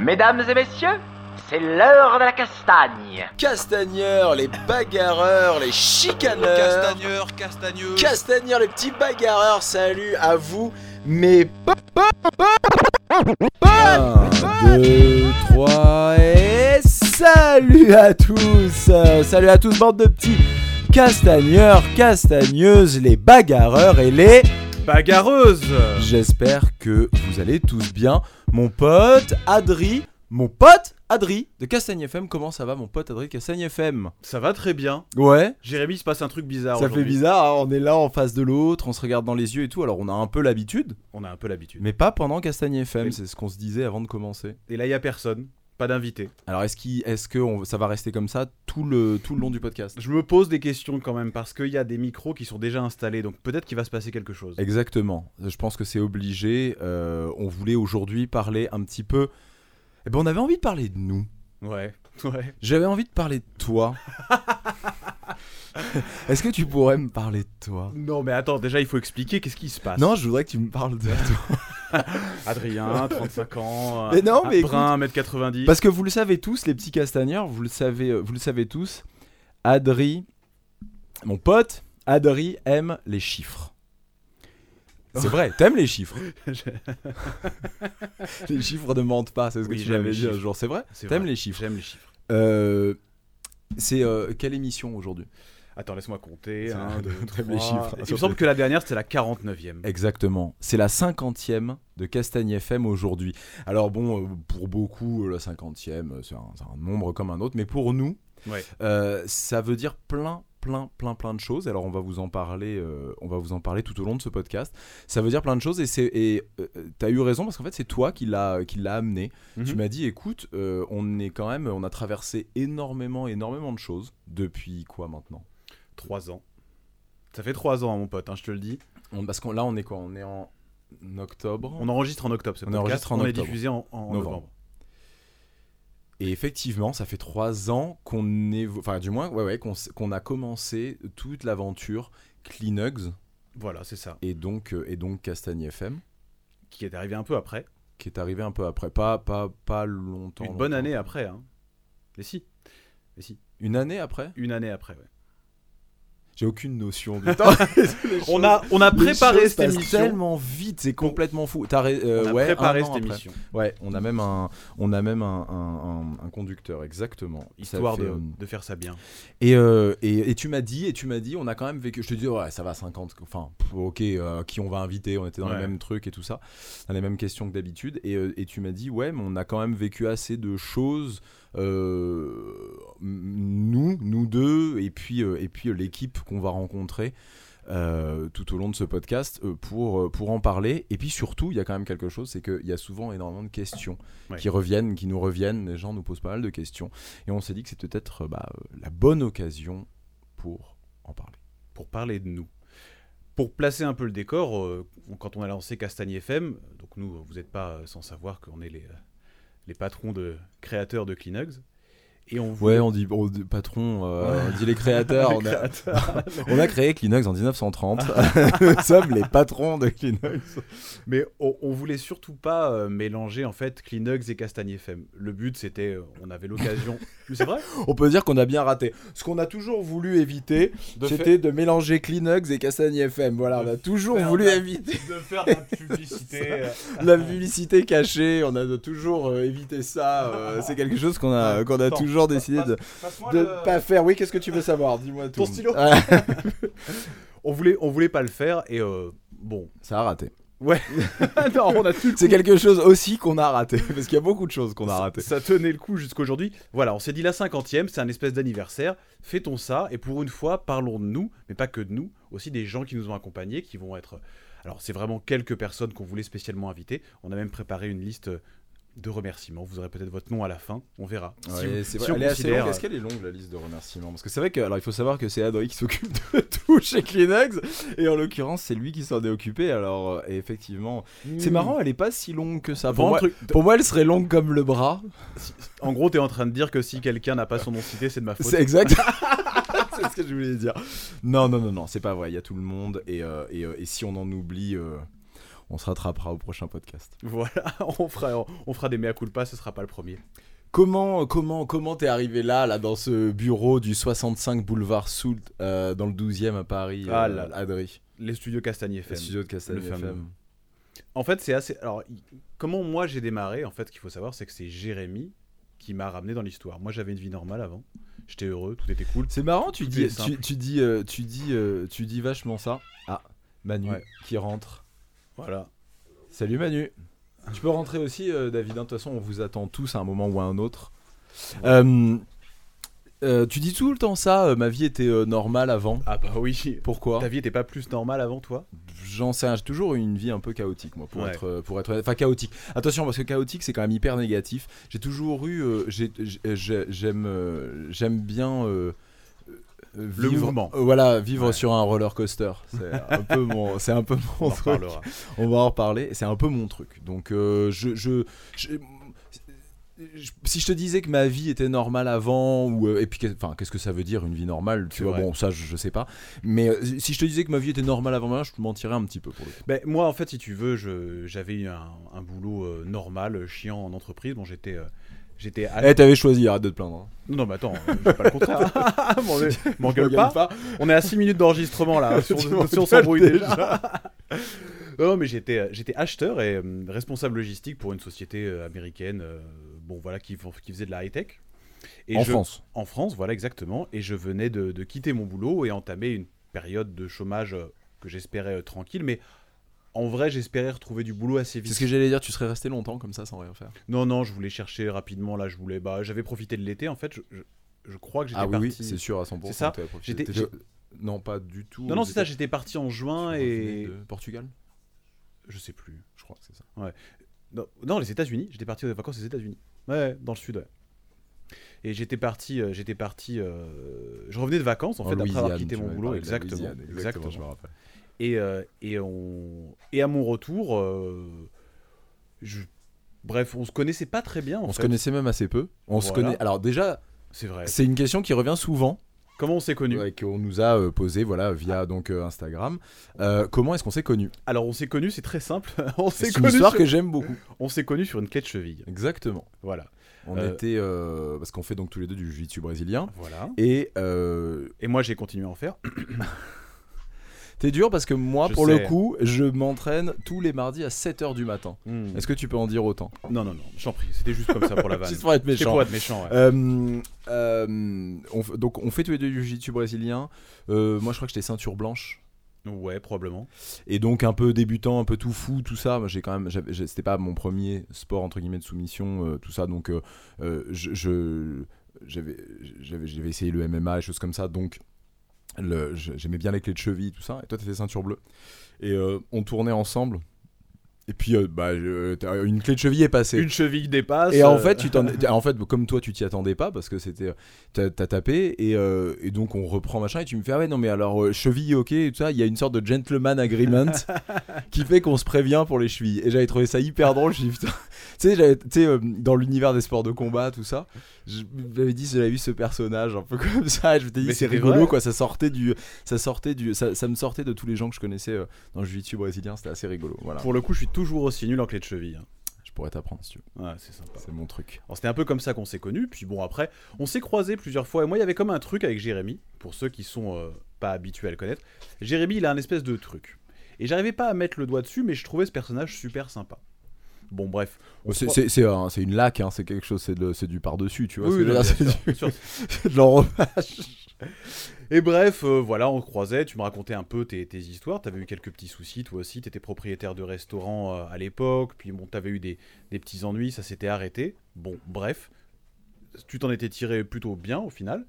Mesdames et messieurs, c'est l'heure de la castagne. Castagneurs, les bagarreurs, les chicaneurs. Castagneur, castagneux. Castagneurs, les petits bagarreurs, salut à vous, mes potes. 1, 2, 3 et salut à tous. Euh, Salut à tous, bande de petits castagneurs, castagneuses, les bagarreurs et les... Bagarreuse J'espère que vous allez tous bien. Mon pote Adri, mon pote Adri de Castagne FM, comment ça va mon pote Adri de Castagne FM Ça va très bien. Ouais, Jérémy, il se passe un truc bizarre ça fait aujourd'hui. bizarre, hein, on est là en face de l'autre, on se regarde dans les yeux et tout, alors on a un peu l'habitude, On a un peu l'habitude. mais pas pendant Castagne FM, Oui. c'est ce qu'on se disait avant de commencer. Et là, il y a personne. Pas d'invité. Alors est-ce qui, est-ce que on- ça va rester comme ça tout le, tout le long du podcast Je me pose des questions quand même parce qu'il y a des micros qui sont déjà installés, donc peut-être qu'il va se passer quelque chose. Exactement. Je pense que c'est obligé. Euh, on voulait aujourd'hui parler un petit peu. Eh ben, on avait envie de parler de nous. Ouais, ouais. J'avais envie de parler de toi. Est-ce que tu pourrais me parler de toi Non, mais attends, déjà, il faut expliquer qu'est-ce qui se passe. Non, je voudrais que tu me parles de toi. Adrien, 35 ans. Mais non, un mais Brun, 1m90. Parce que vous le savez tous, les petits castagneurs, vous le savez, euh, vous le savez tous. Adri, mon pote, Adri aime les chiffres. C'est vrai, t'aimes les chiffres. les chiffres ne mentent pas, c'est ce que Oui, tu j'aime m'avais les dit un chiffres. jour, c'est vrai. C'est T'aimes vrai, les chiffres. J'aime les chiffres. Euh, c'est euh, quelle émission aujourd'hui Attends, laisse-moi compter. C'est 1, vrai, 2, t'aimes 3. les chiffres. hein, Il me semble que la dernière, c'était la 49e. Exactement. C'est la cinquantième de Castagne FM aujourd'hui. Alors bon, euh, pour beaucoup, euh, la cinquantième, euh, c'est un, c'est un nombre comme un autre, mais pour nous, Ouais. euh, ça veut dire plein plein plein plein de choses alors on va vous en parler euh, on va vous en parler tout au long de ce podcast ça veut dire plein de choses et c'est et euh, euh, t'as eu raison parce qu'en fait c'est toi qui l'a qui l'a amené tu Mhm. m'as dit écoute euh, on est quand même on a traversé énormément énormément de choses depuis quoi maintenant 3 ans. Ça fait 3 ans, hein, mon pote, hein, je te le dis. On- parce qu'on là on est quoi on est en octobre On enregistre en octobre ce On podcast. enregistre en on est octobre. diffusé en, en Novembre. novembre. Et effectivement, ça fait trois ans qu'on est, enfin du moins, ouais, ouais, qu'on s- qu'on a commencé toute l'aventure Kleenex Voilà, c'est ça. et donc euh, et donc Castagne FM, Qui est arrivé un peu après. qui est arrivé un peu après, pas pas pas longtemps. Une bonne longtemps. année après. Hein. Mais si. Mais si. Une année après Une année après, ouais. J'ai aucune notion du temps. On a, on a préparé cette émission. tellement vite, c'est complètement fou. T'as ré- euh, On a ouais, préparé un an cette après. émission. Ouais, on a même un, on a même un, un- un- un conducteur, exactement. Ça Histoire fait, de, euh, de faire ça bien. Et, euh, et, et tu m'as dit, et tu m'as dit, on a quand même vécu. Je te dis, ouais, ça va, 50. Enfin, pff, ok, euh, qui on va inviter On était dans Ouais. les mêmes trucs et tout ça, dans les mêmes questions que d'habitude. Et, euh, et tu m'as dit, ouais, mais on a quand même vécu assez de choses, euh, m- nous, nous deux, et puis, euh, et puis euh, l'équipe qu'on va rencontrer euh, tout au long de ce podcast euh, pour, euh, pour en parler. Et puis surtout, il y a quand même quelque chose, c'est qu'il y a souvent énormément de questions Ouais. qui reviennent, qui nous reviennent. Les gens nous posent pas mal de questions. Et on s'est dit que c'était peut-être euh, bah, euh, la bonne occasion pour en parler. pour parler de nous. Pour placer un peu le décor, euh, quand on a lancé Castagne FM, donc nous, vous n'êtes pas euh, sans savoir qu'on est les, euh, les patrons de créateurs de Kleenex. Et on Ouais, voulait- on dit bon, d- patron, euh, on dit les créateurs. Les on, a, créateurs. on a créé Kleenex en 1930. nous sommes les patrons de Kleenex. Mais on, on voulait surtout pas euh, mélanger en fait Kleenex et Castagne FM. Le but c'était, euh, on avait l'occasion. Mais c'est vrai On peut dire qu'on a bien raté. Ce qu'on a toujours voulu éviter, c'était de mélanger Kleenex et Castagne FM. Voilà, on a toujours faire voulu la- éviter De faire de la publicité. la publicité cachée. On a toujours euh, évité ça. euh, c'est quelque chose qu'on a, qu'on a Attends, toujours décidé de de pas faire. Oui, qu'est-ce que tu veux savoir Dis-moi tout. Ton stylo. Ouais. On voulait, on voulait pas le faire et euh, bon. Ça a raté. non, on a tout C'est quelque chose aussi qu'on a raté, parce qu'il y a beaucoup de choses qu'on a Ça- ratées. Ça tenait le coup jusqu'aujourd'hui. Voilà, on s'est dit la cinquantième, c'est un espèce d'anniversaire. Fêtons ça et pour une fois, parlons de nous, mais pas que de nous, aussi des gens qui nous ont accompagnés, qui vont être. Alors, c'est vraiment quelques personnes qu'on voulait spécialement inviter. On a même préparé une liste de remerciements. Vous aurez peut-être votre nom à la fin, on verra. Si vous- si on elle est assez considère- euh, longue. Est-ce qu'elle est longue la liste de remerciements Parce que c'est vrai que, alors il faut savoir que c'est Adrien qui s'occupe de tout chez Kleenex, et en l'occurrence c'est lui qui s'en est occupé. Alors euh, et effectivement, c'est Mmh. marrant, elle est pas si longue que ça. Hmm. Pour Vraiment, moi, truc- pour moi, elle serait longue comme le bras. En gros, t'es en train de dire que si quelqu'un n'a pas son nom cité, c'est de ma faute. C'est exact. c'est ce que je voulais dire. Non, non, non, non, c'est pas vrai. Il y a tout le monde, et, euh, et, euh, et si on en oublie, euh, On se rattrapera au prochain podcast. Voilà, on fera, on fera des mea culpa, ce sera pas le premier. Comment comment comment t'es arrivé là là dans ce bureau du 65 boulevard Soult euh, dans le 12e à Paris Ah euh, là là. Adri Les studios Castagnier le FM. studio de Castagne le fameux. FM. En fait, c'est assez. Alors, y- comment moi j'ai démarré En fait, ce qu'il faut savoir, c'est que c'est Jérémy qui m'a ramené dans l'histoire. Moi, j'avais une vie normale avant. J'étais heureux, tout était cool. C'est marrant tu Tout dis est tu, simple. tu dis euh, tu dis euh, tu dis vachement ça. Ah Manu Ouais. qui rentre. Voilà. Salut Manu. Tu peux rentrer aussi euh, David, hein. de toute façon on vous attend tous à un moment ou à un autre. Euh, euh, tu dis tout le temps ça, euh, ma vie était euh, normale avant. Ah bah oui. Pourquoi Ta vie était pas plus normale avant toi J'en sais rien, j'ai toujours eu une vie un peu chaotique, moi, pour Ouais. être, pour être, enfin chaotique. Attention, parce que chaotique, c'est quand même hyper négatif. J'ai toujours eu, euh, j'ai- j'ai- j'ai- j'aime, euh, j'aime bien euh, euh, Le vivre- mouvement. euh, voilà, vivre Ouais. sur un roller coaster. C'est un peu mon, c'est un peu mon On en truc. reparlera. On va en reparler. C'est un peu mon truc. Donc, euh, je, je, je- je- si je te disais que ma vie était normale avant, ou euh, et puis, qu'est- enfin, qu'est-ce que ça veut dire une vie normale Tu C'est vois, vrai. bon, ça, je, je sais pas. Mais euh, si je te disais que ma vie était normale avant, moi, je te mentirais un petit peu pour le coup. Ben, moi, en fait, si tu veux, je- j'avais eu un, un boulot euh, normal, euh, chiant en entreprise. Bon, j'étais. euh, J'étais à... Eh, t'avais choisi, arrête de te plaindre. hein. Non, mais attends, euh, je dis pas le contraire. M'en- M'engueule M'engueule pas. On est à 6 minutes d'enregistrement là, hein, si on- Tu si m'engueules on s'embrouille déjà. déjà. non, mais j'étais euh, j'étais acheteur et euh, responsable logistique pour une société euh, américaine euh, bon voilà qui, font- qui faisait de la high-tech. Et En je- France. En France, voilà exactement. Et je venais de, de quitter mon boulot et entamer une période de chômage euh, que j'espérais euh, tranquille, mais en vrai, j'espérais retrouver du boulot assez C'est vite. ce que j'allais dire, tu serais resté longtemps comme ça sans rien faire. Non, non, je voulais chercher rapidement, là, je voulais... Bah, j'avais profité de l'été, en fait, je, je- je crois que j'étais Ah oui, parti... oui, c'est sûr à 100%. C'est ça. t'avais profité. J'étais- T'étais- Non, pas du tout. Non, non, c'est ça, j'étais parti en juin et... De Portugal Je sais plus. Je crois que c'est ça. Non, non, les États-Unis. J'étais parti aux vacances aux États-Unis. Ouais, dans le sud. ouais. Et j'étais parti, euh, j'étais parti. euh, je revenais de vacances en, fait après avoir quitté mon boulot. Exactement, exactement. Et, euh, et on et à mon retour, euh, je- bref, on se connaissait pas très bien. en On se fait. connaissait même assez peu. On se Voilà. connaît. Alors déjà, C'est vrai. c'est une question qui revient souvent, Comment on s'est connus ouais, qu'on nous a euh, posée, voilà, Ah. via donc euh, Instagram. Euh, comment est-ce qu'on s'est connus Alors on s'est connus, c'est très simple. on s'est C'est une connus. histoire Sur... que j'aime beaucoup. On s'est connus sur une clé de cheville. Exactement. Voilà. On Euh, était euh, parce qu'on fait donc tous les deux du jiu-jitsu brésilien Voilà. et euh, Et moi j'ai continué à en faire. T'es dur parce que moi, Je pour le sais. coup, je m'entraîne tous les mardis à 7h du matin. Hmm. Est-ce que tu peux en dire autant Non non non, j'en prie. C'était juste comme ça pour la vanne. Juste pour être C'était méchant. pour être méchant. ouais. Euh, euh, on f- donc, on fait tous les deux du jiu-jitsu brésilien. Euh, moi, je crois que j'étais ceinture blanche. Ouais, probablement. Et donc, un peu débutant, un peu tout fou, tout ça. Moi, J'ai quand même, j'avais- j'ai- c'était pas mon premier sport entre guillemets de soumission, euh, tout ça. Donc, euh, euh, je- je- j'avais, j'avais, j'avais essayé le MMA et choses comme ça. Donc, le- je- j'aimais bien les clés de cheville, tout ça. Et toi, t'étais ceinture bleue. Et euh, on tournait ensemble. Et puis, euh, bah, euh, t'as- une clé de cheville est passée. Une cheville dépasse. Et en euh, fait, tu t'en- en fait, comme toi, tu t'y attendais pas parce que c'était, t'as t'as tapé et, euh, et donc on reprend machin et tu me fais ah ouais non mais alors euh, cheville ok et tout ça, il y a une sorte de gentleman agreement qui fait qu'on se prévient pour les chevilles. Et j'avais trouvé ça hyper drôle. J'ai dit, putain, tu sais, j'avais- tu sais, euh, dans l'univers des sports de combat tout ça, je- j'avais dit j'avais vu ce personnage un peu comme ça. Et je t'ai dit Mais c'est c'était rigolo vrai. quoi, ça sortait du, ça sortait du, ça, ça me sortait de tous les gens que je connaissais euh, dans le jiu-jitsu brésilien. C'était assez rigolo. Voilà, Pour le coup, je suis toujours aussi nul en clé de cheville. hein. je pourrais t'apprendre si tu veux. Ouais, c'est sympa. C'est mon truc. Alors, c'était un peu comme ça qu'on s'est connus. Puis bon, après, on s'est croisés plusieurs fois. Et moi, il y avait comme un truc avec Jérémy, pour ceux qui sont euh, pas habitués à le connaître. Jérémy, il a un espèce de truc. Et j'arrivais pas à mettre le doigt dessus, mais je trouvais ce personnage super sympa. Bon, bref. on Oh, se C'est croit- c'est- c'est un- c'est une laque, hein, c'est quelque chose, c'est de- c'est du par-dessus, tu vois. Oui, ce que je veux non, dire, bien sûr, c'est du- bien sûr. c'est de l'enrobe. Et bref, euh, voilà, on se croisait, tu me racontais un peu tes, tes histoires, t'avais eu quelques petits soucis, toi aussi, t'étais propriétaire de restaurant euh, à l'époque, puis bon, t'avais eu des, des petits ennuis, ça s'était arrêté. Bon, bref, tu t'en étais tiré plutôt bien au final.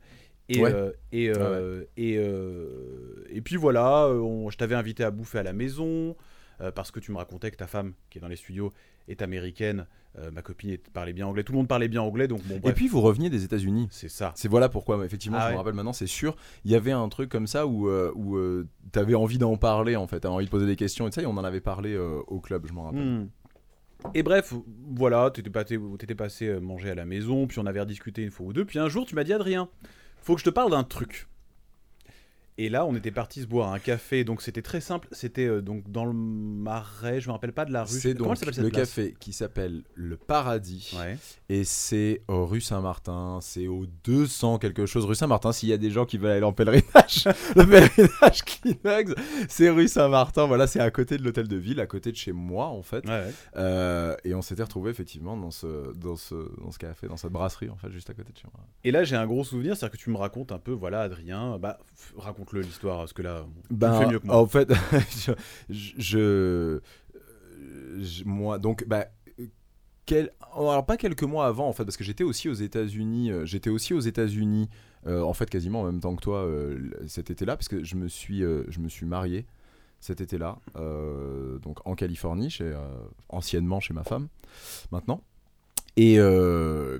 Et, Ouais. euh, et, euh, et, euh, et puis voilà, euh, on- je t'avais invité à bouffer à la maison, euh, parce que tu me racontais que ta femme, qui est dans les studios, est américaine, euh, ma copine est- parlait bien anglais, tout le monde parlait bien anglais, donc bon, Et bref, puis vous reveniez des États-Unis. c'est ça. C'est voilà pourquoi, effectivement, Ah je me ouais. rappelle maintenant, c'est sûr. Il y avait un truc comme ça où, euh, où euh, t'avais envie d'en parler, en fait, t'avais envie de poser des questions et tout ça, et on en avait parlé euh, au club, je m'en rappelle. Hmm. Et bref, voilà, t'étais pas- t'es- t'étais passé euh, manger à la maison, puis on avait rediscuté une fois ou deux, puis un jour tu m'as dit Adrien, faut que je te parle d'un truc. Et là, on était parti se boire un café, donc c'était très simple. C'était euh, donc dans le marais, je me rappelle pas de la rue. C'est Comment donc elle s'appelle cette le place café qui s'appelle Le Paradis. Ouais. Et c'est euh, rue Saint-Martin, c'est au 200 quelque chose. Rue Saint-Martin, s'il y a des gens qui veulent aller en pèlerinage, le pèlerinage Kleenex, c'est rue Saint-Martin. Voilà, c'est à côté de l'hôtel de ville, à côté de chez moi en fait. Ouais, ouais. Euh, et on s'était retrouvé effectivement dans ce, dans, ce, dans ce café, dans cette brasserie en fait, juste à côté de chez moi. Et là, j'ai un gros souvenir, c'est-à-dire que tu me racontes un peu, voilà, Adrien, bah, f- raconte-le l'histoire, parce que là, tu le fais mieux que moi. Ben, En fait, je, je- je- je- Moi, donc, bah. quel- oh, alors pas quelques mois avant en fait parce que j'étais aussi aux États-Unis euh, j'étais aussi aux États-Unis euh, en fait quasiment en même temps que toi euh, l- cet été-là parce que je me suis euh, je me suis marié cet été-là euh, donc en Californie chez euh, anciennement chez ma femme maintenant et euh,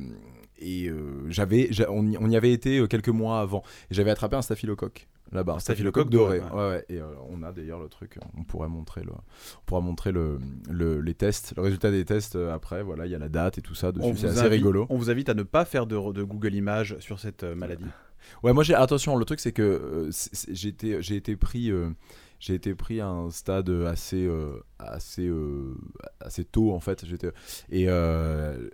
et euh, j'avais j'a- on, y- on y avait été euh, quelques mois avant et j'avais attrapé un staphylocoque là-bas un staphylocoque staphylocoque doré, doré Ouais, ouais. et euh, on a d'ailleurs le truc on pourrait montrer le on pourra montrer le, le- les tests le résultat des tests euh, après voilà il y a la date et tout ça dessus c'est vous assez invite- rigolo On vous invite à ne pas faire de, de Google Images sur cette euh, maladie. Ouais, moi j'ai attention. Le truc c'est que euh, c'est- c'est- j'ai été j'ai été pris euh, j'ai été pris à un stade assez euh, assez euh, assez tôt en fait. J'étais et euh,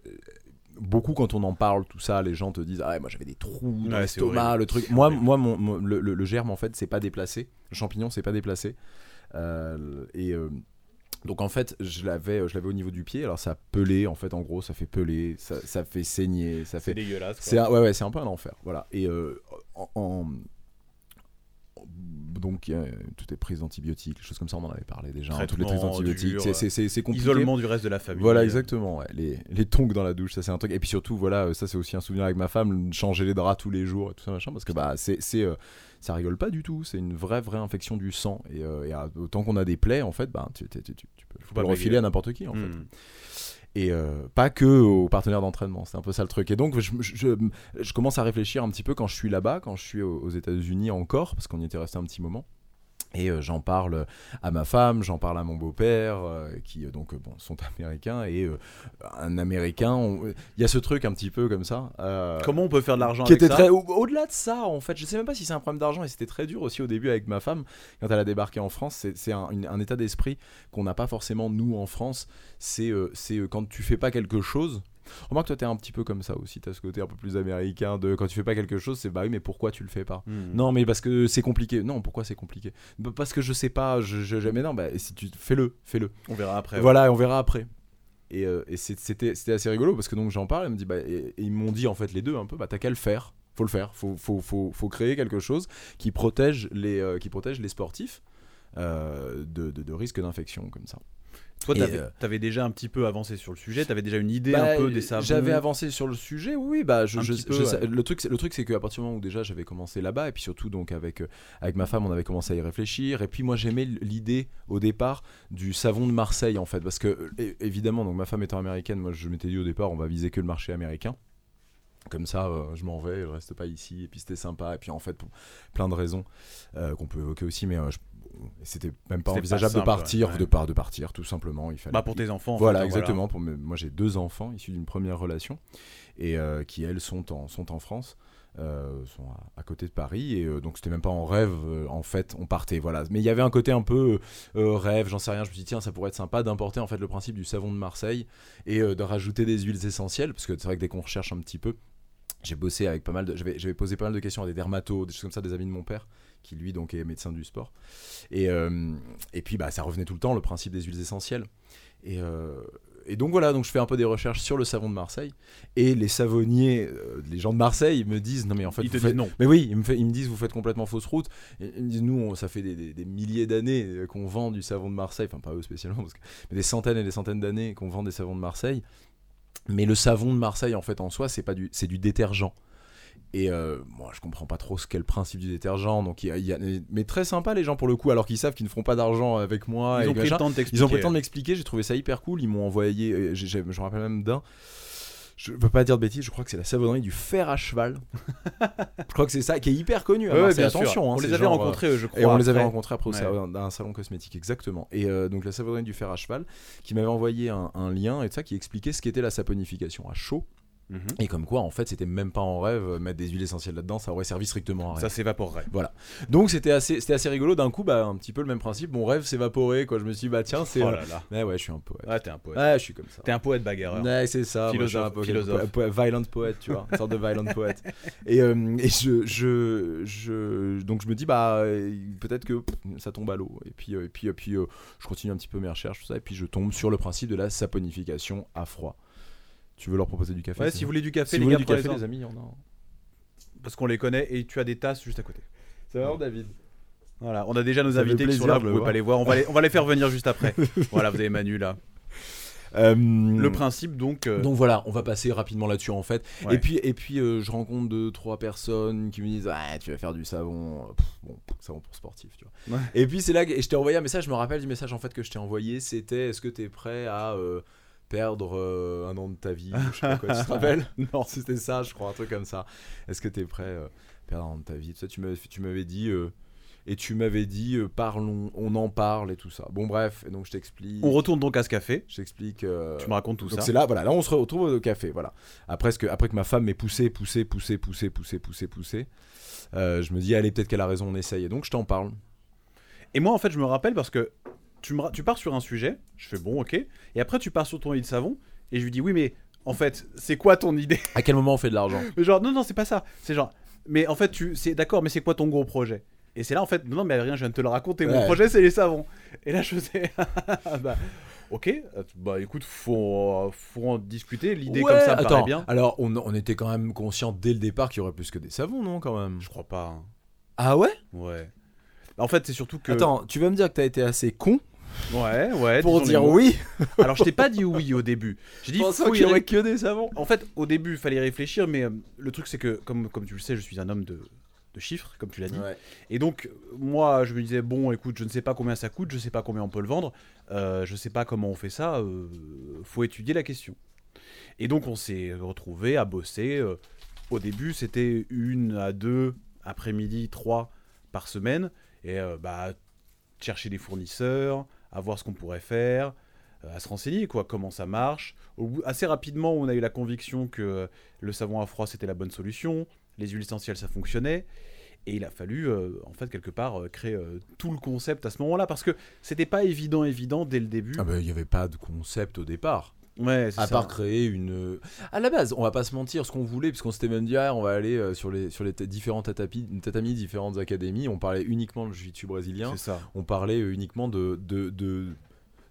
beaucoup quand on en parle tout ça, les gens te disent ah ouais, moi j'avais des trous dans Ouais, c'est l'estomac, horrible. le truc. C'est Moi horrible. moi mon, mon- le, le- le germe en fait c'est pas déplacé. Le champignon c'est pas déplacé Euh, et euh, donc en fait, je l'avais, je l'avais au niveau du pied. Alors ça pelait, en fait, en gros, ça fait peler, ça, ça fait saigner, ça fait C'est dégueulasse. quoi. c'est un, ouais, ouais, c'est un peu un enfer. Voilà. Et euh, en, en- donc euh, tout est prise d'antibiotiques, les choses comme ça, on en avait parlé déjà. hein, toutes les prises Traitement d'antibiotiques, dur, c'est- c'est- c'est c'est compliqué. Isolement du reste de la famille. euh. Voilà, exactement. ouais. Les, les tongs dans la douche, ça c'est un truc. Et puis surtout, voilà, euh, ça c'est aussi un souvenir avec ma femme, changer les draps tous les jours et tout ça machin, parce que bah c'est c'est, euh, ça rigole pas du tout. C'est une vraie vraie infection du sang. Et, euh, et, euh, autant qu'on a des plaies, en fait, bah tu, tu- tu- tu- tu peux, pas le blaguer. refiler à n'importe qui, en fait Hmm. et euh, pas que aux partenaires d'entraînement. C'est un peu ça le truc. Et donc, je, je- je- je commence à réfléchir un petit peu quand je suis là-bas, quand je suis aux, aux États-Unis encore, parce qu'on y était resté un petit moment. Et euh, j'en parle à ma femme, j'en parle à mon beau-père, euh, qui euh, donc euh, bon, sont américains. Et euh, un américain, on- il y a ce truc un petit peu comme ça. euh, Comment on peut faire de l'argent qui avec était ça très au- au-delà de ça en fait je sais même pas si c'est un problème d'argent et c'était très dur aussi au début avec ma femme quand elle a débarqué en France c'est c'est un, une- un état d'esprit qu'on n'a pas forcément nous en France c'est euh, c'est euh, quand tu fais pas quelque chose remarque toi t'es un petit peu comme ça aussi t'as ce côté un peu plus américain de quand tu fais pas quelque chose c'est bah oui mais pourquoi tu le fais pas Hmm. non mais parce que c'est compliqué non pourquoi c'est compliqué Bah, parce que je sais pas je, je- mais non bah si tu fais-le fais-le On verra après. ouais. voilà, et on verra après. Et, euh, et c'est- c'était c'était assez rigolo parce que donc j'en parle, elle me dit, bah, et, et ils m'ont dit en fait les deux un peu, bah t'as qu'à le faire, faut le faire, faut, faut, faut, faut créer quelque chose qui protège les, euh, qui protège les sportifs euh, de, de, de risque d'infection comme ça. Toi, Et, t'avais euh, t'avais déjà un petit peu avancé sur le sujet, t'avais déjà une idée Bah, un peu des savons. J'avais avancé sur le sujet, oui, oui, bah, je, Un je- petit peu, je sais- ouais. le truc, c'est- le truc, c'est qu'à partir du moment où déjà j'avais commencé là-bas, et puis surtout donc avec euh, avec ma femme, on avait commencé à y réfléchir, et puis moi j'aimais l- l'idée au départ du savon de Marseille en fait, parce que euh, é- évidemment donc ma femme étant américaine, moi je m'étais dit au départ on va viser que le marché américain. Comme ça, euh, je m'en vais, je reste pas ici, et puis c'était sympa, et puis en fait, pour plein de raisons euh, qu'on peut évoquer aussi, mais euh, je- c'était même pas C'était pas envisageable simple, de partir, ouais. de, par- de partir, tout simplement. Il fallait, Bah, pour tes enfants. en voilà, fait, hein, exactement. Pour mes- moi, j'ai deux enfants issus d'une première relation et euh, qui, elles, sont en, sont en France, euh, sont à, à côté de Paris. Et euh, donc, c'était même pas en rêve, euh, en fait, on partait. Voilà. Mais il y avait un côté un peu euh, rêve, j'en sais rien. Je me suis dit, tiens, ça pourrait être sympa d'importer en fait le principe du savon de Marseille et euh, de rajouter des huiles essentielles, parce que c'est vrai que dès qu'on recherche un petit peu. J'ai bossé avec pas mal de. J'avais j'avais posé pas mal de questions à des dermatos, des choses comme ça, des amis de mon père, qui lui donc est médecin du sport. Et, euh, et puis bah, ça revenait tout le temps, le principe des huiles essentielles. Et, euh, et donc voilà, donc je fais un peu des recherches sur le savon de Marseille. Et les savonniers, euh, les gens de Marseille, ils me disent Non, mais en fait, Ils te vous faites- disent non. Mais oui, ils me, fait- ils me disent Vous faites complètement fausse route. Et ils me disent Nous, on- ça fait des, des- des milliers d'années euh, qu'on vend du savon de Marseille, enfin pas eux spécialement, parce que, mais des centaines et des centaines d'années qu'on vend des savons de Marseille. Mais le savon de Marseille, en fait, en soi, c'est pas du, c'est du détergent. Et euh, moi, je comprends pas trop ce qu'est le principe du détergent. Donc, il y a- il y a- mais très sympa les gens pour le coup, alors qu'ils savent qu'ils ne feront pas d'argent avec moi. Ils et ont pris machin. le temps de t'expliquer. Ils ont pris le temps de m'expliquer, j'ai trouvé ça hyper cool. Ils m'ont envoyé, euh, j'ai- j'ai- je me rappelle même d'un. Je veux pas dire de bêtises, je crois que c'est la savonnerie du fer à cheval. je crois que c'est ça qui est hyper connu. à Ouais, ouais, Marseille. bien sûr. attention, hein, on c'est les avait genre, euh, rencontrés, eux, je crois. Et on les avait après. rencontrés après au Ouais. salon- d'un salon cosmétique, exactement. Et euh, donc la savonnerie du fer à cheval qui m'avait envoyé un, un lien et tout ça qui expliquait ce qu'était la saponification à chaud. Mhm. Et comme quoi, en fait, c'était même pas en rêve, euh, mettre des huiles essentielles là-dedans, ça aurait servi strictement à rien. Ça s'évaporerait. Donc c'était assez, c'était assez rigolo. D'un coup, bah, un petit peu le même principe. Mon rêve s'évaporait, quoi. Je me suis dit, bah tiens, c'est. Oh là là. Ouais, ouais, je suis un poète. Ah, t'es un poète. Ouais, je suis comme ça. T'es un poète bagarreur. Ouais, c'est ça. moi, je suis un peu- Philosophe, po- po- violent poète, tu vois. Une sorte de violent poète. Et, euh, et je, je, je- Donc je me dis, bah, euh, peut-être que pff, ça tombe à l'eau. Et puis, euh, et puis, et puis euh, je continue un petit peu mes recherches, tout ça. Et puis je tombe sur le principe de la saponification à froid. Tu veux leur proposer du café Ouais, c'est si ça vous voulez du café, Si vous voulez les gars, du café, les prenez-en. amis, il y en a. Parce qu'on les connaît et tu as des tasses juste à côté. C'est vraiment David. Voilà, on a déjà nos Ça fait invités qui plaisir sont là, de vous le pouvez voir. pas les voir. On va les, on va les faire venir juste après. voilà, vous avez Manu là. Euh, Le principe donc. euh, Donc voilà, on va passer rapidement là-dessus en fait. Ouais. Et puis, et puis euh, je rencontre deux, trois personnes qui me disent Ah, tu vas faire du savon. Euh, Pff, bon, pff, savon pour sportif, tu vois. Ouais. Et puis c'est là que et je t'ai envoyé un message, je me rappelle du message en fait que je t'ai envoyé c'était Est-ce que t'es prêt à euh, perdre euh, un an de ta vie ou Je sais pas quoi, tu te rappelles Non, c'était ça, je crois, un truc comme ça. Est-ce que t'es prêt euh, à perdre un an de ta vie Tu sais, tu m'avais- tu m'avais dit. euh, et tu m'avais dit, euh, parlons, on en parle et tout ça. Bon, bref, et donc je t'explique. on retourne donc à ce café. Je t'explique. euh, Tu me racontes tout donc ça. c'est là, voilà, là on se retrouve au café, voilà. Après, ce que, après que ma femme m'ait poussé, poussé, poussé, poussé, poussé, poussé, poussé, euh, je me dis, allez, peut-être qu'elle a raison, on essaye. Et donc je t'en parle. Et moi, en fait, je me rappelle parce que tu, me ra- tu pars sur un sujet, je fais bon, ok. Et après, tu pars sur ton lit de savon et je lui dis oui, mais en fait, c'est quoi ton idée À quel moment on fait de l'argent Mais genre, non, non, c'est pas ça. C'est genre, mais en fait, tu c'est d'accord, mais c'est quoi ton gros projet Et c'est là, en fait, non, non, mais rien, je viens de te le raconter. Mon Ouais. projet, c'est les savons. Et là, je faisais. Ah bah, ok, euh, bah écoute, faut, faut en discuter. L'idée comme Ouais, ça me paraît attends, bien. Alors on, on était quand même conscient dès le départ qu'il y aurait plus que des savons, non, quand même Je crois pas. hein. Ah ouais Ouais. Bah, En fait, c'est surtout que. Attends, tu vas me dire que t'as été assez con Ouais, ouais. pour disons les dire mots. oui Alors, je t'ai pas dit oui au début. J'ai dit Je pensais faut qu'il y y aurait aller. que des savons. En fait, au début, il fallait réfléchir, mais euh, le truc, c'est que, comme, comme tu le sais, je suis un homme de, de chiffres, comme tu l'as dit. Et donc, euh, moi, je me disais, bon, écoute, je ne sais pas combien ça coûte, je ne sais pas combien on peut le vendre, euh, je ne sais pas comment on fait ça, euh, faut étudier la question. Et donc, on s'est retrouvés à bosser. euh, au début, c'était une à deux, après-midi, trois par semaine. Et euh, bah, chercher des fournisseurs, à voir ce qu'on pourrait faire, euh, à se renseigner, quoi, comment ça marche. Au bout- assez rapidement, on a eu la conviction que euh, le savon à froid, c'était la bonne solution, les huiles essentielles, ça fonctionnait. Et il a fallu, euh, en fait, quelque part, euh, créer euh, tout le concept à ce moment-là, parce que c'était pas évident, évident dès le début. Ah bah, il n'y avait pas de concept au départ. Ouais, c'est à ça. part créer une euh, à la base on va pas se mentir ce qu'on voulait puisqu'on s'était même dit ah, on va aller euh, sur les sur les t- différents tatapis- tatamis différentes académies on parlait uniquement de jiu-jitsu brésilien C'est ça. on parlait euh, uniquement de de, de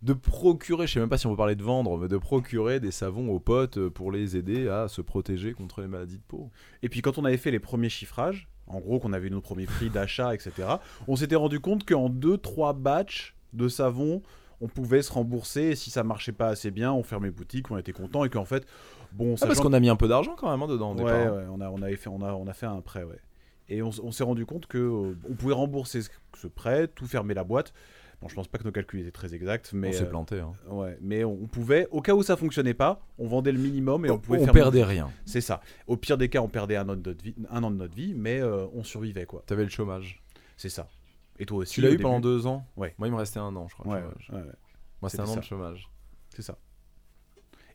de procurer, je sais même pas si on peut parler de vendre, mais de procurer des savons aux potes euh, pour les aider à se protéger contre les maladies de peau. Et puis quand on avait fait les premiers chiffrages, en gros qu'on avait nos premiers prix d'achat, etc., on s'était rendu compte qu'en 2-3 batchs de savon, on pouvait se rembourser et si ça marchait pas assez bien, on fermait boutique, on était content et qu'en fait, bon, Ah, parce sachant- qu'on a mis un peu d'argent quand même hein, dedans. au Ouais, départ. ouais, on a, on avait fait, on a, on a fait un prêt, ouais. Et on, s- on s'est rendu compte que euh, on pouvait rembourser ce, ce prêt, tout fermer la boîte. Bon, je pense pas que nos calculs étaient très exacts, mais on s'est euh, planté. hein. ouais, mais on on pouvait, au cas où ça fonctionnait pas, on vendait le minimum et on, on, pouvait on fermer- perdait rien. C'est ça. Au pire des cas, on perdait un an de notre vie, un an de notre vie mais euh, on survivait, quoi. T'avais le chômage. C'est ça. Et toi aussi. Tu l'as au eu début. pendant deux ans Ouais. Moi, il me restait un an, je crois. de Ouais, chômage. ouais, ouais, Moi, c'était un c'était an de ça. chômage. c'est ça.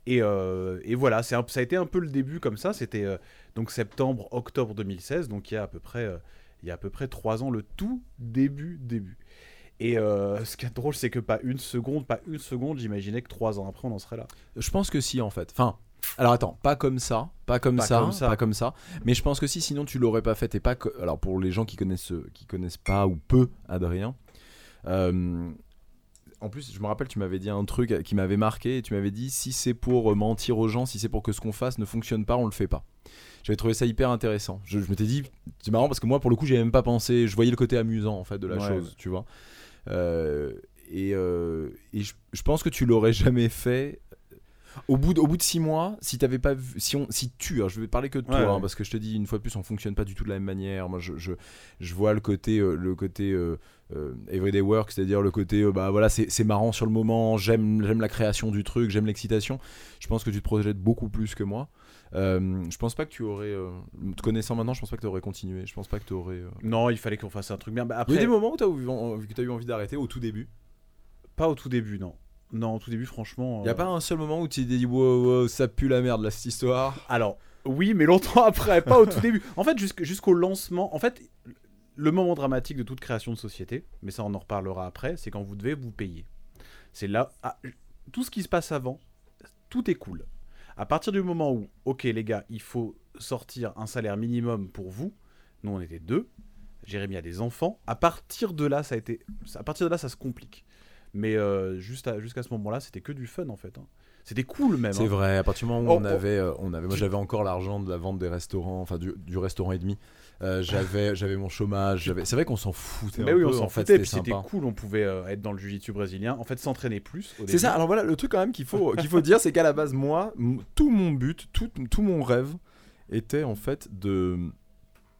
Et, euh, et voilà, c'est un- ça a été un peu le début comme ça. C'était euh, donc septembre, octobre 2016, donc il y a à peu près, euh, il y a à peu près trois ans, le tout début, début. Et euh, ce qui est drôle, c'est que pas une seconde, pas une seconde, j'imaginais que trois ans après, on en serait là. Je pense que si en fait. Enfin, alors attends, pas comme ça, pas comme, Pas ça, comme ça. pas comme ça. Mais je pense que si, sinon tu l'aurais pas fait. Et pas que- Alors pour les gens qui connaissent, qui connaissent pas ou peu Adrien. euh, En plus, je me rappelle, tu m'avais dit un truc qui m'avait marqué. et Tu m'avais dit si c'est pour euh, mentir aux gens, si c'est pour que ce qu'on fasse ne fonctionne pas, on le fait pas. J'avais trouvé ça hyper intéressant. Je, je m'étais dit, c'est marrant parce que moi, pour le coup, j'avais même pas pensé. Je voyais le côté amusant en fait de la Ouais. chose, tu vois. Euh, et euh, et je, je pense que tu l'aurais jamais fait. Au bout de, au bout de six mois, si t'avais pas vu, si on, si tu, alors je vais parler que de toi, Ouais, hein, ouais. parce que je te dis une fois de plus, on fonctionne pas du tout de la même manière. Moi, je, je, je vois le côté, euh, le côté euh, euh, everyday work, c'est-à-dire le côté, euh, bah voilà, c'est c'est marrant sur le moment, j'aime j'aime la création du truc, j'aime l'excitation. Je pense que tu te projettes beaucoup plus que moi. Euh, je pense pas que tu aurais, euh, te connaissant maintenant, je pense pas que tu aurais continué. Je pense pas que tu aurais. euh, Non, il fallait qu'on fasse un truc bien. Bah, Il y a après, des moments où tu as, eu envie d'arrêter au tout début. pas au tout début, non. Non, au tout début, franchement. Y a euh, pas un seul moment où tu t'es dit wow, wow, ça pue la merde là cette histoire. Alors, oui, mais longtemps après, pas au tout début. En fait, jusqu'- jusqu'au lancement, en fait, le moment dramatique de toute création de société, mais ça on en reparlera après, c'est quand vous devez vous payer. C'est là, ah, tout ce qui se passe avant, tout est cool. À partir du moment où, ok les gars, il faut sortir un salaire minimum pour vous, nous on était deux, Jérémy a des enfants, à partir de là ça a été, à partir de là ça se complique. Mais euh, juste à- jusqu'à ce moment-là, c'était que du fun en fait. hein. C'était cool même. C'est hein. vrai, à partir du moment où Oh, on oh. avait, euh, on avait, moi j'avais encore l'argent de la vente des restaurants, enfin du, du restaurant et demi. Euh, j'avais, j'avais mon chômage. J'avais... C'est vrai qu'on s'en foutait. Mais un oui, peu, on s'en en fait, foutait, c'était puis c'était sympa. cool, on pouvait euh, être dans le jiu-jitsu brésilien, en fait s'entraîner plus. au C'est début. ça. Alors voilà, le truc quand même qu'il faut, qu'il faut dire, c'est qu'à la base, moi, m- tout mon but, tout, tout mon rêve était en fait de.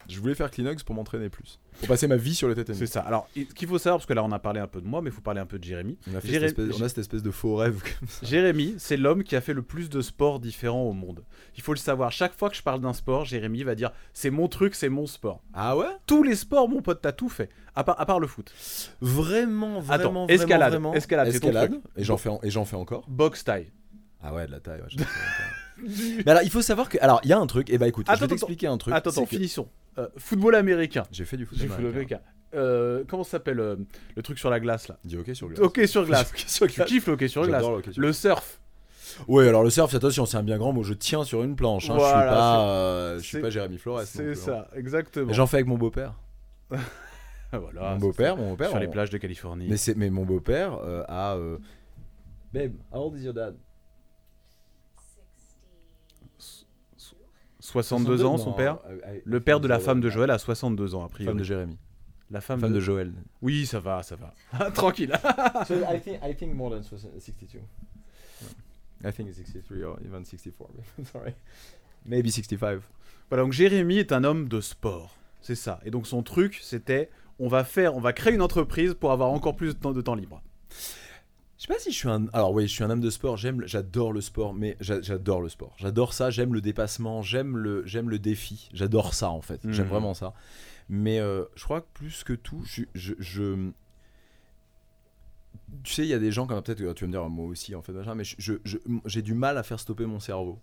Je voulais faire Kleenex pour m'entraîner plus. Pour passer ma vie sur le C'est tatami. ça. Alors, et- ce qu'il faut savoir, parce que là on a parlé un peu de moi, mais il faut parler un peu de Jérémy. On a, fait Jéré- cette espèce, on a cette espèce de faux rêve. comme ça. Jérémy, c'est l'homme qui a fait le plus de sports différents au monde. Il faut le savoir, chaque fois que je parle d'un sport, Jérémy va dire c'est mon truc, c'est mon sport. Ah ouais Tous les sports, mon pote, t'as tout fait, à part, à part le foot. Vraiment, vraiment, Attends, escalade, vraiment, vraiment. escalade, c'est ton et j'en fais, en- et j'en fais encore. Boxe taille. Ah ouais, de la taille. ouais, j'en fais encore. Mais alors, il faut savoir que, alors, il y a un truc. Et bah écoute, Attends, je vais attends, t'expliquer un truc. Attends, c'est attends, que finissons. Euh, football américain. J'ai fait du foot. J'ai fait le mec, euh, comment ça s'appelle euh, le truc sur la glace là Dis ok sur glace. Hockey sur glace. Ok sur Tu glace. kiffes le hockey sur glace. J'adore le hockey sur Le surf. Oui, alors le surf, attention, c'est un bien grand mot. Je tiens sur une planche. hein. je Voilà, suis pas, euh, je suis c'est- pas Jérémy Flores. non plus, C'est hein. ça, Mais exactement. J'en fais avec mon beau-père. Ah, voilà, mon c'est- beau-père, mon beau-père. sur les on- plages de Californie. Mais c'est, mais mon beau-père euh, a. euh, Babe, how old is your dad 62, ans, son Non, père. euh, euh, Le père de la Joël. femme de Joël a 62 ans, a priori. Femme de Jérémy. La femme, Femme de... de Joël. Oui, ça va, ça va. Ah, Tranquille. so I think I think more than 62. I think it's 63 or even 64. Sorry. Maybe 65. voilà, donc Jérémy est un homme de sport. C'est ça. Et donc son truc, c'était on va faire, on va créer une entreprise pour avoir encore plus de temps, de temps libre. Je sais pas si je suis un. Alors oui, je suis un homme de sport. J'aime, le- j'adore le sport, mais j'a- j'adore le sport. J'adore ça. J'aime le dépassement. J'aime le, j'aime le défi. J'adore ça en fait. J'aime Mhm. vraiment ça. Mais euh, je crois que plus que tout, je, je- je- tu sais, il y a des gens comme peut-être que tu vas me dire moi aussi en fait machin, mais je- je- je- j'ai du mal à faire stopper mon cerveau.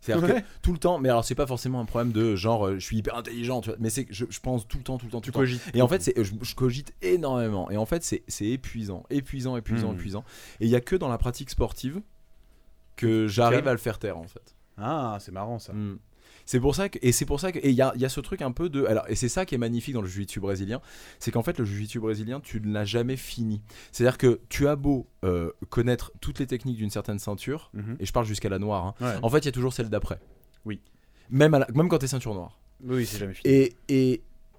C'est-à-dire que Ouais. tout le temps, mais alors c'est pas forcément un problème de genre euh, je suis hyper intelligent, tu vois, mais c'est que je, je pense tout le temps, tout le temps, tout Tu le temps. cogites. Et en fait, c'est, euh, je, je cogite énormément. Et en fait, c'est, c'est épuisant, épuisant, épuisant, Mhm. épuisant. Et il y a que dans la pratique sportive que j'arrive Calme. à le faire taire en fait. Ah, c'est marrant ça. Mm. C'est pour ça que et c'est pour ça que et il y a, il y a ce truc un peu de alors et c'est ça qui est magnifique dans le jiu-jitsu brésilien, c'est qu'en fait le jiu-jitsu brésilien tu ne l'as jamais fini. C'est-à-dire que tu as beau euh, connaître toutes les techniques d'une certaine ceinture Mhm. et je parle jusqu'à la noire. hein, Ouais. En fait, il y a toujours celle d'après. Oui. Même à la- même quand t'es ceinture noire. Oui, c'est jamais fini. Et, et,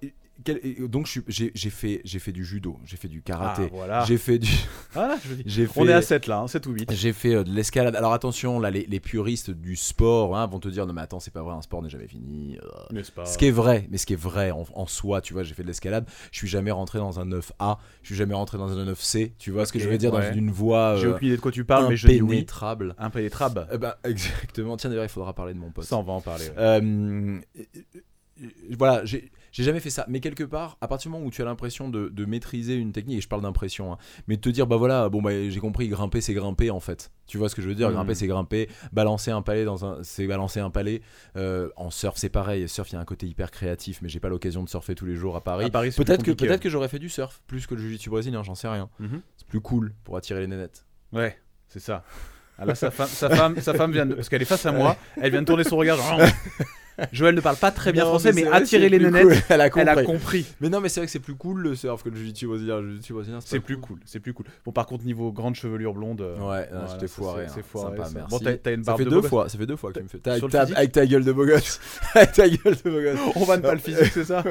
et- quel- et donc je suis- j'ai j'ai fait, j'ai fait du judo, j'ai fait du Ah, karaté, voilà. j'ai fait du, Ah, je veux dire. j'ai fait, On est à 7 là, hein, 7 ou 8. j'ai fait euh, de l'escalade. Alors attention, là les, les puristes du sport hein, vont te dire non mais attends c'est pas vrai, un sport n'est jamais fini. euh. N'est-ce pas Ce qui est vrai, mais ce qui est vrai en, en soi, tu vois, j'ai fait de l'escalade, je suis jamais rentré dans un 9A, je suis jamais rentré dans un 9C, tu vois ce que Ok, je veux dire, dans ouais. une voie J'ai euh, aucune idée de quoi tu parles, mais je dis oui. impénétrable. Impénétrable. Eh ben, exactement, tiens d'ailleurs il faudra parler de mon pote. Ça, on va en parler. ouais. Euh, euh, euh, voilà, j'ai j'ai jamais fait ça. Mais quelque part, à partir du moment où tu as l'impression de, de maîtriser une technique, et je parle d'impression, hein, mais de te dire, bah voilà, bon, bah, j'ai compris, grimper, c'est grimper en fait. Tu vois ce que je veux dire Mhm. Grimper, c'est grimper. Balancer un palais, dans un, c'est balancer un palais. Euh, en surf, c'est pareil. Surf, il y a un côté hyper créatif, mais j'ai pas l'occasion de surfer tous les jours à Paris. À Paris, Ah, bah, c'est plus Euh, peut-être que, compliqué, peut que j'aurais fait du surf, plus que le jiu-jitsu brésilien, j'en sais rien. Mhm. C'est plus cool pour attirer les nénettes. Ouais, c'est ça. Ah là, sa femme, sa femme, sa femme vient de... Parce qu'elle est face à moi, elle vient de tourner son regard. genre, Joël ne parle pas très bien français, mais, attirer les nénettes, elle a compris. elle a compris. Mais non, mais c'est vrai que c'est plus cool le surf que le jiu-jitsu brésilien. Le jiu-jitsu brésilien, C'est pas plus cool, c'est plus cool. Bon, par contre, niveau grande chevelure blonde, euh, Ouais, voilà, je t'ai ça, foiré. c'est- hein. c'est foiré, Sympa, ça. merci. Bon, t'as- t'as une ça barbe fait de deux beau fois, ça fait deux fois que tu me fais. T'as- Sur le t'as- physique avec ta gueule de beau gosse. avec ta gueule de beau gosse. on va ne pas le physique, c'est ça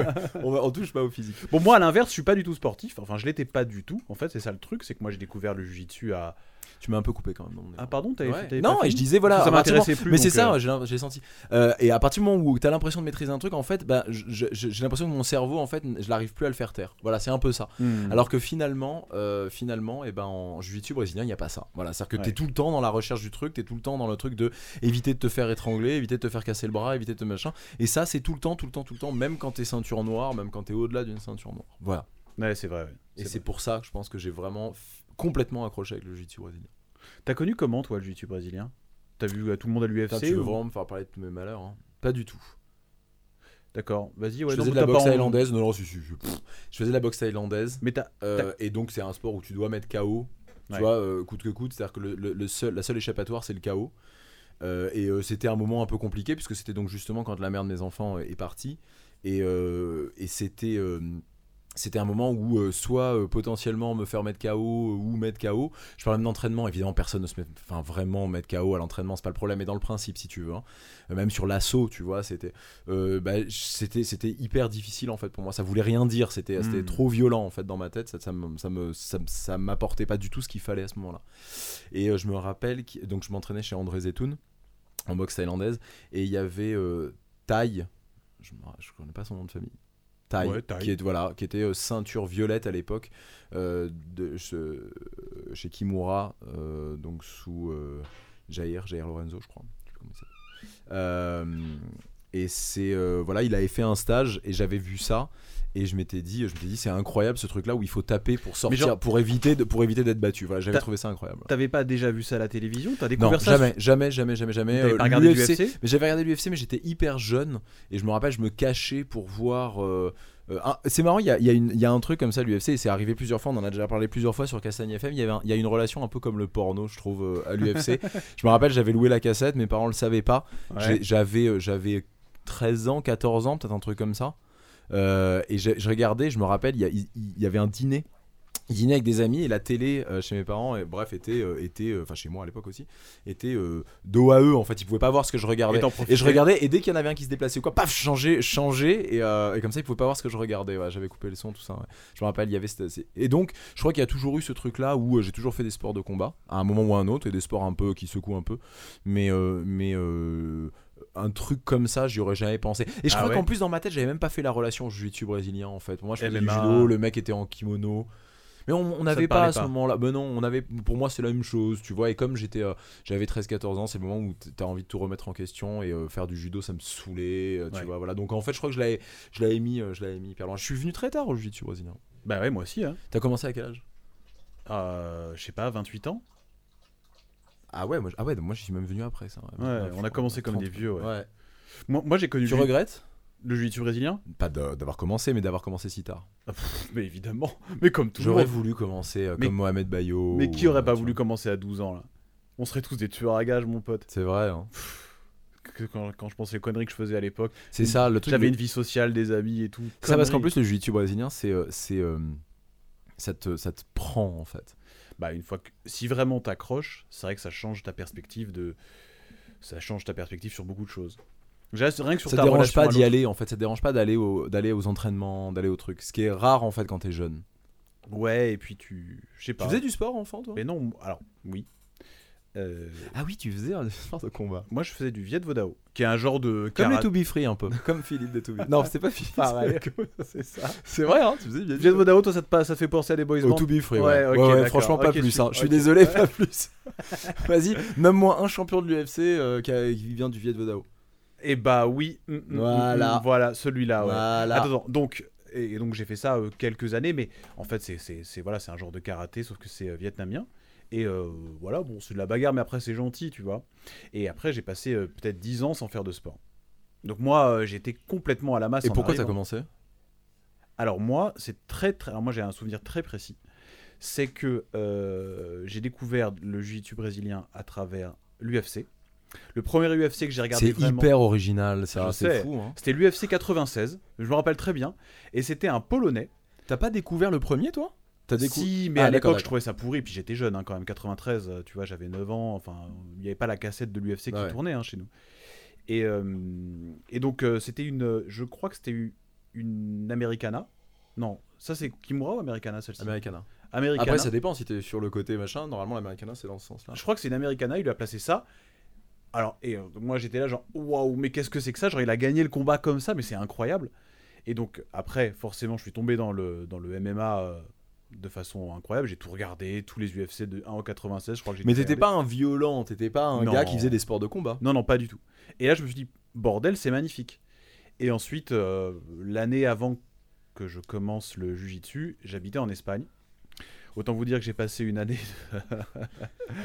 On, va- on touche pas au physique. Bon, moi, à l'inverse, je suis pas du tout sportif. Enfin, je l'étais pas du tout. En fait, c'est ça le truc, c'est que moi, j'ai découvert le jujitsu à. Tu m'as un peu coupé quand même. dans mon Ah, élan. pardon, t'avais Ouais. fait. t'avais Non, pas et fini je disais voilà. Ça à partir du m'intéressait moment- plus, Mais c'est donc, ça, euh, j'ai l'im- j'ai senti. Euh, et à partir du moment où t'as l'impression de maîtriser un truc, en fait, bah, je- je- je- j'ai l'impression que mon cerveau, en fait, je l'arrive plus à le faire taire. Voilà, c'est un peu ça. Hmm. Alors que finalement, euh, finalement, et ben en jiu-jitsu brésilien, il n'y a pas ça. Voilà, c'est-à-dire que Ouais. t'es tout le temps dans la recherche du truc, t'es tout le temps dans le truc de éviter de te faire étrangler, éviter de te faire casser le bras, éviter de te machin. Et ça, c'est tout le temps, tout le temps, tout le temps, même quand t'es ceinture noire, même quand t'es au-delà d'une ceinture noire. Voilà. Ouais, c'est vrai. ouais. Et C'est c'est vrai. pour ça que je pense que j'ai vraiment f- complètement accroché avec le jiu-jitsu brésilien. T'as connu comment, toi, le jiu-jitsu brésilien T'as vu euh, tout le monde à Putain, l'UFC tu veux ou- vraiment me faire parler de mes malheurs hein Pas du tout. D'accord, vas-y, ouais, je non, faisais de mais la t'as boxe pas en- thaïlandaise. Non, non, si, si, je... pff, je faisais de la boxe thaïlandaise. Mais t'as. euh, et donc, c'est un sport où tu dois mettre KO. Tu Ouais. vois, euh, coûte que coûte. C'est-à-dire que le, le- le seul, la seule échappatoire, c'est le KO. Euh, et euh, c'était un moment un peu compliqué, puisque c'était donc justement quand la mère de mes enfants euh, est partie. Et, euh, et c'était. euh, c'était un moment où euh, soit euh, potentiellement me faire mettre KO euh, ou mettre KO. Je parlais même d'entraînement, évidemment personne ne se met, enfin vraiment mettre KO à l'entraînement, c'est pas le problème, mais dans le principe si tu veux, hein. Euh, même sur l'assaut, tu vois, c'était, euh, bah, c'était, c'était hyper difficile en fait pour moi. Ça voulait rien dire, c'était, c'était Mm. trop violent en fait dans ma tête. Ça, ça, me- ça me, ça, me- ça m'apportait pas du tout ce qu'il fallait à ce moment-là. Et euh, je me rappelle, que- donc je m'entraînais chez André Zetoun en boxe thaïlandaise, et il y avait euh, Thaï, je, me- je connais pas son nom de famille. Thaï, Ouais, Thaï. qui est- voilà, qui était euh, ceinture violette à l'époque euh, de ce- chez Kimura, euh, donc sous euh, Jair, Jair Lorenzo, je crois. Je sais plus comment il s'appelle. Euh, et c'est euh, voilà, il avait fait un stage et j'avais vu ça et je m'étais dit, je m'étais dit, c'est incroyable ce truc-là où il faut taper pour sortir, genre- pour éviter de, pour éviter d'être battu. Voilà, j'avais T'as- trouvé ça incroyable. T'avais pas déjà vu ça à la télévision T'as découvert Non, ça jamais, jamais, jamais, jamais, jamais. T'avais Euh, pas regardé l'UFC, l'UFC mais j'avais regardé l'UFC, mais j'étais hyper jeune. Et je me rappelle, je me cachais pour voir. euh, euh, un- c'est marrant, il y a, il y a une- il y a un truc comme ça, l'UFC, et c'est arrivé plusieurs fois. On en a déjà parlé plusieurs fois sur Castagne FM. Il y, avait un- il y a une relation un peu comme le porno, je trouve, euh, à l'UFC. je me rappelle, j'avais loué la cassette, mes parents le savaient pas. J'ai- J'avais, euh, j'avais 13 ans, 14 ans, peut-être un truc comme ça. Euh, et j'ai- je regardais, je me rappelle, il y, a- il- il y avait un dîner. Dîner avec des amis et la télé euh, chez mes parents, et, bref, était, euh, était euh, enfin chez moi à l'époque aussi, était euh, dos à eux en fait. Ils pouvaient pas voir ce que je regardais. Et t'en Et je profitais. regardais, et dès qu'il y en avait un qui se déplaçait ou quoi, paf, changer, changer, et, euh, et comme ça, ils pouvaient pas voir ce que je regardais. ouais, J'avais coupé le son, tout ça. ouais. Je me rappelle, il y avait cette. c'est- Et donc, je crois qu'il y a toujours eu ce truc-là où euh, j'ai toujours fait des sports de combat, à un moment ou à un autre, et des sports un peu qui secouent un peu. Mais. euh, mais euh, un truc comme ça, j'y aurais jamais pensé. Et je Ah crois ouais. qu'en plus, dans ma tête, j'avais même pas fait la relation jiu-jitsu brésilien en fait. Pour moi, je faisais du MMA. judo, le mec était en kimono. Mais on on Ça te n'avait pas parlait à ce pas. moment-là. Ben non, on avait, pour moi, c'est la même chose, tu vois. Et comme j'étais euh, j'avais 13-14 ans, c'est le moment où t- t'as envie de tout remettre en question et euh, faire du judo, ça me saoulait, euh, tu Ouais. vois. Voilà. Donc en fait, je crois que je l'avais, je l'avais mis, euh, je l'avais mis hyper loin. Je suis venu très tard au jiu-jitsu brésilien. Bah ouais, moi aussi, hein. T'as commencé à quel âge Euh, je sais pas, 28 ans Ah ouais, moi, je- ah ouais, donc moi je suis même venu après ça. Ouais, on a commencé comme des vieux, ouais. Moi, moi, j'ai connu Tu le, ju- regrettes le jiu-jitsu brésilien Pas de- d'avoir commencé, mais d'avoir commencé si tard. Mais évidemment, mais comme tout le J'aurais monde. voulu commencer euh, Mais- comme Mohamed Bayo. Mais qui ou, aurait euh, pas tu voulu vois. commencer à 12 ans là On serait tous des tueurs à gages, mon pote. C'est vrai. hein. Que- Quand, quand je pensais aux conneries que je faisais à l'époque, C'est ça le truc. j'avais le- une vie sociale, des amis et tout. Ça parce qu'en Conneries. plus le jiu-jitsu brésilien, c'est, euh, c'est, euh, ça te, ça te prend en fait. bah une fois que si vraiment t'accroches, c'est vrai que ça change ta perspective de ça change ta perspective sur beaucoup de choses. Déjà, c'est rien que sur ça ta te dérange relation pas à d'y l'autre. aller en fait ça te dérange pas d'aller au- d'aller aux entraînements d'aller aux trucs ce qui est rare en fait quand t'es jeune Ouais, et puis tu je sais pas. du sport enfant toi Mais non, alors oui. Euh, ah oui tu faisais un sport de combat moi, je faisais du Viet Vodao, qui est un genre de comme kara- les To Be Free un peu comme Philippe de To Be non c'était pas Philippe Pareil. c'est ça c'est vrai hein tu faisais bien Viet Vodao, toi, ça te, passe- ça te fait penser à des boys au bands To Be Free ouais, Ouais, ok, Ouais, ouais, d'accord. franchement pas Ok, je plus suis- hein. je suis ok. désolé pas plus vas-y nomme-moi un champion de l'UFC euh, qui, a- qui vient du Viet Vodao Et bah oui. mm, mm, mm, Voilà. mm, Voilà, celui-là, ouais. voilà Attends, attends, donc, et, et donc j'ai fait ça euh, quelques années, mais en fait, c'est- c'est c'est- voilà, c'est un genre de karaté, sauf que c'est euh, vietnamien. Et euh, voilà, bon, c'est de la bagarre, mais après, c'est gentil, tu vois. Et après, j'ai passé euh, peut-être 10 ans sans faire de sport. Donc moi, euh, j'étais complètement à la masse. et en pourquoi t'as arrivant. commencé Alors moi, c'est très très. Alors moi, j'ai un souvenir très précis. C'est que euh, j'ai découvert le jiu-jitsu brésilien à travers l'UFC. Le premier UFC que j'ai regardé c'est vraiment. hyper original ça Je c'est sais. fou hein. C'était l'UFC 96. Je me rappelle très bien. Et c'était un Polonais. t'as pas découvert le premier toi t'as découvert Si, mais Ah, à d'accord, l'époque, je d'accord. trouvais ça pourri. Puis j'étais jeune, hein, quand même, 93, euh, tu vois, j'avais 9 ans. Enfin, il n'y avait pas la cassette de l'UFC qui Ouais. tournait hein, chez nous. Et, euh, et donc, euh, c'était une. euh, Je crois que c'était une- une Americana. Non, ça c'est Kimura ou Americana celle-ci Americana. Americana. Après, ça dépend si t'es sur le côté machin. Normalement, l'Americana, c'est dans ce sens-là. Je crois que c'est une Americana, il lui a placé ça. Alors, et euh, moi j'étais là, genre, waouh, mais qu'est-ce que c'est que ça Genre, il a gagné le combat comme ça, mais c'est incroyable. Et donc, après, forcément, je suis tombé dans le, dans le MMA euh, de façon incroyable. J'ai tout regardé, tous les UFC de 1 en 96, je crois que j'ai Mais tout t'étais regardé. pas un violent, t'étais pas un Non. gars qui faisait des sports de combat. Non, non, pas du tout. Et là, je me suis dit, bordel, c'est magnifique. Et ensuite, euh, l'année avant que je commence le Jiu-Jitsu, j'habitais en Espagne. Autant vous dire que j'ai passé une année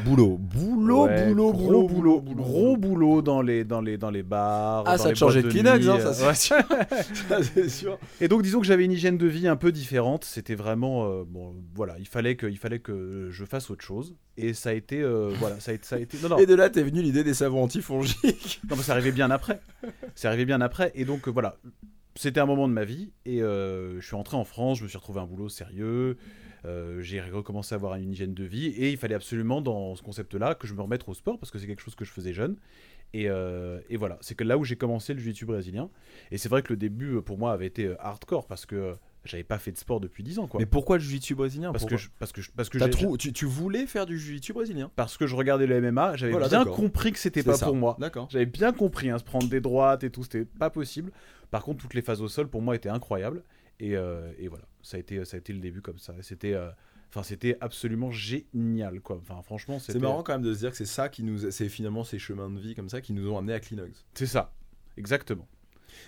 Boulot, boulot, Ouais, boulot, gros boulot, boulot, boulot. gros boulot dans les dans les dans les bars. Ah, dans ça les te changeait boîtes de Kleenex, nuit, hein, euh, ça, c'est ouais. Ça, c'est sûr. Et donc disons que j'avais une hygiène de vie un peu différente. C'était vraiment euh, bon, voilà, il fallait que il fallait que je fasse autre chose. Et ça a été euh, voilà, ça a été, ça a été non non, Et de là, t'es venu l'idée des savons antifongiques. non mais c'est arrivé bien après. C'est arrivé bien après. Et donc euh, voilà, c'était un moment de ma vie. Et euh, je suis rentré en France, je me suis retrouvé un boulot sérieux. euh, j'ai recommencé à avoir une hygiène de vie et il fallait absolument dans ce concept-là que je me remette au sport parce que c'est quelque chose que je faisais jeune. Et, euh, et voilà, c'est que là où j'ai commencé le jiu-jitsu brésilien. Et c'est vrai que le début euh, pour moi avait été euh, hardcore parce que euh, j'avais pas fait de sport depuis 10 ans quoi. Mais pourquoi le jiu-jitsu brésilien parce, que Pourquoi je, parce que je- parce que T'as j'ai- trou- tu, tu voulais faire du jiu-jitsu brésilien. parce que je regardais le MMA, j'avais Voilà, bien d'accord. compris que c'était C'est pas ça. pour moi. D'accord. J'avais bien compris, hein, se prendre des droites et tout, c'était pas possible. Par contre, toutes les phases au sol, pour moi, étaient incroyables. Et, euh, et voilà, ça a, été, ça a été le début comme ça. Et C'était euh, enfin, c'était absolument génial, quoi. Enfin, franchement, C'est c'était- marrant quand même de se dire que c'est ça qui nous, c'est finalement ces chemins de vie comme ça qui nous ont amenés à Kleenex. C'est ça, exactement.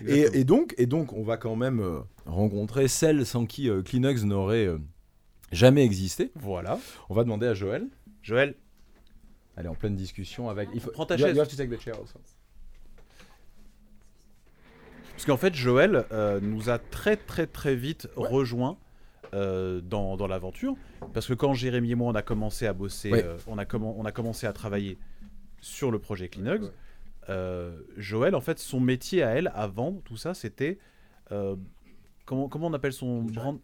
Et, Exactement. et donc, et donc, on va quand même euh, rencontrer celle sans qui euh, Kleenex n'aurait euh, jamais existé. Voilà. On va demander à Joël. Joël, Elle est en pleine discussion avec. Il faut... Prends ta You have- chaise. you have to take the chair also. Parce qu'en fait, Joël euh, nous a très très très vite Ouais. rejoint euh, dans, dans l'aventure. Parce que quand Jérémy et moi, on a commencé à bosser, Ouais. euh, on, a commen- on a commencé à travailler sur le projet Kleenex, Ouais, ouais. euh, Joël, en fait, son métier à elle, avant tout ça, c'était... euh, comment, comment on appelle son brand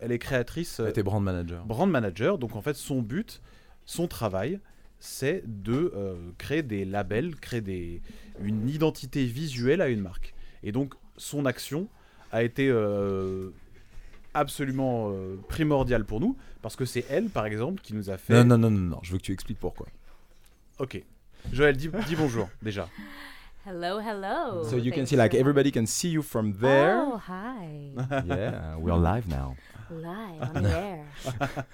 Elle est créatrice, euh, Elle était brand manager. brand manager. Donc en fait, son but, son travail, c'est de euh, créer des labels, créer des, une identité visuelle à une marque. Et donc son action a été euh, absolument euh, primordiale pour nous parce que c'est elle, par exemple, qui nous a fait. Non, non, non, non, non, je veux que tu expliques pourquoi. Ok. Joël, dis, dis bonjour déjà. Hello, hello. so Oh, you Ah. can Thanks see, like, very much. everybody can see you from there. Oh, hi. Yeah, we're live now. Live on the air.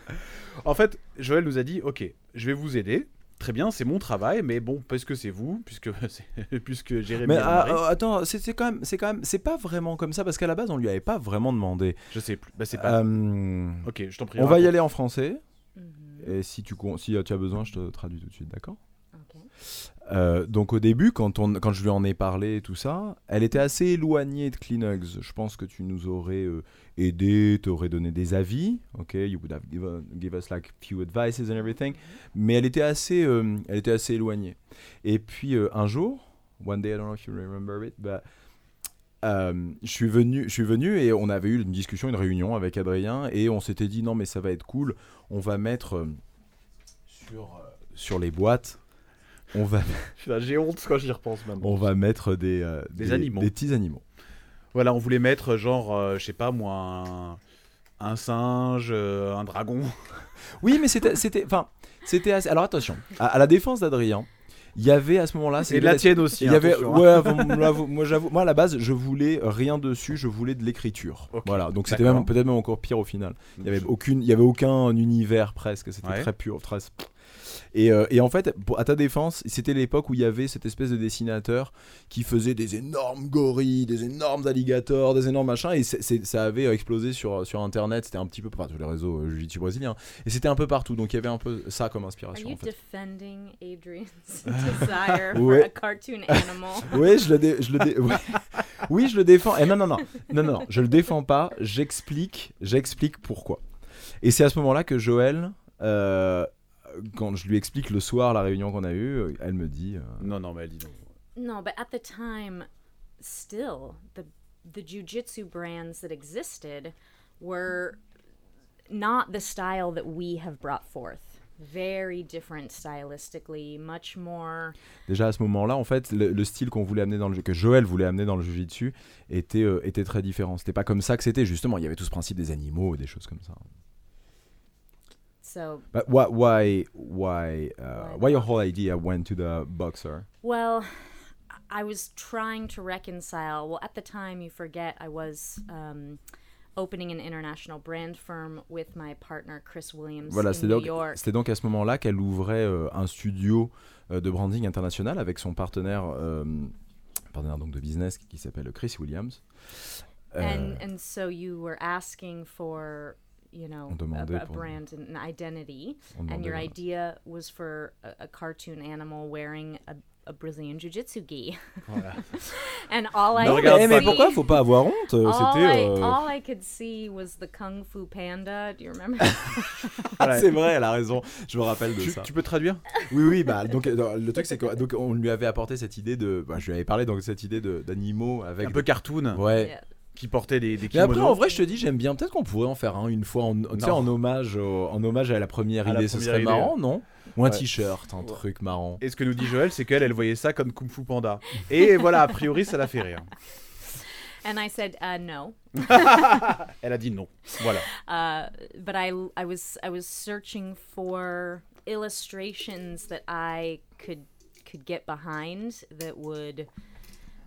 En fait, Joël nous a dit Ok, je vais vous aider. Très bien, c'est mon travail, mais bon, parce que c'est vous, puisque, c'est- puisque Jérémy. Mais et ah, Marie- euh, attends, c'est c'est quand même, c'est quand même, c'est pas vraiment comme ça parce qu'à la base on lui avait pas vraiment demandé. Je sais plus. Bah, c'est pas. oh. Euh, ok, je t'en prie. on va raconte. y aller en français. Mhm. Et si tu, con- si euh, tu as besoin, je te traduis tout de suite, d'accord Ok. Euh, donc au début, quand, on, quand je lui en ai parlé et tout ça, elle était assez éloignée de Kleenex. Je pense que tu nous aurais euh, aidé, t'aurais donné des avis, ok You would have given give us like few advices and everything. Mais elle était assez, euh, elle était assez éloignée. Et puis euh, un jour, one day I don't know if you remember it, but euh, je suis venu, je suis venu et on avait eu une discussion, une réunion avec Adrien et on s'était dit non mais ça va être cool, on va mettre euh, sur euh, sur les boîtes, on va Putain, j'ai honte quand j'y repense maintenant. on va mettre des, euh, Des animaux. Des petits animaux. Voilà, on voulait mettre genre, euh, je sais pas moi, un, un singe, euh, un dragon. Oui, mais c'était. c'était- Enfin, c'était assez- Alors attention, à, à la défense d'Adrien, il y avait à ce moment-là. Et c'était de la la- tienne aussi. Il y hein, avait, attention, hein. ouais, avant- moi, vous- moi, j'avoue, moi à la base je voulais rien dessus, je voulais de l'écriture. Ok, Voilà, donc c'était d'accord. même peut-être même encore pire au final. Il y avait aucune, il y avait aucun univers presque, c'était Ouais. très pur, très. Et, euh, et en fait, pour- à ta défense, c'était l'époque où il y avait cette espèce de dessinateur qui faisait des énormes gorilles, des énormes alligators, des énormes machins, et c'est- c'est- ça avait euh, explosé sur, sur internet, c'était un petit peu partout, les réseaux euh, jiu-jitsu brésiliens, et c'était un peu partout, donc il y avait un peu ça comme Are inspiration you en fait. defending Adrian's desire for Ouais. a cartoon animal? Oui, je le, dé- je le dé- ouais. oui, je le défends. Et non, non, non, non, non, non, je le défends pas. J'explique, j'explique pourquoi. Et c'est à ce moment-là que Joël, euh, quand je lui explique le soir la réunion qu'on a eue, elle me dit. euh, Non, non, mais dis donc. No, but at the time, still the the jujitsu brands that existed were not the style that we have brought forth. Very different stylistically, much more. Déjà à ce moment-là, en fait, le, le style qu'on voulait amener dans le jeu, que Joël voulait amener dans le jujitsu, était euh, était très différent. C'était pas comme ça que c'était justement. Il y avait tout ce principe des animaux et des choses comme ça. So, But why, why, why, uh, why your whole idea went to the boxer? well, I was trying to reconcile. Well, at the time, you forget I was um, opening an international brand firm with my partner Chris Williams Voilà, in c'était New donc, York. c'était donc à ce moment-là qu'elle ouvrait euh, un studio euh, de branding international avec son partenaire, euh, partenaire donc de business qui s'appelle Chris Williams. Euh, and and so you were asking for you know, On a, demandait a pour- brand and an identity. On and demandait, your voilà. idea was for a, a cartoon animal wearing a, a Brazilian Jiu Jitsu gi. Voilà. And all I Ne could regarde Eh, see, mais pourquoi faut pas avoir honte euh, all, C'était. I, euh, all I could see was the Kung Fu Panda. Do you remember? Voilà. Ah, C'est vrai, elle a raison. Je me rappelle de Tu, ça. tu peux traduire Oui, oui. Bah, donc euh, le truc c'est que donc on lui avait apporté cette idée de. bah, je lui avais parlé donc cette idée de- d'animaux avec. Un peu cartoon, Ouais. Yeah. qui portait des, des Mais après, en kimonos. vrai, je te dis, j'aime bien. Peut-être qu'on pourrait en faire un une fois, en, tu sais, Non. en hommage, au- en hommage à la première À la idée. Ce première serait idée, marrant, non Ou un Ouais. t-shirt, un truc marrant. Et ce que nous dit Joël, c'est qu'elle, elle voyait ça comme Kung Fu Panda. Et voilà, a priori, ça l'a fait rire. and I said, uh, no. Elle a dit non. Voilà. Uh, but I, I was I was searching for illustrations that I could could get behind that would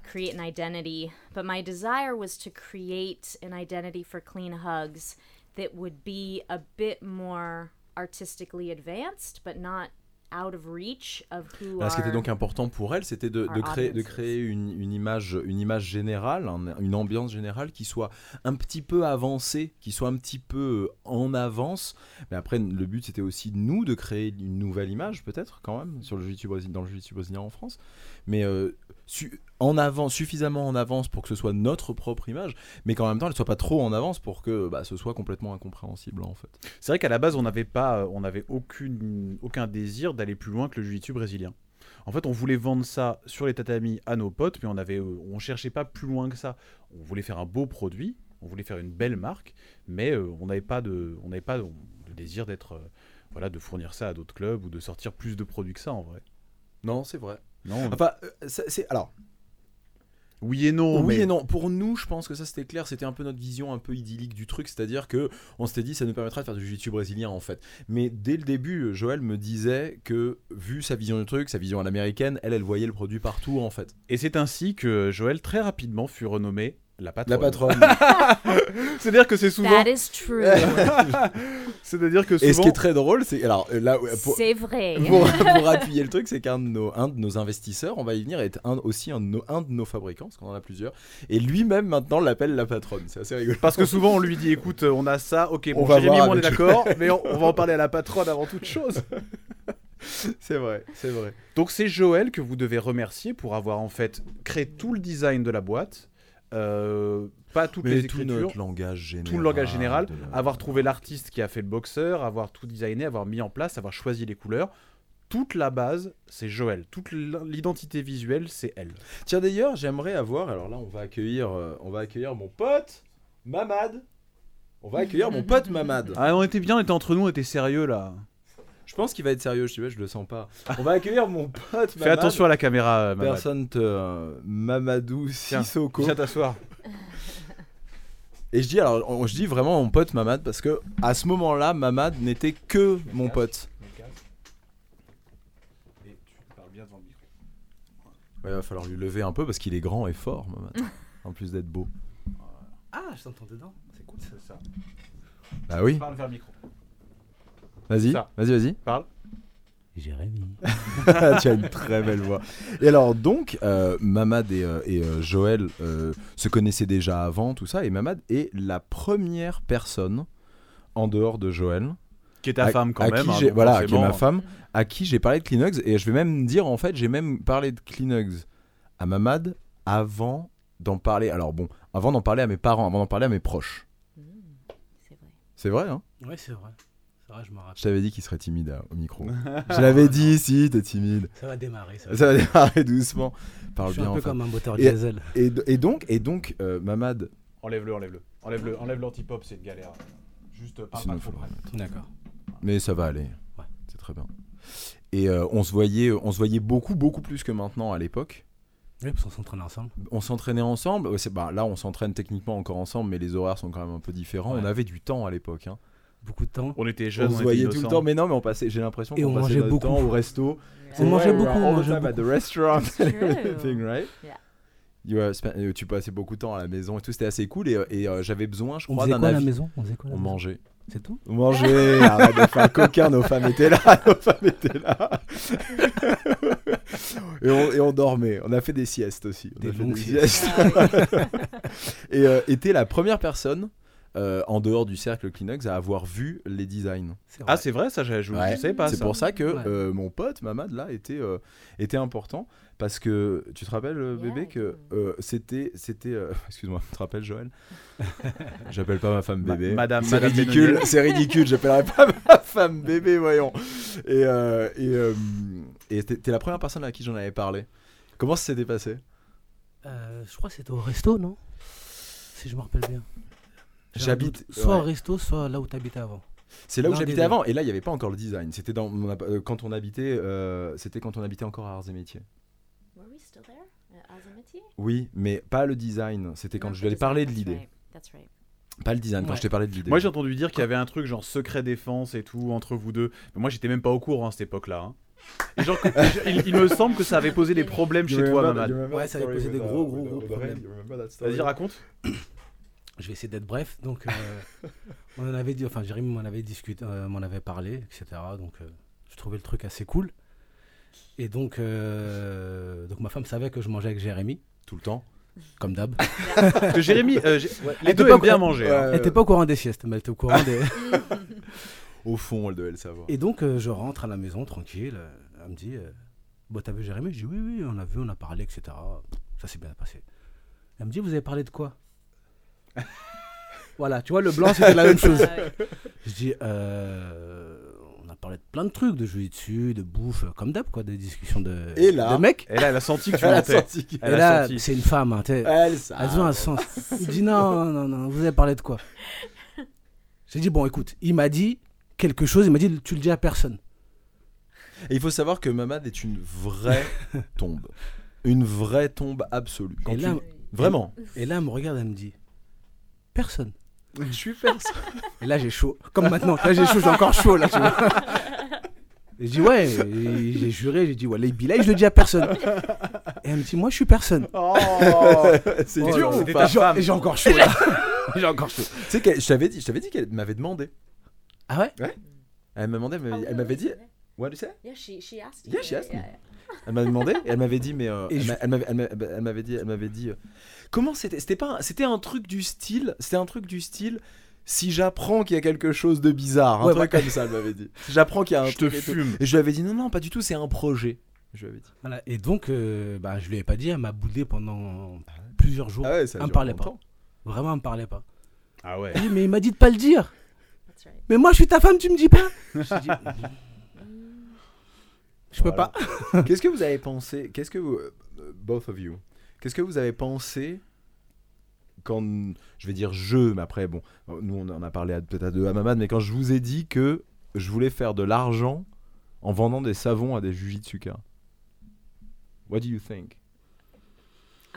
create an identity. But my desire was to create an identity for Clean Hugs that would be a bit more artistically advanced, but not out of reach of who Voilà, Bah, ce qui était are donc important pour elle, c'était de, Our de créer, de audiences. créer une, une image, une image générale, un- une ambiance générale qui soit un petit peu avancée, qui soit un petit peu euh, en avance. Mais après, le but, c'était aussi de nous de créer une nouvelle image, peut-être, quand même, sur le jiu-jitsu brésil- dans le jiu-jitsu brésilien en France. Mais euh, su- en avance, suffisamment en avance pour que ce soit notre propre image, mais qu'en même temps, elle soit pas trop en avance pour que bah, ce soit complètement incompréhensible, en fait. C'est vrai qu'à la base, on n'avait pas, euh, on n'avait aucune, aucun désir d'aller plus loin que le jiu-jitsu brésilien. En fait, on voulait vendre ça sur les tatamis à nos potes, mais on avait, euh, on cherchait pas plus loin que ça. On voulait faire un beau produit, on voulait faire une belle marque, mais euh, on n'avait pas de, on n'avait pas de, le désir d'être, euh, voilà, de fournir ça à d'autres clubs ou de sortir plus de produits que ça en vrai. Non, c'est vrai. Non. Enfin, euh, c'est- c'est. Alors. oui et non. oui mais- et non. Pour nous, je pense que ça c'était clair. C'était un peu notre vision un peu idyllique du truc, c'est-à-dire que on s'était dit ça nous permettra de faire du jiu-jitsu brésilien en fait. Mais dès le début, Joël me disait que vu sa vision du truc, sa vision à l'américaine, elle, elle voyait le produit partout en fait. Et c'est ainsi que Joël très rapidement fut renommé la patronne. La patronne. C'est-à-dire que c'est souvent, That is true. c'est-à-dire que souvent. et ce qui est très drôle, c'est alors euh, là pour, C'est vrai. pour, pour appuyer le truc, c'est qu'un de nos, un de nos investisseurs, on va y venir, est un, aussi un de, nos, un de nos fabricants, parce qu'on en a plusieurs, et lui-même maintenant l'appelle la patronne. C'est assez rigolo. Parce que souvent on lui dit écoute euh, on a ça, ok On bon va Jérémy voir on est avec- d'accord mais on, on va en parler à la patronne avant toute chose. C'est vrai, c'est vrai. Donc c'est Joël que vous devez remercier pour avoir en fait créé tout le design de la boîte, euh, pas toutes les Mais tout écritures, notre langage général. tout le langage général, de- avoir trouvé l'artiste qui a fait le boxeur, avoir tout designé, avoir mis en place, avoir choisi les couleurs. Toute la base, c'est Joël. Toute l'identité visuelle, c'est elle. Tiens d'ailleurs, j'aimerais avoir. Alors là, on va accueillir, euh, on va accueillir mon pote Mamad. On va accueillir mon pote Mamad. Ah, on était bien, on était entre nous, on était sérieux là. Je pense qu'il va être sérieux. Je sais pas, je le sens pas. On va accueillir mon pote. Fais attention à la caméra, euh, Mamad. Personne te euh, Mamadou Tiens, Sissoko. Viens t'asseoir. Et je dis alors, on- je dis vraiment mon pote Mamad parce que à ce moment-là, Mamad n'était que mon pote. Et tu parles bien devant le micro. Ouais, va falloir lui lever un peu parce qu'il est grand et fort, Mamad. En plus d'être beau. Ah, je t'entends dedans. C'est cool ça. Bah oui. Parle vers le micro. Vas-y, Ça. vas-y, vas-y. Parle. Jérémy. Ah, tu as une très belle voix. Et alors donc, euh, Mamad et, euh, et, euh, Joël euh, se connaissaient déjà avant, tout ça, et Mamad est la première personne en dehors de Joël, Qui est ta à- femme quand à même. qui hein, j'ai- donc voilà, qui est ma femme, forcément. à qui j'ai parlé de Kleenex, et je vais même dire en fait, j'ai même parlé de Kleenex à Mamad avant d'en parler. Alors bon, avant d'en parler à mes parents, avant d'en parler à mes proches. Mm, c'est vrai. C'est vrai, hein Ouais, c'est vrai. C'est vrai, je me rappelle. Je t'avais dit qu'il serait timide à- au micro. je l'avais dit, si, t'es timide. Ça va démarrer. Ça va. Ça va démarrer doucement. Parle je suis bien. un peu enfin. comme un moteur Et- diesel. Et, do- et donc, et donc euh, Mamad, Enlève-le, enlève-le. Enlève-le, enlève l'antipop, c'est une galère. Juste euh, parle Sinon, pas faut trop. le remettre. D'accord. mais ça va aller. Ouais. C'est très bien. Et euh, on se voyait, on se voyait beaucoup, beaucoup plus que maintenant à l'époque. Oui, parce qu'on s'entraîne ensemble. On s'entraînait ensemble. Ouais, c'est- bah, là, on s'entraîne techniquement encore ensemble, mais les horaires sont quand même un peu différents. Ouais. On avait du temps à l'époque. hein. Beaucoup de temps. On était On jeunes, on, se était voyait tout innocents. le temps, mais non, mais on passait. J'ai l'impression Et qu'on on passait mangeait notre beaucoup. temps au resto. On mangeait Ouais, we were beaucoup, on all the mangeait time at the restaurant It's true. everything, right? Yeah. You were spe- euh, tu passais beaucoup de temps à la maison et tout, c'était assez cool. Et, et, euh, j'avais besoin, je On crois, faisait d'un quoi à la avis. maison On faisait quoi à la On maison mangeait. C'est tout Manger, arrête de faire coquin, nos femmes étaient là, nos femmes étaient là. et, on, et on dormait, on a fait des siestes aussi. On Des a fait longues siestes. et euh, était la première personne euh, en dehors du cercle Kleenex à avoir vu les designs. C'est vrai. Ah, c'est vrai, ça, je, je, je Ouais. savais pas. C'est ça. pour ça que Ouais. euh, mon pote Mamad là était euh, était important parce que tu te rappelles euh, Yeah, bébé que yeah. euh, c'était c'était euh, excuse-moi tu te rappelles Joël j'appelle pas ma femme Ma- bébé Madame- c'est Madame ridicule Benonier. c'est ridicule j'appellerai pas ma femme bébé voyons et euh, et euh, et t'es t'es la première personne à qui j'en avais parlé comment ça s'était passé Euh, je crois que c'était au resto, non Si je me rappelle bien. J'ai un J'habite- doute. Soit au ouais. resto, soit là où t'habitais avant. c'est là où L'un des j'habitais deux. avant et là il y avait pas encore le design c'était dans on a- euh, quand on habitait euh, c'était quand on habitait encore à Arts et Métiers Were we still there at Azamati? oui mais pas le design c'était quand Non, je lui avais that's- parlé de that's l'idée right, That's right. Pas le design, quand Ouais. je t'ai parlé de l'idée. Moi, j'ai entendu dire qu'il y avait un truc genre secret défense et tout entre vous deux. Mais moi, j'étais même pas au courant à cette époque-là. hein. Et genre, que- il, il me semble que ça avait posé des problèmes chez toi, Mamad. Ouais, ça avait posé des gros, gros, gros problèmes. Vas-y, raconte. Je vais essayer d'être bref. Donc, euh, on en avait dit, enfin, Jérémy m'en avait discuté, euh, m'en avait parlé, etc. Donc, euh, je trouvais le truc assez cool. Et donc, euh, donc, ma femme savait que je mangeais avec Jérémy, tout le temps. comme d'hab. Parce que Jérémy, euh, j'ai- les Elle deux était pas aiment bien au courant- manger. hein. Elle était pas au courant des siestes, mais elle était au courant des. Au fond, elle devait le savoir. Et donc, euh, je rentre à la maison tranquille. euh, elle me dit euh, Bon, t'as vu Jérémy Je dis Oui, oui, on a vu, on a parlé, etc. Ça s'est bien passé. Elle me dit Vous avez parlé de quoi Voilà, tu vois, le blanc, c'était la même chose. Je dis Euh, On a parlé de plein de trucs, de jeux dessus, de bouffe, euh, comme d'hab, quoi, des discussions de, Et là- de mecs. Et là, elle a senti que tu Elle a mentais. senti Ah. qu'il- Elle Et a là, senti. c'est une femme, hein, tu sais. Elle, ça. Elles ont un sens. Il dit non, non, non, vous avez parlé de quoi J'ai dit, bon, écoute, il m'a dit quelque chose, il m'a dit, tu le dis à personne. Et il faut savoir que Mamad est une vraie tombe. Une vraie tombe absolue. Quand Et tu- là, Vraiment. et là, elle me regarde, elle me dit, personne. Je suis personne. Et là, j'ai chaud. Comme maintenant, là, j'ai chaud, j'ai encore chaud, là, tu vois. Et je dis, ouais, et j'ai juré, j'ai dit, ouais, les billets, je le dis à personne. Et elle me dit, moi, je suis personne. C'est Oh, dur non, ou c'était pas ta femme. Et j'ai encore chaud, là. j'ai encore chaud. Tu sais qu'elle- je t'avais dit, je t'avais dit qu'elle m'avait demandé. Ah ouais Elle m'a demandé, elle Ah m'avait- elle m'avait dit. What you say Oh, Yeah, she, she asked Yeah, you, she right? asked Yeah, me. yeah. Elle m'a demandé et elle m'avait dit mais euh, Et elle je- m'a- elle m'avait- elle m'a- elle m'avait dit elle m'avait dit euh, comment c'était c'était pas un- c'était un truc du style c'était un truc du style si j'apprends qu'il y a quelque chose de bizarre un Ouais, truc comme ça elle m'avait dit si j'apprends qu'il y a un Je te truc et, tout. fume. Et je lui avais dit non non pas du tout c'est un projet je lui avais dit Voilà. Et donc, euh, bah, je lui ai pas dit, elle m'a boudé pendant plusieurs jours. Ah ouais ça Elle me parlait pas. Vraiment, elle me parlait pas. Ah ouais. Elle dit, mais il m'a dit de pas le dire. That's right. Mais moi, je suis ta femme, tu me dis pas Je dis, Je peux Voilà. pas. qu'est-ce que vous avez pensé qu'est-ce que vous euh, both of you qu'est-ce que vous avez pensé quand je vais dire je mais après bon nous on en a parlé à- peut-être à deux à Mamad mais quand je vous ai dit que je voulais faire de l'argent en vendant des savons à des jujitsuka what do you think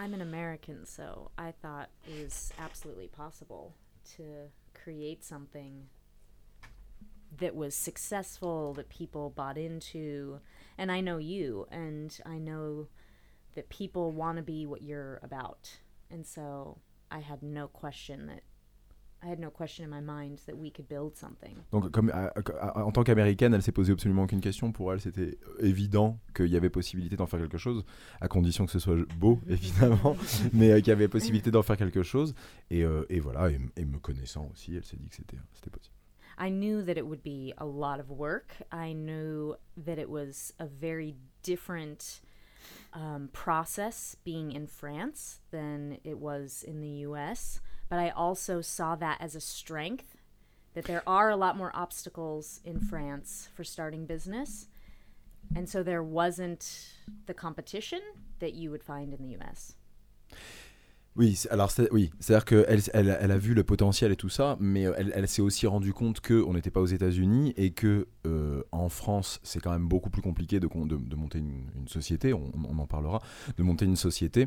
I'm an American, so I thought it was absolutely possible to create something that was successful, that people bought into. And I know you, and I know that people want to be what you're about. And so I had no question that. I had no question in my mind that we could build something. Donc, comme, à- à- en tant qu'américaine, elle s'est posée absolument aucune question. Pour elle, c'était évident qu'il y avait possibilité d'en faire quelque chose, à condition que ce soit beau, évidemment, mais euh, qu'il y avait possibilité d'en faire quelque chose. Et, euh, et voilà, et, m- et me connaissant aussi, elle s'est dit que c'était c'était possible. I knew that it would be a lot of work. I knew that it was a very different um, process being in France than it was in the US. But I also saw that as a strength that there are a lot more obstacles in France for starting business. And so there wasn't the competition that you would find in the US. Oui, c'est- alors c'est- oui, c'est-à-dire qu'elle elle, elle a vu le potentiel et tout ça, mais euh, elle, elle s'est aussi rendue compte que on n'était pas aux États-Unis et que euh, en France, c'est quand même beaucoup plus compliqué de, con- de- de monter une, une société. On, on en parlera de monter une société.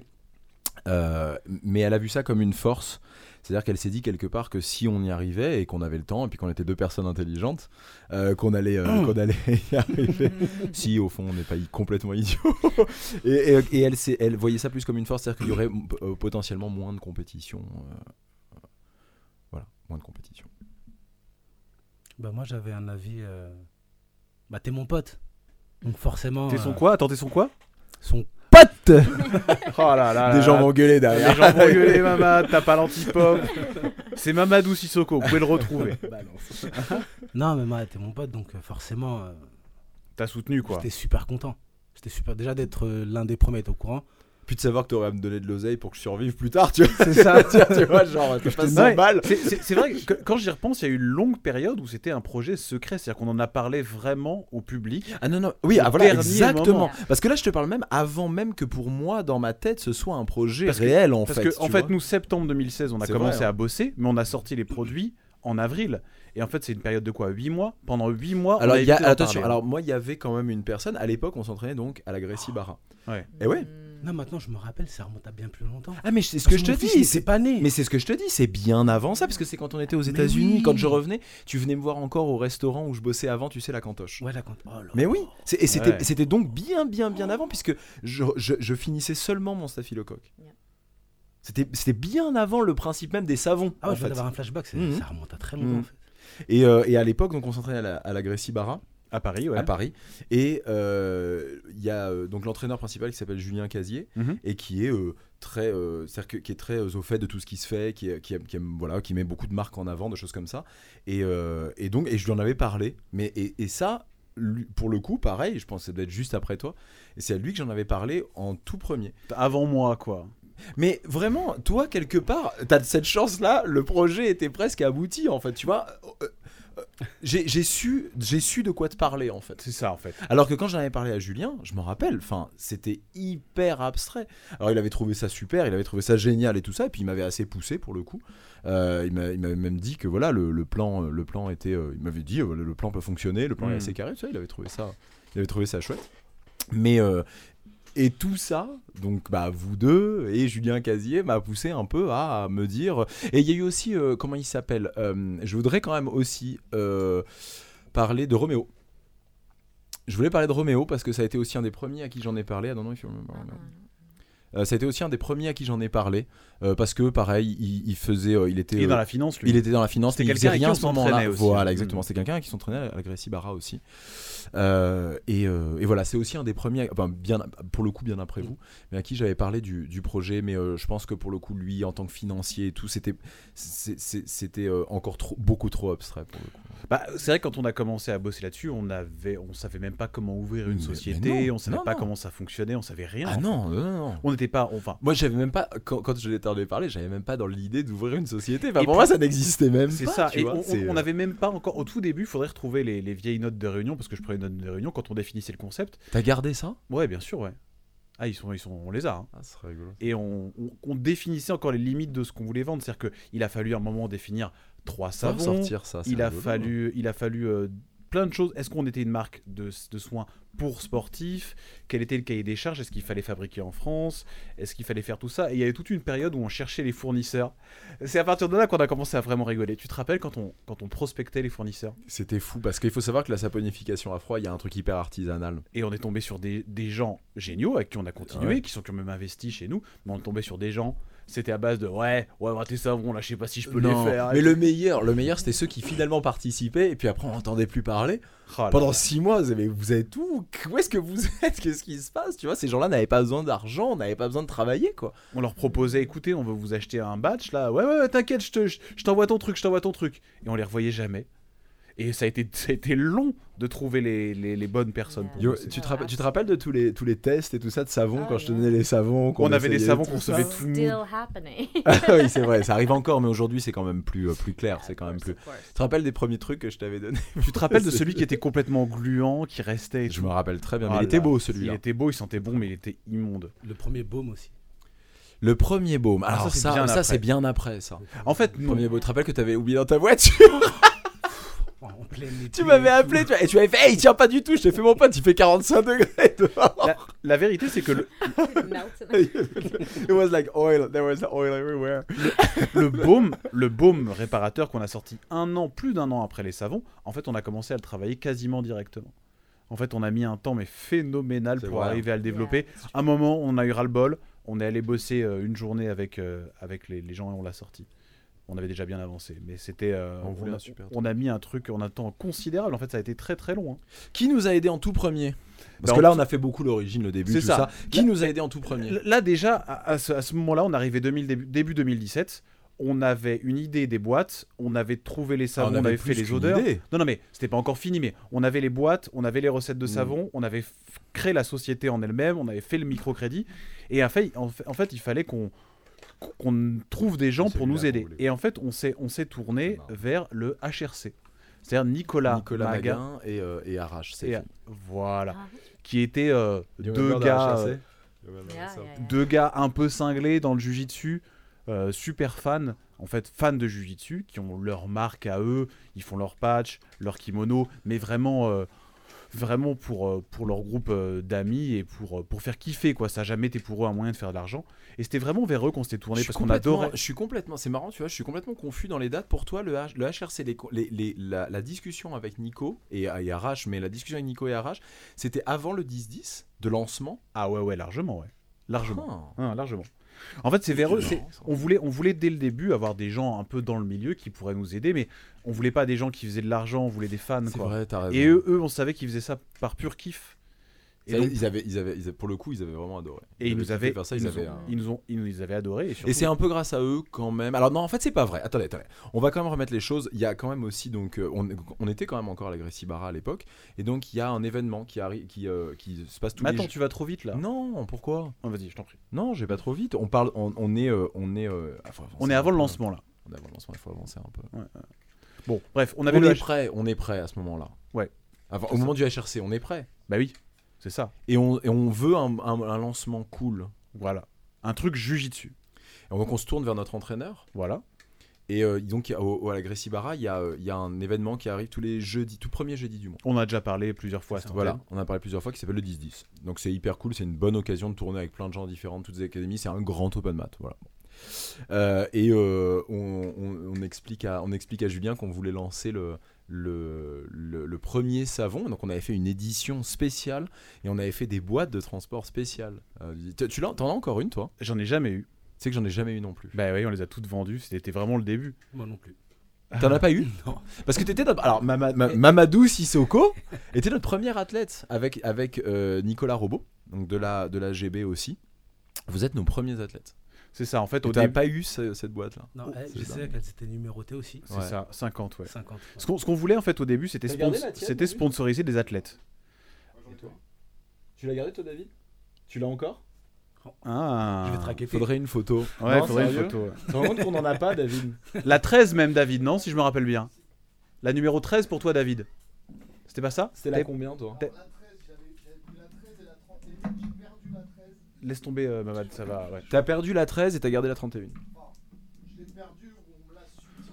Euh, mais elle a vu ça comme une force, c'est-à-dire qu'elle s'est dit quelque part que si on y arrivait et qu'on avait le temps et puis qu'on était deux personnes intelligentes, euh, qu'on allait, euh, qu'on allait y arriver. si au fond on n'est pas i- complètement idiot. Et, et- et elle, s'est- elle voyait ça plus comme une force, c'est-à-dire qu'il y aurait m- p- euh, potentiellement moins de compétition. euh, voilà, moins de compétition. Bah, moi, j'avais un avis. euh, Bah, t'es mon pote. Donc, forcément. T'es son euh, quoi Attends, t'es son quoi Son pote pute Oh là là. Des gens vont gueuler Les derrière. gens vont gueuler, Mamad, t'as pas l'antipop. C'est Mamadou Sissoko, vous pouvez le retrouver. Non, mais Matt, t'es mon pote, donc euh, forcément, euh, T'as soutenu quoi. j'étais super content. J'étais super. Déjà d'être euh, l'un des premiers à être au courant. Puis de savoir que t'aurais à me donner de l'oseille pour que je survive plus tard, tu vois. C'est ça, tu vois, tu vois, genre, t'as pas Ouais, 100 balles. c'est- C'est c'est vrai que quand j'y repense, il y a eu une longue période où c'était un projet secret, c'est-à-dire qu'on en a parlé vraiment au public. Ah non, non, oui, Le ah, voilà, dernier exactement. moment. Parce que là, je te parle même avant même que pour moi, dans ma tête, ce soit un projet Parce que- réel, en Parce fait. que, en tu fait, vois. nous, septembre 2016, on a C'est commencé vrai, hein. à bosser, mais on a sorti les produits en avril. Et en fait, c'est une période de quoi 8 mois Pendant 8 mois, Alors, on a il y a- évité d'en attention, parler. alors moi, il y avait quand même une personne. À l'époque, on s'entraînait donc à la Gracie Barra. Ouais. Et ouais. Mm. Non, maintenant, je me rappelle, ça remonte à bien plus longtemps. Ah, mais c'est ce Parce que je te mon fils dis, n'était c'est pas né. Mais c'est ce que je te dis, c'est bien avant ça, parce que c'est quand on était aux États-Unis, oui. quand je revenais, tu venais me voir encore au restaurant où je bossais avant, tu sais, la cantoche. Ouais, la compte. Oh là Mais oui, c'est- et c'était Ouais. c'était donc bien, bien, bien avant, puisque je, je- je finissais seulement mon staphylocoque. Yeah. C'était c'était bien avant le principe même des savons. Ah ouais, en je viens fait. d'avoir un flashback, c'est- Mhm. ça remonte à très longtemps Mhm. en fait. et, euh, et à l'époque, donc on s'entraînait à la, à la Gracie Barra, à Paris, ouais. à Paris. Et euh, il y a euh, donc l'entraîneur principal qui s'appelle Julien Casier Mhm. et qui est euh, très, euh, c'est-à-dire que- qui est très euh, au fait de tout ce qui se fait, qui, est- qui aime, qui aime- voilà, qui met beaucoup de marques en avant, de choses comme ça. Et, euh, et donc, et je lui en avais parlé. Mais et, et ça, lui- pour le coup, pareil, je pense que ça doit être juste après toi. Et c'est à lui que j'en avais parlé en tout premier. Avant moi, quoi. Mais vraiment, toi, quelque part, t'as cette chance-là, le projet était presque abouti, en fait, tu vois. Euh, euh, J'ai j'ai su, j'ai su de quoi te parler, en fait. C'est ça, en fait. Alors que quand j'en avais parlé à Julien, je m'en rappelle, enfin, c'était hyper abstrait. Alors il avait trouvé ça super, il avait trouvé ça génial et tout ça, et puis il m'avait assez poussé pour le coup. Euh, il m'a- il m'avait même dit que voilà, le, le plan, euh, le plan était, euh, il m'avait dit euh, voilà, le plan peut fonctionner, le plan est Mm. assez carré, tout ça. Il avait trouvé ça, il avait trouvé ça chouette. Mais euh, et tout ça, donc bah vous deux et Julien Casier m'a poussé un peu à me dire. Et il y a eu aussi euh, comment il s'appelle. euh, je voudrais quand même aussi euh, parler de Roméo. Je voulais parler de Roméo parce que ça a été aussi un des premiers à qui j'en ai parlé. Ah non, non, il faut... Euh, ça a été aussi un des premiers à qui j'en ai parlé euh, parce que pareil, il, il faisait, euh, il était, Il est euh, dans la finance, lui. il était dans la finance, mais C'était il quelqu'un faisait avec rien qui à on ce moment-là. s'entraînait aussi. Voilà, Mm. exactement. C'est quelqu'un qui s'entraînait à la Gracie Barra aussi. Euh, et, euh, et voilà, c'est aussi un des premiers, enfin, bien, pour le coup, bien Mm. après vous, mais à qui j'avais parlé du, du projet. Mais euh, je pense que pour le coup, lui, en tant que financier et tout, c'était c'est- c'est- c'était euh, encore trop, beaucoup trop abstrait pour le coup. Bah, c'est vrai que quand on a commencé à bosser là-dessus, on avait, on savait même pas comment ouvrir une Mais- mais société, non, on savait non, pas non. comment ça fonctionnait, on savait rien. Ah non, non, non, non. On n'était pas, enfin, Moi, j'avais même pas, quand, quand je t'entendais parler, j'avais même pas dans l'idée d'ouvrir une société. Enfin, Et pour puis- moi, ça n'existait même pas. c'est ça. tu Et vois, on- c'est, on, on euh, avait même pas encore, au tout début, faudrait retrouver les, les vieilles notes de réunion parce que je prenais des notes de réunion quand on définissait le concept. T'as gardé ça Ouais, bien sûr, ouais. Ah, ils sont, ils sont, on les a. hein. Ah, c'est rigolo. et on, on- on définissait encore les limites de ce qu'on voulait vendre. C'est-à-dire qu'il a fallu à un moment définir trois Ça va savons. sortir ça. c'est Ah il, a rigolo. fallu, il a fallu euh, plein de choses. Est-ce qu'on était une marque de, de soins pour sportifs Quel était le cahier des charges Est-ce qu'il fallait fabriquer en France Est-ce qu'il fallait faire tout ça Et il y avait toute une période où on cherchait les fournisseurs. C'est à partir de là qu'on a commencé à vraiment rigoler. Tu te rappelles quand on, quand on prospectait les fournisseurs C'était fou parce qu'il faut savoir que la saponification à froid, il y a un truc hyper artisanal. Et on est tombé sur des, des gens géniaux avec qui on a continué, Ouais. qui sont quand même investis chez nous, mais on est tombé sur des gens. C'était à base de ouais, ouais, bah, tes savons, là, je sais pas si je peux Euh, les faire. mais le meilleur, le meilleur, c'était ceux qui finalement participaient et puis après on n'entendait plus parler Oh là pendant là. six mois. Vous avez, vous êtes tout Où est-ce que vous êtes Qu'est-ce qui se passe Tu vois, ces gens-là n'avaient pas besoin d'argent, n'avaient pas besoin de travailler quoi. On leur proposait, écoutez, on veut vous acheter un batch là. Ouais, ouais, ouais, t'inquiète, je te- je je t'envoie ton truc, je t'envoie ton truc. Et on les revoyait jamais. Et ça a été, ça a été long de trouver les, les- les bonnes personnes. pour Yo, bosser. tu, te rappelles, tu te rappelles de tous les, tous les tests et tout ça de savon Ah, quand je te ouais. donnais les savons qu'on On avait des essayait, savons tout qu'on ça recevait tout le monde. Still happening. Ah oui, c'est vrai, ça arrive encore, mais aujourd'hui c'est quand même plus, euh, plus clair, c'est quand même plus. Of course. Tu te rappelles des premiers trucs que je t'avais donné Tu te rappelles de celui qui était complètement gluant, qui restait. et Je tout. me rappelle très bien, mais Ah il était là, beau Il celui-là. était beau, il sentait bon, mais il était immonde. Mhm. Le premier baume aussi. Le premier baume. Alors ça, c'est ça, bien ça après. c'est bien après ça. En fait, Le non. premier baume. Tu te rappelles que t'avais oublié dans ta voiture Oh, en pleine été Tu et m'avais tout. appelé tu vois, et tu m'avais fait Hey, il tient pas du tout, je t'ai fait mon pote, il fait 45 degrés dehors. La, la vérité, c'est que le, It melts in the- It was like oil, there was oil everywhere. le baume, le baume réparateur qu'on a sorti un an, plus d'un an après les savons, en fait, on a commencé à le travailler quasiment directement. En fait, on a mis un temps mais phénoménal C'est pour vrai. arriver à le développer. Yeah, Un moment, on a eu ras-le-bol, on est allé bosser euh, une journée avec, euh, avec les, les gens et on l'a sorti. on avait déjà bien avancé, mais c'était. euh, On on, voulait a- un super on a mis un truc en un temps considérable. En fait, ça a été très très long. hein. Qui nous a aidé en tout premier Parce Bah, que en là, tout- on a fait beaucoup l'origine, le début, C'est tout ça. ça. Qui nous a aidé en tout premier Ah, L- Là déjà, à, à ce, à ce moment-là, on arrivait 2000, début, début 2017. On avait une idée des boîtes, on avait trouvé les savons, on, avait fait Ah, plus les qu'une odeurs. idée. Non, non, mais c'était pas encore fini, mais on avait les boîtes, on avait les recettes Mm. de savon, on avait f- créé la société en elle-même, on avait fait le microcrédit. Et en fait, en fait, en fait, il fallait qu'on qu'on trouve des gens C'est pour nous celui-là qu'on aider. voulait. Et en fait, on s'est on s'est tourné C'est marrant. vers le HRC, c'est-à-dire Nicolas, Nicolas Maga. Maguin et, euh, et Arrache. et- C'est voilà, Ah. qui étaient euh, deux gars. euh, Yeah, yeah, yeah. deux gars un peu cinglés dans le jujitsu, euh, super fans, en fait fans de jujitsu, qui ont leur marque à eux, ils font leur patch, leur kimono, mais vraiment, euh, vraiment pour, euh, pour leur groupe euh, d'amis et pour, euh, pour faire kiffer quoi. Ça n'a jamais été pour eux un moyen de faire de l'argent. Et c'était vraiment vers eux qu'on s'était Je tourné suis, parce qu'on complètement- adorait. je suis complètement, c'est marrant, tu vois, je suis complètement confus dans les dates. Pour toi, le, H- le HRC, les, co- les- les- la, la discussion avec Nico et, et Arrache, mais la discussion avec Nico et Arrache, c'était avant le 10-10 de lancement. Ah ouais ouais largement ouais, largement, Ah. Hein, largement. En fait c'est vers eux, c'est- On voulait, on voulait dès le début avoir des gens un peu dans le milieu qui pourraient nous aider, mais on voulait pas des gens qui faisaient de l'argent, on voulait des fans. C'est Quoi. vrai, t'as raison. Et eux, eux, on savait qu'ils faisaient ça par pur kiff. Et, Ça, donc- ils avaient, ils avaient, ils avaient- pour le coup, ils avaient vraiment adoré. et ils nous kiffé avaient, faire ça, ils, ils nous avaient ont- un- ils nous ont, ils nous avaient adoré. Et, surtout, Et c'est un peu grâce à eux quand même. Alors non, en fait, c'est pas vrai. Attendez, attendez. On va quand même remettre les choses. Il y a quand même aussi donc euh, on, on était quand même encore à la Gracie Barra à l'époque et donc il y a un événement qui arrive qui euh, qui se passe tous Mais les attends, jours. tu vas trop vite là. Non, pourquoi Ah, Vas-y, je t'en prie. Non, j'ai pas trop vite. On parle on, on est euh, on est euh, ah, faut avancer On est un avant le peu. lancement là. On est avant le lancement, il faut avancer un peu. Bon, bref, on On, avait le. est H- prêt, on est prêt à ce moment-là. Ouais. Avant- C'est au moment du HRC, on est prêt. Bah oui, c'est ça. Et on, et on veut un, un- un lancement cool. Voilà. Un truc jujitsu. Et donc on se tourne vers notre entraîneur Voilà. Et euh, donc, il y a- au- au- à la Gracie Barra, il y, a, euh, il y a un événement qui arrive tous les jeudis, tout premier jeudi du mois. On a déjà parlé plusieurs fois. à cette Voilà, antenne. on en a parlé plusieurs fois, qui s'appelle le 10-10. Donc, c'est hyper cool, c'est une bonne occasion de tourner avec plein de gens différents de toutes les académies. C'est un grand open mat. Voilà. Euh, et euh, on, on- on explique à, on explique à Julien qu'on voulait lancer le. Le, le- le premier savon, donc on avait fait une édition spéciale et on avait fait des boîtes de transport spéciales. Euh, tu tu l'as- t'en as encore une toi J'en ai jamais eu. C'est que j'en ai jamais eu non plus. Bah oui, on les a toutes vendues. C'était vraiment le début. Moi non plus. T'en as pas eu Non. Parce que t'étais notre... Alors, Mama- Ma- Mamadou Sissoko était notre premier athlète avec, avec euh, Nicolas Robot, donc de la, de la GB aussi. Vous êtes nos premiers athlètes. C'est ça. En fait, Et au T'as début. pas eu ce- cette boîte-là Non, Oh, elle- c'est je sais dingue. qu'elle s'était numérotée aussi. C'est Ouais. ça. 50, ouais. 50. ouais. Ce qu'on ce qu'on voulait en fait au début, c'était T'as gardé spons- la tienne, c'était David sponsoriser des athlètes. Ah, Tu l'as gardé toi, David Tu l'as encore Ah. Je vais traquer. Faudrait une photo. Ouais, Non, faudrait une sérieux photo. ouais. Tu te rends compte qu'on en a pas, David La 13 même, David, non Si je me rappelle bien. La numéro 13 pour toi, David. C'était pas ça C'était T'es- la combien, toi Laisse tomber, euh, Mamad, ça va, ouais. T'as perdu la 13 et t'as gardé la 31.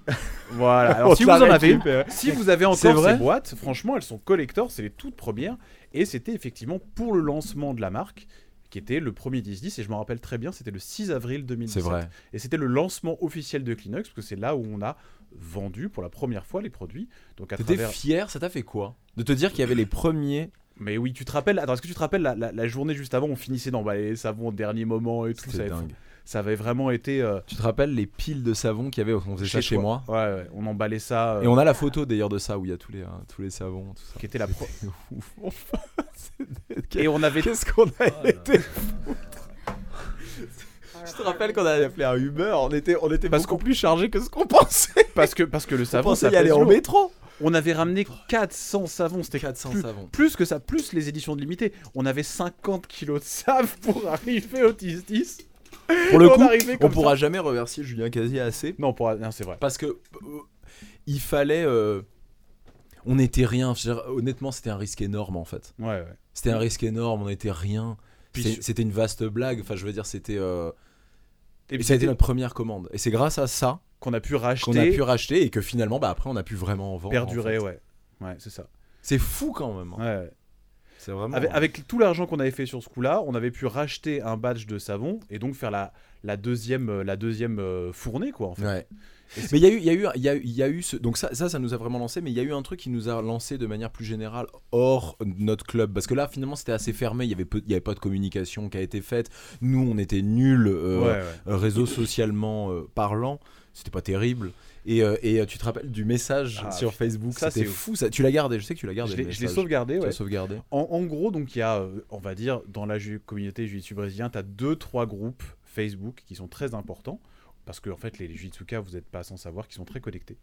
Voilà, alors On si te vous en la avez une, récupère. si vous avez encore C'est vrai ces boîtes, franchement, elles sont collector, c'est les toutes premières. Et c'était effectivement pour le lancement de la marque, qui était le premier 10-10, et je me rappelle très bien, c'était le 6 avril 2017. C'est vrai. Et c'était le lancement officiel de Kleenex, parce que c'est là où on a vendu pour la première fois les produits. Donc à T'étais travers... fier, ça t'a fait quoi De te dire qu'il y avait les premiers. Mais oui, tu te rappelles, attends, est-ce que tu te rappelles la, la- la journée juste avant, on finissait d'emballer les savons au dernier moment et tout, ça C'était avait, dingue. ça avait vraiment été... euh, Tu te rappelles les piles de savon qu'il y avait On faisait ça chez toi. moi Ouais, ouais, on emballait ça. euh, Et on a la photo d'ailleurs de ça où il y a tous les, hein, tous les savons, tout ça. qui était la pro- Ouf, enfin, c'est- Et on avait. Qu'est-ce qu'on a Oh là là. été Je te rappelle qu'on avait appelé un Uber, on était, on était Parce beaucoup plus chargé que ce qu'on pensait. Parce que, parce que le On savon, pensait Ah ça y pèse aller en lourd. métro. On avait ramené 400 savons, c'était 400 plus, savons. plus que ça, plus les éditions de limitées. On avait 50 kilos de savon pour arriver au 10-10. Pour le On coup, arrivait on comme pourra jamais remercier Julien Casier assez. Non, pour... non c'est vrai. Parce que euh, il fallait. euh, on n'était rien. Je veux dire, Honnêtement, c'était un risque énorme en fait. Ouais, ouais. C'était un risque énorme, on n'était rien. Puis C'est- sur- C'était une vaste blague. Enfin, je veux dire, c'était. euh, Et Et puis ça a été c'était notre première commande. Et c'est grâce à ça qu'on a pu racheter, qu'on a pu racheter et que finalement, bah, après, on a pu vraiment en vendre. perdurer, en fait. ouais. Ouais, c'est ça. C'est fou quand même. hein. Ouais, ouais. C'est vraiment. Avec, avec tout l'argent qu'on avait fait sur ce coup-là, on avait pu racheter un badge de savon et donc faire la, la deuxième, la deuxième euh, fournée, quoi. En fait. Ouais. Et c'est- Mais il y a eu, il y a eu, il y a eu- il y a eu ce, donc ça, ça, ça nous a vraiment lancé, mais il y a eu un truc qui nous a lancé de manière plus générale hors notre club, parce que là, finalement, c'était assez fermé, il y avait, peu- il y avait pas de communication qui a été faite. Nous, on était nuls, euh, Ouais, ouais. euh, réseau socialement euh, parlant, c'était pas terrible. Et, euh, et euh, tu te rappelles du message Ah, sur putain, Facebook, ça, c'était c'est ouf. fou, ça. Tu l'as gardé, je sais que tu l'as gardé. Je le l'ai- je l'ai message. sauvegardé, Tu l'as ouais. sauvegardé. En, en gros, donc, il y a, euh, on va dire, dans la ju- communauté jiu-jitsu brésilien, tu as deux, trois groupes Facebook qui sont très importants. Parce que, en fait, les jiu-jitsuka, vous n'êtes pas sans savoir qu'ils sont très connectés.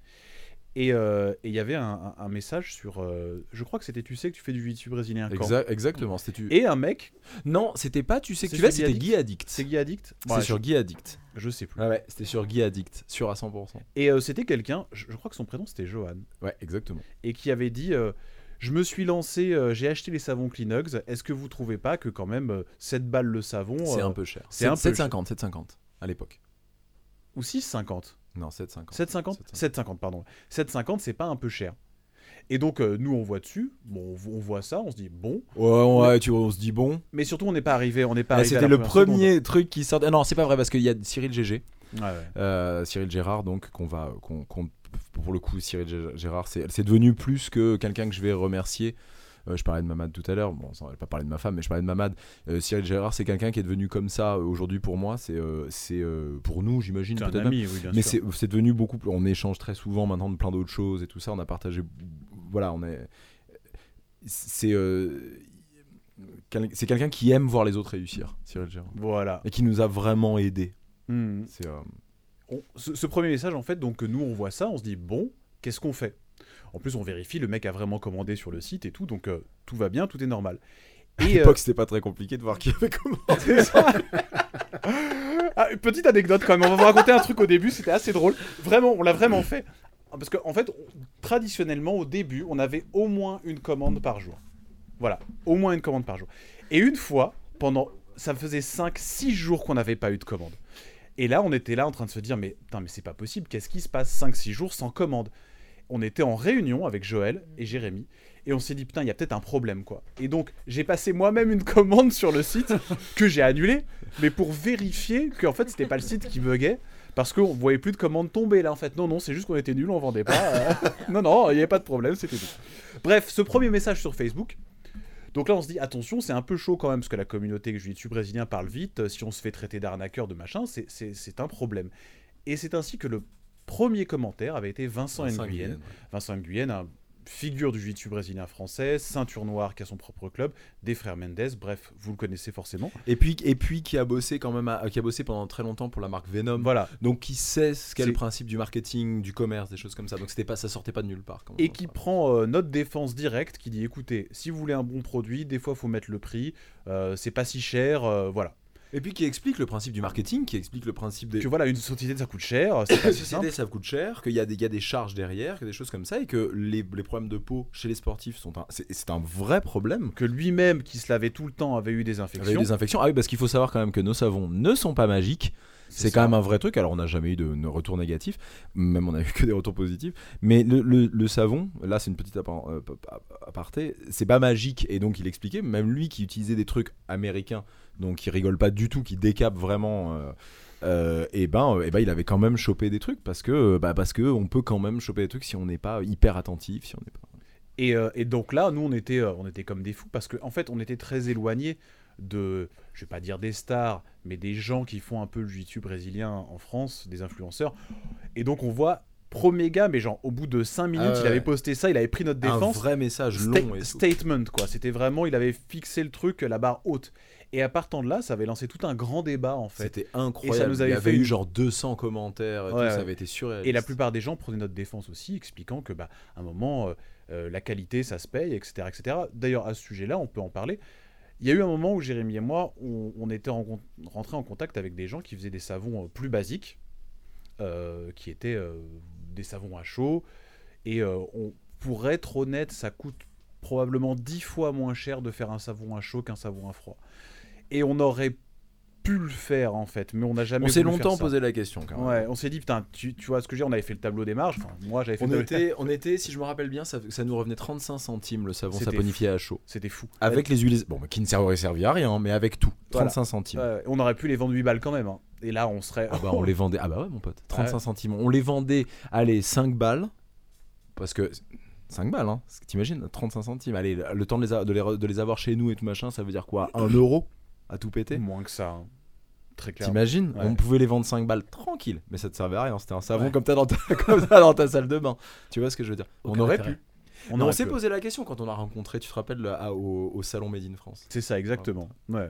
Et euh, et il y avait un, un- un message sur. euh, je crois que c'était Tu sais que tu fais du jiu-jitsu brésilien quand Exact- exactement. C'était tu. Et un mec, Non, c'était pas. Tu sais que C'est tu vas, sur c'était Guy Guy Addict. c'est Guy Addict C'est Ouais, sur Guy Addict. je, je sais plus. Ouais, ouais, c'était sur Guy Addict, sur à 100%. Et euh, c'était quelqu'un, je, je crois que son prénom c'était Johan, Ouais, exactement. et qui avait dit euh, Je me suis lancé, euh, j'ai acheté les savons Kleenex, est-ce que vous trouvez pas que quand même euh, 7 balles le savon C'est euh, un peu cher. c'est un peu 7,50, 7,50 à l'époque. Ou 6,50 Non, 7,50. 7,50 7,50, pardon. 7,50, c'est pas un peu cher. Et donc, euh, nous, on voit dessus, bon, on, vo- on voit ça, on se dit Bon, Ouais, ouais, tu vois, on se dit bon. mais surtout, on n'est pas arrivé. on n'est pas Ah, arrivé à C'était la le première premier truc qui sortait. Ah Non, c'est pas vrai parce qu'il y a Cyril GG. seconde. Ouais, ouais. Euh, Cyril Gérard, donc, qu'on va. qu'on- qu'on- pour le coup, Cyril Gé- Gérard, c'est c'est devenu plus que quelqu'un que je vais remercier. Euh, je parlais de Mamad tout à l'heure, bon, ça, on va pas parler de ma femme, mais je parlais de Mamad. Euh, Cyril Gérard, c'est quelqu'un qui est devenu comme ça euh, aujourd'hui pour moi. C'est euh, c'est, euh, pour nous, j'imagine, C'est un peut-être ami, oui, bien mais sûr. c'est c'est devenu beaucoup plus on échange très souvent maintenant de plein d'autres choses et tout ça on a partagé voilà on est c'est euh, quel- c'est quelqu'un qui aime voir les autres réussir Cyril Gérard Voilà. et qui nous a vraiment aidé Hmm. c'est euh, On- ce, ce premier message, en fait, donc nous, on voit ça, on se dit, bon, qu'est-ce qu'on fait En plus, on vérifie, le mec a vraiment commandé sur le site et tout, donc euh, tout va bien, tout est normal. à Et, euh, l'époque c'était pas très compliqué de voir qui avait comment c'est ça. Ah, une petite anecdote quand même, on va vous raconter un truc au début, c'était assez drôle. Vraiment, on l'a vraiment fait. Parce qu'en en fait, on- traditionnellement, au début, on avait au moins une commande par jour. Voilà, au moins une commande par jour. Et une fois, pendant, ça faisait 5-6 jours qu'on n'avait pas eu de commande. Et là, on était là en train de se dire, mais, putain, mais c'est pas possible, qu'est-ce qui se passe 5-6 jours sans commande On était en réunion avec Joël et Jérémy, et on s'est dit, putain, il y a peut-être un problème, quoi. Et donc, j'ai passé moi-même une commande sur le site que j'ai annulée, mais pour vérifier qu'en fait, c'était pas le site qui buguait. Parce qu'on voyait plus de commandes tomber là en fait. Non, non, c'est juste qu'on était nuls, on vendait pas. euh. non, non, il n'y avait pas de problème, c'était tout. Bref, ce premier message sur Facebook. Donc là, on se dit, attention, c'est un peu chaud quand même, parce que la communauté jiu-jitsu brésilien parle vite. euh, Si on se fait traiter d'arnaqueur, de machin, c'est- c'est c'est un problème. Et c'est ainsi que le premier commentaire avait été Vincent, Nguyen. Vincent Nguyen, un figure du jiu-jitsu brésilien français, ceinture noire qui a son propre club, des frères Mendes, bref, vous le connaissez forcément. et puis et puis qui a bossé quand même à- qui a bossé pendant très longtemps pour la marque Venom Voilà, donc qui sait ce qu'est le C'est- principe du marketing du commerce des choses comme ça donc c'était pas ça sortait pas de nulle part quand même. et qui prend euh, notre défense directe, qui dit écoutez, si vous voulez un bon produit, des fois faut mettre le prix, euh, c'est pas si cher, euh, voilà. et puis qui explique le principe du marketing qui explique le principe des Tu vois là, une société ça coûte cher, c'est pas Les si simple. sociétés, ça coûte cher, qu'il y, a des- il y a des charges derrière, que des choses comme ça, et que les, les problèmes de peau chez les sportifs sont un, c'est, c'est un vrai problème. Que lui-même qui se lavait tout le temps avait eu des infections. Avec des infections, ah oui, parce qu'il faut savoir quand même que nos savons ne sont pas magiques. C'est, quand ça. même un vrai truc. Alors on n'a jamais eu de, de retour négatif, même on a eu que des retours positifs. Mais le, le- le savon, là c'est une petite appar- euh, aparté, c'est pas magique. Et donc il expliquait, même lui qui utilisait des trucs américains, donc qui rigole pas du tout, qui décape vraiment. euh, euh, et ben, euh, eh ben, il avait quand même chopé des trucs parce que, euh, bah, parce que on peut quand même choper des trucs si on n'est pas hyper attentif, si on n'est pas. Et, euh, et donc là, nous, on était, euh, on était comme des fous parce qu'en en fait, on était très éloignés de, je vais pas dire des stars, mais des gens qui font un peu le jiu-jitsu brésilien en France, des influenceurs. Et donc, on voit premier gars, mais genre au bout de 5 minutes, Ah ouais, il avait ouais. posté ça, il avait pris notre Un défense. vrai message Sta- long et tout. statement, quoi. C'était vraiment, il avait fixé le truc, la barre haute. Et à partant de là, ça avait lancé tout un grand débat, en fait. C'était incroyable. nous avait il y avait fait eu une- genre 200 commentaires, et Ouais, tout, ça ouais. avait été surréaliste. Et la plupart des gens prenaient notre défense aussi, expliquant que, bah, à un moment, euh, euh, la qualité, ça se paye, etc. etc. D'ailleurs, à ce sujet-là, on peut en parler. Il y a eu un moment où Jérémy et moi, on, on était en con- rentrés en contact avec des gens qui faisaient des savons euh, plus basiques, euh, qui étaient euh, des savons à chaud. Et euh, on, pour être honnête, ça coûte probablement 10 fois moins cher de faire un savon à chaud qu'un savon à froid. Et on aurait pu le faire en fait, mais on n'a jamais. On s'est voulu faire longtemps ça. posé la question quand même. Ouais, on s'est dit putain, tu, tu vois ce que j'ai, on avait fait le tableau des marges. Enfin, moi j'avais fait. euh, On le- était, on était, si je me rappelle bien, ça, ça nous revenait 35 centimes le savon C'était saponifié à chaud. C'était fou. Avec les huiles. Bon, mais qui ne servait- aurait servi à rien, mais avec tout. 35 Voilà. centimes. Ouais, on aurait pu les vendre 8 balles quand même. hein. Et là, on serait. Ah bah on les vendait. Ah bah ouais, mon pote. 35 centimes. On les vendait, allez, 5 balles. Parce que. 5 balles, hein. Parce que T'imagines, 35 centimes. Allez, le temps de les, a- de les re- de les avoir chez nous et tout machin, ça veut dire quoi 1 euro à tout péter moins que ça. hein. Très clair. T'imagines Ouais. On pouvait les vendre 5 balles tranquille, mais ça te servait à rien. C'était un savon comme t'as dans, ta- comme t'as dans ta salle de bain. Tu vois ce que je veux dire On Aucun aurait intérêt. pu. On Mais aurait on s'est pu. posé la question quand on a rencontré, tu te rappelles, le- à- au, au salon Made in France. C'est ça, exactement. Ouais.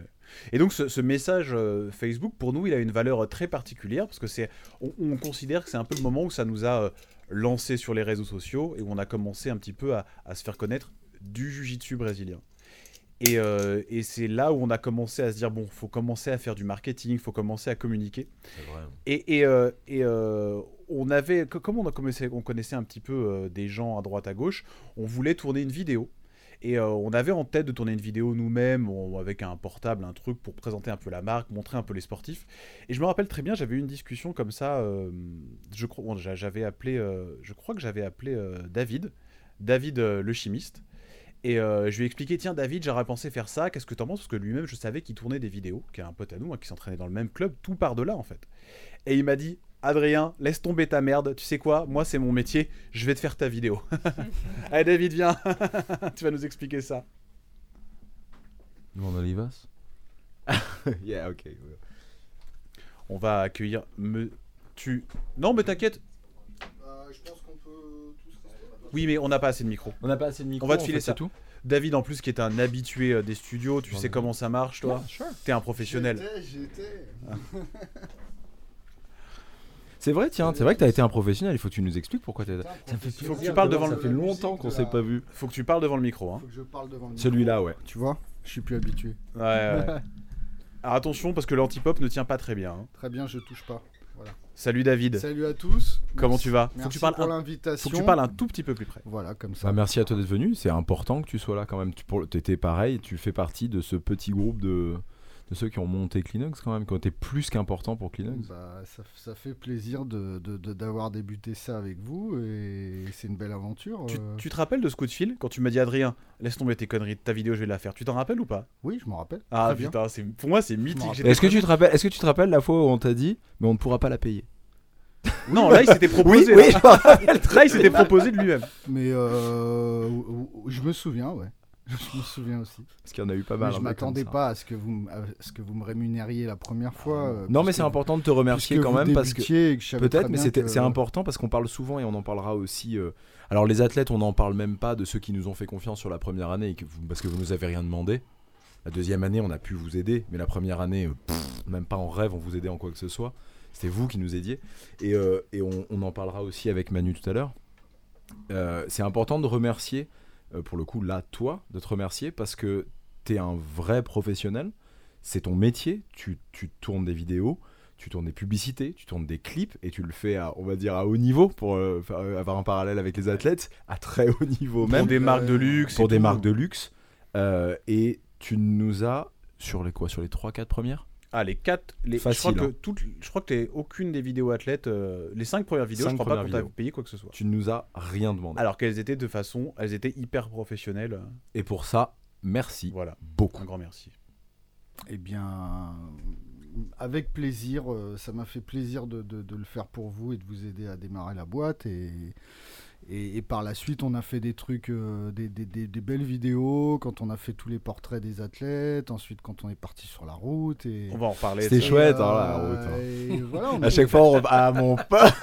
Et donc, ce, ce message euh, Facebook, pour nous, il a une valeur euh, très particulière parce que c'est, on, on considère que c'est un peu le moment où ça nous a euh, lancé sur les réseaux sociaux et où on a commencé un petit peu à, à se faire connaître du jujitsu brésilien. Et, euh, et c'est là où on a commencé à se dire bon, faut commencer à faire du marketing, faut commencer à communiquer. C'est vrai. Et, et, euh, et, euh, on avait, co- comme on, a commencé- on connaissait un petit peu euh, des gens à droite à gauche, on voulait tourner une vidéo. Et euh, on avait en tête de tourner une vidéo nous-mêmes, on- avec un portable, un truc pour présenter un peu la marque, montrer un peu les sportifs. Et je me rappelle très bien, j'avais eu une discussion comme ça. euh, je crois, bon, j'a- j'avais appelé, euh, je crois que j'avais appelé euh, David, David euh, le chimiste. Et euh, je lui ai expliqué, tiens David, j'aurais pensé faire ça, qu'est-ce que t'en penses Parce que lui-même, je savais qu'il tournait des vidéos, qui est un pote à nous, hein, qui s'entraînait dans le même club, tout par de là en fait. Et il m'a dit, Adrien, laisse tomber ta merde, tu sais quoi, moi c'est mon métier, je vais te faire ta vidéo. Allez David, viens, tu vas nous expliquer ça. Mon Olivas Yeah, ok. On va accueillir... Me... Tu... Non mais t'inquiète, Bah, je pense qu'on peut tous oui mais on n'a pas assez de micro. On n'a pas assez de micro. On va te filer fait, c'est ça. tout. David en plus qui est un habitué euh, des studios, tu J'en sais ai- comment ça marche toi T'es un professionnel. J'étais, j'étais. C'est vrai, tiens, c'est vrai que t'as été un professionnel. Il faut que tu nous expliques pourquoi t'as. Putain, Ça fait professionnel. Faut que tu parles devant Ça le- fait longtemps qu'on s'est pas vu. Faut que tu parles devant le micro. Hein. Faut que je parle devant le micro. Celui-là, ouais. Tu vois, je suis plus habitué. Ouais, ouais. Alors attention parce que l'antipop ne tient pas très bien. hein. Très bien, je touche pas. Salut David, Salut à tous. comment tu vas Faut que Merci tu, parles pour un... l'invitation. Faut que tu parles un tout petit peu plus près. Voilà, comme ça. Bah, merci à toi d'être venu. C'est important que tu sois là quand même. Tu pour- t'étais pareil. Tu fais partie de ce petit groupe de, de ceux qui ont monté Kleenex quand même, qui ont été plus qu'importants pour Kleenex. Bah, ça, ça fait plaisir de, de- de- d'avoir débuté ça avec vous et c'est une belle aventure. Tu, euh. tu te rappelles de ce coup de fil quand tu m'as dit Adrien, laisse tomber tes conneries, ta vidéo je vais la faire. Tu t'en rappelles ou pas Oui, je m'en rappelle. Ah Très bien. putain, c'est- pour moi c'est Je mythique. me j'étais Est-ce que très- tu te rappelles Est-ce que tu te rappelles la fois où on t'a dit mais on ne pourra pas la payer Non, là il s'était proposé. oui, là. Là, il s'était proposé de lui-même. Mais euh, ou- ou- je me souviens, ouais. Je me souviens aussi. Parce qu'il y en a eu pas Mais mal. je un peu comme m'attendais ça. pas à ce que vous m- à ce que vous me rémunériez la première fois. euh, Non, mais puisque- c'est important de te remercier puisque quand vous même parce que débutiez et je savais Peut-être, très mais bien c'était- que- c'est important parce qu'on parle souvent et on en parlera aussi. euh, Alors les athlètes, on n'en parle même pas de ceux qui nous ont fait confiance sur la première année et que vous- parce que vous nous avez rien demandé. La deuxième année, on a pu vous aider, mais la première année, euh, pff, même pas en rêve, on vous aidait en quoi que ce soit. C'était vous qui nous aidiez. Et, euh, et on, on en parlera aussi avec Manu tout à l'heure. Euh, c'est important de remercier, euh, pour le coup, là, toi, de te remercier parce que t'es un vrai professionnel. C'est ton métier. Tu, tu tournes des vidéos tu tournes des publicités, tu tournes des clips et tu le fais à, on va dire, à haut niveau pour euh, faire- euh, avoir un parallèle avec les athlètes, à très haut niveau Pour même, des marques de luxe. Euh, pour et des tout. marques de luxe. Euh, et tu nous as, sur les quoi, sur les 3-4 premières Ah, les 4. Les... Facile, je hein. crois que, toutes... je crois que t'es aucune des vidéos athlètes. euh, Les 5 premières vidéos, Cinq je crois pas premières qu'on t'a vidéos. payé quoi que ce soit. Tu nous as rien demandé. Alors qu'elles étaient de façon. Elles étaient hyper professionnelles. euh, Et pour ça, merci Voilà, beaucoup. un grand merci. Eh bien, avec plaisir. euh, ça m'a fait plaisir de, de- de le faire pour vous et de vous aider à démarrer la boîte. Et, et, et par la suite, on a fait des trucs, euh, des, des- des- des belles vidéos. Quand on a fait tous les portraits des athlètes, ensuite quand on est parti sur la route. Et, On va en reparler. C'était et, ça. chouette, hein, la route, hein. et voilà, on À chaque fois, on... ah mon pote,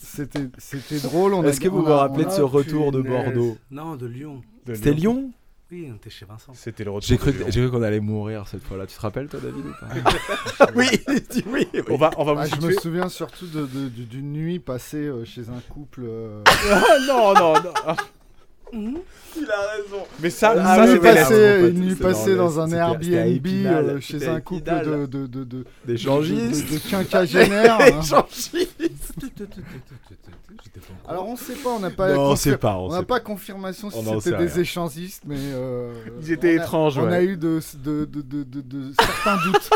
C'était, c'était drôle. on a- est-ce que vous on vous a- on rappelez de a ce retour de punaise. Bordeaux Non, de Lyon. De C'était Lyon Oui, on était chez Vincent. C'était le retour. J'ai de cru, Lyon. j'ai cru qu'on allait mourir cette fois-là. Tu te rappelles, toi, David ou pas Oui, il dit oui. oui. On va, on va vous Ah, je me situer- souviens surtout de- de- du- d'une nuit passée euh, chez un couple. euh, Ah, non, non, non. Il a raison. Mais ça, Ah, ça oui, une nuit c'était voilà. la- passée, l'Est, une nuit c'est passée dans dans un l'Est, c'était- c'était à Airbnb Épinal, euh, chez c'était à un couple Épinal. de, de, Des de, de, de- de changistes. quinquagénaires. Des hein. changistes. J'étais pas au courant. Alors on sait pas, on n'a pas, Non, on confir- sait pas, on on n'a sait pas confirmation si On n'en c'était sait des rien. échangistes, mais euh, Ils étaient on a- étranges, On ouais. a eu de, de, de, de, de- de certains doutes.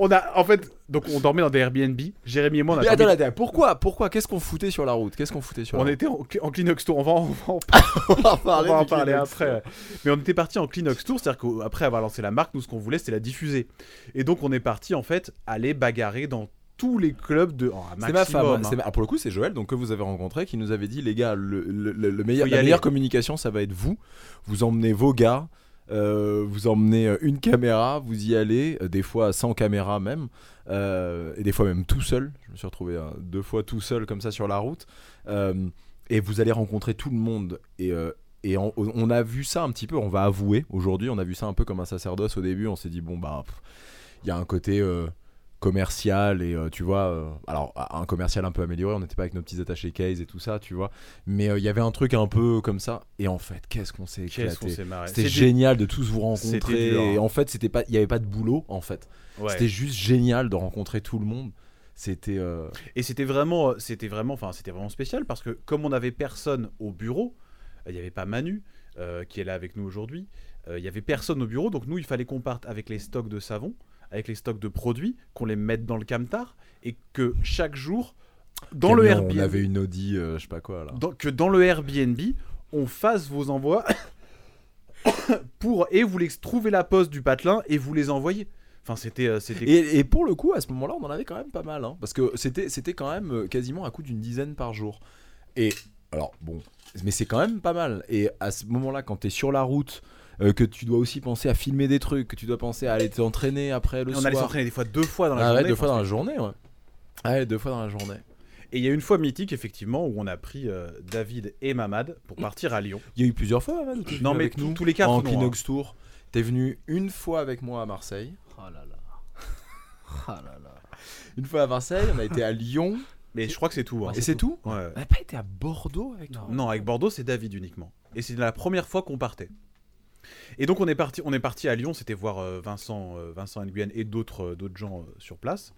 on a, en fait, donc on dormait dans des Airbnb. Jérémy et moi, on a Mais attends, dormi- attends, pourquoi, pourquoi, qu'est-ce qu'on foutait sur la route Qu'est-ce qu'on foutait sur on la était en, en Kleenex Tour. On va, en- on va en route On va en on va en du parler Kleenex. après. ouais. Mais on était parti en Kleenex Tour, c'est-à-dire qu'après avoir lancé la marque, nous ce qu'on voulait c'était la diffuser. Et donc on est parti en fait aller bagarrer dans tous les clubs de. Oh, un C'est ma femme. maximum, hein. C'est ma- ah, pour le coup, c'est Joël, donc que vous avez rencontré, qui nous avait dit les gars, le, le- le- le meilleur, Faut y la aller. meilleure communication, ça va être vous. Vous emmenez vos gars, euh, vous emmenez euh, une caméra, vous y allez, euh, des fois sans caméra même, euh, et des fois même tout seul. Je me suis retrouvé euh, deux fois tout seul comme ça sur la route. Euh, et vous allez rencontrer tout le monde. Et, euh, et on, on a vu ça un petit peu, on va avouer, aujourd'hui, on a vu ça un peu comme un sacerdoce au début. On s'est dit, bon, bah, pff, il y a un côté. euh, commercial et euh, tu vois euh, alors un commercial un peu amélioré on n'était pas avec nos petits attachés case et tout ça tu vois mais euh, il y avait un truc un peu comme ça et en fait qu'est-ce qu'on s'est Qu'est-ce qu'on éclaté s'est marré. c'était génial de tous vous C'était dur. rencontrer et en fait c'était pas il y avait pas de boulot en fait ouais. c'était juste génial de rencontrer tout le monde c'était euh, Et c'était vraiment, euh, c'était vraiment, enfin c'était vraiment spécial parce que comme on n'avait personne au bureau, euh, il n'y avait pas Manu euh, qui est là avec nous aujourd'hui. euh, Il n'y avait personne au bureau, donc nous il fallait qu'on parte avec les stocks de savon, avec les stocks de produits, qu'on les mette dans le camtar et que chaque jour dans le camion, Airbnb. on avait une Audi euh, je sais pas quoi là dans- que dans le Airbnb, on fasse vos envois pour et vous les trouvez la poste du patelin et vous les envoyez. Enfin, c'était euh, c'était Et, et pour le coup, à ce moment-là, on en avait quand même pas mal. hein, parce que c'était, c'était quand même euh, quasiment à coup d'une dizaine par jour. Et alors, bon, mais c'est quand même pas mal. Et à ce moment-là, quand t'es sur la route, euh, que tu dois aussi penser à filmer des trucs, que tu dois penser à aller t'entraîner après le on soir. allait s'entraîner des fois deux fois dans la Ah ouais, journée. deux fois dans la journée, ouais. Ah ouais, deux fois dans la journée. Et il y a une fois mythique effectivement où on a pris euh, David et Mamad pour partir à Lyon. Il y a eu plusieurs fois, Amad, où t'es Non venu mais avec nous tous tous les quatre en non, hein. Kinox Tour. T'es venu une fois avec moi à Marseille. Oh là là. Oh là là. Une fois à Marseille, on a été à Lyon. hein. Mais je crois que c'est tout. hein. Et c'est tout Ouais, ouais. On n'a pas été à Bordeaux avec toi Non, avec Bordeaux, c'est David uniquement. Et c'est la première fois qu'on partait. Et donc on est parti, on est parti à Lyon, c'était voir euh, Vincent, euh, Vincent Nguyen et d'autres, euh, d'autres gens euh, sur place.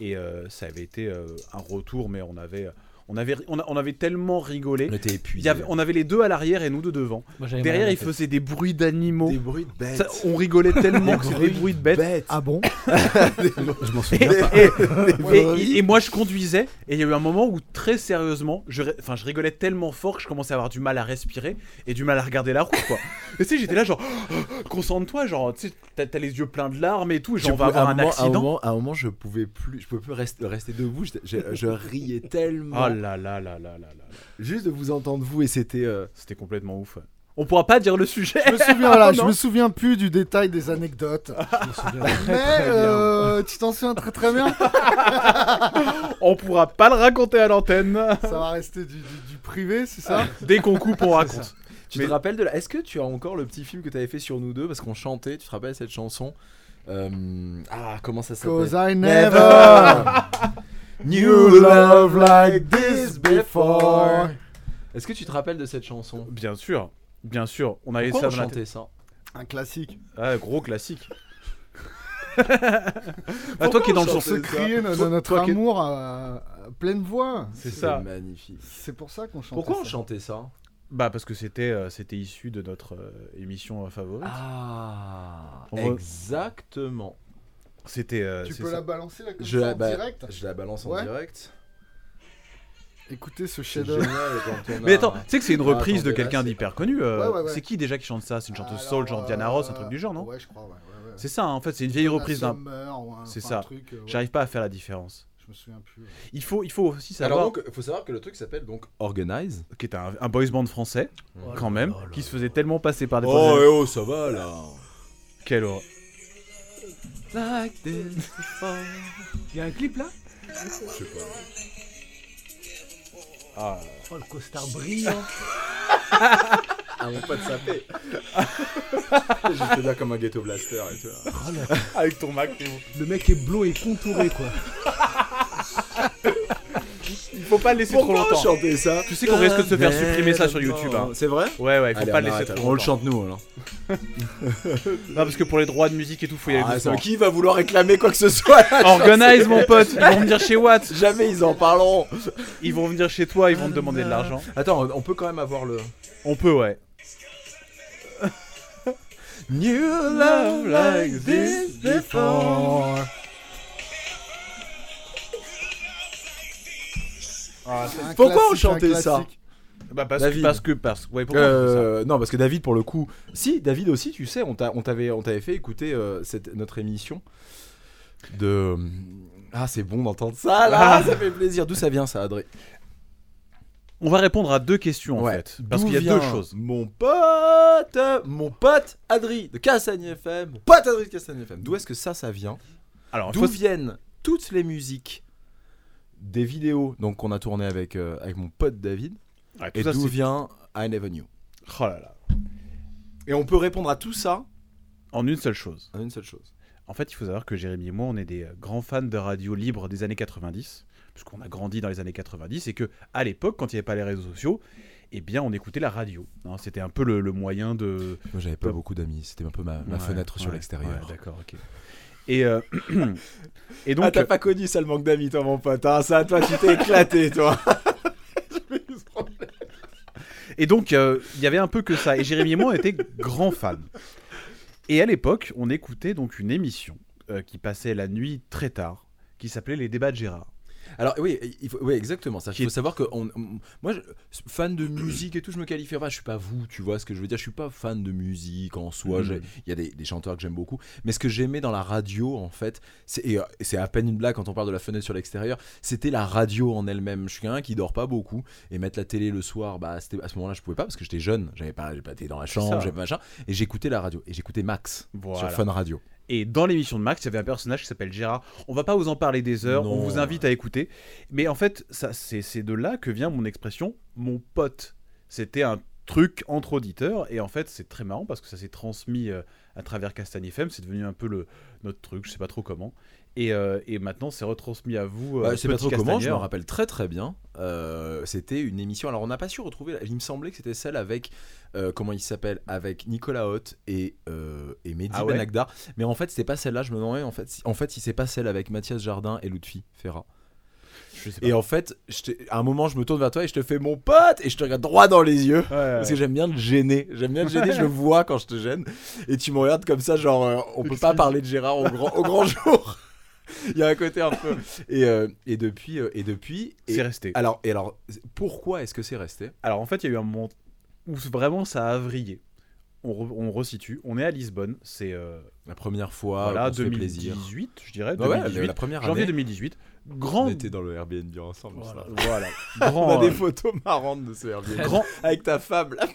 Et euh, ça avait été euh, un retour, mais on avait, euh, on avait, on, a- on avait tellement rigolé. On était Il épuisés. y avait- on avait les deux à l'arrière et nous deux devant. Moi, j'avais mal à Derrière, la ils tête. faisaient des bruits d'animaux. Des bruits de bêtes. Ça, on rigolait tellement Des que c'était des bruits de bêtes. bêtes. Ah bon Je m'en Et, souviens. et- et- et moi je conduisais et il y a eu un moment où très sérieusement, je, ri- enfin, je rigolais tellement fort que je commençais à avoir du mal à respirer et du mal à regarder la route quoi. et tu sais j'étais là genre concentre-toi genre tu sais t'as t'as les yeux pleins de larmes et tout genre on va pouvais- à avoir un moment- à accident. moment, à un moment, je pouvais plus, je pouvais plus rester, rester debout. j'étais- Je, je riais tellement Ah là là là là là là là. juste de vous entendre vous et c'était. euh, C'était complètement ouf. ouais. On pourra pas dire le sujet. Je me Ah, souviens là, je Non. me souviens plus du détail des anecdotes. Je m'en souviens. Mais euh, tu t'en souviens très très bien. On pourra pas le raconter à l'antenne. Ça va rester du, du- du privé, c'est ça Dès qu'on coupe on C'est raconte. Tu Mais- te rappelles de la Est-ce que tu as encore le petit film que tu avais fait sur nous deux parce qu'on chantait Tu te rappelles cette chanson Euh, Ah comment ça Cause s'appelle I never knew love like this before. Est-ce que tu te rappelles de cette chanson Bien sûr. Bien sûr, on avait Pourquoi on ça dans la tête. chantait ça Un classique. Ah, gros classique. ah, toi qui Pourquoi es dans on chante le son. Pour se crier no- Toi- notre toi qui- amour à, à pleine voix. C'est ça. magnifique. C'est pour ça qu'on chante. Pourquoi on chantait ça Bah parce que c'était euh, c'était issu de notre euh, émission euh, favorite. Ah On re- exactement. C'était euh, Tu c'est peux ça. la balancer là comme Je ça, la, en ba- direct je la balance Ouais. en direct. Écoutez ce C'est chef-d'œuvre. génial quand on a- Mais attends, tu sais que c'est une Ah, reprise attendez, de là, quelqu'un c'est- d'hyper connu. euh, Ouais, ouais, ouais. C'est qui déjà qui chante ça C'est une chanteuse Alors, soul, genre Diana Ross, un euh, truc du genre, non Ouais, je crois, ouais. ouais, ouais. C'est ça, hein, en fait, c'est une vieille reprise La d'un. Summer ou un- C'est enfin, ça. un truc, euh, ouais, J'arrive pas à faire la différence. Je me souviens plus. ouais. Il faut il faut aussi savoir Alors donc, faut savoir que le truc s'appelle donc Organize. qui est un, un boys band français Oh quand même, là qui là se faisait tellement passer par des. Oh, boys eh oh, ça va là. bands- Quelle horreur. Il y a un clip là Je sais pas. Ah. Oh le costard brillant. Ah, mon pote, ça fait. J'étais là comme un ghetto blaster et tout. hein. là. Oh là, Avec ton Mac. le mec est blond et contouré quoi. Il Faut pas le laisser trop Pourquoi longtemps. chanter ça Tu sais qu'on risque de se faire supprimer ça sur YouTube, hein. C'est vrai Ouais, ouais, faut Allez, pas on le laisser arrête, trop on le longtemps. chante nous alors. Non, parce que pour les droits de musique et tout, faut y aller Ah, doucement. ça, qui va vouloir réclamer quoi que ce soit là Organise mon pote, ils vont venir chez Watt, Jamais ils en parleront. ils vont venir chez toi, ils vont te demander de l'argent. Attends, on peut quand même avoir le. On peut, ouais. New love like this before. Ah, Un Pourquoi on classique, un chantait ça classique. Bah parce David. que parce que parce ouais pourquoi on fait ça Euh, non, parce que David, pour le coup, si David aussi, tu sais, on t'a- on t'avait, on t'avait fait écouter euh, cette, notre émission de. Ah, c'est bon d'entendre ça là, Ah. ça fait plaisir. D'où ça vient ça, Adré On va répondre à deux questions en Ouais. fait parce D'où qu'il y a vient deux choses. Mon pote, mon pote Adri de Castagne FM, pote Adri de Castagne FM. D'où est-ce que ça, ça vient Alors D'où faut- viennent toutes les musiques des vidéos donc qu'on a tourné avec, euh, avec mon pote David Ouais, tout et ça, d'où c'est- vient I Never Knew. Oh là là. Et on peut répondre à tout ça En une seule chose. en une seule chose. En fait, il faut savoir que Jérémy et moi, on est des euh, grands fans de radio libre des années 90 puisqu'on a grandi dans les années 90 et que à l'époque quand il n'y avait pas les réseaux sociaux, eh bien on écoutait la radio. hein. C'était un peu le- le moyen de Moi j'avais pas beaucoup d'amis, c'était un peu ma, ma Ouais, fenêtre sur ouais, l'extérieur. ouais, D'accord, ok. Et, euh, et Ah donc, t'as pas connu ça le manque d'amis toi mon pote hein, ça toi tu t'es éclaté toi. et donc, euh, il y avait un peu que ça. Et Jérémy et moi, on était grands fans. Et à l'époque, on écoutait donc une émission euh, qui passait la nuit très tard, qui s'appelait Les débats de Gérard. Alors oui, il faut, oui exactement. Ça, il Qui est- faut savoir que on- on- moi, je- fan de musique et tout, je me qualifie pas. Je suis pas vous, tu vois ce que je veux dire. Je suis pas fan de musique en soi. Mhm. j'ai- Il y a des, des chanteurs que j'aime beaucoup, mais ce que j'aimais dans la radio en fait, c'est et, euh, et c'est à peine une blague quand on parle de la fenêtre sur l'extérieur. C'était la radio en elle-même. Je suis un qui dort pas beaucoup et mettre la télé le soir. Bah c'était- à ce moment-là, je pouvais pas parce que j'étais jeune. J'avais pas, j'avais pas été dans la chambre, ça. j'avais machin, et j'écoutais la radio et j'écoutais Max Voilà. sur Fun Radio. Et dans l'émission de Max, il y avait un personnage qui s'appelle Gérard. On va pas vous en parler des heures, on Non. vous invite à écouter. Mais en fait, ça, c'est, c'est de là que vient mon expression mon pote. C'était un truc entre auditeurs. Et en fait, c'est très marrant parce que ça s'est transmis euh, à travers Castagne FM. C'est devenu un peu le, notre truc, je sais pas trop comment. Et, euh, et maintenant, c'est retransmis à vous. Bah, euh, je sais pas petits trop comment, je me castagneurs. rappelle très très bien. Euh, c'était une émission. Alors on n'a pas su retrouver. Il me semblait que c'était celle avec euh, comment il s'appelle avec Nicolas Hoth et euh, et Mehdi Ah ouais Benagdar. Mais en fait c'était pas celle-là. Je me demandais en fait si, en fait si c'est pas celle avec Mathias Jardin et Lutfi Ferra. Je sais pas. Et en fait je t'ai- à un moment je me tourne vers toi et je te fais mon pote et je te regarde droit dans les yeux. Parce que j'aime bien te gêner, j'aime bien te gêner, je le vois quand je te gêne. Et tu me regardes comme ça, genre, euh, on peut pas parler de Gérard au grand, au grand jour. Il y a un côté un peu. Et, euh, et depuis, euh, et depuis. et- C'est resté. alors, et alors, pourquoi est-ce que c'est resté Alors en fait, il y a eu un moment où vraiment ça a vrillé. On, re- on resitue. On est à Lisbonne. C'est euh, La première fois, on voilà, Ah, se fait plaisir. Bah 2018, je dirais. Ouais, ouais, 2018. la première Janvier année, 2018. on Grand. était dans le Airbnb ensemble. Voilà. ça. Voilà. On Grand. a euh, des photos marrantes de ce Airbnb. grand- Avec ta femme, là.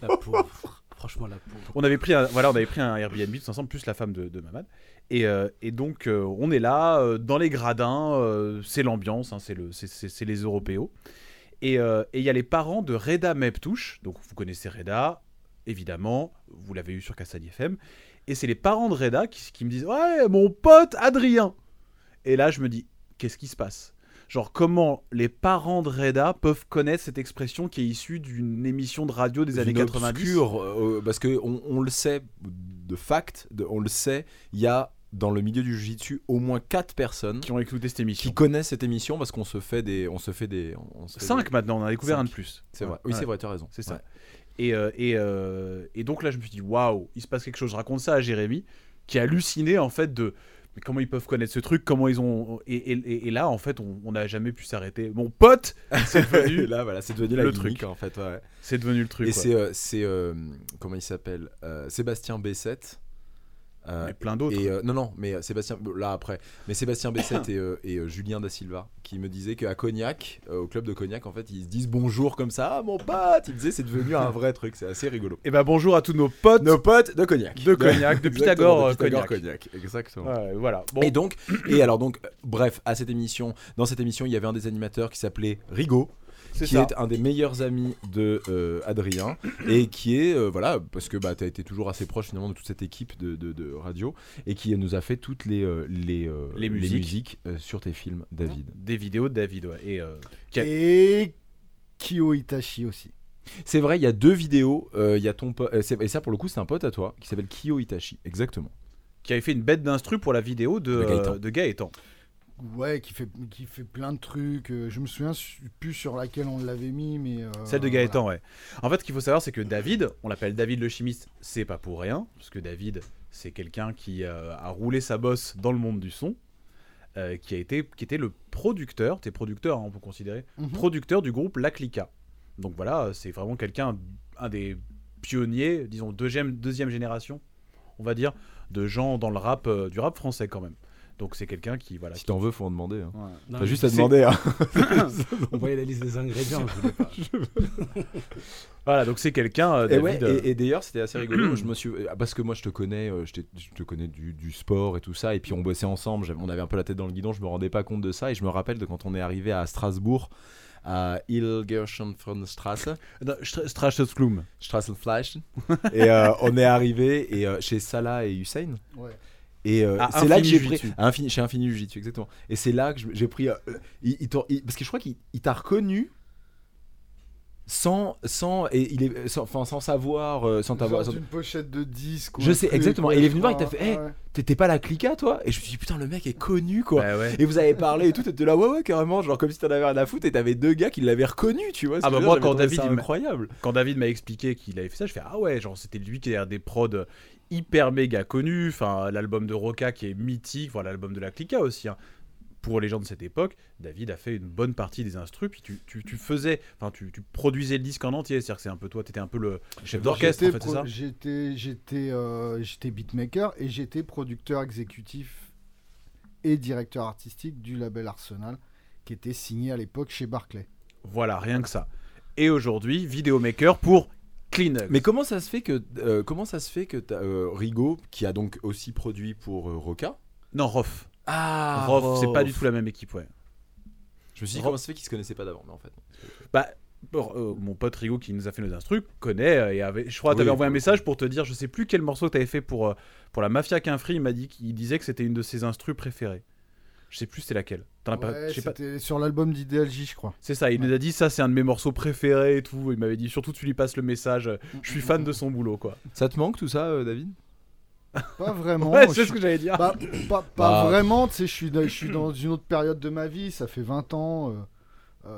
La pauvre. Franchement, la pauvre. on avait pris un, voilà, on avait pris un Airbnb tous ensemble, plus la femme de, de Mamad. Et, euh, et donc, euh, on est là, euh, dans les gradins, euh, c'est l'ambiance, hein, c'est le, c'est- c'est c'est les Européos. Et euh, et il y a les parents de Reda Meptouche, donc vous connaissez Reda, évidemment, vous l'avez eu sur Castagne FM. Et c'est les parents de Reda qui, qui me disent Ouais, mon pote Adrien Et là, je me dis Qu'est-ce qui se passe Genre, comment les parents de Reda peuvent connaître cette expression qui est issue d'une émission de radio des années Une 90 obscure, euh, parce que on, on le sait de fact, de- on le sait, il y a dans le milieu du jiu-jitsu au moins 4 personnes qui ont écouté cette émission. qui connaissent cette émission parce qu'on se fait des on se fait des on se fait 5 des- maintenant, on en a découvert Cinq. un de plus. c'est vrai oui Ouais. c'est vrai tu as raison C'est ça. Ouais. Et, euh, et, euh, et donc là, je me suis dit, waouh, il se passe quelque chose. Je raconte ça à Jérémy, qui a halluciné en fait de mais comment ils peuvent connaître ce truc, comment ils ont. Et, et- et- et là, en fait, on on n'a jamais pu s'arrêter. Mon pote, c'est Et devenu, là voilà c'est devenu la Le gimmick, truc. en fait ouais. c'est devenu le truc. et quoi. c'est euh, c'est euh, comment il s'appelle Euh, Sébastien Bessette euh, Mais plein d'autres. et euh, non non mais euh, Sébastien bon, là après mais Sébastien Bessette et, euh, et, euh, Julien da Silva qui me disaient qu'à Cognac euh, au club de Cognac en fait ils se disent bonjour comme ça ah mon pote ils disaient c'est devenu un vrai truc c'est assez rigolo Et ben bonjour à tous nos potes nos potes de Cognac de Cognac, de Exactement, Pythagore, euh, Cognac. Cognac exactement Ouais, voilà. Bon, Et donc, et alors donc, euh, bref, à cette émission, dans cette émission, il y avait un des animateurs qui s'appelait Rigaud, C'est qui ça. est un des meilleurs amis de euh, Adrien et qui est euh, voilà parce que bah as été toujours assez proche finalement de toute cette équipe de, de- de radio et qui nous a fait toutes les euh, les, euh, Les musiques. euh, sur tes films David. Des vidéos de David, ouais. Et euh, Quel- Et Kyo Itachi aussi. C'est vrai, il y a deux vidéos, euh, il y a ton po- euh, c'est- et ça pour le coup c'est un pote à toi qui s'appelle Kyo Itachi, exactement. qui avait fait une bête d'instru pour la vidéo de, De Gaëtan. euh, de Gaëtan. Ouais, qui fait, qui fait plein de trucs. euh, Je me souviens su- plus sur laquelle on l'avait mis, mais. euh, Celle de Gaëtan, ouais. En fait, ce qu'il faut savoir, c'est que David, on l'appelle David le chimiste, c'est pas pour rien, parce que David, c'est quelqu'un qui euh, a roulé sa bosse dans le monde du son, euh, qui, a été, qui était le producteur, t'es producteur, hein, on peut considérer, Mhm. producteur du groupe La Clica. Donc voilà, euh, c'est vraiment quelqu'un, un des pionniers, disons deuxième, deuxième génération, on va dire, de gens dans le rap, euh, du rap français quand même. Donc c'est quelqu'un qui, voilà, Si t'en veux, faut en demander. Hein. Voilà. Ouais. Non, T'as juste mais à demander. hein. On voyait la liste des ingrédients. je voulais pas. voilà donc c'est quelqu'un, euh, Et, David, ouais, euh, et, et d'ailleurs, c'était assez rigolo. je me suis euh, parce que moi, je te connais, euh, je, t'ai- je te connais du, du sport et tout ça, et puis on bossait ensemble. j'avais- On avait un peu la tête dans le guidon. Je me rendais pas compte de ça, et je me rappelle de quand on est arrivé à Strasbourg, à Ilgerschenfrönstrasse, non, Stra- Strachus Klum. Strassenfleisch, et euh, on est arrivé et euh, chez Salah et Hussein. Ouais. Et euh, À c'est là que Ah, Infini j'ai pris Jujitsu. à Infini, chez Infini Jujitsu, exactement. Et c'est là que je- j'ai pris euh, euh, il- il t'en- il- parce que je crois qu'il il t'a reconnu sans sans et il est sans, enfin, sans savoir euh, sans t'avoir Genre sans- d'une pochette de disque. ou Je un sais truc, exactement, ouais, et il est je venu voir, il t'a crois, fait, Eh, ouais. t'étais pas la clica toi et je me suis dit putain le mec est connu quoi. Bah Ouais, ouais. Et vous avez parlé et tout, t'étais là ouais ouais carrément genre comme si t'en avais rien à foutre et t'avais deux gars qui l'avaient reconnu tu vois. ce Ah que bah je veux moi, dire, j'avais quand trouvé David, ça il m'a- incroyable. quand David m'a expliqué qu'il avait fait ça, je fais ah ouais, genre c'était lui qui est des prods hyper méga connus, enfin l'album de Roca qui est mythique, voilà l'album de la Clica aussi. hein. Pour les gens de cette époque, David a fait une bonne partie des instrus, puis tu, tu, tu faisais, enfin tu, tu produisais le disque en entier, c'est-à-dire que c'est un peu toi, t'étais un peu le chef d'orchestre en J'étais fait, c'est pro- ça J'étais, j'étais, euh, j'étais beatmaker et j'étais producteur exécutif et directeur artistique du label Arsenal, qui était signé à l'époque chez Barclay. Voilà, rien que ça. Et aujourd'hui, vidéomaker pour Clean Up. Mais comment ça se fait que euh, comment ça se fait que t'as, euh, Rigaud qui a donc aussi produit pour euh, Roca Non, Rof. ah Rof, c'est pas du tout la même équipe, ouais. Je me suis dit Rof. comment ça se fait qu'ils se connaissaient pas d'avant mais en fait. Bah, bon, euh, mon pote Rigo qui nous a fait nos instrus connaît euh, et avait, je crois, Oui, t'avais envoyé un pour le message pour te dire, je sais plus quel morceau t'avais fait pour, euh, pour la Mafia qu'un free. Il m'a dit qu'il disait que c'était une de ses instrus préférées. Je sais plus c'est laquelle. T'en as Ah, pas- Ouais, je sais pas. c'était sur l'album d'Idéalgie, je crois. C'est ça, il nous a dit ça, c'est un de mes morceaux préférés et tout. Il m'avait dit surtout tu lui passes le message. euh, Je suis fan de son boulot quoi. Ça te manque tout ça euh, David Pas vraiment. ouais, je c'est ce suis- que j'allais dire. Pas, pas- pas Bah. vraiment, tu sais, je suis, dans- je suis dans une autre période de ma vie, ça fait 20 ans. euh,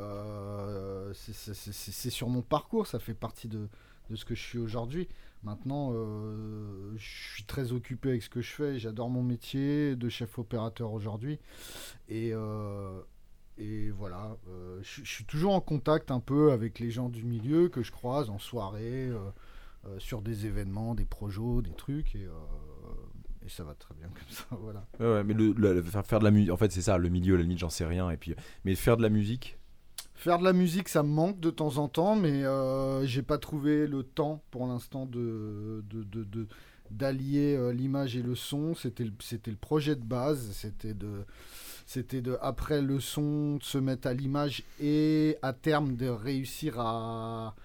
euh, c'est- c'est- c'est c'est sur mon parcours, ça fait partie de, de ce que je suis aujourd'hui. Maintenant, euh, je suis très occupé avec ce que je fais, j'adore mon métier de chef opérateur aujourd'hui. Et, euh, et voilà, euh, je, je suis toujours en contact un peu avec les gens du milieu que je croise en soirée, euh, euh, sur des événements, des projets, des trucs. Et, euh, et ça va très bien comme ça, voilà. Ouais, ouais, mais le, le- le- faire, faire de la musique, en fait, c'est ça, le milieu, à la limite, j'en sais rien. Et puis, mais faire de la musique, Faire de la musique, ça me manque de temps en temps, mais euh, j'ai pas trouvé le temps pour l'instant de, de, de- de- d'allier euh, l'image et le son. C'était le, c'était le projet de base, c'était de, c'était de après le son de se mettre à l'image et à terme de réussir à,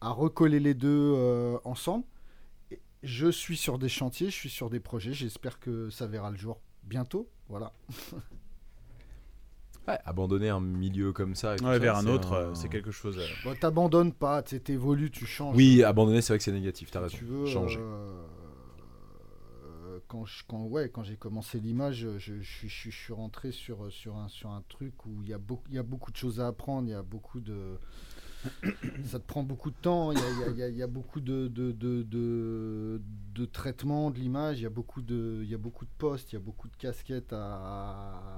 à recoller les deux euh, ensemble. Et Je suis sur des chantiers, je suis sur des projets. J'espère que ça verra le jour bientôt, voilà. ouais, abandonner un milieu comme ça. et tout Ouais, ça, vers un c'est autre, euh, c'est quelque chose. euh, Bon, t'abandonnes pas, tu sais, t'évolues, tu changes. Oui, abandonner, c'est vrai que c'est négatif, t'as raison. tu veux Changer. euh, euh, quand je- quand ouais quand j'ai commencé l'image je, je suis- je suis- je suis rentré sur sur un sur un truc où il y a beaucoup il y a beaucoup de choses à apprendre il y a beaucoup de ça te prend beaucoup de temps il y a, il y a- il y a- il y a beaucoup de de, de, de- de traitement de l'image il y a beaucoup de il y a beaucoup de postes il y a beaucoup de casquettes à,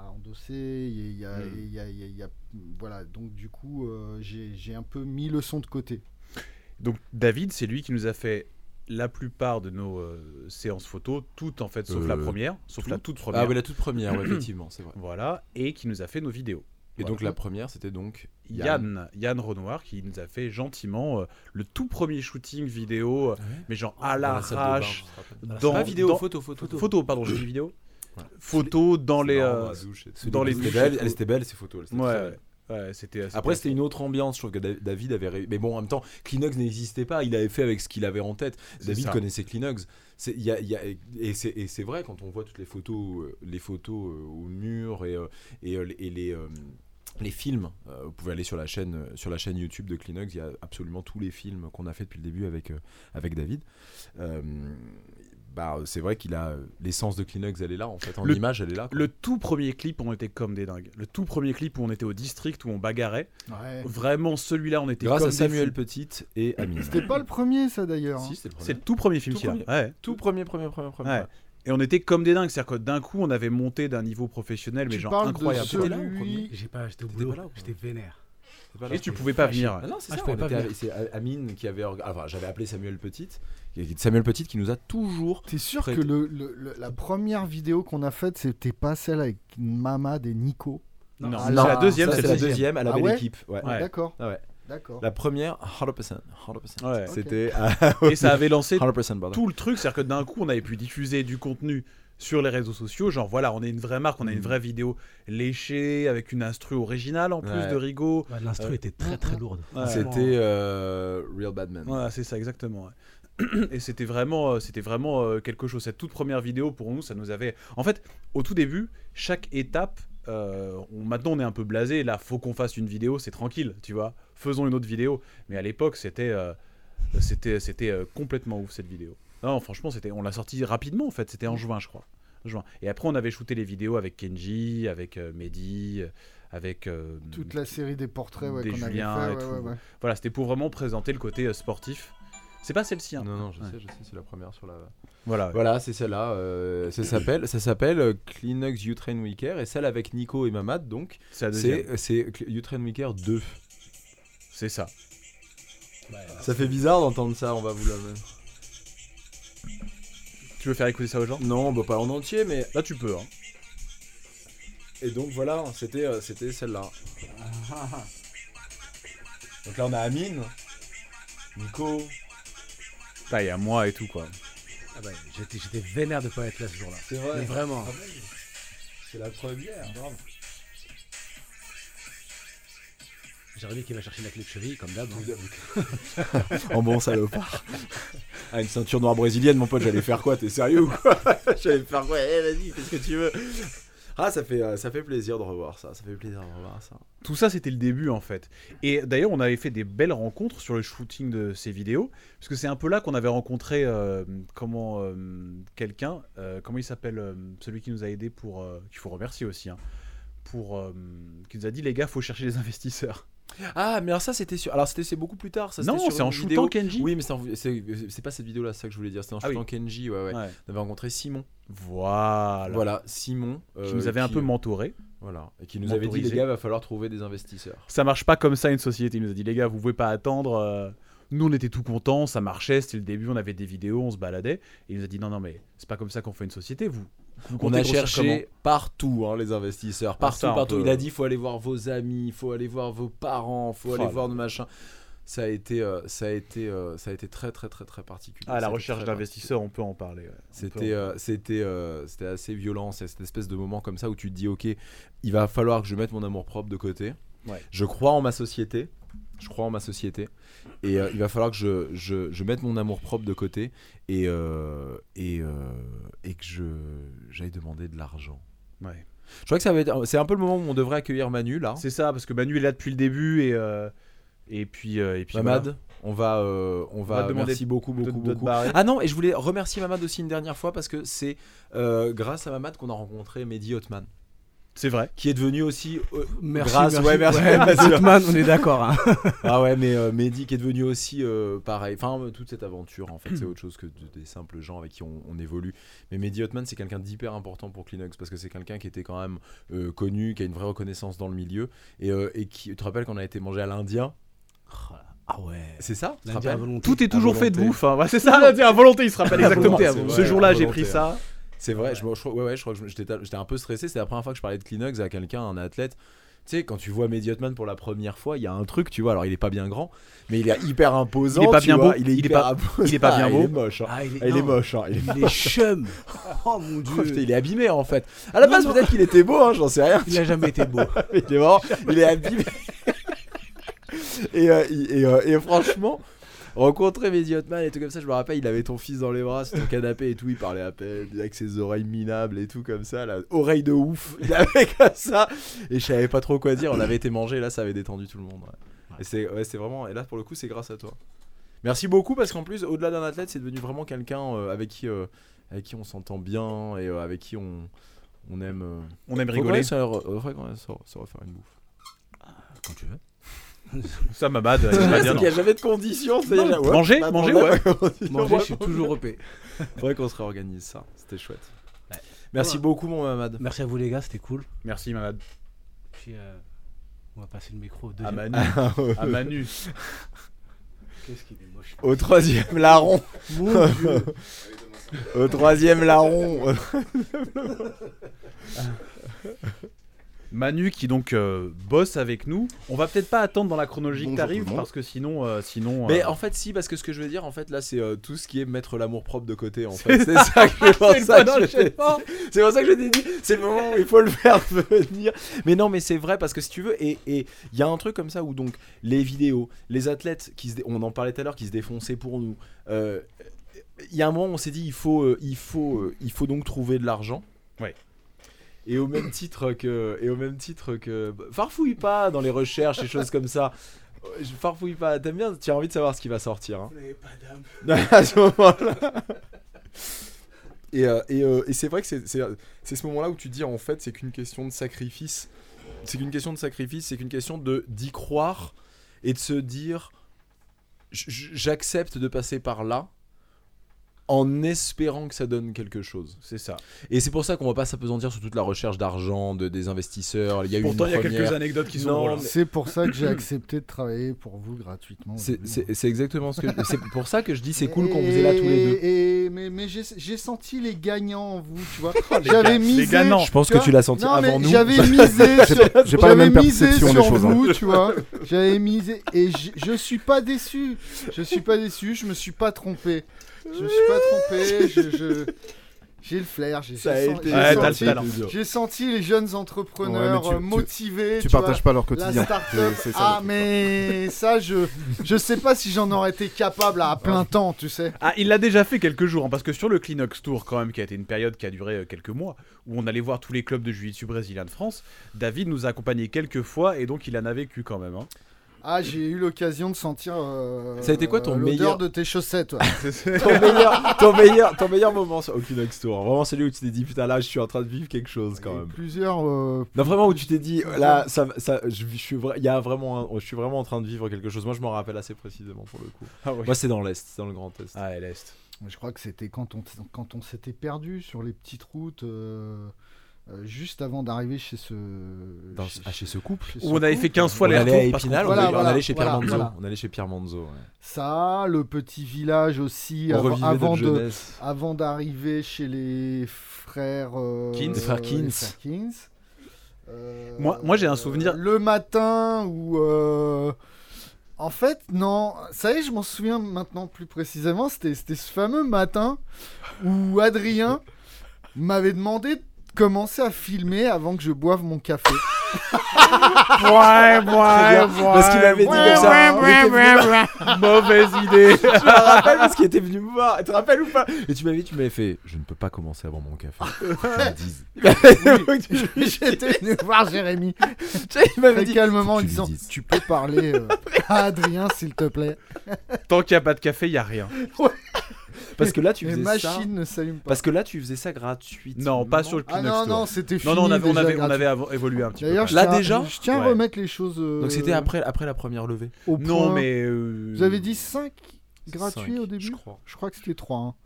à endosser et il y a, Mm. et il y a- il y a- il y a- voilà donc du coup euh, j'ai j'ai un peu mis le son de côté Donc David, c'est lui qui nous a fait la plupart de nos euh, séances photos, toutes en fait, sauf Euh, la première, sauf tout. la toute première. Ah, oui, la toute première, ouais, effectivement, c'est vrai. Voilà, et qui nous a fait nos vidéos. Et Voilà. donc, la première, c'était donc Yann. Yann, Yann Renoir qui nous a fait gentiment euh, le tout premier shooting vidéo, euh, Ah ouais mais genre à Dans la salle de bain, l'arrache, on se rappelle. Dans la dans Pas vidéo, dans- photo, photo. photo. pardon, j'ai dit vidéo. Voilà. Photo dans C'est les marrant, euh, la douche et tout. dans les Elle était douches et belle- tout. Elle était belle, ces photos. elles étaient Ouais, très ouais. belles. Ouais, c'était assez Après, c'était une autre ambiance. Je trouve que Da- David avait. ré- Mais bon, en même temps, Kleenex n'existait pas. Il avait fait avec ce qu'il avait en tête. C'est David ça. connaissait Kleenex. C'est- il y a- il y a- et c'est et c'est vrai, quand on voit toutes les photos, euh, les photos euh, au mur et, euh, et, euh, et les. euh, les films, Euh, vous pouvez aller sur la chaîne, euh, sur la chaîne YouTube de Kleenex, il y a absolument tous les films qu'on a fait depuis le début avec, euh, avec David. Euh, bah, c'est vrai qu'il a l'essence de Kleenex, elle est là en fait, en Le- image, elle est là. quoi. Le tout premier clip, on était comme des dingues. Le tout premier clip où on était au district, où on bagarrait. Ouais. Vraiment, celui-là, on était Grâce comme à des Samuel fous. Petit et Amine. C'était pas le premier, ça d'ailleurs. hein. Si, c'est le C'est premier. le tout premier film Tout qu'il a. premier. Ouais. Tout premier, premier, premier, premier. Ouais. Et on était comme des dingues. C'est-à-dire que d'un coup, on avait monté d'un niveau professionnel, mais Tu genre parles de incroyable. celui- quoi. là au premier J'ai pas, j'étais au T'étais boulot, pas là ou quoi j'étais vénère. Et tu pouvais pas venir. Ah non, c'est ça. Ah, je pouvais on pas était venir. avec- c'est A- Amine qui avait. orga- Enfin, j'avais appelé Samuel Petit. et Samuel Petit qui nous a toujours. T'es sûr Prêt. que le, le- le- la première vidéo qu'on a faite, c'était pas celle avec Mamad et Nico Non, Ah, c'est non. la deuxième, Ça, c'est c'est le la deuxième. deuxième. Elle Ah avait ouais l'équipe. Ouais. Ouais. D'accord, Ah ouais. d'accord. La première, 100%. 100%. Ouais. C'était Et ça avait lancé 100%. brother. tout le truc, c'est-à-dire que d'un coup, on avait pu diffuser du contenu sur les réseaux sociaux, genre voilà, on est une vraie marque, on a Mm. une vraie vidéo léchée, avec une instru originale en plus Ouais. de Rigaud. Ouais, L'instru Euh, était très très lourde. Ouais. Vraiment. C'était euh, Real Badman. Voilà, c'est ça exactement. ouais. Et c'était vraiment, euh, c'était vraiment euh, quelque chose. Cette toute première vidéo pour nous, ça nous avait. En fait, au tout début, chaque étape, euh, on- maintenant on est un peu blasé. Là, faut qu'on fasse une vidéo, c'est tranquille, tu vois. Faisons une autre vidéo. Mais à l'époque, c'était, euh, c'était, c'était euh, complètement ouf cette vidéo. Non, franchement, c'était, on l'a sortie rapidement en fait. C'était en juin, je crois. Juin. Et après, on avait shooté les vidéos avec Kenji, avec euh, Mehdi, euh, avec euh, Toute la série des portraits ouais, Des qu'on avait fait. Julien et Ouais, tout. ouais, ouais. Voilà, c'était pour vraiment présenter le côté euh, sportif. C'est pas celle-ci. hein. Non, non, je Ouais. sais, je sais, c'est la première sur la. Voilà. Voilà, c'est celle-là. euh, ça s'appelle, ça s'appelle euh, Kleenex U-Train Weeker et celle avec Nico et Mamad. Donc, C'est la deuxième. c'est c'est Cl- U-Train Weeker 2. C'est ça. Ça fait bizarre d'entendre ça. On va vous la. Tu veux faire écouter ça aux gens Non, bah pas en entier, mais. Là, tu peux. Hein. Et donc voilà, c'était euh, c'était celle-là. donc là, on a Amine, Nico. Là, il y a moi et tout, quoi. Ah bah, j'étais, j'étais vénère de pas être là ce jour-là. C'est vrai. Ah Mais vraiment. C'est la première. Jérémy qui va chercher la clé de cheville, comme d'hab. hein. en bon salopard. Ah, une ceinture noire brésilienne, mon pote, j'allais faire quoi T'es sérieux ou quoi J'allais faire quoi Eh, vas-y, fais ce que tu veux. Ah, ça fait, euh, ça fait plaisir de revoir ça. Ça fait plaisir de revoir ça. Tout ça, c'était le début, en fait. Et d'ailleurs, on avait fait des belles rencontres sur le shooting de ces vidéos. Parce que c'est un peu là qu'on avait rencontré euh, comment euh, quelqu'un. euh, comment il s'appelle euh, Celui qui nous a aidé pour. euh, qu'il faut remercier aussi. Hein, pour. euh, qui nous a dit, les gars, faut chercher les investisseurs. Ah, mais alors ça, c'était sur. Alors, c'était c'est beaucoup plus tard. Ça, non, c'était sur c'est en une shootant vidéo. Kenji. Oui, mais c'est en- c'est c'est pas cette vidéo-là, c'est ça que je voulais dire. C'était en Ah oui. shootant Kenji, ouais, ouais. Ouais. On avait rencontré Simon. Voilà. Voilà, Simon. Qui euh, nous avait un peu euh, mentoré. Voilà. Et qui nous avait dit, mentorisé. les gars, va falloir trouver des investisseurs. ça marche pas comme ça une société. Il nous a dit les gars, vous pouvez pas attendre. euh. Nous on était tout contents, ça marchait, c'était le début, on avait des vidéos, on se baladait. Et il nous a dit non non mais c'est pas comme ça qu'on fait une société. Vous, vous On comptez a grossir comment Ah, cherché partout, hein, les investisseurs, partout, ça, on partout. peut- Il a dit, faut aller voir vos amis, faut aller voir vos parents, faut Oh aller là voir nos machins. Ça a été, euh, ça a été, euh, ça a été très, très, très, très particulier. Ah, la C'était recherche très d'investisseurs, on peut en parler. ouais. On peut en c'était euh, c'était euh, c'était assez violent c'est cette espèce de moment comme ça où tu te dis ok il va falloir que je mette mon amour propre de côté Ouais. je crois en ma société je crois en ma société et euh, il va falloir que je, je, je mette mon amour propre de côté et euh, et, euh, et que je j'aille demander de l'argent Ouais. je crois que ça va être c'est un peu le moment où on devrait accueillir Manu là C'est ça parce que Manu est là depuis le début et euh, et puis euh, et puis. Mamad voilà. on va euh, on va va, te demander merci beaucoup de- beaucoup de te beaucoup barrer. Ah non, et je voulais remercier Mamad aussi une dernière fois parce que c'est euh, grâce à Mamad qu'on a rencontré Mehdi Hotman, C'est vrai. qui est devenu aussi. euh, Merci, grâce- merci. ouais, merci, Ouais, bien sûr. Batman, on est d'accord. hein. ah ouais, mais euh, Mehdi qui est devenu aussi euh, pareil. Enfin, euh, toute cette aventure, en fait, Mm. c'est autre chose que de- des simples gens avec qui on, on évolue. Mais Mehdi Hotman, c'est quelqu'un d'hyper important pour Kleenex parce que c'est quelqu'un qui était quand même euh, connu, qui a une vraie reconnaissance dans le milieu et, euh, et qui. Tu te rappelles qu'on a été mangé à l'Indien Oh là- Ah ouais. C'est ça Tu te Lundi à rappelles volonté. Tout est toujours fait de volonté. bouffe. hein. Ouais, c'est ça. À volonté, il se rappelle À exactement. volonté, à volonté. Ce jour-là, j'ai À pris volonté, ça. C'est vrai, je, me- je crois- ouais, ouais, je crois que je me- j'étais ta- j'étais un peu stressé. C'était la première fois que je parlais de Kleenex à quelqu'un, un athlète. Putain, sais, quand tu vois Mediatman pour la première fois, il y a un truc, tu vois. Alors, il est pas bien grand, mais il est hyper imposant. Il est pas tu bien vois, beau, Il est il est hyper pas- imposant. il est pas Ah, bien Il est beau. moche. hein. Ah, il est, Ah, il est non, moche. hein, Il est Il est chum. Oh mon Oh, putain, dieu. il est abîmé en fait. À la Non, base, non. peut-être qu'il était beau, hein, j'en sais rien. Il a jamais été beau. Il est mort, il est abîmé. et, euh, il- et, euh, et franchement, rencontrer Mediotman et tout comme ça, je me rappelle, il avait ton fils dans les bras, sur ton canapé et tout, il parlait à peine, il disait avec ses oreilles minables et tout comme ça, là, oreille de ouf, il avait comme ça. Et je savais pas trop quoi dire, on avait été mangé, là ça avait détendu tout le monde. ouais. Et c'est ouais, c'est vraiment, et là pour le coup, c'est grâce à toi. Merci beaucoup parce qu'en plus, au-delà d'un athlète, c'est devenu vraiment quelqu'un euh, avec qui. euh, avec qui on s'entend bien et euh, avec qui on, on aime euh, On aime Faudrait rigoler. que ça, re- faudrait qu'on- ça re- ça refaire une bouffe. Quand tu veux. Ça, ma bad, elle va C'est dire qu'il non. n'y a jamais de conditions. c'est- Non, ouais, manger, pas de manger, problème, condition, Manger, ouais, je suis toujours repé. Faudrait qu'on se réorganise ça. C'était chouette. Ouais. Merci Ouais. beaucoup, mon Mamad. Merci à vous les gars, c'était cool. Merci, ma bad. Puis euh, on va passer le micro au À Ah, deuxième. Manu. À Manu. Qu'est-ce qu'il est moche. Au troisième larron. Mon dieu. Au troisième larron. Manu qui donc euh, bosse avec nous. On va peut-être pas attendre dans la chronologie Bonjour que t'arrives tout le monde. parce que sinon, euh, sinon. Mais euh, en fait, si, parce que ce que je veux dire, en fait, là, c'est euh, tout ce qui est mettre l'amour propre de côté. En fait, c'est ça que je pense. ça que je t'ai- C'est pour ça que je t'ai dit, c'est le moment où il faut le faire venir. Mais non, mais c'est vrai parce que si tu veux, et et il y a un truc comme ça où donc les vidéos, les athlètes qui se dé- on en parlait tout à l'heure, qui se défonçaient pour nous. euh, Il y a un moment, où on s'est dit, il faut, euh, il faut, euh, il faut donc trouver de l'argent. Ouais. Et au même titre que, et au même titre que, bah, farfouille pas dans les recherches et choses comme ça. Euh, Je farfouille pas. T'aimes bien Tu as envie de savoir ce qui va sortir. hein. à ce moment-là. Et, euh, et, euh, et c'est vrai que c'est- c'est c'est ce moment-là où tu te dis en fait c'est qu'une question de sacrifice. C'est qu'une question de sacrifice, c'est qu'une question de d'y croire et de se dire j- j- j'accepte de passer par là en espérant que ça donne quelque chose. C'est ça. Et c'est pour ça qu'on va pas s'apesantir sur toute la recherche d'argent, de, des investisseurs. Il y a eu Pourtant, il une y a première. quelques anecdotes qui sont Non, drôles. hein. mais- C'est pour ça que j'ai accepté de travailler pour vous gratuitement. au C'est- début. C'est c'est exactement ce que. c'est pour ça que je dis c'est cool qu'on vous ait là tous les deux. Et, et- mais mais j'ai j'ai senti les gagnants en vous, tu vois. Oh, les gars- les J'avais misé. gagnants. Je pense que tu l'as senti non, avant mais nous. J'avais misé sur, J'ai pas la j'avais même misé perception des sur choses. hein. vous, tu vois. J'avais misé et je, je suis pas déçu. Je suis pas déçu. Je me suis pas trompé. Je me suis pas trompé. je- je- J'ai le flair. J'ai Ça a j'ai sen- été- j'ai Ouais, t'as le senti- talent. J'ai senti les jeunes entrepreneurs Ouais, mais tu- euh, motivés. Tu vois. partages pas leur La quotidien. start-up, C'est- c'est ça, ah le truc, mais ça je je sais pas si j'en aurais été capable à plein temps, tu sais. Ah, il l'a déjà fait quelques jours, hein, parce que sur le Clinox Tour, quand même, qui a été une période qui a duré euh, quelques mois, où on allait voir tous les clubs de jiu-jitsu brésilien de France, David nous a accompagnés quelques fois et donc il en a vécu quand même. hein. Ah, j'ai eu l'occasion de sentir euh, Ça a été quoi ton l'odeur meilleur- de tes chaussettes ouais. ton meilleur, ton meilleur, ton meilleur moment sur Okinex Tour. Vraiment celui où tu t'es dit putain là je suis en train de vivre quelque chose quand Et même. Plusieurs euh, Non vraiment où tu t'es dit là ça, ça je, je suis vra- il y a vraiment un- je suis vraiment en train de vivre quelque chose. Moi je m'en rappelle assez précisément pour le coup. Ah oui. Moi c'est dans l'est, c'est dans le grand est. Ah, elle est. Je crois que c'était quand on, quand on s'était perdu sur les petites routes, euh, euh, juste avant d'arriver chez ce. Dans- ah, chez ce couple. chez ce Où on avait couple. fait 15 fois On les allait à retours. parce qu'on- Épinal, on, Voilà, allait- on voilà, allait chez Pierre voilà, Manzo. voilà. On allait chez Pierre Manzo. ouais. Ça, le petit village aussi, On avant, revivait avant notre de, jeunesse. avant d'arriver chez les frères. euh, Kins. Les frères Kins. les frères Kins. Euh, Moi- moi, j'ai un souvenir- Le matin où. euh, En fait, non. Ça y est, je m'en souviens maintenant plus précisément. C'était c'était ce fameux matin où Adrien m'avait demandé de commencer à filmer avant que je boive mon café. Ouais, ouais, Parce qu'il m'avait dit ouais, comme ça. ouais, il était venu me- Mauvaise idée. Je me rappelle parce qu'il était venu me voir. Tu te rappelles ou pas Et tu m'avais dit, tu m'avais fait. Je ne peux pas commencer avant mon café. Je me dis. J'étais venu voir Jérémy Il m'avait très dit. calmement en tu lui disant dises. Tu peux parler euh, à Adrien, s'il te plaît. Tant qu'il n'y a pas de café, il n'y a rien. Parce que là, tu Les faisais machines ça. ne s'allument pas. Parce que là, tu faisais ça gratuitement. Non, pas sur le Ah Clinox non, Tour. non, c'était fini. non, non, on avait, on déjà, avait, on gratuit. avait avo- évolué un petit peu. D'ailleurs, quand je Là, tiens- déjà je tiens à Ouais. remettre les choses. euh, Donc c'était après, après la première levée. au même. Non, point. mais. euh, Vous avez dit 5 gratuits Cinq, au début Je crois. Je crois que c'était 3.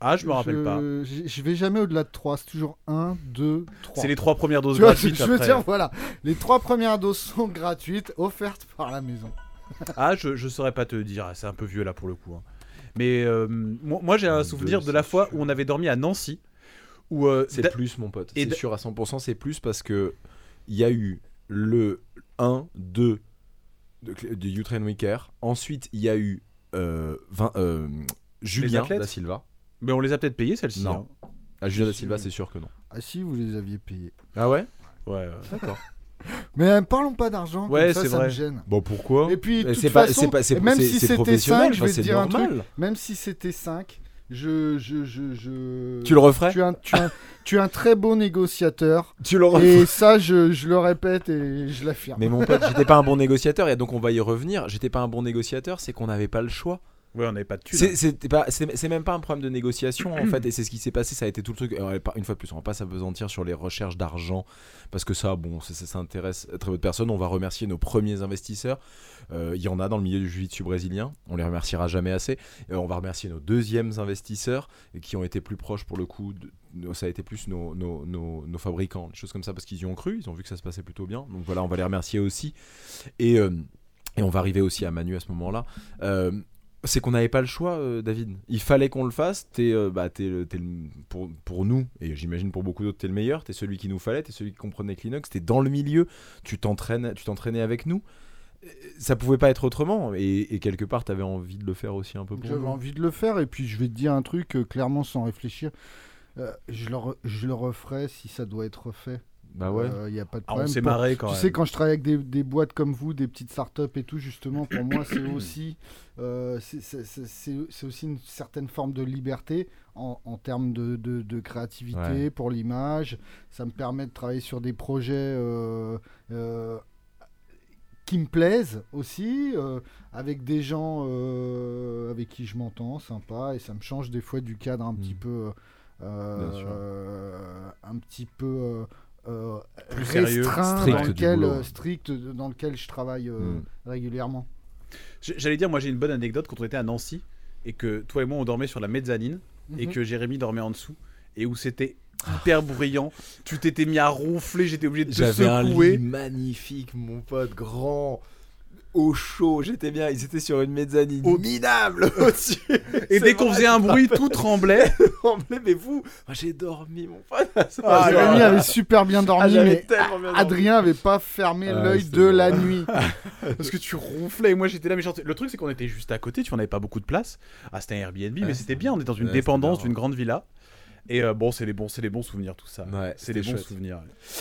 Ah, je me rappelle pas. Je, je vais jamais au-delà de 3. C'est toujours 1, 2, 3. C'est les trois premières doses tu vois, je, gratuites. je veux après. dire, voilà. Les 3 premières doses sont gratuites, offertes par la maison. Ah, je, je saurais pas te dire, Ah, c'est un peu vieux là pour le coup. hein. Mais euh, moi, moi, j'ai un Deux, souvenir de c'est la fois sûr. où on avait dormi à Nancy. Où, euh, C'est da- plus, mon pote. et C'est da- sûr à 100%, c'est plus parce que il y a eu le 1, 2 de, Cl- de Utrain Wicker. Ensuite, il y a eu euh, vingt- euh, Julien athlètes da Silva. Mais on les a peut-être payés celles-ci. hein. Non. Ah, Julien da Si. Silva, c'est sûr que non. Ah si, vous les aviez payés. Ah ouais hein. Ouais, ouais. D'accord. Mais euh, parlons pas d'argent, Ouais, comme ça, c'est ça vrai. me gêne. Bon, pourquoi Et puis, de Mais toute c'est pas- façon, c'est pas- c'est- même c'est- si c'est c'était professionnel, 5, je enfin, vais te c'est dire un truc. normal. Même si c'était 5, je... je, je, je... Tu le referais Tu es, un, tu, es un- tu es un très bon négociateur. Tu le referais Et ça, je, je le répète et je l'affirme. Mais mon pote, j'étais pas un bon négociateur et donc on va y revenir. J'étais pas un bon négociateur, c'est qu'on n'avait pas le choix. Ouais, on n'avait pas de thunes. hein. C'est- C'était pas, c'est c'est même pas un problème de négociation en fait, et c'est ce qui s'est passé. Ça a été tout le truc. Alors, pas- Une fois de plus, on va pas s'apesantir sur les recherches d'argent parce que ça, bon, ça, ça- ça intéresse très peu de personnes. On va remercier nos premiers investisseurs. Euh, Il y en a dans le milieu du jiu-jitsu brésilien. On les remerciera jamais assez. Euh, on va remercier nos deuxièmes investisseurs et qui ont été plus proches pour le coup. de- nos- ça a été plus nos, nos- nos- nos fabricants, des choses comme ça, parce qu'ils y ont cru. Ils ont vu que ça se passait plutôt bien. Donc voilà, on va les remercier aussi. Et, euh, et on va arriver aussi à Manu à ce moment-là. Euh, c'est qu'on n'avait pas le choix, euh, David. Il fallait qu'on le fasse. T'es, euh, bah, t'es le- t'es le- pour, pour nous, et j'imagine pour beaucoup d'autres, t'es le meilleur. T'es celui qui nous fallait, t'es celui qui comprenait Klinox, t'es dans le milieu, tu t'entraînes, tu t'entraînais avec nous. Euh, Ça pouvait pas être autrement. Et, et quelque part, t'avais envie de le faire aussi euh, un peu pour J'avais nous. envie de le faire et puis je vais te dire un truc euh, clairement sans réfléchir. Euh, je, le re- je le referai si ça doit être refait. Bah ouais. Il n'y a pas de Ah, on problème. s'est Pour- marré quand tu même. sais, quand je travaille avec des, des boîtes comme vous, des petites startups et tout, justement, pour moi, c'est aussi, euh, c'est- c'est- c'est c'est- c'est aussi une certaine forme de liberté en, en termes de, de- de créativité Ouais. pour l'image. Ça me permet de travailler sur des projets euh, euh, qui me plaisent aussi, euh, avec des gens euh, avec qui je m'entends, sympa, et ça me change des fois du cadre un petit Mm. peu. euh, Bien sûr. euh, un petit peu euh, euh, Plus sérieux. restreint Strict dans du lequel, boulot, euh, ouais. strict de- dans lequel je travaille euh, Mm. régulièrement. J- J'allais dire, moi j'ai une bonne anecdote quand on était à Nancy et que toi et moi on dormait sur la mezzanine et Mhm. que Jérémy dormait en dessous et où c'était hyper bruyant. Tu t'étais mis à ronfler, j'étais obligé de te J'avais un lit secouer. magnifique, mon pote, grand, au chaud. J'étais bien. Ils étaient sur une mezzanine Au- minable au-dessus. Et dès qu'on faisait un bruit, tout tremblait. mais vous, moi, j'ai dormi, mon pote. Ah, Ah, Jérémy là, avait super bien Ah, dormi, j'avais mais tellement bien dormi. Adrien avait pas fermé Ah, l'œil c'est de bon. la nuit. Parce que tu ronflais et moi j'étais là, mais genre, le truc c'est qu'on était juste à côté, tu vois, on n'avait pas beaucoup de place. Ah, c'était un Airbnb, mais Ouais, c'était bien, on était dans une ouais, c'était dépendance bien, d'une ouais. grande villa. Et euh, bon, c'est les bons, c'est les bons souvenirs tout ça. Ouais, c'est les c'était bons chouette. souvenirs.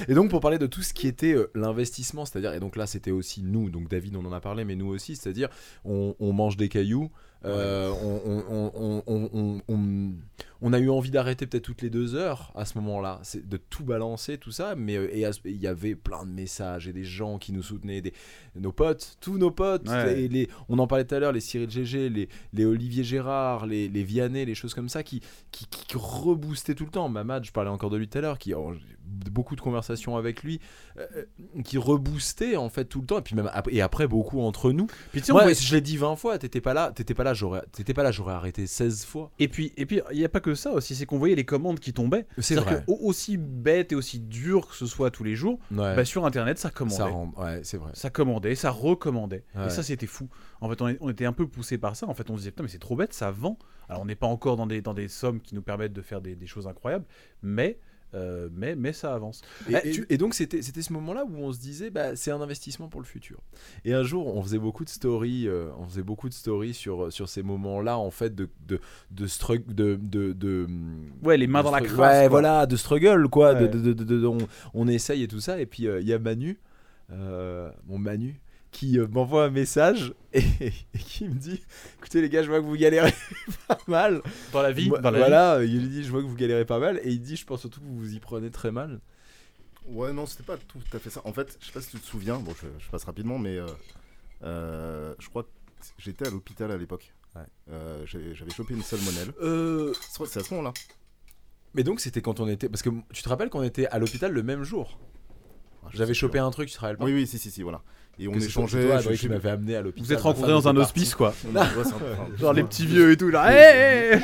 Et donc pour parler de tout ce qui était euh, l'investissement, c'est-à-dire, et donc là c'était aussi nous, donc David on en a parlé, mais nous aussi, c'est-à-dire on, on mange des cailloux, euh, on, on- on- on- on- on- on a eu envie d'arrêter peut-être toutes les deux heures à ce moment-là, c'est de tout balancer, tout ça, mais euh, et à ce- il y avait plein de messages et des gens qui nous soutenaient, des, nos potes, tous nos potes, Ouais. et les, on en parlait tout à l'heure, les Cyril GG, les, les Olivier Gérard, les, les Vianney, les choses comme ça qui, qui, qui qui reboostait tout le temps. Mamad, je parlais encore de lui tout à l'heure, qui oh, j'ai eu beaucoup de conversations avec lui, euh, euh, qui reboostait en fait tout le temps, et puis même ap- et après beaucoup entre nous. Puis tu sais, on Moi, pouvait- je l'ai dit 20 fois, t'étais pas là, t'étais pas là, j'aurais, t'étais pas là, j'aurais arrêté 16 fois. Et puis, et puis, il n'y a pas que ça aussi, c'est qu'on voyait les commandes qui tombaient. C'est C'est-à-dire vrai. que, au- aussi bête et aussi dur que ce soit tous les jours, Ouais, bah, sur Internet, ça commandait. ça Ça, rend, ouais, c'est vrai. commandait, ça recommandait. Ouais. Et ça, c'était fou. En fait, on, est- on était un peu poussé par ça. En fait, on se disait, putain, mais c'est trop bête, ça vend. Alors, on n'est pas encore dans des, dans des sommes qui nous permettent de faire des, des choses incroyables, mais, euh, mais, mais ça avance. Et, Eh, et- tu- et donc c'était c'était ce moment-là où on se disait bah c'est un investissement pour le futur. Et un jour on faisait beaucoup de stories, euh, on faisait beaucoup de stories sur sur ces moments-là en fait de de de strug- de, de, de- Ouais, les mains de dans la struggle. crasse, Ouais, quoi. voilà, de struggle quoi, de- Ouais. de, de- de- de- on, on essaye et tout ça. Et puis euh, il y a Manu, euh, mon Manu qui euh, m'envoie un message et, et qui me dit écoutez les gars je vois que vous galérez pas mal Dans la vie, Moi- dans la vie. voilà il lui dit je vois que vous galérez pas mal et il dit je pense surtout que vous vous y prenez très mal Ouais, non, c'était pas tout à fait ça. En fait, je sais pas si tu te souviens, bon, je, je passe rapidement, mais euh, euh, je crois que j'étais à l'hôpital à l'époque. Ouais. Euh, j'ai- J'avais chopé une salmonelle. euh, C'est à ce moment-là. Mais donc c'était quand on était parce que tu te rappelles qu'on était à l'hôpital le même jour. Ah, Ah, J'avais chopé un truc, tu te rappelles pas Oui, oui, si, si, si, voilà. Et on Que c'est échangeait. toi, je- Adrien, je- qui m'avait amené à l'hôpital. Vous êtes ma rencontrés femme dans un était hospice, quoi. Non, mais ouais, c'est un peu- hein. enfin, Genre les je- petits vieux et tout, là. Hey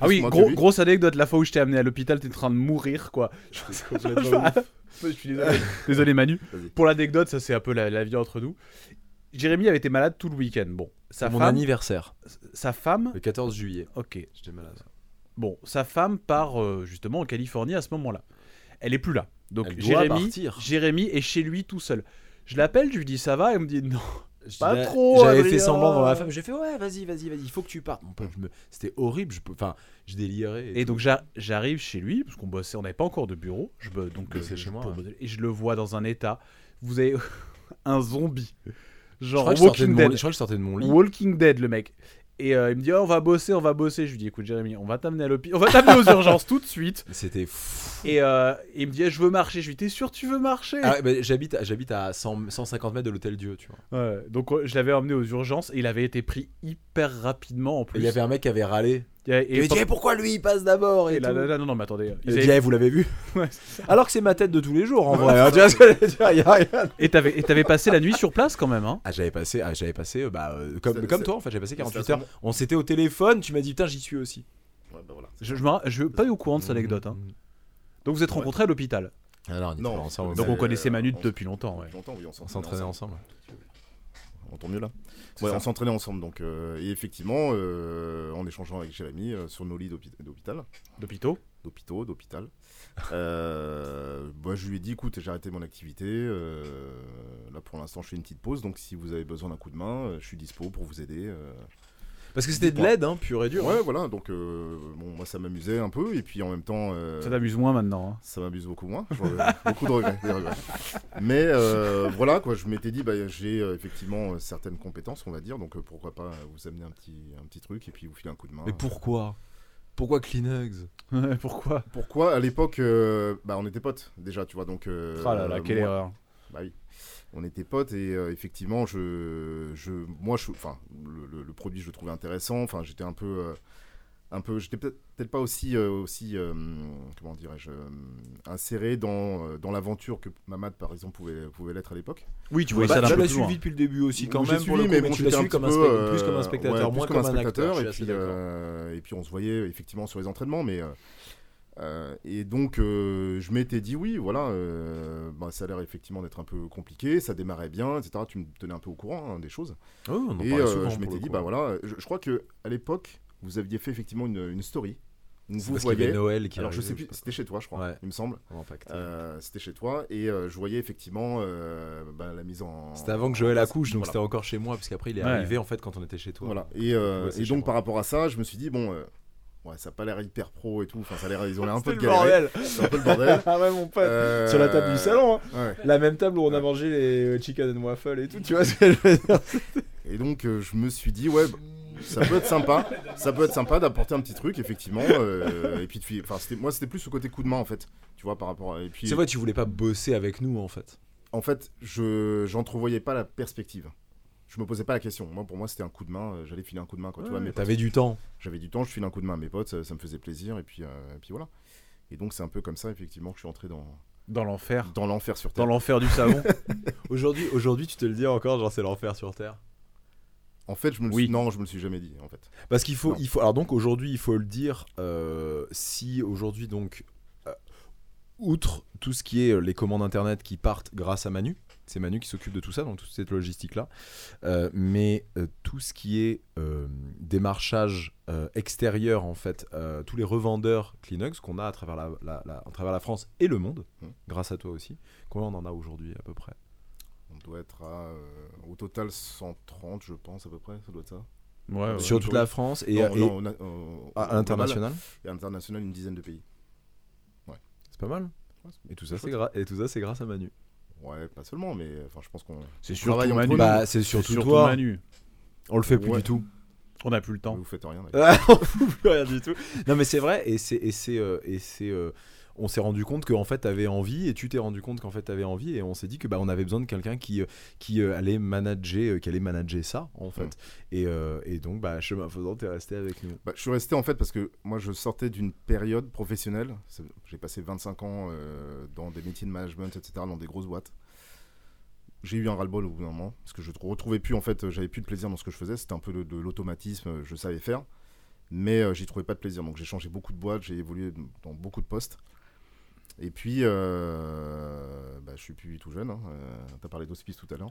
ah oui, Moi, gros- que lui. grosse anecdote, la fois où je t'ai amené à l'hôpital, t'es en train de mourir, quoi. complètement ouf. Je suis désolé. Désolé, Manu. Vas-y. Pour l'anecdote, ça c'est un peu la, la vie entre nous. Jérémy avait été malade tout le week-end. Bon, sa partie. Mon femme, anniversaire, sa femme, le 14 juillet. ok. J'étais malade. Bon, sa femme part euh, justement en Californie à ce moment-là. Elle est plus là. Donc Elle doit Jérémy, partir. Jérémy est chez lui tout seul. Je l'appelle, je lui dis ça va, elle me dit non. Je Pas l'ai- trop, J'avais hein. Adrien. fait semblant devant ma femme. J'ai fait ouais, vas-y, vas-y, vas-y, il faut que tu partes. Mon pauvre, je me- c'était horrible. Je peux, enfin, je délirais. Et tout. donc j'a- j'arrive chez lui parce qu'on bossait, on n'avait pas encore de bureau. Je me- donc euh, Bossait je- chez moi, pour- ouais. et je le vois dans un état. Vous avez un zombie, je genre crois, que je sortais de Walking mon, Dead. je crois que je sortais de mon lit. Walking Dead, le mec. Et euh, il me dit oh, on va bosser, on va bosser. Je lui dis écoute Jérémy, on va t'amener à l'hôpital, on va t'amener aux urgences tout de suite. C'était fou. Et euh, il me dit eh, je veux marcher. Je lui dis t'es sûr tu veux marcher Ah ouais, bah, j'habite, à- j'habite à 100 150 mètres de l'hôtel Dieu, tu vois. Ouais, Donc euh, je l'avais emmené aux urgences et il avait été pris hyper rapidement en Et plus. il y avait un mec qui avait râlé. Il y avait- et Il avait dit pendant- Eh, pourquoi lui il passe d'abord et et là, tout. là, là, non non mais attendez. Il ils avait dit, avaient- Eh, vous l'avez vu Ouais, Alors que c'est ma tête de tous les jours en vrai. hein, tu vois ce que je veux dire Il y a rien. Et t'avais et t'avais passé la nuit sur place quand même hein. Ah, j'avais passé, ah, j'avais passé euh, bah, euh, comme, C'est- comme c'est- toi en fait, j'avais passé 48 C'est à heures. ce On s'était au téléphone, tu m'as dit putain, j'y suis aussi. moment- ouais, bah voilà. Je, je, me ra- je suis pas eu au courant de Mmh. cette anecdote. hein. Donc vous êtes rencontrés à l'hôpital. Ah, non, on était Non, pas ensemble. c'est- Donc on, on connaissait Manu on- depuis longtemps. Ouais. J'entends, oui, on on s'entraînait s'entraînait ensemble. On tombe mieux là. C'est Ouais, ça. on s'entraînait ensemble donc. euh, et effectivement, euh, en échangeant avec Jérémy euh, sur nos lits d'hôpi- d'hôpital, D'hôpitaux. d'hôpitaux, d'hôpital, euh, bah, je lui ai dit écoute, j'ai arrêté mon activité. euh, là pour l'instant, je fais une petite pause. Donc si vous avez besoin d'un coup de main, euh, je suis dispo pour vous aider. euh. Parce que c'était de l'aide, hein, pur et dur. Ouais, voilà. Donc euh, bon, moi ça m'amusait un peu et puis en même temps. euh, Ça t'amuse moins maintenant. hein. ça m'abuse beaucoup moins. J'en ai beaucoup de regrets. des regrets. Mais euh, voilà, quoi, je m'étais dit, bah, j'ai euh, effectivement euh, certaines compétences, on va dire, donc euh, pourquoi pas euh, vous amener un petit, un petit truc et puis vous filer un coup de main. Mais pourquoi Pourquoi Kleenex Pourquoi Pourquoi À l'époque, euh, bah, on était potes déjà, tu vois, donc. euh, Ah là là, quelle moi- erreur. bah oui. On était potes et euh, effectivement, je, je, moi, je, enfin, le, le- le produit, je le trouvais intéressant. Enfin, j'étais un peu, euh, un peu, j'étais peut-être peut-être pas aussi, euh, aussi, euh, comment dirais-je, euh, inséré dans, euh, dans l'aventure que Mamad, par exemple, pouvait, pouvait l'être à l'époque. Oui, tu voyais Bah, ça d'un tu peu l'as plus loin. suivi depuis le début aussi, quand J'ai même. pour le suivi, coup, mais mais bon, tu l'as j'étais un suivi comme un, petit spect- peu, plus comme euh, un spectateur, ouais, moins plus comme un un acteur. spectateur, je suis et, assez puis, d'accord. euh, et puis on se voyait effectivement sur les entraînements, mais. euh, euh, et donc, euh, je m'étais dit oui, voilà, euh, bah, ça a l'air effectivement d'être un peu compliqué, ça démarrait bien, etc. Tu me tenais un peu au courant hein, des choses. Ouais, on en Et parlait euh, souvent, pour je le m'étais dit, coup. bah voilà, je, je crois que à l'époque, vous aviez fait effectivement une, une story. Où C'est vous parce qu'il y avait voyez. Noël qui Alors je arrivait, sais plus, pas. c'était chez toi, je crois, Ouais. il me semble. On va pas que- Euh, c'était chez toi et euh, je voyais effectivement euh, bah, la mise en. C'était avant que en Joël place. accouche, donc Voilà. c'était encore chez moi, parce qu'après il est Ouais. arrivé en fait quand on était chez toi. Voilà. Et, euh, Ouais, c'est et chez donc moi. par rapport à ça, je me suis dit bon, euh, ouais, ça a pas l'air hyper pro et tout. Enfin, ça a l'air ils ont l'air un peu de le galère. bordel. C'est un peu le bordel. Ah ouais, mon pote. Euh, Sur la table du salon, hein. ouais. la même table où on a Ouais. mangé les euh, chicken and waffle et tout, tu vois ce que je veux dire Et donc euh, je me suis dit ouais, bah, ça peut être sympa, ça peut être sympa d'apporter un petit truc effectivement. euh, et puis de fi- enfin c'était moi c'était plus ce côté coup de main en fait, tu vois par rapport à et puis C'est vrai, tu voulais pas bosser avec nous en fait. en fait je j'entrevoyais pas la perspective. Je me posais pas la question. Moi pour moi c'était un coup de main, euh, j'allais filer un coup de main quoi, tu vois. Mais mes potes. T'avais du temps. J'avais du temps, je file un coup de main à mes potes, ça, ça me faisait plaisir et puis euh, et puis voilà. Et donc c'est un peu comme ça effectivement que je suis entré dans Dans Ah. l'enfer. dans l'enfer sur terre. Dans l'enfer du salon. Aujourd'hui, aujourd'hui, tu te le dis encore, genre c'est l'enfer sur terre. En fait, je me le Oui. suis... non, je me le suis jamais dit en fait. Parce qu'il faut, Non. il faut. Alors donc aujourd'hui, il faut le dire. euh, si aujourd'hui donc, euh, outre tout ce qui est euh, les commandes internet qui partent grâce à Manu, c'est Manu qui s'occupe de tout ça, donc toute cette logistique là. mais euh, tout ce qui est euh, démarchage euh, extérieur en fait, euh, tous les revendeurs Kleenex qu'on a à travers la, la- la- à travers la France et le monde, Mhm. grâce à toi aussi. Combien on en a aujourd'hui à peu près On doit être à euh, au total 130 je pense à peu près, ça doit être ça. Ouais, ouais. sur toute oui. la France et, Euh, Non, et- non, on a- on- à- on- à international. Et international, une dizaine de pays. C'est pas mal. Ouais, Et tout ça, c'est gra- et tout ça, c'est grâce à Manu. Ouais, pas seulement, mais enfin, je pense qu'on. C'est on surtout travaille entre Manu. nous. Bah, c'est surtout Surtout toi. Manu. On le fait plus Ouais. du tout. On n'a plus le temps. Vous faites rien. d'ailleurs. Ah, on fout plus rien du tout. Non, mais c'est vrai. Et c'est, et c'est, euh, et c'est. euh, on s'est rendu compte qu'en fait, t'avais envie, et tu t'es rendu compte qu'en fait, t'avais envie, et on s'est dit que bah, on avait besoin de quelqu'un qui, euh, qui euh, allait manager, euh, qui allait manager ça, en fait. Mm. Et, euh, et donc, bah, chemin faisant, t'es resté avec nous. Bah, je suis resté en fait parce que moi, je sortais d'une période professionnelle. C'est- J'ai passé 25 ans euh, dans des métiers de management, etc., dans des grosses boîtes. J'ai eu un ras-le-bol au bout d'un moment parce que je ne retrouvais plus en fait, euh, j'avais plus de plaisir dans ce que je faisais. C'était un peu de, de l'automatisme, euh, je savais faire, mais euh, j'y trouvais pas de plaisir. Donc j'ai changé beaucoup de boîtes, j'ai évolué dans beaucoup de postes. Et puis, euh, bah, je suis plus tout jeune. Hein. tu as parlé d'hospice tout à l'heure.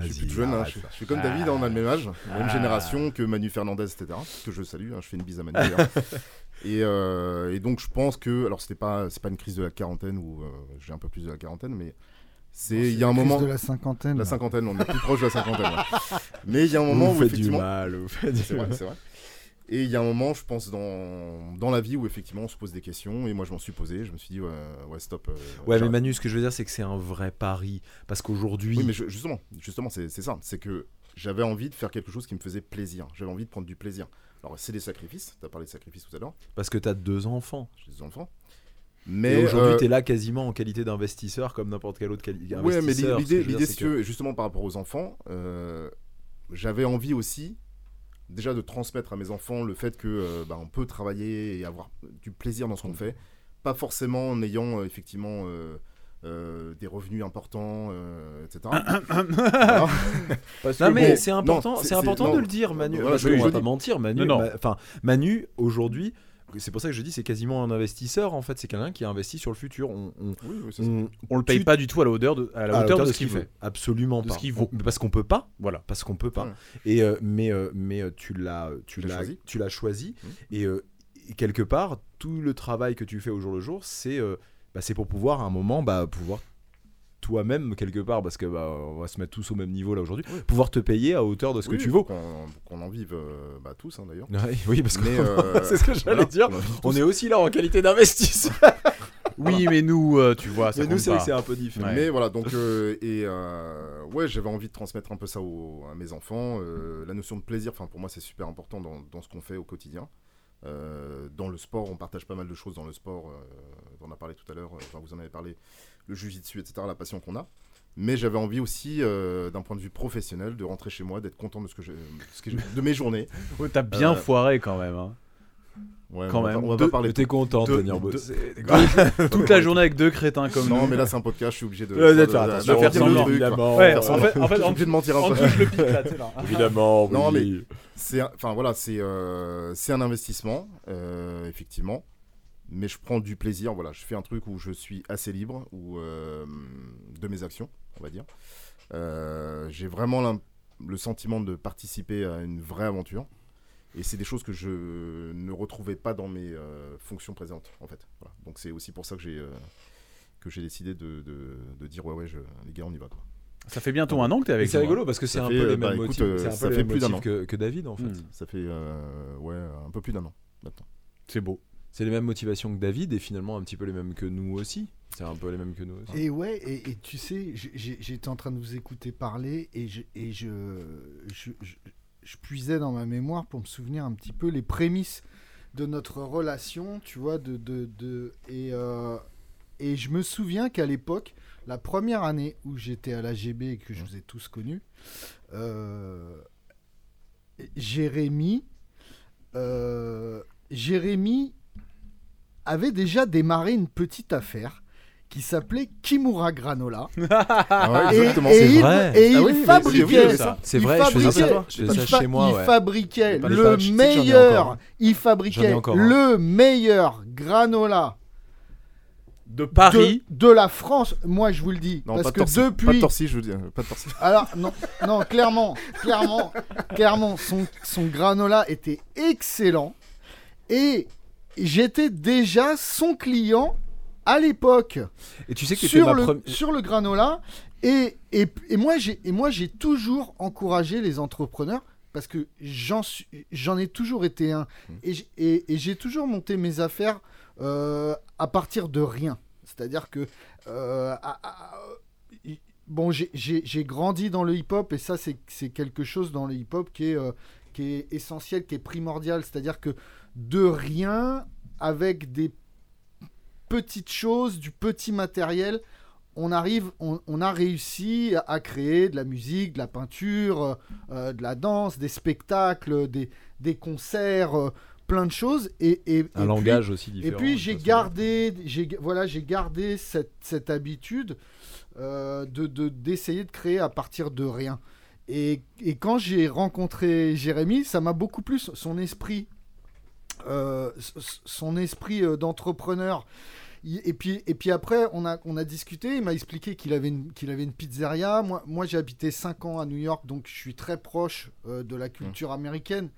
Je suis plus jeune, hein. arrête. Ah, je, suis- je suis comme David, hein, on a le même âge, même génération que Manu Fernandez, etc. Que je salue, hein, je fais une bise à Manu. d'ailleurs. Et, euh, et donc je pense que, alors c'était pas, c'est pas une crise de la quarantaine où euh, j'ai un peu plus de la quarantaine, mais c'est il y a un Crise moment. de la cinquantaine. La là. cinquantaine, on est plus proche de la cinquantaine. ouais. Mais il y a un moment vous où faites du effectivement. mal, vous faites du C'est vrai, mal. c'est vrai. Et il y a un moment, je pense, dans, dans la vie où effectivement on se pose des questions, et moi je m'en suis posé, je me suis dit, ouais, ouais, stop. euh, Ouais, mais j'arrête. Manu, ce que je veux dire, c'est que c'est un vrai pari. Parce qu'aujourd'hui, Oui, mais je- justement, justement c'est c'est ça. C'est que j'avais envie de faire quelque chose qui me faisait plaisir. J'avais envie de prendre du plaisir. Alors, c'est des sacrifices. Tu as parlé de sacrifices tout à l'heure. parce que t'as deux enfants. J'ai des enfants. Et, Mais aujourd'hui, euh, t'es là quasiment en qualité d'investisseur, comme n'importe quel autre quali- Ouais, mais investisseur. Ce que je l'idée, veux dire, l'idée, c'est si tu veux, justement par rapport aux enfants, euh, j'avais envie aussi déjà de transmettre à mes enfants le fait que euh, bah, on peut travailler et avoir du plaisir dans ce Mm. qu'on fait, pas forcément en ayant euh, effectivement euh, euh, des revenus importants, euh, etc. Voilà. Parce Non que mais bon, c'est non, important, c'est- c'est c'est- important non, de le dire, Manu. voilà, parce je qu'on le va dis. pas mentir, Manu. Non, non. bah, Enfin, Manu aujourd'hui, c'est pour ça que je dis, c'est quasiment un investisseur. En fait, c'est quelqu'un qui investit sur le futur. On, on- Oui, oui, c'est ça. on- on le paye tu- pas du tout à la hauteur de, à la à hauteur hauteur de ce qu'il veut. fait. Absolument De pas. ce qu'il vaut. On- parce qu'on peut pas. Voilà. Parce qu'on peut pas. Ouais. Et euh, mais euh, mais euh, tu l'as tu Je l'ai l'as choisi. tu l'as choisi. Et euh, et quelque part, tout le travail que tu fais au jour le jour, c'est euh, bah, c'est pour pouvoir à un moment bah, pouvoir toi-même quelque part parce que bah, on va se mettre tous au même niveau là aujourd'hui pouvoir te payer à hauteur de ce Oui, que tu vaux Qu'on qu'on en vive euh, bah, tous, hein, d'ailleurs. Ouais, oui, parce que Mais, euh, c'est ce que j'allais voilà, dire. qu'on en vive On tous. est aussi là en qualité d'investisseur. Oui, mais nous, euh, tu vois, ça Mais nous, compte c'est vrai que c'est pas. un peu différent. Ouais. Mais voilà, donc, euh, et euh, ouais, j'avais envie de transmettre un peu ça au- à mes enfants. euh, la notion de plaisir, enfin, pour moi, c'est super important dans, dans ce qu'on fait au quotidien. Euh, dans le sport, on partage pas mal de choses dans le sport. euh, on en a parlé tout à l'heure, euh, enfin, vous en avez parlé, le jujitsu, etc., la passion qu'on a. Mais j'avais envie aussi, euh, d'un point de vue professionnel, de rentrer chez moi, d'être content de, ce que j'ai- ce que j'ai- de mes journées. Ouais, T'as bien Euh, foiré quand même. hein. Ouais, Quand on va même. pas- on va De- pas parler T'es content, de- Daniel Bot. de- C'est- Toute la journée avec deux crétins comme Non, nous. mais là, c'est un podcast, je suis obligé de, Euh, de- d'être- de- attends, de- je vais de- faire dire le semblant, truc, quoi. évidemment. Ouais, en fait, en Je fait, suis en obligé de mentir un en peu. touche le pic là, tu sais, là. Évidemment, oui. Non, mais- C'est un- enfin voilà, c'est euh, c'est un investissement euh, effectivement, mais je prends du plaisir. Voilà, je fais un truc où je suis assez libre ou euh, de mes actions, on va dire. Euh, J'ai vraiment l'im- le sentiment de participer à une vraie aventure. Et c'est des choses que je ne retrouvais pas dans mes euh, fonctions présentes, en fait. Voilà. Donc c'est aussi pour ça que j'ai euh, que j'ai décidé de, de- de dire ouais ouais je- les gars on y va quoi. Ça fait bientôt un an que t'es Mais avec C'est nous, rigolo parce que c'est Ça un fait, peu les euh, bah, mêmes écoute, motifs. euh, c'est un ça peu les fait mêmes plus d'un motifs an. que, que David en hein. fait. Hmm, Ça fait euh, ouais un peu plus d'un an maintenant. C'est beau. C'est les mêmes motivations que David et finalement un petit peu les mêmes que nous aussi. C'est un peu les mêmes que nous aussi. Et ouais, et, et tu sais, j'ai- j'ai- j'étais en train de vous écouter parler et je, et je, je, je- je puisais dans ma mémoire pour me souvenir un petit peu les prémices de notre relation, tu vois, de, de, de- et, euh, et je me souviens qu'à l'époque, la première année où j'étais à l'AGB et que je vous ai tous connus, euh, Jérémy, euh, Jérémy avait déjà démarré une petite affaire qui s'appelait Kimura Granola. Ah ouais, Et, exactement, et c'est il, vrai. et il Ah oui, mais fabriquait, c'est- oui, mais ça. C'est il vrai, je faisais fabriquait- ça. Je il faisais ça fa- chez moi. il ouais. fabriquait Pas les le pages, tu sais que j'en ai encore, meilleur, hein. il J'en ai fabriquait encore, hein. le meilleur granola De de, Paris. de la France. Moi, je vous le dis, Non, parce pas de que torsi, Pas de depuis, torsi, je veux dire. Pas de torsi. Alors, non, non, clairement, clairement, clairement, son, son granola était excellent. Et j'étais déjà son client à l'époque Et tu sais que t'étais sur, ma le, première. sur le granola. Et, et, et moi, j'ai et moi, j'ai toujours encouragé les entrepreneurs parce que j'en suis- j'en ai toujours été un. Mmh. Et j'ai- Et et j'ai toujours monté mes affaires euh, à partir de rien. C'est-à-dire que. euh, à- à- euh, bon, j'ai- j'ai j'ai grandi dans le hip-hop et ça, c'est c'est quelque chose dans le hip-hop qui est. euh, qui est essentiel, qui est primordial, c'est-à-dire que de rien, avec des petites choses, du petit matériel, on arrive, on, on a réussi à- à créer de la musique, de la peinture, euh, de la danse, des spectacles, des, des concerts, euh, plein de choses. Et, et- et Un puis- langage aussi et différent. hein, puis de j'ai toute façon. gardé, j'ai voilà, j'ai gardé cette, cette habitude euh, de de- d'essayer de, créer à partir de rien. Et, et quand j'ai rencontré Jérémy, ça m'a beaucoup plu son- son esprit, euh, s- s- son esprit euh, d'entrepreneur. il- et puis et puis après on a on a discuté. Il m'a expliqué qu'il avait une qu'il avait une pizzeria. Moi moi j'ai habité 5 ans à New York, donc je suis très proche euh, de la culture américaine.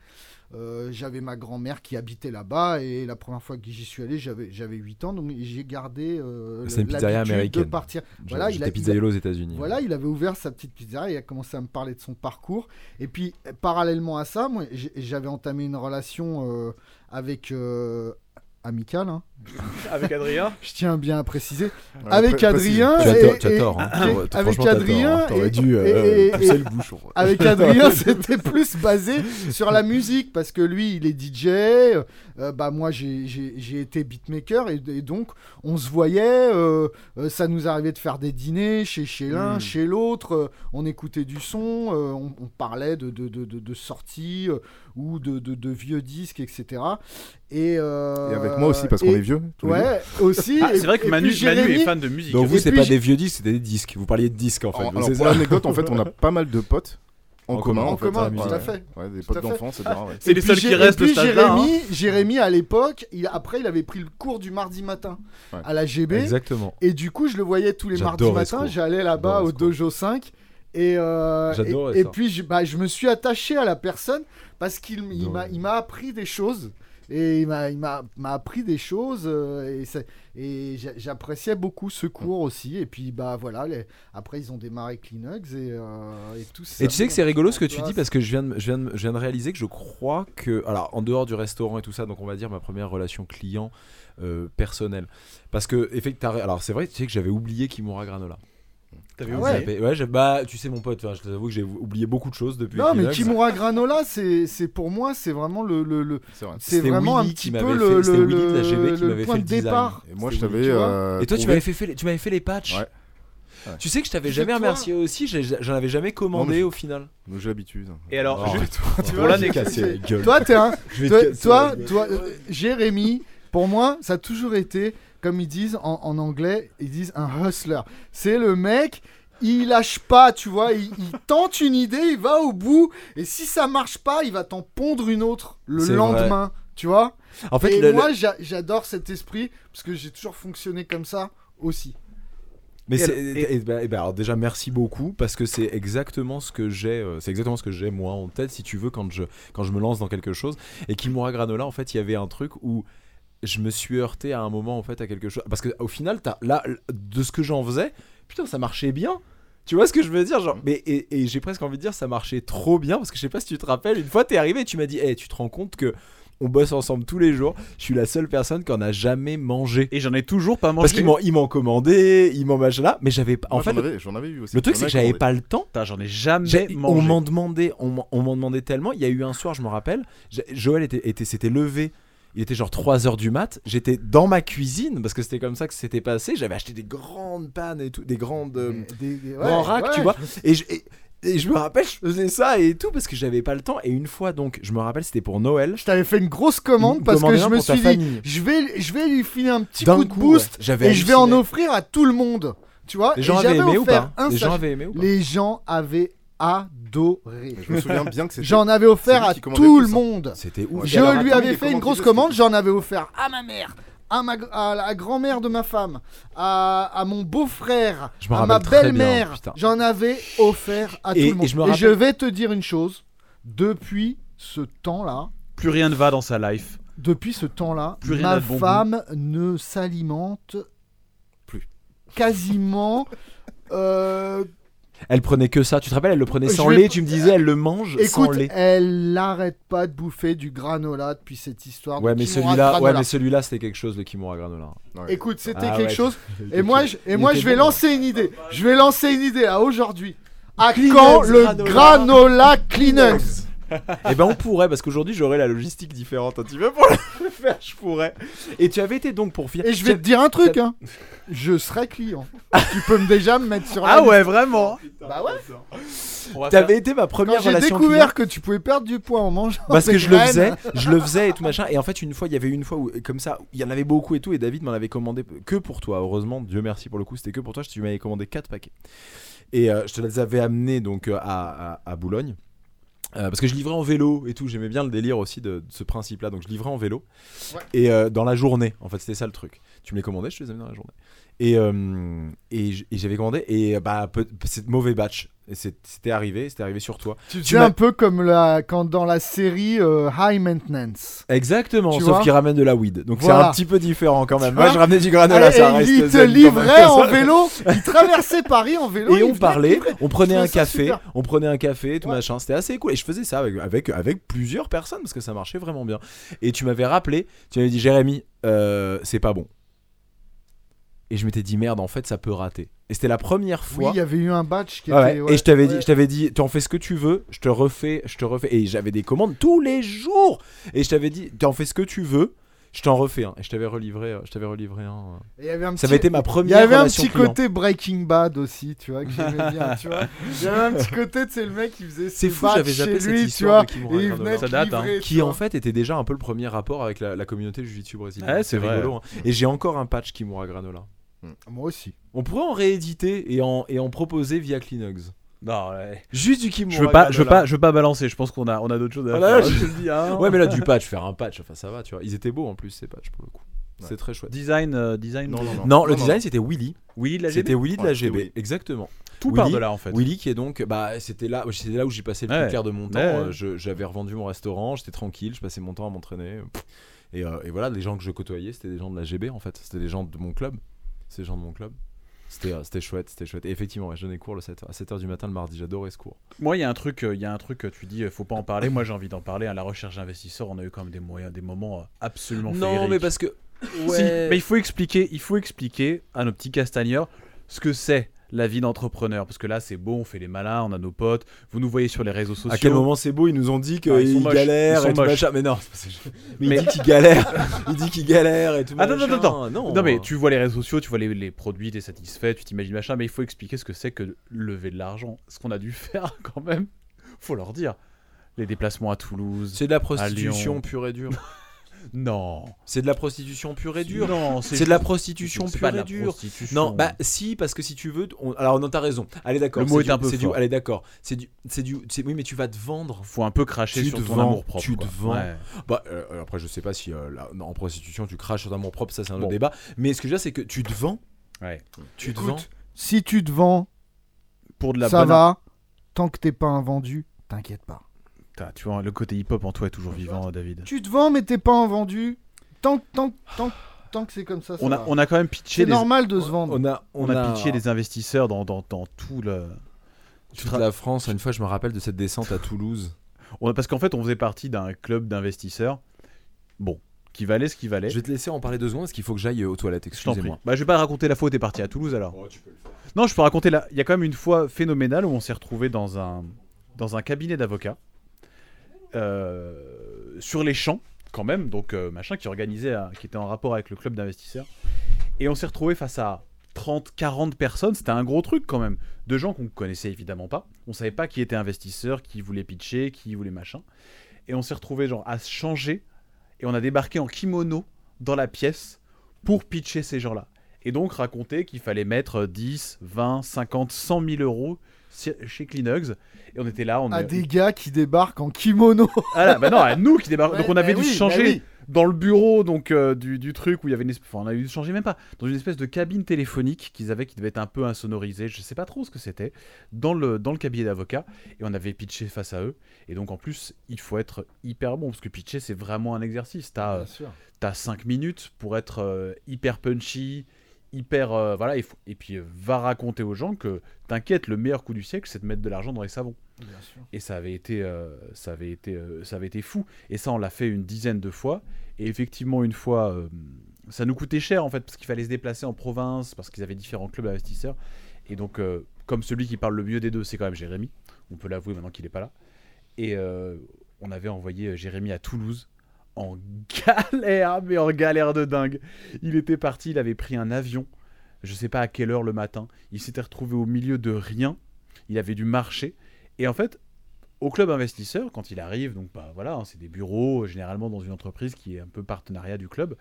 Euh, j'avais ma grand-mère qui habitait là-bas et la première fois que j'y suis allé, j'avais j'avais 8 ans, donc j'ai gardé euh, C'est une pizzeria l'habitude américaine. de partir. Voilà, Voilà, il a, il a- pizzaïolo aux États-Unis. hein. voilà, il avait ouvert sa petite pizzeria, il a commencé à me parler de son parcours. Et puis, euh, parallèlement à ça, moi, j'ai- j'avais entamé une relation euh, avec. euh, amicale, hein. Avec Adrien je tiens bien à préciser. Ouais, avec pré- précise. Adrien. Tu as et- tort, tu as et- tort, hein. et- Franchement, t'as avec tort, hein. Adrien. T'aurais et- dû euh, et- et- pousser et- le bouchon. avec Adrien, c'était plus basé sur la musique parce que lui, il est DJ. euh, bah moi, j'ai- j'ai j'ai été beatmaker et, et donc on se voyait. euh, euh, ça nous arrivait de faire des dîners chez chez l'un, Hmm. Mm. chez l'autre. euh, on écoutait du son, euh, on, on parlait de de, de- de- de sorties euh, ou de, de- de vieux disques, etc. Et, euh, Et avec moi aussi, parce qu'on et- est vieux. tous les deux. Ouais, aussi. Ah, et- c'est vrai que et Manu, puis Manu est Jérémy- fan de musique. Donc Et vous, c'est puis Oh, pas je- des vieux disques, c'était des disques. Vous parliez de disques en fait. Alors, vous, alors, c'est pour ça l'anecdote, en fait, on a pas mal de potes En en, commun. commun, en fait, hein, commun, ouais, tout à ouais. fait. Ouais, des à potes fait. d'enfance, etc. ouais. C'est Et les puis seuls Jé- qui restent hein. Et au puis stade là. Jérémy, Jérémy, à l'époque, il, après, il avait pris le cours du mardi matin Ouais. à la GB. Exactement. Et du coup, je le voyais tous les mardis J'adorais ce matins. cours. J'allais là-bas J'adorais au ce cours. dojo 5. Et, euh, J'adorais et, et ça. puis, je, bah, je me suis attaché à la personne parce qu'il m- il m'a J'adorais. il m'a appris des choses. Et il m'a- il m'a m'a appris des choses. euh, et c'est- et j'a- j'appréciais beaucoup ce cours aussi. Et puis, bah voilà, les- après, ils ont démarré Kleenex et, euh, et tout ça. Et tu sais que c'est rigolo ce que tu Place. dis parce que je viens, de, je, viens de, je viens de réaliser que je crois que, alors en dehors du restaurant et tout ça, donc on va dire ma première relation client euh, personnelle. Parce que, effectivement, alors c'est vrai, tu sais que j'avais oublié Kimura Granola. T'avais Ah oublié. ouais. J'avais- ouais j'ai- bah tu sais mon pote, enfin, je t'avoue que j'ai oublié beaucoup de choses depuis. Non, mais Kleenex. Kimura Granola, c'est c'est- pour moi, c'est vraiment le- le- le, C'est vrai. C'est C'était vraiment Willy un petit qui peu m'avait le, fait- c'était le, Willy de la le- GB qui le m'avait point fait de le design. départ. Et moi, je C'était Willy, t'avais. tu vois. euh, Et toi, tu trouvé- m'avais fait, fait les- tu m'avais fait les patchs. Ouais. Ouais. Tu sais que je t'avais C'est jamais toi. remercié aussi, j'ai- j'en avais jamais commandé Non, mais- au final. Mais J'ai l'habitude. Et alors, Oh, juste Tu pour l'anecdote, casser la gueule. Toi, t'es un. Je vais toi, te casser toi, la gueule. toi, euh, Jérémy, pour moi, ça a toujours été, comme ils disent en, en anglais, ils disent un hustler. C'est le mec. Il lâche pas, tu vois, il, il tente une idée, il va au bout, et si ça marche pas, il va t'en pondre une autre le C'est lendemain, tu vois. En fait, et le- le- moi, j'a- j'adore cet esprit, parce que j'ai toujours fonctionné comme ça aussi. Mais Et c'est- alors- et- et ben- et ben alors déjà merci beaucoup parce que c'est exactement ce que j'ai euh, c'est exactement ce que j'ai moi en tête si tu veux quand je quand je me lance dans quelque chose et Kimura Granola en fait il y avait un truc où je me suis heurté à un moment en fait à quelque chose parce que au final t'as là l- de ce que j'en faisais putain ça marchait bien tu vois ce que je veux dire genre mais et, et j'ai presque envie de dire ça marchait trop bien parce que je sais pas si tu te rappelles une fois t'es arrivé et tu m'as dit Eh, tu te rends compte que on bosse ensemble tous les jours je suis la seule personne qui en a jamais mangé et j'en ai toujours pas parce mangé. qu'ils m'ont ils m'ont commandé, ils m'ont machin là, mais j'avais pas. En Moi, fait, j'en le, avais, j'en avais eu aussi. le truc J'en c'est que avais j'avais commandé. pas le temps. Putain, j'en ai jamais J'ai- On mangé. m'en demandait, on m'en- on m'en demandait tellement. Il y a eu un soir, je me rappelle, j'ai- Joël était, était s'était levé. Il était genre 3h du mat, j'étais dans ma cuisine parce que c'était comme ça que c'était passé, j'avais acheté des grandes pannes et tout, des grandes euh, Des- des- ouais, grands racks, tu ouais. vois. Et je, et- et je me rappelle, je faisais ça et tout parce que j'avais pas le temps et une fois donc, je me rappelle c'était pour Noël. Je t'avais fait une grosse commande Une parce commande que je énorme me pour ta suis dit, famille. je vais, je vais lui filer un petit D'un coup de coup, boost ouais, j'avais et je vais en halluciné. offrir à tout le monde. Tu vois Les Et gens avaient j'avais aimé ou offert pas un Les gens sachet. avaient aimé ou pas Les gens avaient adoré. Mais Je me souviens bien que c'était. J'en avais offert lui à qui commandait tout le le plus, hein. monde. C'était ouf. Ouais, Je Et alors, lui attends, avais les fait une commandes grosse de commande, Stéphane. j'en avais offert à ma mère, à, ma, gr- à la grand-mère de ma femme, à, à mon beau-frère, Je me à ma rappelle très bien, belle-mère. putain. J'en avais offert à Et- tout le monde. et je me et je rappelle- vais te dire une chose, depuis ce temps-là, Plus rien ne va dans sa life. depuis ce temps-là, Plus rien n'a ma de bon femme ne s'alimente Plus. Quasiment. euh, Elle prenait que ça, tu te rappelles, elle le prenait Je sans vais- lait, tu me disais elle le mange sans écoute, lait. elle n'arrête pas de bouffer du granola depuis cette histoire. de Ouais mais, Kimura celui-là, ouais, Granola. mais celui-là, c'était quelque chose, le Kimura Granola. Ouais. Écoute, c'était Ah quelque ouais. chose. Et moi, je, et Il moi, était je vais bon. lancer une idée. Je vais lancer une idée à aujourd'hui. À Kleenex quand le granola, granola. Kleenex Eh ben, on pourrait, parce qu'aujourd'hui, j'aurais la logistique différente. hein, tu veux pour le faire, je pourrais. Et tu avais été donc pour finir. Et je vais te dire un truc, hein. Je serai client. tu peux me déjà me mettre sur la Ah ouais, vraiment Bah ouais. Ah, T'avais été ma Quand première j'ai relation. découvert client, que tu pouvais perdre du poids en mangeant. Parce que des je le graines, faisais, je le faisais et tout machin. Et en fait, une fois, il y avait une fois où, comme ça, il y en avait beaucoup et tout. Et David m'en avait commandé que pour toi. Heureusement, Dieu merci pour le coup, c'était que pour toi. Je- Tu m'avais commandé 4 paquets. Et euh, je te les avais amenés donc euh, à, à- à Boulogne. Euh, parce que je livrais en vélo et tout, j'aimais bien le délire aussi de, de ce principe-là. Donc je livrais en vélo et euh, dans la journée, en fait, c'était ça le truc. Tu me les commandais, je te les amenais dans la journée. Et, euh, et j- et j'avais commandé et euh, bah peu- c'est mauvais batch. Et c'est- C'était arrivé, c'était arrivé sur toi. Tu m'as- un peu comme la, quand dans la série euh, High Maintenance. Exactement, Tu sauf vois qu'il ramène de la weed. Donc c'est Voilà. un petit peu différent quand même. Tu Moi vois je ramenais du granola, Et- Ah ça et reste il te zen quand même. livrait en vélo, il traversait Paris en vélo. et il on venait- parlait, on prenait Je un trouvais ça café, super. on prenait un café, tout Ouais. machin, c'était assez cool. Et je faisais ça avec, avec, avec plusieurs personnes parce que ça marchait vraiment bien. Et tu m'avais rappelé, tu m'avais dit Jérémy, euh, c'est pas bon. Et je m'étais dit merde, en fait ça peut rater. Et c'était la première Oui, fois. il y avait eu un batch qui Ouais, était. et je t'avais dit, ouais. je t'avais dit, tu en fais ce que tu veux, je te refais, je te refais. Et j'avais des commandes tous les jours. Et je t'avais dit, tu en fais ce que tu veux, je t'en refais un. Et je t'avais relivré, euh, je t'avais relivré un. euh. Il y avait un Ça petit- avait été ma Il première. y avait un relation petit client. côté Breaking Bad aussi, tu vois, que j'aimais bien, tu vois. Il y avait un petit côté, tu sais, le mec qui faisait C'est ses fou, batchs j'avais chez zappé cette lui, tu histoire vois, de Kim et il Randall. venait Ça te date, hein. livrer, tu qui en vois. fait était déjà un peu le premier rapport avec la, la communauté jujitsu brésilienne. Ouais, c'est vrai. rigolo. hein. Et j'ai encore un patch qui mourra granola. Moi aussi. On pourrait en rééditer et en, et en proposer via Kleenex. Non, ouais. Juste du Kimura je veux pas, granola. je veux pas, je veux pas balancer. Je pense qu'on a, on a d'autres choses à Ah là, faire. je- Je te le dis, hein. Ouais, mais là, du patch, faire un patch, enfin ça va, tu vois. Ils étaient beaux en plus, ces patchs pour le coup. Ouais. C'est très chouette. Design, euh, design. Non, non, non. Non, le design c'était Willy. Oui, la C'était GB. Willy de Ouais, la c'était GB, Willy. exactement. Tout part Willy- de là en fait. Willy qui est donc, bah c'était là, c'était là où j'ai passé le plus Ouais. clair de mon temps. Ouais. Euh, je- J'avais revendu mon restaurant, j'étais tranquille, je passais mon temps à m'entraîner. Pff. Et, euh, et voilà, les gens que je côtoyais, c'était des gens de la GB en fait, c'était des gens de mon club, c'est des gens de mon club. C'était euh, c'était chouette, c'était chouette. Et effectivement, ouais, je donnais cours le 7 à 7h du matin le mardi, j'adorais ce cours. Moi, il y a un truc, euh, il y a un truc, euh, tu dis, euh, faut pas en parler. Moi, j'ai envie d'en parler. À la recherche d'investisseurs, on a eu quand même des moyens, des moments euh, absolument féeriques. que Si, mais il faut expliquer, il faut expliquer à nos petits castagneurs ce que c'est la vie d'entrepreneur. Parce que là, c'est beau, on fait les malins, on a nos potes. Vous nous voyez sur les réseaux sociaux. à quel moment c'est beau, ils nous ont dit Ah, ils sont qu'ils moches. Ils galèrent sont et tout moches. machin. Mais non, c'est pas- mais Mais- il dit qu'il galère, il dit qu'il galère et tout Ah, non, non, machin. non, non, Non mais tu vois les réseaux sociaux, tu vois les, les produits, t'es satisfait, tu t'imagines machin, mais il faut expliquer ce que c'est que lever de l'argent, ce qu'on a dû faire quand même. Faut leur dire. Les déplacements à Toulouse. C'est de la prostitution Lyon. pure et dure. Non. C'est de la prostitution pure et dure. Non, C'est de la prostitution c'est pure pas de et la dure. prostitution. Non, bah si, parce que si tu veux, on- alors non, t'as raison. Allez, d'accord. Le mot c'est est du- un peu c'est du- fort. Allez, d'accord. C'est du, c'est du, c'est- oui, mais tu vas te vendre. faut un peu cracher Tu sur te ton vends, amour propre. tu te quoi. vends. Ouais. Bah euh, après, je sais pas si euh, là, non, en prostitution tu craches sur ton amour propre, ça c'est un Bon. autre débat. Mais ce que je veux dire, c'est que tu te vends. Ouais. Tu te Écoute, vends. Si tu te vends, Pour de la ça bonne va. Tant que t'es pas invendu, t'inquiète pas. Putain, tu vois, le côté hip-hop en toi est toujours vivant, David. Tu te vends, mais t'es pas invendu. Tant, que- tant, que- tant, que- tant que c'est comme ça, ça On a, va. on a quand même C'est pitché les, normal de se vendre. On a, on a pitché les investisseurs dans, dans, dans tout le. toute la France. Une fois, je me rappelle de cette descente à Toulouse. On a- parce qu'en fait, on faisait partie d'un club d'investisseurs. Bon, qui valait ce qui valait. Je vais te laisser en parler deux secondes parce qu'il faut que j'aille euh, aux toilettes. Je t'en prie. Excusez-moi. Bah, je vais pas raconter la fois où t'es parti à Toulouse alors. Non, je peux raconter là. Il y a quand même une fois phénoménale où on s'est retrouvé dans un, dans un cabinet d'avocats. euh, sur les champs, quand même. Donc, euh, machin, qui organisait, un- qui était en rapport avec le club d'investisseurs. Et on s'est retrouvé face à 30, 40 personnes. C'était un gros truc quand même. De gens qu'on connaissait évidemment pas. On savait pas qui était investisseur, qui voulait pitcher, qui voulait machin. Et on s'est retrouvé genre à se changer. Et on a débarqué en kimono dans la pièce pour pitcher ces gens-là. Et donc raconter qu'il fallait mettre 10, 20, 50, 100 000 euros si- chez Kleenex. Et on était là, on À est- Ah, des gars qui débarquent en kimono. Ah là, bah non, à nous qui débarquons. donc on avait Bah dû se oui, bah changer oui. dans le bureau donc euh, du, du truc où il y avait une espèce... Enfin, on a eu changé même pas. Dans une espèce de cabine téléphonique qu'ils avaient qui devait être un peu insonorisée, je sais pas trop ce que c'était, dans le, dans le cabinet d'avocat. Et on avait pitché face à eux. Et donc en plus, il faut être hyper bon, parce que pitcher, c'est vraiment un exercice. T'as euh, t'as 5 minutes pour être euh, hyper punchy, hyper... euh, voilà, il faut- et puis euh, va raconter aux gens que, t'inquiète, le meilleur coup du siècle, c'est de mettre de l'argent dans les savons. Et ça avait été, euh, ça avait été, euh, ça avait été fou. Et ça, on l'a fait une dizaine de fois. Et effectivement, une fois, euh, ça nous coûtait cher en fait, parce qu'il fallait se déplacer en province, parce qu'ils avaient différents clubs d'investisseurs. Et donc, euh, comme celui qui parle le mieux des deux, c'est quand même Jérémy. On peut l'avouer maintenant qu'il n'est pas là. Et euh, on avait envoyé euh, Jérémy à Toulouse en galère, mais en galère de dingue. Il était parti, il avait pris un avion. Je sais pas à quelle heure le matin. Il s'était retrouvé au milieu de rien. Il avait dû marcher. Et en fait, au club investisseur, quand il arrive, donc bah, voilà, hein, c'est des bureaux, euh, généralement dans une entreprise qui est un peu partenariat du club,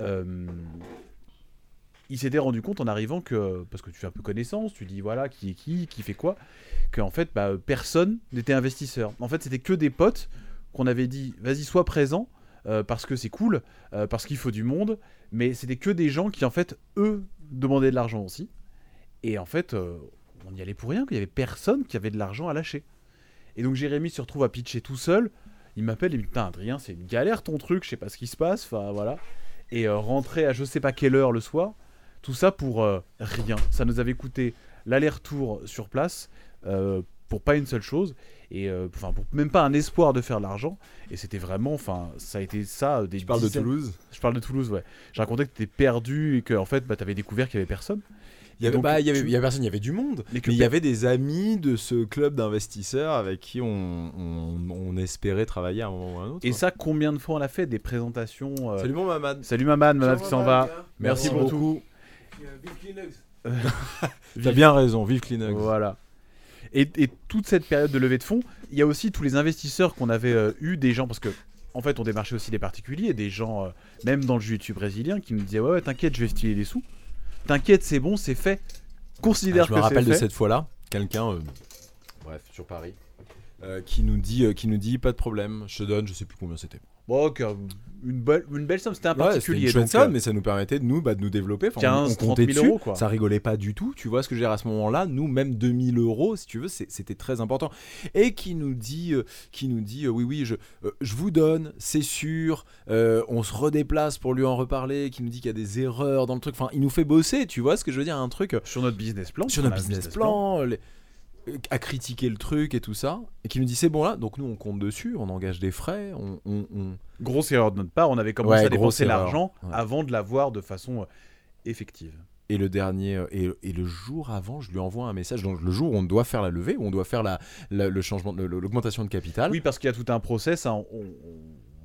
euh, il s'était rendu compte en arrivant que, parce que tu fais un peu connaissance, tu dis voilà qui est qui, qui fait quoi, qu'en fait bah, personne n'était investisseur. En fait c'était que des potes qu'on avait dit vas-y sois présent euh, parce que c'est cool, euh, parce qu'il faut du monde, mais c'était que des gens qui en fait eux demandaient de l'argent aussi. Et en fait euh, on y allait pour rien, qu'il y avait personne qui avait de l'argent à lâcher. Et donc Jérémy se retrouve à pitcher tout seul. Il m'appelle et me dit Putain, Adrien, c'est une galère ton truc, je sais pas ce qui se passe. Enfin, voilà. Et euh, rentrer à je sais pas quelle heure le soir. Tout ça pour euh, rien. Ça nous avait coûté l'aller-retour sur place euh, pour pas une seule chose. Et euh, enfin, pour même pas un espoir de faire de l'argent. Et c'était vraiment, enfin, ça a été ça. euh, Des Je parle de dizaines- Toulouse. Je parle de Toulouse, ouais. Je racontais que t'étais perdu et que en fait, bah, t'avais découvert qu'il y avait personne. Il y avait, donc, bah, il y avait, tu- il y avait personne, il y avait du monde. Mais que Mais il y pe- avait des amis de ce club d'investisseurs avec qui on, on- on espérait travailler à un moment ou à un autre. Et quoi. ça, combien de fois on a fait des présentations euh, Salut mon maman. Salut Maman, Maman qui s'en va. Merci, Merci pour tout. T'as bien raison, vive Kleenex. Voilà. Et, et toute cette période de levée de fonds, il y a aussi tous les investisseurs qu'on avait euh, eu, des gens, parce que en fait, on démarchait aussi des particuliers, des gens, euh, même dans le jiu-jitsu brésilien, qui nous disaient Ouais, ouais, t'inquiète, je vais filer des sous. T'inquiète, c'est bon, c'est fait. Considère Ah, je que me rappelle c'est de fait. cette fois-là, quelqu'un, euh, bref, sur Paris, euh, qui nous dit, euh, qui nous dit pas de problème, je te donne, je sais plus combien c'était. Bon, ok, une, belle, une belle somme, c'était un Ouais, c'était particulier. une chouette donc, euh, somme, mais ça nous permettait de nous, bah, de nous développer. Enfin, on- 15, on comptait 30 000 dessus, euros, quoi. Ça rigolait pas du tout. Tu vois ce que j'ai à ce moment-là, nous même 2000 euros, si tu veux, c'est- c'était très important. Et qui nous dit, euh, qui nous dit, euh, oui oui, je, euh, je vous donne, c'est sûr. euh, on se redéplace pour lui en reparler. Qui nous dit qu'il y a des erreurs dans le truc. Enfin, il nous fait bosser. Tu vois ce que je veux dire Un truc euh, sur notre business plan. sur on notre a un business plan. les- euh, à critiquer le truc et tout ça, et qui nous dit c'est bon là, donc nous on compte dessus, on engage des frais, on- on- on, Grosse erreur de notre part, on avait commencé Ouais, à dépenser grosse erreur. l'argent Ouais. avant de l'avoir de façon euh, effective. Et le dernier, euh, et, et le jour avant, je lui envoie un message. Donc le jour où on doit faire la levée, où on doit faire la, la- le changement, le- le- l'augmentation de capital. Oui, parce qu'il y a tout un process. hein, on- on-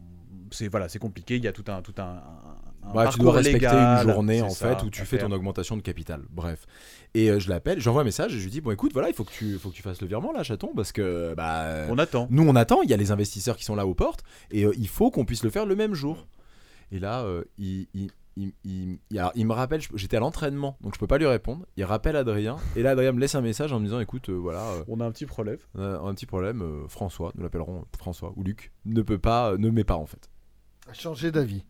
c'est voilà, c'est compliqué. Il y a tout un tout un, un- un Bah, tu dois parcours respecter légal, une journée c'est en ça, fait où tu à fais faire. ton augmentation de capital. Bref. Et euh, je l'appelle, j'envoie un message et je lui dis bon écoute voilà il faut que tu faut que tu fasses le virement là chaton parce que bah On attend. nous on attend il y a les investisseurs qui sont là aux portes et euh, il faut qu'on puisse le faire le même jour. Et là euh, il, il- il- il- il- alors, il me rappelle je- j'étais à l'entraînement donc je peux pas lui répondre. Il rappelle Adrien et là Adrien me laisse un message en me disant écoute euh, voilà euh, On a un petit problème. On a un petit problème, euh, François, nous l'appellerons François ou Luc, ne peut pas, euh, ne met pas en fait. A changé d'avis.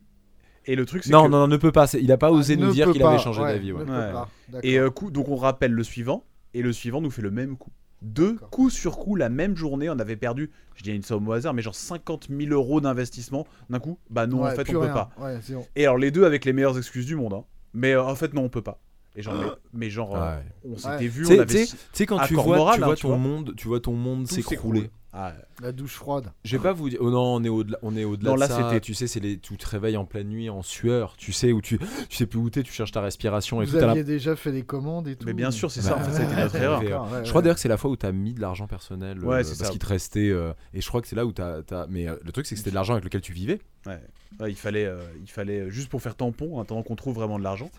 Et le truc, c'est Non, que- non, non, ne peut pas, c'est- il a pas osé Ah, nous ne dire peut qu'il avait pas, changé ouais, d'avis. ouais. ne peut Ouais. pas, d'accord. Et euh, coup, donc on rappelle le suivant, et le suivant nous fait le même coup. Deux D'accord. coups sur coup, la même journée, on avait perdu, je dis une somme au hasard, mais genre 50 000 euros d'investissement. D'un coup, bah non, Ouais, en fait, plus on peut rien. pas. Ouais, zéro. Et alors les deux avec les meilleures excuses du monde. hein. Mais euh, en fait, non, on peut pas. Et genre, mais, mais genre, euh, Ah Ouais. on Ouais. s'était vu, Tu on sais- avait Tu sais- tu sais, quand tu accord vois, moral, tu hein, vois tu ton vois. monde, tu vois ton monde tout s'écrouler. s'écroulé. Ah, La douche froide. Je vais pas vous dire. Oh non, on est au-delà, on est au-delà Non, de là, ça. c'était- Tu sais, c'est les, tu te réveilles en pleine nuit, en sueur. Tu sais où tu, tu sais plus où t'es. Tu cherches ta respiration et Vous tout. t'as la- aviez déjà fait les commandes et tout. mais bien sûr, c'est ça. Bah, En fait, ça a été notre ouais. erreur. D'accord, ouais, Je crois ouais. d'ailleurs que c'est la fois où t'as mis de l'argent personnel euh, Ouais, euh, c'est parce ça. qu'il te restait euh, et je crois que c'est là où t'as, t'as- mais euh, le truc c'est que c'était de l'argent avec lequel tu vivais. Ouais, il fallait, euh, il fallait euh, juste pour faire tampon, en attendant qu'on trouve vraiment de l'argent.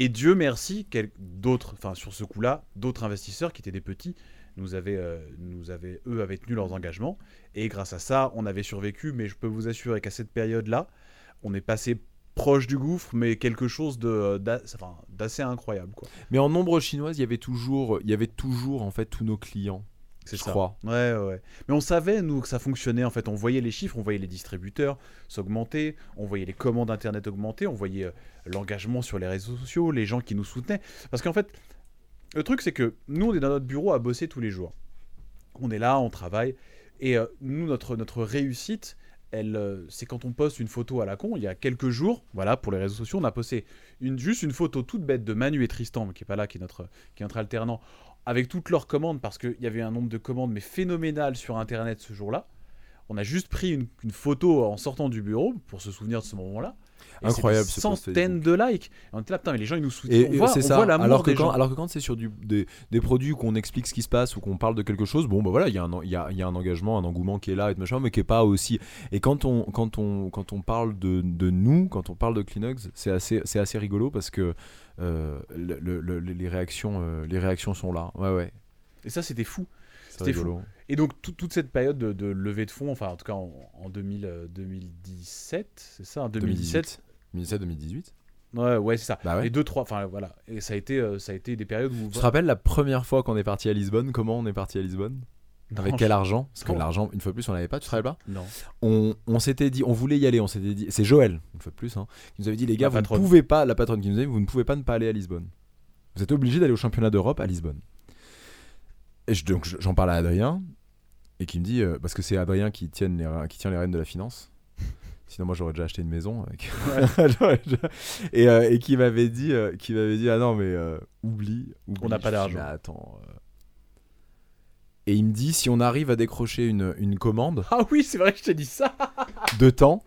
Et Dieu merci, quel- d'autres, enfin sur ce coup-là, d'autres investisseurs qui étaient des petits nous avaient, euh, nous avaient, eux avaient tenu leurs engagements. Et grâce à ça, on avait survécu. Mais je peux vous assurer qu'à cette période-là, on est passé proche du gouffre, mais quelque chose de, euh, d'a- enfin, d'assez incroyable, quoi. Mais en nombre chinoise, il y avait toujours, il y avait toujours en fait tous nos clients. C'est je ça. crois. Ouais, ouais, ouais. Mais on savait, nous, que ça fonctionnait. En fait, on voyait les chiffres, on voyait les distributeurs s'augmenter, on voyait les commandes Internet augmenter, on voyait euh, l'engagement sur les réseaux sociaux, les gens qui nous soutenaient. Parce qu'en fait, le truc, c'est que nous, on est dans notre bureau à bosser tous les jours. On est là, on travaille. Et euh, nous, notre, notre réussite, elle, euh, c'est quand on poste une photo à la con. Il y a quelques jours, voilà, pour les réseaux sociaux, on a posté une, juste une photo toute bête de Manu et Tristan, qui est pas là, qui est notre, qui est notre alternant, avec toutes leurs commandes, parce qu'il y avait un nombre de commandes mais phénoménal sur Internet ce jour-là. On a juste pris une, une photo en sortant du bureau pour se souvenir de ce moment-là. Et Incroyable, c'était ce post Centaines de likes. Et on était là, putain, mais les gens ils nous soutiennent. Et, on et voit, c'est on ça. voit l'amour alors que des quand, gens. alors que quand c'est sur du, des, des produits qu'on explique ce qui se passe ou qu'on parle de quelque chose, bon bah voilà, il y, a un en- il y a, il y a un engagement, un engouement qui est là et tout machin, mais qui est pas aussi. Et quand on, quand on, quand on parle de, de nous, quand on parle de Kleenex, c'est assez, c'est assez rigolo parce que euh, le- le- le- les réactions, euh, les réactions sont là. Ouais ouais. Et ça, c'était fou. C'est C'était fou. rigolo. Et donc tout- toute cette période de, de levée de fonds, enfin en tout hein, cas en, en 2000, euh, 2017, c'est ça, en 2017, 2017, 2018. Ouais, ouais, c'est ça. Bah ouais. Les deux, trois, enfin voilà. Et ça a été, euh, ça a été des périodes où. Tu te rappelles la première fois qu'on est parti à Lisbonne Comment on est parti à Lisbonne Avec quel argent Parce que Non. l'argent, une fois de plus, on l'avait pas. Tu te rappelles pas Non. On, on s'était dit, on voulait y aller. On s'était dit, c'est Joël, une fois de plus, hein, qui nous avait dit, les gars, vous ne patronne. pouvez pas, la patronne qui nous avait dit, vous ne pouvez pas ne pas aller à Lisbonne. Vous êtes obligés d'aller au championnat d'Europe à Lisbonne. Et je- donc je- j'en parle à Adrien et qui me dit, euh, parce que c'est Adrien qui tient les, re- qui tient les rênes de la finance. Sinon moi j'aurais déjà acheté une maison avec- J'aurais déjà- et, euh, et qui m'avait dit euh, qui m'avait dit ah non mais euh, oublie, oublie. On n'a pas Je suis, d'argent. mais attends euh. et il me dit si on arrive à décrocher une, une commande Ah oui, c'est vrai que je t'ai dit ça. de temps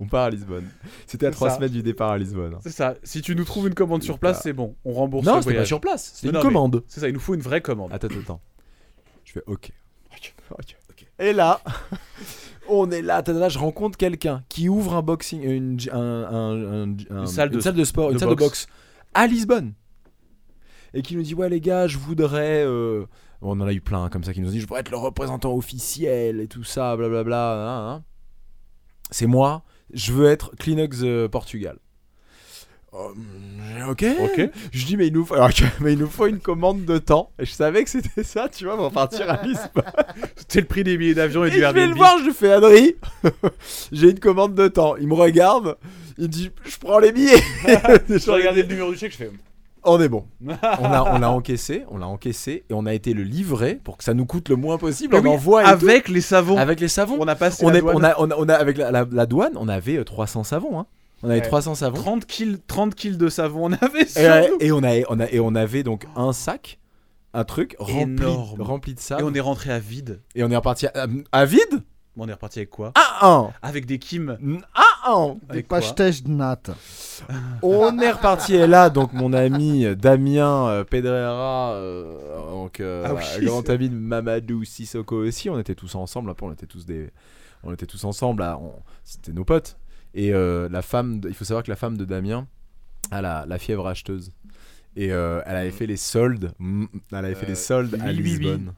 on part à Lisbonne c'était à C'est trois ça. semaines du départ à Lisbonne hein. C'est ça. Si tu nous trouves une commande sur place, c'est bon. On rembourse non le c'était pas voyage. sur place c'était une Non, non, mais- commande C'est ça. Il nous faut une vraie commande. Attends, attends, attends. Je fais OK. Et là, on est là, tadada, je rencontre quelqu'un qui ouvre un boxing, une, j- un- un- un- un- salle de- une salle de sport, une de salle de boxe boxe. à Lisbonne. Et qui nous dit Ouais, les gars, je voudrais. euh, On en a eu plein hein, comme ça qui nous ont dit Je voudrais être le représentant officiel et tout ça, blablabla. nan, nan, nan. hein, C'est moi, je veux être Kleenex euh, Portugal. Oh, mm, ok. Ok. Je dis, mais il, nous faut... alors que- mais il nous faut une commande de temps. Et je savais que c'était ça, tu vois, pour partir à Lisbonne. C'était le prix des billets d'avion et, Et du je vais Airbnb. le voir, je lui fais, Adri, j'ai une commande de temps. Il me regarde, il dit, je prends les billets. Je regardais le numéro du chèque, je fais. On est bon. on, a, on l'a encaissé, on l'a encaissé, et on a été le livrer pour que ça nous coûte le moins possible. Mais on oui, envoie et tout. Avec les savons. avec les savons. On a passé On, la est- douane. on a, on a- on a- avec la, la- la douane, on avait euh, 300 savons. hein. On avait Ouais. 300 savons. 30 kills, 30 kills de savon, on avait Et, euh, sur nous. et on a, on a- et on avait donc un sac, un truc rempli, Énorme. rempli de ça. Et on est rentré à vide. Et on est reparti à, à- à vide On est reparti avec quoi À Avec des Kim. 1 À 1 Des Avec quoi pastèches de natte. On est reparti et là, donc mon ami Damien euh, Pedrera, euh, donc, euh, Ah oui, voilà, grand ami de Mamadou Sissoko aussi, on était tous ensemble, hein, on était tous des... On était tous ensemble, là, on- c'était nos potes. Et euh, la femme, de- il faut savoir que la femme de Damien a la, la fièvre acheteuse. Et euh, elle avait fait les soldes, mm, elle avait fait Euh, les soldes à oui, oui, oui. Lisbonne.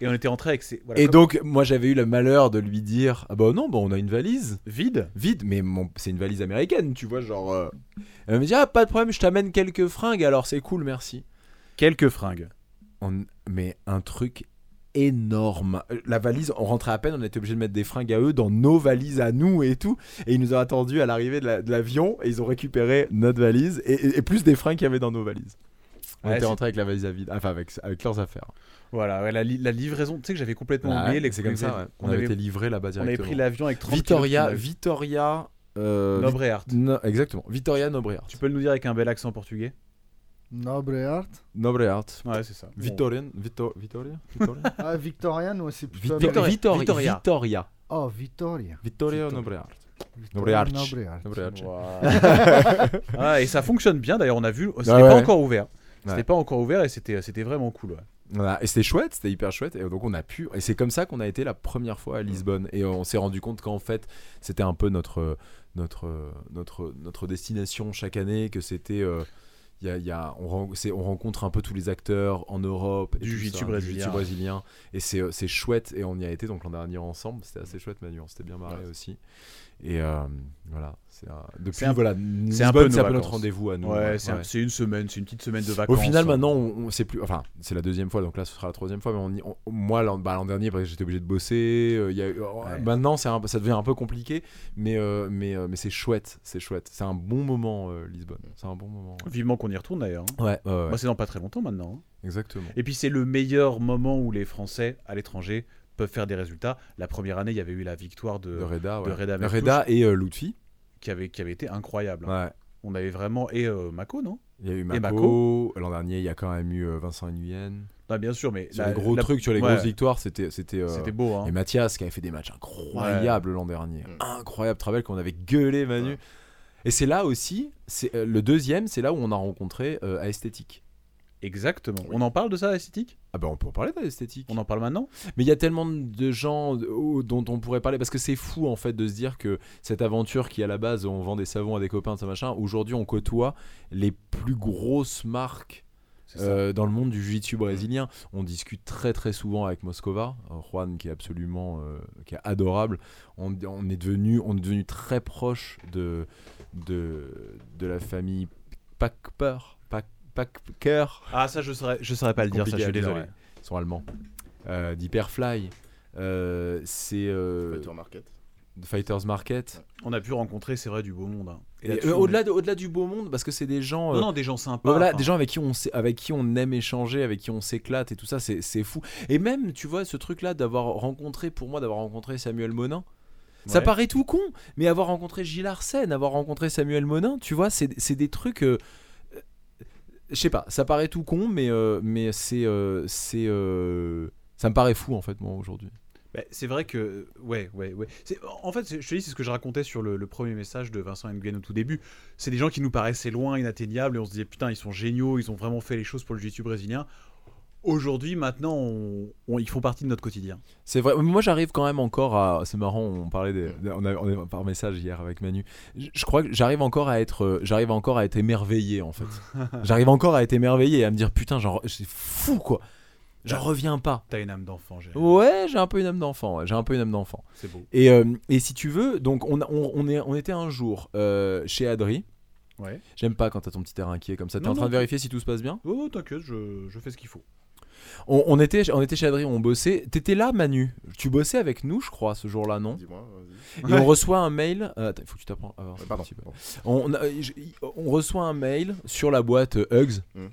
Et on était rentré avec ces. voilà, Et comme- donc, moi, j'avais eu le malheur de lui dire Ah bah non, bah, on a une valise Vide vide, mais mon- c'est une valise américaine, tu vois, genre. euh. Elle me dit Ah, pas de problème, je t'amène quelques fringues, alors c'est cool, merci. Quelques fringues. On- Mais un truc énorme. Euh, La valise, on rentrait à peine, on était obligé de mettre des fringues à eux dans nos valises à nous et tout. Et ils nous ont attendus à l'arrivée de la- de l'avion et ils ont récupéré notre valise et, et- et plus des fringues qu'il y avait dans nos valises. On Ouais, était c'est- rentré avec la valise à vide, enfin avec, avec leurs affaires. Voilà, ouais, la, li- la livraison. Tu sais que j'avais complètement Ah, oublié. les- c'est comme ça, ouais. On, on avait avait, été livrés là-bas on avait directement. pris l'avion avec 30 Vitoria, kilos de Vitoria. euh, fringues. Nobre et Art. Vit- No- exactement, Vitoria Nobreart. Tu peux le nous dire avec un bel accent portugais Nobreart. Nobreart. Ouais, c'est ça. Bon. Victorian, Vito- Victoria, Victoria, Ah, Victorian, ouais, c'est plutôt. Victoria, Victoria, Victoria. Victoria, Oh, Victoria. Victoria Nobreart. Nobreart. Nobreart. Ah, et ça fonctionne bien d'ailleurs, on a vu. C'était Ouais, pas ouais. encore ouvert. C'était Ouais. pas encore ouvert et c'était c'était vraiment cool. ouais. Voilà, et c'était chouette, c'était hyper chouette, et donc on a pu, et c'est comme ça qu'on a été la première fois Mm. à Lisbonne, et on s'est rendu compte qu'en fait c'était un peu notre notre notre notre destination chaque année, que c'était euh, il y a- il y a- on, ren- c'est- on rencontre un peu tous les acteurs en Europe et Du tout jiu-jitsu ça, brésilien. jiu-jitsu brésilien, et c'est euh, c'est chouette, et on y a été donc l'an dernier ensemble, c'était Mm. assez chouette Manu, on s'était bien marré aussi, et euh, voilà, c'est un- depuis C'est un- voilà c'est un peu Lisbonne c'est un nos peu notre vacances. rendez-vous à nous. Ouais, ouais, c'est un- ouais. c'est une semaine, c'est une petite semaine de Au vacances. final, maintenant, on, on sait plus. Enfin, c'est la deuxième fois, donc là, ce sera la troisième fois. Mais on y- on- moi, l'an bah, l'an dernier, parce que j'étais obligé de bosser. euh, il y a eu- oh, Ouais. Maintenant, c'est un- ça devient un peu compliqué, mais euh, mais euh, mais c'est chouette, c'est chouette. C'est un bon moment, euh, Lisbonne. C'est un bon moment. ouais. Vivement qu'on y retourne d'ailleurs. hein. Ouais, ouais, ouais, Moi, c'est dans pas très longtemps maintenant. hein. exactement. Et puis c'est le meilleur moment où les Français à l'étranger peuvent faire des résultats. La première année, il y avait eu la victoire de, De Reda, ouais. de Reda Mertouche. Reda et euh, Lutfi. qui, avait, qui avait été incroyable. hein. Ouais. On avait vraiment et euh, Mako, non Il y a eu Et Mako. L'an dernier, il y a quand même eu euh, Vincent Nguyen. Non, bien sûr, mais Sur la- les gros Bah, la- trucs, sur les ouais. grosses victoires, c'était c'était. euh, c'était beau. Hein. Et Mathias qui avait fait des matchs incroyables l'an dernier. Incroyable travail qu'on avait gueulé Manu. Ouais. Et c'est là aussi, c'est euh, le deuxième, c'est là où on a rencontré euh, Aesthétique. Exactement. On en parle de ça, esthétique Ah ben on peut en parler d'Aesthétique. On en parle maintenant Mais il y a tellement de gens euh, dont on pourrait parler parce que c'est fou en fait de se dire que cette aventure qui à la base on vend des savons à des copains, ça machin, aujourd'hui on côtoie les plus grosses marques C'est ça. Euh, dans le monde du jiu-jitsu brésilien, on discute très très souvent avec Moscova, euh, Juan qui est absolument euh, qui est adorable. On, on est devenu on est devenu très proche de de, de la famille Packer, Pac- Packer, Ah, ça, je saurais, je saurais pas le dire, ça, Compliqué je à suis dire, désolé. ouais. ils sont allemands, euh, d'Hyperfly. euh, c'est euh, Fighter Market. de Fighters Market. On a pu rencontrer, c'est vrai, du beau monde. hein. Et, là-dessus, euh, on au-delà de- au-delà du beau monde, parce que c'est des gens. est- euh, Non, hein. non, des gens sympas. voilà, enfin, des gens avec qui on s'est- avec qui on aime échanger, avec qui on s'éclate et tout ça, c'est c'est fou. Et même, tu vois, ce truc-là d'avoir rencontré, pour moi, d'avoir rencontré Samuel Monin, ça ouais. paraît tout con, mais avoir rencontré Gilles Arsène, avoir rencontré Samuel Monin, tu vois, c'est c'est des trucs. euh, euh, je sais pas, ça paraît tout con, mais, euh, mais c'est. euh, c'est euh, ça me paraît fou en fait, moi, aujourd'hui. Bah, c'est vrai que ouais ouais ouais. C'est- en fait c'est- je te dis c'est ce que je racontais sur le, le premier message de Vincent Nguyen au tout début. C'est des gens qui nous paraissaient loin, inatteignables et on se disait putain ils sont géniaux, ils ont vraiment fait les choses pour le jiu-jitsu brésilien. Aujourd'hui maintenant on- on- ils font partie de notre quotidien. C'est vrai. Moi, j'arrive quand même encore à. C'est marrant. On parlait des- Mm. on a- on a- par message hier avec Manu. Je, je crois que j'arrive encore à être. euh, J'arrive encore à être émerveillé en fait. j'arrive encore à être émerveillé et à me dire putain, genre, c'est fou quoi. J'en reviens pas. T'as une âme d'enfant, Jérémy. Ouais, j'ai un peu une âme d'enfant. ouais, J'ai un peu une âme d'enfant. c'est beau. Et, euh, et si tu veux, donc on, a- on, on est, on était un jour euh, chez Adri. Ouais. J'aime pas quand t'as ton petit air inquiet comme ça. T'es Non, en train non. de vérifier si tout se passe bien. Oh t'inquiète, je, je fais ce qu'il faut. On, on était, on était chez Adri, on bossait. T'étais là, Manu. Tu bossais avec nous, je crois, ce jour-là, non Dis-moi, vas-y. Et on reçoit un mail. euh, attends, il faut que tu t'apprends. avance un Pardon. petit peu. Bon. On, a- je- on reçoit un mail sur la boîte euh, Hugs, Mm.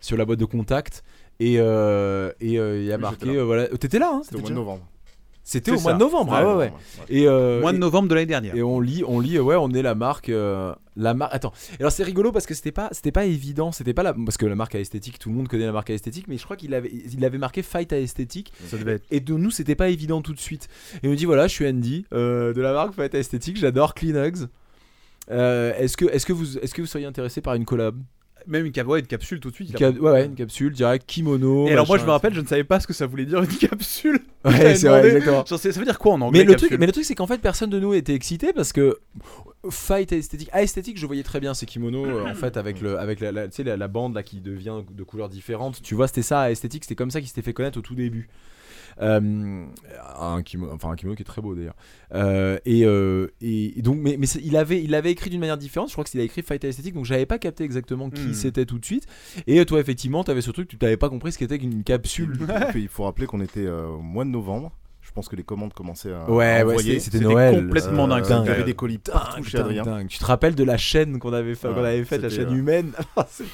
sur la boîte de contact, et euh, et euh, il y a Oui, marqué j'étais là. euh, voilà. euh, T'étais là, hein C'était au t'étais mois de déjà- novembre. C'était C'est au mois de ça. novembre. ah ouais, ouais. ouais. Et euh, Mois de et- novembre de l'année dernière. et on lit, on lit, euh, ouais, on est la marque, euh, la marque. Attends, Et alors c'est rigolo parce que c'était pas, c'était pas évident, c'était pas la, parce que la marque à esthétique, tout le monde connaît la marque à esthétique, mais je crois qu'il avait, il avait marqué fight à esthétique, Ça devait être et de nous c'était pas évident tout de suite. Et il me dit voilà, je suis Andy euh, de la marque fight à esthétique, j'adore Clean Hugs. Euh, est-ce que, est-ce que vous, est-ce que vous seriez intéressé par une collab même une, cap- ouais, une capsule tout de suite. Une il a- cap- ouais, ouais, une capsule direct kimono. Et alors moi je me machin. rappelle, je ne savais pas ce que ça voulait dire une capsule. Ouais, c'est vrai, demandé. exactement. Genre, c'est- ça veut dire quoi en anglais Mais le, truc, capsule mais le truc, c'est qu'en fait, personne de nous était excité parce que fight à esthétique. À esthétique, je voyais très bien ces kimonos euh, en fait avec le avec la, la- tu sais, la- la bande là qui devient de couleurs différentes. Tu vois, c'était ça à esthétique. C'était comme ça qu'il s'était fait connaître au tout début. Euh, un kimono, enfin un kimono qui est très beau d'ailleurs. Euh, et, euh, et donc, mais, mais c'est- il avait il avait écrit d'une manière différente. Je crois qu'il a écrit fight à esthétique, donc j'avais pas capté exactement qui Hmm. c'était tout de suite. Et toi, effectivement, t'avais ce truc, tu t'avais pas compris ce qu'était qu'une capsule. Et puis, il faut rappeler qu'on était euh, au mois de novembre. Je pense que les commandes commençaient à. Ouais, à ouais, envoyer. c'était- c'était C'était Noël. complètement Euh, dingue. cette Il y avait période. des colis partout chez dingue, Adrien. dingue. Tu te rappelles de la chaîne qu'on avait, fait, Ouais, qu'on avait faite, la c'était, chaîne euh, humaine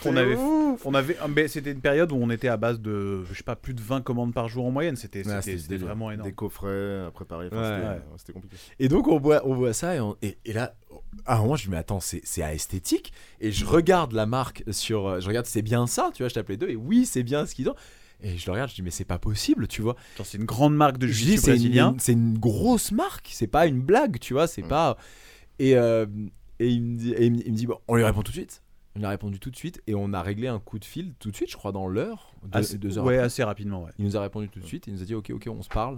qu'on avait on avait ah, mais c'était une période où on était à base de je sais pas plus de 20 commandes par jour en moyenne c'était Ah, c'était- c'était c'était délire. vraiment énorme Des coffrets à préparer. Enfin, Ouais. c'était- Ouais. ouais, C'était compliqué. Et donc on voit, on voit ça et, on- et- et là, à un moment je me dis mais attends c'est, c'est à esthétique et je regarde la marque sur, euh, je regarde c'est bien ça, tu vois, je tape les deux et oui c'est bien ce qu'ils ont. Et je le regarde, je dis mais c'est pas possible, tu vois. Genre, c'est une grande marque de Je dis, jiu-jitsu c'est, une, brésilien une- c'est une grosse marque, c'est pas une blague, tu vois, c'est Mm. pas. Et, euh, et il me dit, et il me- il me dit, bon, on lui répond tout de suite. On lui a répondu tout de suite et on a réglé un coup de fil tout de suite, je crois, dans l'heure, deux, Ah, assez, deux heures. ouais après. assez rapidement ouais Il nous a répondu tout de suite, il nous a dit ok ok on se parle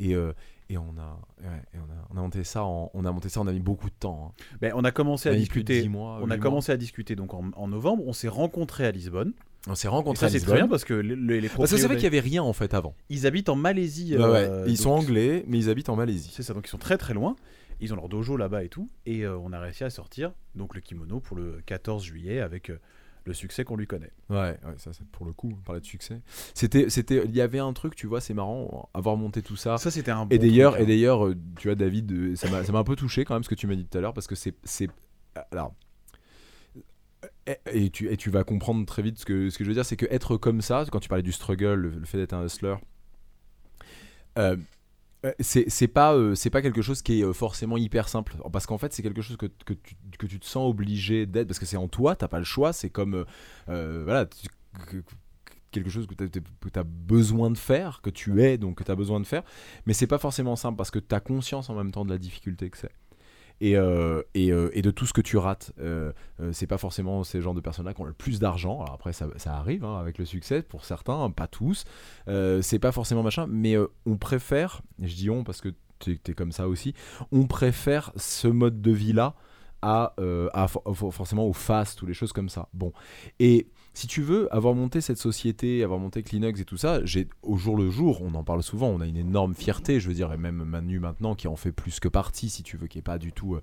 et, euh, et on a ouais, et on a on a monté ça en- on a monté ça on a mis beaucoup de temps. hein. Ben, on a commencé à On a mis plus de discuter 10 mois, on a 8 commencé à discuter donc en, en novembre on s'est rencontrés à Lisbonne mois. on s'est et rencontrés ça à c'est très Lisbonne. bien parce que les, les- les parce que c'est vrai propriétaires- qu'il y avait rien en fait avant. ils habitent en Malaisie Ouais, ouais. euh, Ils donc- sont anglais mais ils habitent en Malaisie. c'est ça donc ils sont très très loin ils ont leur dojo là-bas et tout et euh, on a réussi à sortir donc le kimono pour le 14 juillet avec euh, le succès qu'on lui connaît Ouais, ouais, ça c'est pour le coup parler de succès. C'était c'était il y avait un truc tu vois c'est marrant avoir monté tout ça. ça c'était un Et bon d'ailleurs, truc, et hein. d'ailleurs, euh, tu vois, David, euh, ça m'a ça m'a un peu touché quand même ce que tu m'as dit tout à l'heure parce que c'est, c'est- alors, et, et tu et tu vas comprendre très vite ce que ce que je veux dire, c'est que être comme ça, quand tu parlais du struggle, le, le fait d'être un hustler, euh, euh, c'est c'est pas euh, c'est pas quelque chose qui est euh, forcément hyper simple parce qu'en fait c'est quelque chose que, que tu, que tu te sens obligé d'être parce que c'est en toi t'as pas le choix c'est comme euh, euh, voilà tu- que- que- quelque chose que tu as besoin de faire que tu es donc que tu as besoin de faire mais c'est pas forcément simple parce que tu as conscience en même temps de la difficulté que c'est et, euh, et, euh, et de tout ce que tu rates. Euh, euh, c'est pas forcément ces genres de personnes-là qui ont le plus d'argent. Alors après, ça, ça arrive hein, avec le succès pour certains, pas tous. Euh, c'est pas forcément machin, mais euh, on préfère, et je dis on parce que t'es es comme ça aussi, on préfère ce mode de vie-là à, euh, à for- for- forcément aux fast ou les choses comme ça. Bon. Et si tu veux, avoir monté cette société, avoir monté Kleenex et tout ça, j'ai au jour le jour, on en parle souvent, on a une énorme fierté, je veux dire, et même Manu maintenant qui en fait plus que partie, si tu veux, qui est pas du tout. euh,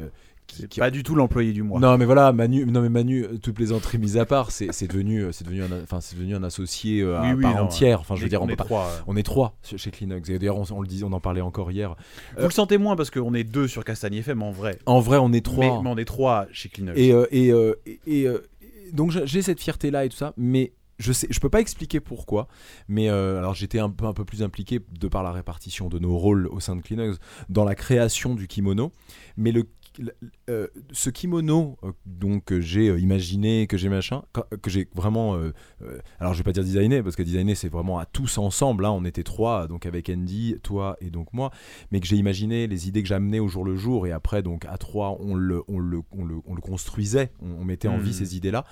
euh, qui- C'est qui- pas du tout l'employé du mois. non mais voilà Manu, non mais Manu, euh, toute plaisanterie mise à part, c'est c'est devenu, euh, c'est devenu, un, enfin c'est devenu un associé euh, à Oui, oui, part non, entière. Enfin On je veux est- dire, on, on peut est pas- trois. euh. on est trois hein. chez chez Kleenex. Et d'ailleurs on, s- on le disait, on en parlait encore hier. Vous le sentez moins parce qu'on est deux sur Castagne FM en vrai. En vrai on est Mais, trois. mais on est trois chez Kleenex. Et, euh, et, euh, et- et, euh, et donc j'ai- j'ai cette fierté là et tout ça, mais je sais, je peux pas expliquer pourquoi, mais euh, alors j'étais un peu un peu plus impliqué de par la répartition de nos rôles au sein de Kleenex dans la création du kimono, mais le le- euh, ce kimono euh, donc que j'ai euh, imaginé que j'ai machin quand- que j'ai vraiment euh, euh, alors je vais pas dire designé parce que designé c'est vraiment à tous ensemble hein, on était trois donc avec Andy toi et donc moi mais que j'ai imaginé, les idées que j'amenais au jour le jour, et après, donc à trois, on le, on le, on le, on le construisait, on, on mettait en Mhm. vie ces idées-là.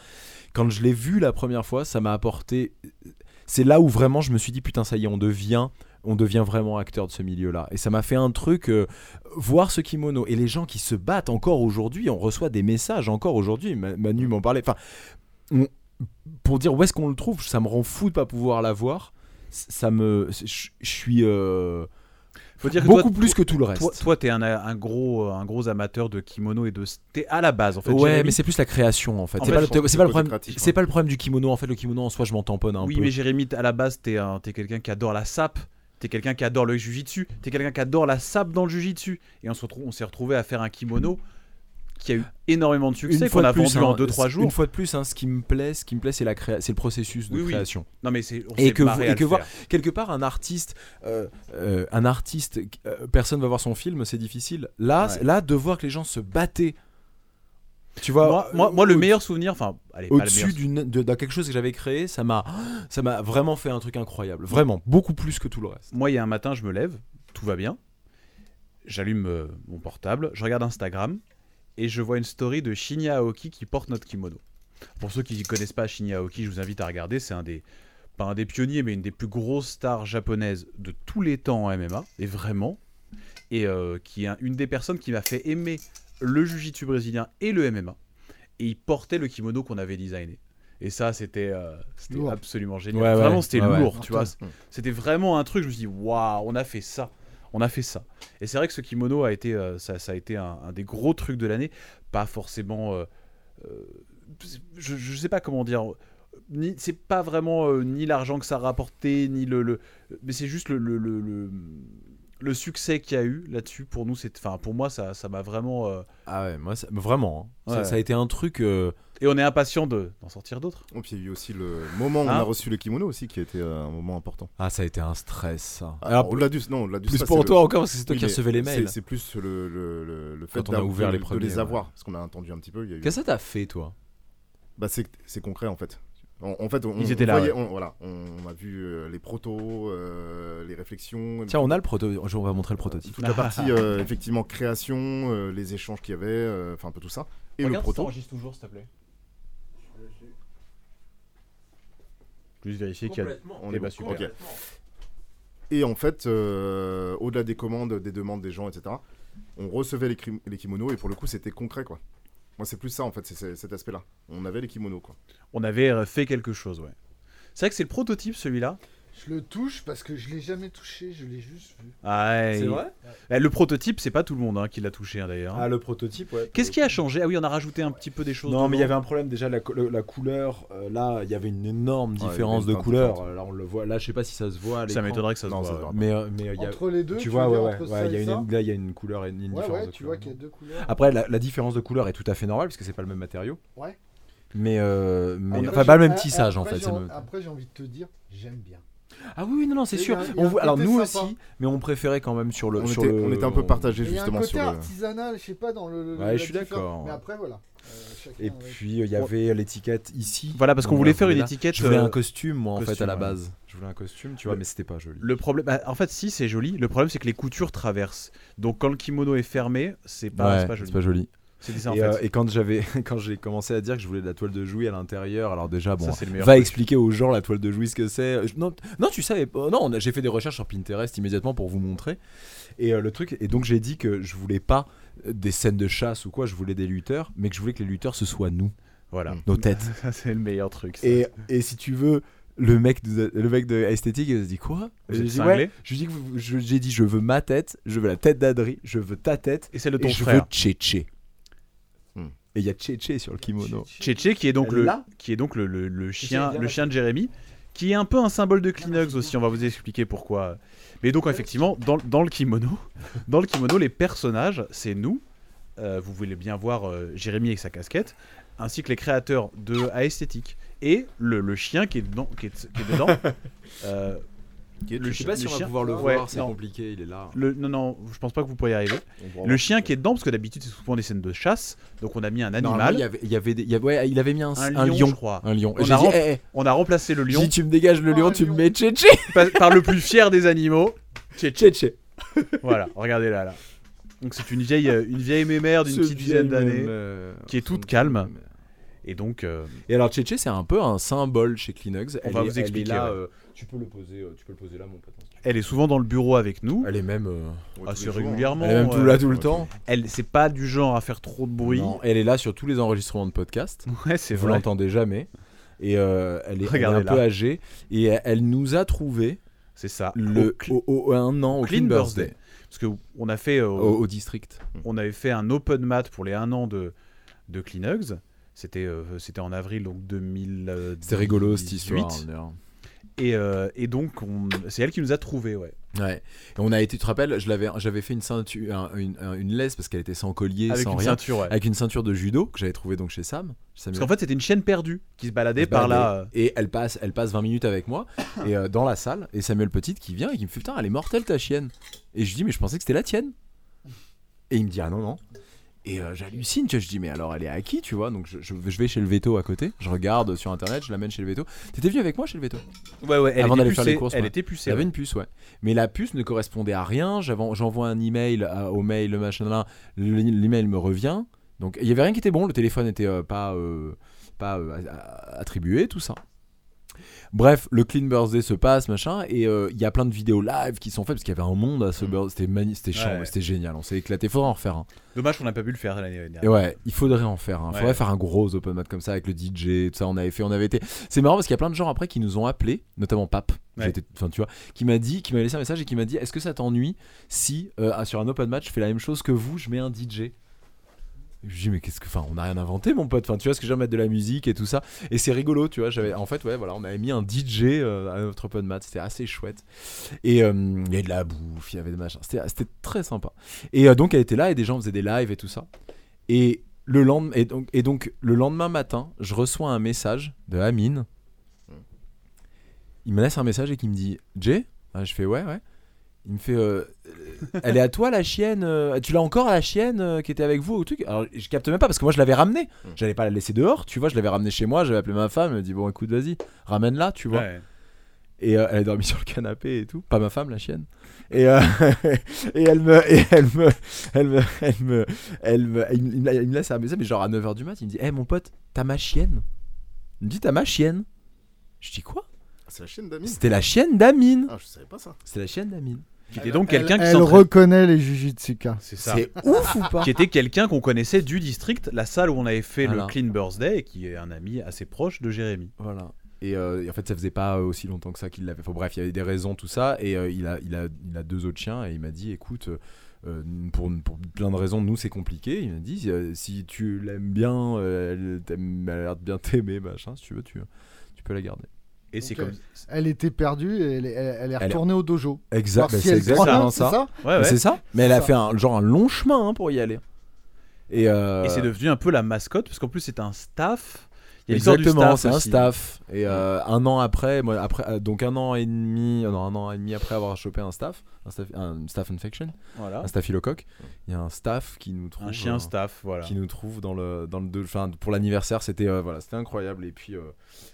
Quand je l'ai vu la première fois, ça m'a apporté. C'est là où vraiment je me suis dit, putain, ça y est, on devient. On devient vraiment acteur de ce milieu-là. Et ça m'a fait un truc, euh, voir ce kimono. Et les gens qui se battent encore aujourd'hui, on reçoit des messages encore aujourd'hui. Ma- Manu m'en parlait. Enfin, on- pour dire où est-ce qu'on le trouve, ça me rend fou de pas pouvoir l'avoir. C- Ça me. Je je suis. euh, Faut dire que beaucoup toi- plus que tout le reste. Toi, toi, t'es un, un gros, euh, un gros amateur de kimono et de. T'es à la base en fait. ouais, Jérémy. mais c'est plus la création en fait. En C'est fait, pas, le, je pense que c'est pas le c'est problème. pratique, C'est hein. pas le problème du kimono. En fait, le kimono en soi, je m'en tamponne un Oui, peu. mais Jérémy, t- à la base, t'es un- t'es quelqu'un qui adore la sape. T'es quelqu'un qui adore le jujitsu. T'es quelqu'un qui adore la sape dans le jujitsu. Et on se retrouve, on s'est retrouvé à faire un kimono qui a eu énormément de succès, qu'on a vendu hein, en 2-3 jours. Une fois de plus, hein, ce qui me plaît, ce qui me plaît, c'est la créa- c'est le processus de Oui, oui. création. Non mais c'est. on Et s'est que marré vous- et à que le voir- faire. Quelque part, un artiste, euh, euh, un artiste, euh, personne va voir son film, c'est difficile. Là, Ouais. là, de voir que les gens se battaient. Tu vois, Moi, moi, moi, le meilleur souvenir, enfin, allez, pas le meilleur au-dessus d'une- de, de quelque chose que j'avais créé, ça m'a, ça m'a vraiment fait un truc incroyable. Vraiment, beaucoup plus que tout le reste. Moi, il y a un matin, je me lève, tout va bien. J'allume euh, mon portable, je regarde Instagram et je vois une story de Shinya Aoki qui porte notre kimono. Pour ceux qui ne connaissent pas Shinya Aoki, je vous invite à regarder. C'est un des, pas un des pionniers, mais une des plus grosses stars japonaises de tous les temps en MMA, et vraiment, et euh, qui est un- une des personnes qui m'a fait aimer le jiu-jitsu brésilien et le MMA. Et il portait le kimono qu'on avait designé. Et ça, c'était euh, c'était Lourd. absolument génial. Ouais, ouais. vraiment, c'était Ouais, ouais. lourd, tu vois. Mm. C'était vraiment un truc, je me suis dit, waouh, on a fait ça. On a fait ça. Et c'est vrai que ce kimono a été, euh, ça, ça a été un, un des gros trucs de l'année. Pas forcément. euh, euh, je, je sais pas comment dire. Ni- C'est pas vraiment euh, ni l'argent que ça a rapporté, ni le. le- mais c'est juste le, le, le, le- le succès qu'il y a eu là-dessus. Pour nous, c'est. Enfin, pour moi, ça ça m'a vraiment. euh, Ah ouais, moi, ça- vraiment. hein. Ça- Ouais. Ça, a été un truc. euh, et on est impatient de- d'en sortir d'autres. Et puis il y a eu aussi le moment où on Hein a reçu le kimono aussi, qui était euh, un moment important. Ah, ça a été un stress. ça. Ah, Alors, au-delà du, non, au-delà du plus stress, pour c'est le- toi encore, parce que c'est toi Oui, qui mais recevais les c'est- mails. C'est plus le, le, le, le fait Quand on a d'avoir- ouvert de- les de premiers, ouais. avoir, parce qu'on a attendu un petit peu. Il y a eu... Qu'est-ce que ça t'a fait, toi bah, c'est, c'est concret en fait. En, en fait, on, Ils on étaient là, voyait- on- voilà, on a vu euh, les protos, euh, les réflexions, Tiens, on a le prototype. On va montrer le prototype. toute la partie euh, effectivement création, euh, les échanges qu'il y avait, euh, enfin un peu tout ça, et le proto. toujours, s'il te plaît. Juste vérifier qu'il y a. On Eh est bah, bon. super. Ok. Et en fait, euh, au-delà des commandes, des demandes des gens, etc., on recevait les, crim- les kimonos et pour le coup, c'était concret quoi. Moi, c'est plus ça en fait, c'est, c'est cet aspect-là. On avait les kimonos quoi. On avait euh, fait quelque chose, ouais. C'est vrai que c'est le prototype celui-là. Je le touche parce que je l'ai jamais touché, je l'ai juste vu. Ah, il- Eh, Le prototype, c'est pas tout le monde hein, qui l'a touché hein, d'ailleurs. Ah, Ah, le prototype, ouais. Qu'est-ce qui a changé Ah oui, on a rajouté un petit peu des choses. Non, mais il y dedans. avait un problème déjà, la, co- le- la couleur. euh, là, il y avait une énorme Ouais, différence il y de avait une couleur. teinte Là, on le voit. Là, je sais pas si ça se voit. à Ça l'écran. m'étonnerait que ça se Non, voit. ça se ouais. voit. Mais euh, mais, euh, il y a- Entre les deux, Tu vois, veux ouais, dire, ouais, entre ouais, ça il y a et une- ça là, il y a une couleur et une une Ouais, différence. ouais, de tu couleur. vois qu'il y a deux couleurs. Après, la, la différence de couleur est tout à fait normale parce que c'est pas le même matériau. Ouais. Mais, euh, mais- Après, enfin, pas le j'ai- même ah, tissage en après, fait. j'ai c'est le en- même- Après, j'ai envie de te dire, j'aime bien. Ah oui, oui, non, non, c'est Et il y a- sûr. bah, il y a On un voit- alors côté nous sympa. aussi, mais on préférait quand même sur le. on, sur était, le- on était un peu partagé Il y a un justement côté sur le. artisanal, je sais pas, dans le. le- euh, Ouais, la je suis différence. d'accord. Mais après, voilà. Euh, chacun, Et ouais. puis euh, il y avait l'étiquette ici. Voilà, parce On qu'on voulait l'a faire une là. étiquette. Je voulais euh, un costume, moi, en fait, costume, à la ouais. base. Je voulais un costume, tu vois, Le- mais c'était pas joli. Le problème, bah, en fait, si c'est joli. Le problème, c'est que les coutures traversent. Donc, quand le kimono est fermé, c'est pas, c'est pas joli. joli. C'est ça en Et, fait. euh, et quand j'avais, quand j'ai commencé à dire que je voulais de la toile de jouy à l'intérieur, alors déjà ah bon, ça, c'est le meilleur. va expliquer aux gens la toile de jouy ce que c'est. Je- Non, non, tu savais pas. Non, on a- j'ai fait des recherches sur Pinterest immédiatement pour vous montrer. Et euh, le truc, et donc j'ai dit que je voulais pas euh, des scènes de chasse ou quoi, je voulais des lutteurs, mais que je voulais que les lutteurs ce soit nous, Voilà. nos têtes. Ça, c'est le meilleur truc. ça. Et, et si tu veux, le mec de, le mec de esthétique, il se dit quoi Vous Je êtes dis cinglés ouais. Je lui dis que vous- je- j'ai dit je veux ma tête, je veux la tête d'Adri, je veux ta tête Et celle de et ton je veux frère. Tchétché. Hmm. Et il y a Tchétché sur le kimono. Tchétché, qui est donc, Elle le, l'a qui est donc le, le- le chien, bien le chien de Jérémy, qui est un peu un symbole de Kleenex aussi, on va vous expliquer pourquoi. Mais donc, effectivement, dans, dans le kimono, dans le kimono, les personnages, c'est nous. Euh, vous voulez bien voir euh, Jérémy avec sa casquette, ainsi que les créateurs de Aesthétique. Et le, le chien qui est dedans. Qui est, qui est dedans Euh, Je le sais chi- pas si le on va chien- pouvoir le Ouais, voir, c'est non. compliqué, il est là. Le- non, non, je pense pas que vous pourriez y arriver. bah, On Le chien qui est dedans, parce que d'habitude c'est souvent des scènes de chasse, donc on a mis un Normalement, il y animal, avait, il y avait des- il y avait- ouais, il avait mis un, un, un lion, je lion. crois. Un lion. On Et J'ai a dit, rem- eh, eh, On a remplacé le j'ai lion dit, tu me dégages le lion, tu me mets Tchétché. par, par le plus fier des animaux. Tchétché. Tchétché. Voilà, regardez là, là. Donc c'est une vieille, euh, une vieille mémère d'une Ce petite vieil dizaine d'années. homme, euh, qui est toute son- calme. Et donc, euh, Et alors Tchétché, c'est un peu un symbole chez Kleenex. On va vous expliquer, là, ouais. euh, tu peux le poser, euh, tu peux le poser là, mon pote. elle est souvent dans le bureau avec nous, Elle est même, euh, voit tous assez les jours, hein. ah, régulièrement. elle est même tout euh, là tout le temps. elle, c'est pas du genre à faire trop de bruit. Non, elle est là sur tous les enregistrements de podcast. Ouais, c'est Vous vrai. l'entendez jamais. Et euh, elle, est, elle est un Regardez-la. peu âgée. Et elle- elle nous a trouvé C'est ça. le, Au cl- au, au- un an au Clean Clean Birthday, Birthday. Parce que on a fait, euh, au, au district. on avait fait un open mat pour les 1 an de de Kleenex. C'était, euh, c'était en avril donc 2018. C'était rigolo cette histoire. d'ailleurs. Et, euh, et donc on- c'est elle qui nous a trouvé, ouais. Ouais. Et on a été, tu te rappelles, je l'avais- j'avais fait une ceinture, un- une, un- une laisse parce qu'elle était sans collier, Avec sans une rien, ceinture, ouais. avec une ceinture de judo que j'avais trouvée donc chez Sam. Parce Samuel. qu'en fait, c'était une chienne perdue qui se baladait Elle se par là. baladait. Et elle passe, elle passe 20 minutes avec moi et euh, dans la salle. Et Samuel Petite qui vient et qui me fait Putain, elle est mortelle ta chienne. Et je lui dis Mais je pensais que c'était la tienne. Et il me dit Ah non, non. Et euh, j'hallucine, tu vois, je dis Mais alors elle est à qui, tu vois Donc je, je- je vais chez le veto à côté. Je regarde sur internet, je l'amène chez le veto. T'étais venu avec moi chez le veto Ouais, ouais, elle Avant était d'aller pucée, faire les courses, Elle ouais. était pucée. Il y avait ouais. une puce, ouais. Mais la puce ne correspondait à rien. J'avais- J'envoie un email à- au mail, le machin là. Le- L'email me revient. Donc il y avait rien qui était bon. Le téléphone n'était pas, euh, pas euh, a- a- attribué, tout ça. Bref, le clean birthday se passe, machin, et euh, il y a plein de vidéos live qui sont faites parce qu'il y avait un monde à ce birthday. C'était magnifique, c'était chiant, Mm. Ouais. c'était génial. On s'est éclaté. Faudrait en refaire un. Dommage qu'on n'a pas pu le faire l'année dernière. Et ouais, il faudrait en faire. Il faudrait Ouais. faire un gros open mat comme ça avec le DJ, tout ça. On avait fait, on avait été. C'est marrant parce qu'il y a plein de gens après qui nous ont appelés, notamment Pape. Ouais. j'étais- Enfin, tu vois, qui m'a dit, qui m'a laissé un message et qui m'a dit, est-ce que ça t'ennuie si euh, ah, sur un open match je fais la même chose que vous, je mets un DJ. Je lui dis mais qu'est-ce que, enfin on n'a rien inventé mon pote, enfin tu vois ce que j'aime mettre de la musique et tout ça et c'est rigolo tu vois j'avais en fait ouais voilà on avait mis un DJ euh, à notre open mat c'était assez chouette et euh, il y avait de la bouffe il y avait des machins c'était c'était très sympa et euh, donc elle était là et des gens faisaient des lives et tout ça et le lendemain, et donc, et donc le lendemain matin, je reçois un message de Amine. Il me laisse un message et qui me dit Jay Ah, Je fais ouais, ouais. Il me fait euh, euh, Elle est à toi la chienne euh, Tu l'as encore la chienne euh, qui était avec vous au truc Alors je capte même pas parce que moi je l'avais ramenée. J'allais pas la laisser dehors, tu vois. Je l'avais ramenée chez moi, j'avais appelé ma femme, elle me dit Bon, écoute, vas-y, ramène-la, tu vois. Ouais. Et euh, elle a dormi sur le canapé et tout. Pas ma femme, la chienne. Et, euh, et elle me. Et elle me. Elle me. Elle me. Elle me il, me- il me- il me laisse un message, mais genre à 9h du mat, il me dit Hé mon pote, t'as ma chienne Il me dit T'as ma chienne Je dis quoi Ah, C'est la chienne d'Amine C'était la chienne d'Amine Ah, je savais pas ça. C'était la chienne d'Amine. Qui était donc Elle- quelqu'un qui Elle s'entraînait. reconnaît les Jujitsuka. C'est ça. C'est ouf ou pas Qui était quelqu'un qu'on connaissait du district, la salle où on avait fait Voilà. le Clean Birthday, et qui est un ami assez proche de Jérémy. Voilà. Et, euh, et en fait, ça faisait pas euh, aussi longtemps que ça qu'il l'avait. Enfin, bref, il y avait des raisons, tout ça. Et euh, il, a, il, a, il a deux autres chiens et il m'a dit écoute, euh, euh, pour, pour plein de raisons, nous c'est compliqué. Il m'a dit euh, si tu l'aimes bien, euh, elle, t'aime- elle a l'air de bien t'aimer, machin, si tu veux, tu, tu peux la garder. Et c'est Ok. comme. Elle était perdue et elle, est- elle- elle est Elle est- retournée au dojo. Exact, Bah, Voir si c'est elle exactement croit, c'est ça. Ouais, Mais ouais. C'est ça. Mais elle a ça. fait un, genre un long chemin hein, pour y aller. Et, euh, Et c'est devenu un peu la mascotte, parce qu'en plus, c'est un staff. Il y a l'histoire du Exactement, staff c'est un aussi. staff. Et euh, un an après, moi, après euh, donc un an et demi, euh, non, un an et demi après avoir chopé un staff, un staff, un staff infection, Voilà. un staphylocoque, il y a un staff qui nous trouve, Ah. Un chien euh, staff, voilà. qui nous trouve dans le, dans le, de- enfin, pour l'anniversaire, c'était euh, voilà, c'était incroyable. Et puis, euh,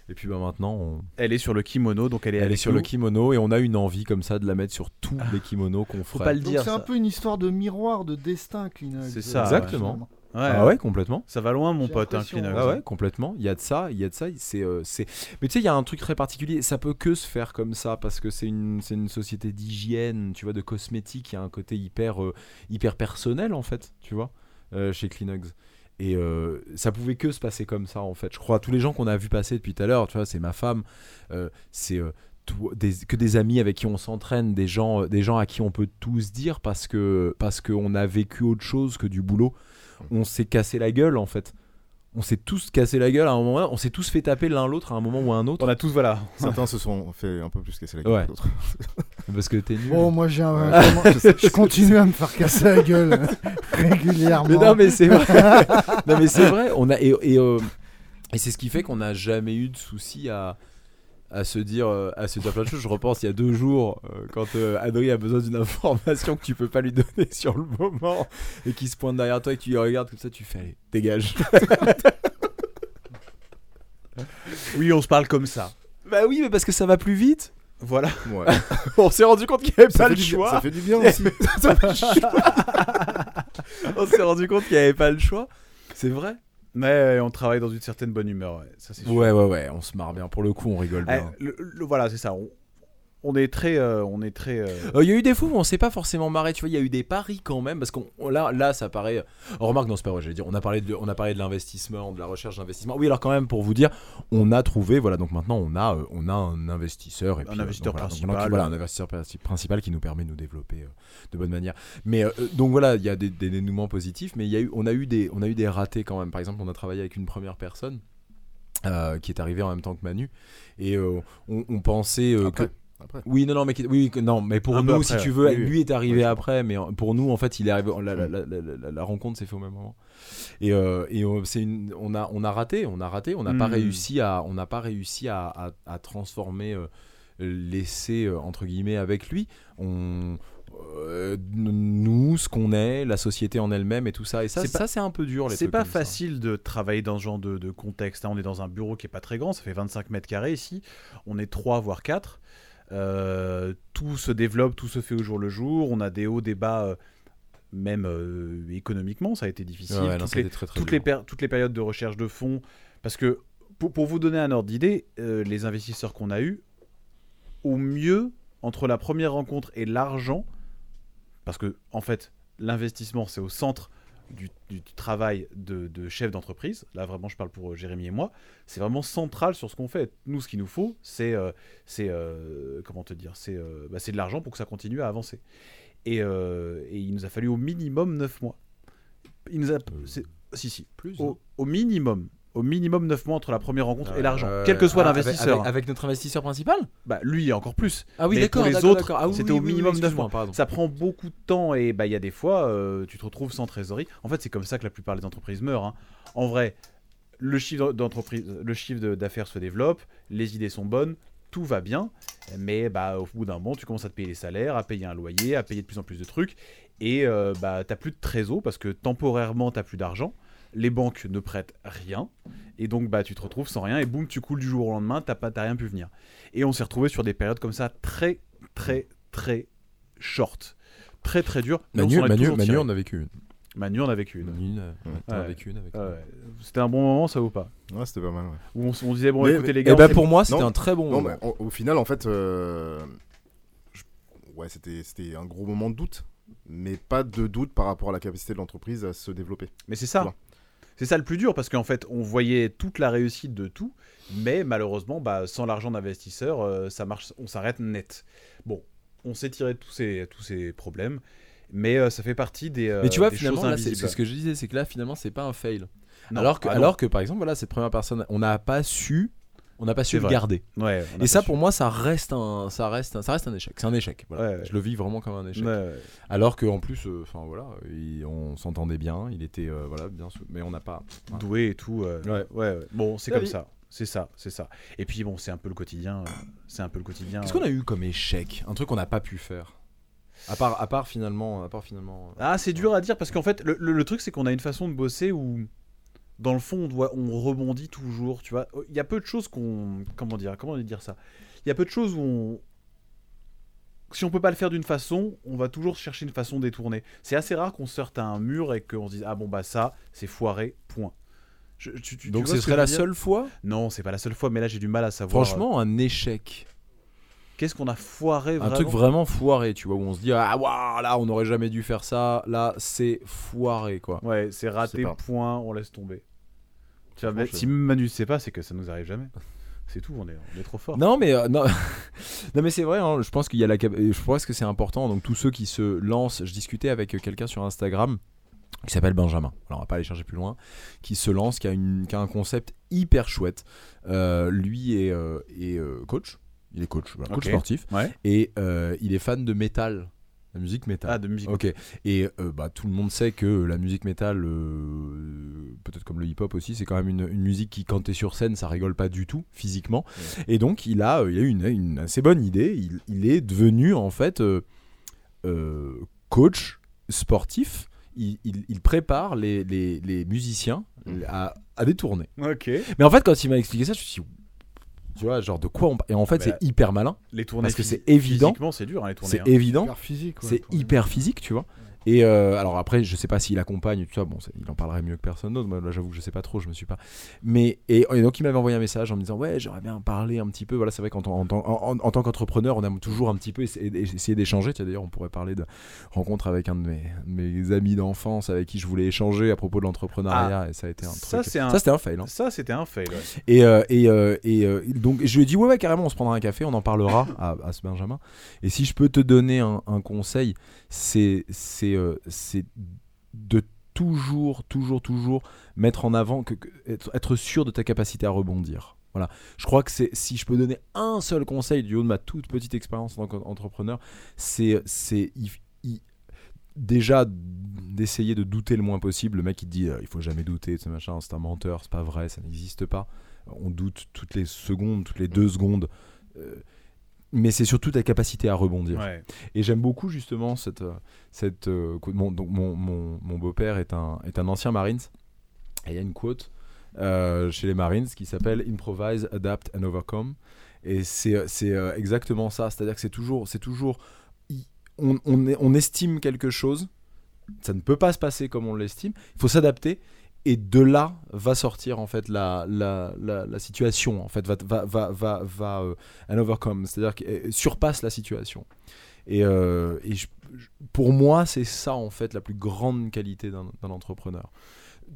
et puis bah, maintenant, on- Elle est sur le kimono, donc elle est, elle est avec sur le nous. Ah. kimono et on a une envie comme ça de la mettre sur tous les kimonos qu'on ferait. pas le Donc dire, c'est un ça. peu une histoire de miroir, de destin, Kleenex. Euh, C'est ça, Exactement. Ouais. Ah ouais, complètement. Ça va loin, mon J'ai pote, hein, l'impression, Kleenex. Ah ouais, complètement. Il y a de ça, il y a de ça. C'est, euh, c'est... Mais tu sais, il y a un truc très particulier. Ça peut que se faire comme ça parce que c'est une, c'est une société d'hygiène, tu vois, de cosmétique. Il y a un côté hyper, euh, hyper personnel en fait, tu vois, euh, chez Kleenex. Et euh, ça pouvait que se passer comme ça en fait. Je crois à tous les gens qu'on a vu passer depuis tout à l'heure. Tu vois, c'est ma femme, euh, c'est euh, tout- des- que des amis avec qui on s'entraîne, des gens, euh, des gens à qui on peut tous dire parce que parce qu'on a vécu autre chose que du boulot. On s'est cassé la gueule en fait. On s'est tous cassé la gueule à un moment, donné, on s'est tous fait taper l'un l'autre à un moment ou à un autre. On a tous, voilà. Certains se sont fait un peu plus casser la Ouais. gueule que d'autres. Parce que t'es nul. Bon, moi j'ai un. Ouais. comment- Je continue à me faire casser la gueule régulièrement. Mais non, mais c'est vrai. non, mais c'est vrai. On a et, et, euh, et c'est ce qui fait qu'on n'a jamais eu de souci à à se dire euh, à se dire plein de choses. Je repense il y a deux jours euh, quand euh, Adrien a besoin d'une information que tu peux pas lui donner sur le moment et qui se pointe derrière toi et qui lui regarde comme ça, tu fais allez dégage. Oui, on se parle comme ça. bah oui, mais parce que ça va plus vite. Voilà. Ouais. On s'est rendu compte qu'il n'y avait Ça pas le fait du- choix. Ça fait du bien aussi. On s'est rendu compte qu'il n'y avait pas le choix. C'est vrai. Mais on travaille dans une certaine bonne humeur, ouais. ça c'est sûr. Ouais ouais ouais, on se marre bien. Pour le coup, on rigole Eh, bien. le- le- voilà, c'est ça. On, on est très. euh, on est très euh, Euh, Il y a eu des fois où on s'est pas forcément marré, tu vois, il y a eu des paris quand même, parce qu'on on- là, là, ça paraît. oh, remarque, non, c'est pas vrai, j'allais dire, on a parlé de, on a parlé de l'investissement, de la recherche d'investissement. Oui, alors quand même, pour vous dire, on a trouvé, voilà, donc maintenant on a, euh, on a un investisseur et Un puis, euh, investisseur donc, voilà, donc, principal. maintenant, qui- voilà, un investisseur princi- principal qui nous permet de nous développer euh, de bonne manière. Mais euh, euh, donc voilà, il y a des, des dénouements positifs, mais il y a eu, on a eu des, on a eu des ratés quand même. Par exemple, on a travaillé avec une première personne. euh, qui est arrivée en même temps que Manu et euh, on, on pensait euh, que Après. Après. oui, non, non, mais qui- oui, que- non, mais pour Un nous, peu après, si ouais. tu veux, Oui, Mm. oui. lui est arrivé Oui, je après, mais en- pour nous, en fait, il est arrivé. La, la- la- la- la- la rencontre s'est faite au même moment. Et, euh, et on, c'est une, on a, on a raté, on a raté, on n'a pas Mm. réussi à, on n'a pas réussi à, à- à transformer euh, l'essai euh, entre guillemets avec lui. On euh, nous, ce qu'on est, la société en elle-même et tout ça. Et ça, C'est pas- ça c'est un peu dur. les C'est trucs pas comme ça. facile de travailler dans ce genre de, de contexte. hein. On est dans un bureau qui est pas très grand, ça fait 25 mètres carrés ici. On est trois voire quatre. Euh, tout se développe, tout se fait au jour le jour. On a des hauts, des bas, euh, même euh, économiquement, ça a été difficile. Ouais, ouais, non, Toutes ça a les- été très, très toutes les, dur. péri- toutes les périodes de recherche de fonds. Parce que, pour, pour vous donner un ordre d'idée, euh, les investisseurs qu'on a eus, au mieux, entre la première rencontre et l'argent, parce que, en fait, l'investissement, c'est au centre du, du travail de, de chef d'entreprise. Là, vraiment, je parle pour euh, Jérémy et moi. C'est vraiment central sur ce qu'on fait. Nous, ce qu'il nous faut, c'est. euh, c'est euh, comment te dire C'est euh, bah, c'est de l'argent pour que ça continue à avancer. Et, euh, et il nous a fallu au minimum 9 mois. Il Euh, nous a. c'est- Si, si. Plus, hein. Au, au minimum. Au minimum 9 mois entre la première rencontre Ah et ouais. l'argent, Ah ouais. quel que soit Ah, avec- l'investisseur. hein. Avec, avec notre investisseur principal Bah, lui, encore plus. Ah oui, Mais d'accord. pour les d'accord, autres, d'accord. Ah oui, c'était oui, au oui, oui, minimum neuf excuse-moi, mois. pardon. Ça prend beaucoup de temps et bah, il y a des fois, euh, tu te retrouves sans trésorerie. En fait, c'est comme ça que la plupart des entreprises meurent. hein. En vrai, le chiffre d'entreprise, le chiffre de- d'affaires se développe, les idées sont bonnes, tout va bien, mais bah, au bout d'un moment, tu commences à te payer les salaires, à payer un loyer, à payer de plus en plus de trucs, et euh, bah, t'as plus de trésor parce que temporairement, t'as plus d'argent. Les banques ne prêtent rien, et donc bah, tu te retrouves sans rien, et boum, tu coules du jour au lendemain, t'as pas- t'as rien pu venir. Et on s'est retrouvé sur des périodes comme ça très, très, très short. Très très dur. mais on Manu, s'en est Manu, toujours Manu tiré. en a vécu une. Manu en a vécu une. Une, euh, t'en as Ouais. vécu une avec- Ah ouais. C'était un bon moment, ça ou pas Ouais, c'était pas mal. ouais. Où on, s- on disait, bon, Mais- écoutez les Eh gars, on ben, s'est- pour moi, c'était Non. un très bon Non, moment. mais en- au final, en fait, euh, je- ouais, c'était c'était un gros moment de doute, mais pas de doute par rapport à la capacité de l'entreprise à se développer. Mais c'est ça. Voilà. C'est ça le plus dur parce qu'en fait, on voyait toute la réussite de tout, mais malheureusement, bah, sans l'argent d'investisseurs, euh, ça marche, on s'arrête net. Bon, on s'est tiré de tous ces, tous ces problèmes, mais euh, ça fait partie des, euh, Mais tu vois, des finalement, choses là, c'est invisibles. c'est ce que je disais, c'est que là, finalement, c'est pas un fail. Non, alors, que, ah non. alors que, par exemple, voilà, cette première personne, on n'a pas su, on n'a pas su C'est le vrai. garder. Ouais, on a Et ça, pas pour moi, ça reste un, ça reste, un- ça reste un échec. C'est un échec. voilà. Ouais, ouais. Je le vis vraiment comme un su. échec. Ouais, ouais. Alors que, en plus, euh, enfin voilà, il- on s'entendait bien. Il était, euh, voilà, bien, sou- mais on n'a pas. voilà. doué et tout. euh, Ouais. ouais, ouais. Bon, c'est La comme vie. ça. C'est ça, c'est ça. Et puis bon, c'est un peu le quotidien. euh, C'est un peu le quotidien. Qu'est-ce qu'on a eu comme échec Un truc qu'on n'a pas pu faire. À part, à part finalement, à part finalement. euh, Ah, c'est dur à dire parce qu'en fait, le, le- le truc, c'est qu'on a une façon de bosser où, dans le fond, on, doit, on rebondit toujours. Tu vois, il y a peu de choses qu'on. Comment dire Comment dire ça Il y a peu de choses où on. si on peut pas le faire d'une façon, on va toujours chercher une façon détournée. C'est assez rare qu'on sorte à un mur et qu'on se dise ah bon bah ça c'est foiré point. Je- tu- tu- tu Donc vois ce que serait je veux la dire seule fois Non, c'est pas la seule fois, mais là j'ai du mal à savoir. Franchement, un échec. euh, qu'est-ce qu'on a foiré Un vraiment truc vraiment foiré, tu vois, où on se dit Ah, waouh, là, on n'aurait jamais dû faire ça. Là, c'est foiré, quoi. Ouais, c'est raté sais pas. point, on laisse tomber. Tu vois, Franchement, je- si même Manu ne sait pas, c'est que ça nous arrive jamais. C'est tout, on est, on est trop fort. Non mais euh, non. non mais c'est vrai. hein, je pense qu'il y a la. cap- et Je pense que c'est important. Donc tous ceux qui se lancent. Je discutais avec euh, quelqu'un sur Instagram qui s'appelle Benjamin. Alors on va pas aller chercher plus loin. Qui se lance, qui a, une, qui a un concept hyper chouette. Euh, lui est, euh, est, euh, coach. Il est coach, voilà, coach Ok. sportif. Ouais. Et euh, il est fan de métal, la musique métal. Ah, de musique. Ok. Et euh, bah, tout le monde sait que la musique métal, euh, peut-être comme le hip-hop aussi, c'est quand même une, une musique qui, quand t'es sur scène, ça rigole pas du tout physiquement. Et donc, il a, euh, il a eu une, une assez bonne idée. Il, il est devenu en fait euh, euh, coach sportif. Il, il- il prépare les, les- les musiciens Mmh. à, à des tournées. Ok. Mais en fait, quand il m'a expliqué ça, je me suis dit, tu vois, genre de quoi on parle Et en fait, Bah, c'est hyper malin. Les tournées. Parce que phys- c'est évident. Physiquement, c'est dur, hein, les tournées. C'est hein. évident Hyper physique. ouais, c'est pour- hyper physique, tu vois. Et euh, alors après, je sais pas s'il accompagne, tu vois, bon, c'est- il en parlerait mieux que personne d'autre. Moi, là, j'avoue que je sais pas trop, je me suis pas. Mais et, et donc, il m'avait envoyé un message en me disant, ouais, j'aimerais bien parler un petit peu. Voilà, c'est vrai qu'en tant- en, tant- en- en- en tant qu'entrepreneur, on aime toujours un petit peu essayer, essayer d'échanger. Tu vois, d'ailleurs, on pourrait parler de rencontre avec un de mes, mes amis d'enfance avec qui je voulais échanger à propos de l'entrepreneuriat. et ça a été un Ah. ça, truc. c'est un- Ça, c'était un fail. hein. Ça, c'était un fail. ouais. Et, euh, et, euh, et, euh, donc je lui ai dit ouais, ouais carrément on se prendra un café, on en parlera à, à ce Benjamin. Et si je peux te donner un, un conseil, c'est c'est euh, c'est de toujours toujours toujours mettre en avant que, que- être, être sûr de ta capacité à rebondir. Voilà, je crois que c'est si je peux donner un seul conseil du haut de ma toute petite expérience en tant qu'entrepreneur, c'est c'est il- il- déjà d'essayer de douter le moins possible. Le mec il te dit euh, il faut jamais douter, ce machin, c'est un menteur, c'est pas vrai, ça n'existe pas on doute toutes les secondes, toutes les deux secondes. euh, mais c'est surtout ta capacité à rebondir. Ouais. Et j'aime beaucoup justement cette. euh, cette euh, quote. mon, donc mon, mon- mon beau-père est un, est un ancien Marines. Et il y a une quote euh, chez les Marines qui s'appelle Improvise, Adapt and Overcome. Et c'est euh, c'est, euh, exactement ça. C'est-à-dire que c'est toujours. c'est toujours i- on, on est- on estime quelque chose. Ça ne peut pas se passer comme on l'estime. Il faut s'adapter. Et de là va sortir en fait la, la, la, la situation. En fait, va, va, va, va, va euh, and overcome. C'est-à-dire que euh, surpasse la situation. Et, euh, et je- je- pour moi, c'est ça en fait la plus grande qualité d'un d'un entrepreneur.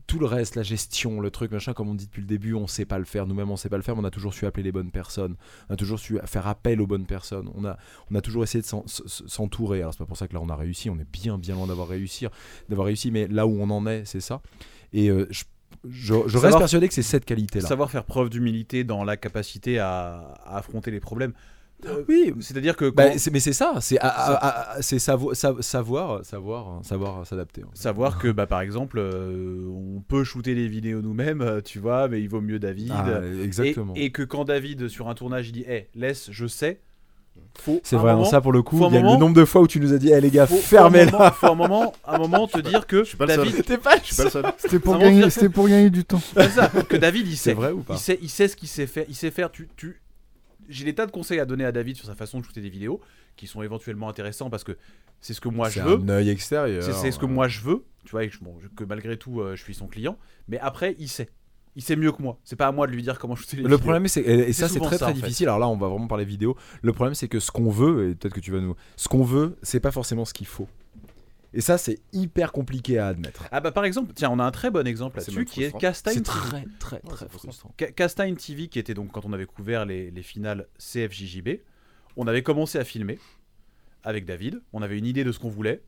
Tout le reste, la gestion, le truc, machin, comme on dit depuis le début, on sait pas le faire. Nous-mêmes, on sait pas le faire, mais on a toujours su appeler les bonnes personnes. On a toujours su faire appel aux bonnes personnes. On a, on a toujours essayé de s'en- s- s- s'entourer. Alors, c'est pas pour ça que là, on a réussi. On est bien, bien loin d'avoir réussi, d'avoir réussi, mais là où on en est, c'est ça. Et euh, je, je- je reste Savoir- persuadé que c'est cette qualité-là. Savoir faire preuve d'humilité dans la capacité à, à affronter les problèmes. Euh, Oui, C'est-à-dire que Bah, quand- c'est- mais c'est ça, c'est à- à- à- à- c'est savo- sa- savoir, savoir, savoir s'adapter. en fait. savoir que, bah, par exemple, euh, on peut shooter les vidéos nous-mêmes, euh, tu vois, mais il vaut mieux David. Ah, Et- exactement. Et, que quand David, sur un tournage, il dit Eh, laisse, je sais. Faut c'est un vraiment moment- ça pour le coup. faut un Il y a moment- le nombre de fois où tu nous as dit, Eh les gars, faut- faut un fermez-la. moment- Faut un moment, un moment te dire que suis pas le seul. David, T'es pas Je suis pas le seul. C'était pour, Ça montre gagner- que- c'était pour gagner du temps. c'est ça, que David, il C'est sait. vrai ou pas Il sait, il sait ce qu'il sait faire. Il sait faire. Tu, tu... J'ai des tas de conseils à donner à David sur sa façon de shooter des vidéos qui sont éventuellement intéressants parce que c'est ce que moi je C'est veux. un œil extérieur. C'est c'est ce que hein. ouais. moi je veux. Tu vois, et que, je- bon, je- que malgré tout, euh, je suis son client. Mais après, il sait. Il sait mieux que moi. C'est pas à moi de lui dire comment shooter les Le vidéos. problème, c'est et, et C'est ça, c'est souvent très ça, très en fait. difficile. Alors là, on va vraiment parler vidéo. Le problème, c'est que ce qu'on veut, et peut-être que tu vas nous, ce qu'on veut, c'est pas forcément ce qu'il faut. Et ça, c'est hyper compliqué à admettre. Ah bah par exemple, tiens, on a un très bon exemple C'est là-dessus même qui est frustrant. Castine C'est très très Ouais, très c'est frustrant. Ca- Castine TV, qui était donc quand on avait couvert les, les finales CFJJB, on avait commencé à filmer avec David. On avait une idée de ce qu'on voulait.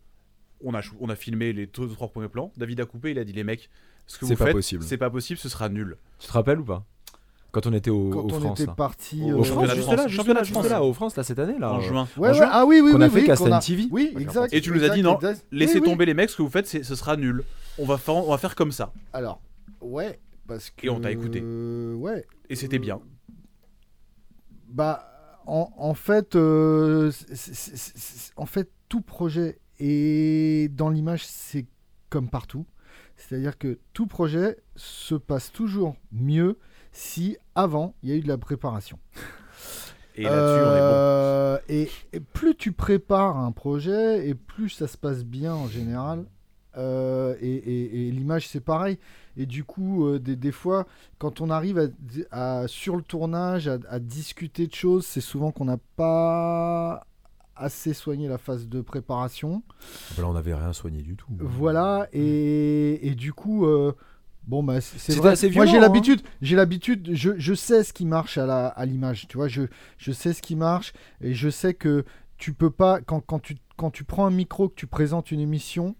On a, chou- on a filmé les deux trois premiers plans. David a coupé, il a dit les mecs, ce que C'est vous pas faites, possible. c'est pas possible, ce sera nul. Tu te rappelles ou pas Quand on était au, Quand au on France. était là. parti. Au Au euh, France, Championnat de juste France. là, juste Championnat là, de juste France. là, au France là cette année là. en euh, juin, Ouais, en ouais, juin, ah oui, oui, qu'on oui. a fait oui, Cast qu'on a- and TV. Oui, Ouais, exact. Et tu nous as dit, non, Exact, oui, laissez oui. tomber les mecs, ce que vous faites, c'est- ce sera nul. On va faire, on va faire comme ça. Alors, ouais, parce que. Et on t'a écouté. euh, ouais. Et c'était bien. Bah, en, en fait, euh, c'est- c'est- c'est- c'est- en fait, tout projet et dans l'image, c'est comme partout. C'est-à-dire que tout projet se passe toujours mieux si avant il y a eu de la préparation. Et là-dessus, on est bon. Euh, euh, et, et plus tu prépares un projet, et plus ça se passe bien en général. Euh, et et- et l'image, c'est pareil. Et du coup, euh, des, des fois, quand on arrive à, à- sur le tournage à, à discuter de choses, c'est souvent qu'on n'a pas assez soigné la phase de préparation. Là, Bah, on n'avait rien soigné du tout. hein. Mm. Voilà, et, et du coup, euh, bon, bah, c'est c'est C'était vrai. assez Moi, j'ai violent, hein. l'habitude, j'ai l'habitude, je, je sais ce qui marche à la- à l'image, tu vois, je, je sais ce qui marche, et je sais que tu peux pas, quand, quand, tu, quand tu prends un micro, que tu présentes une émission,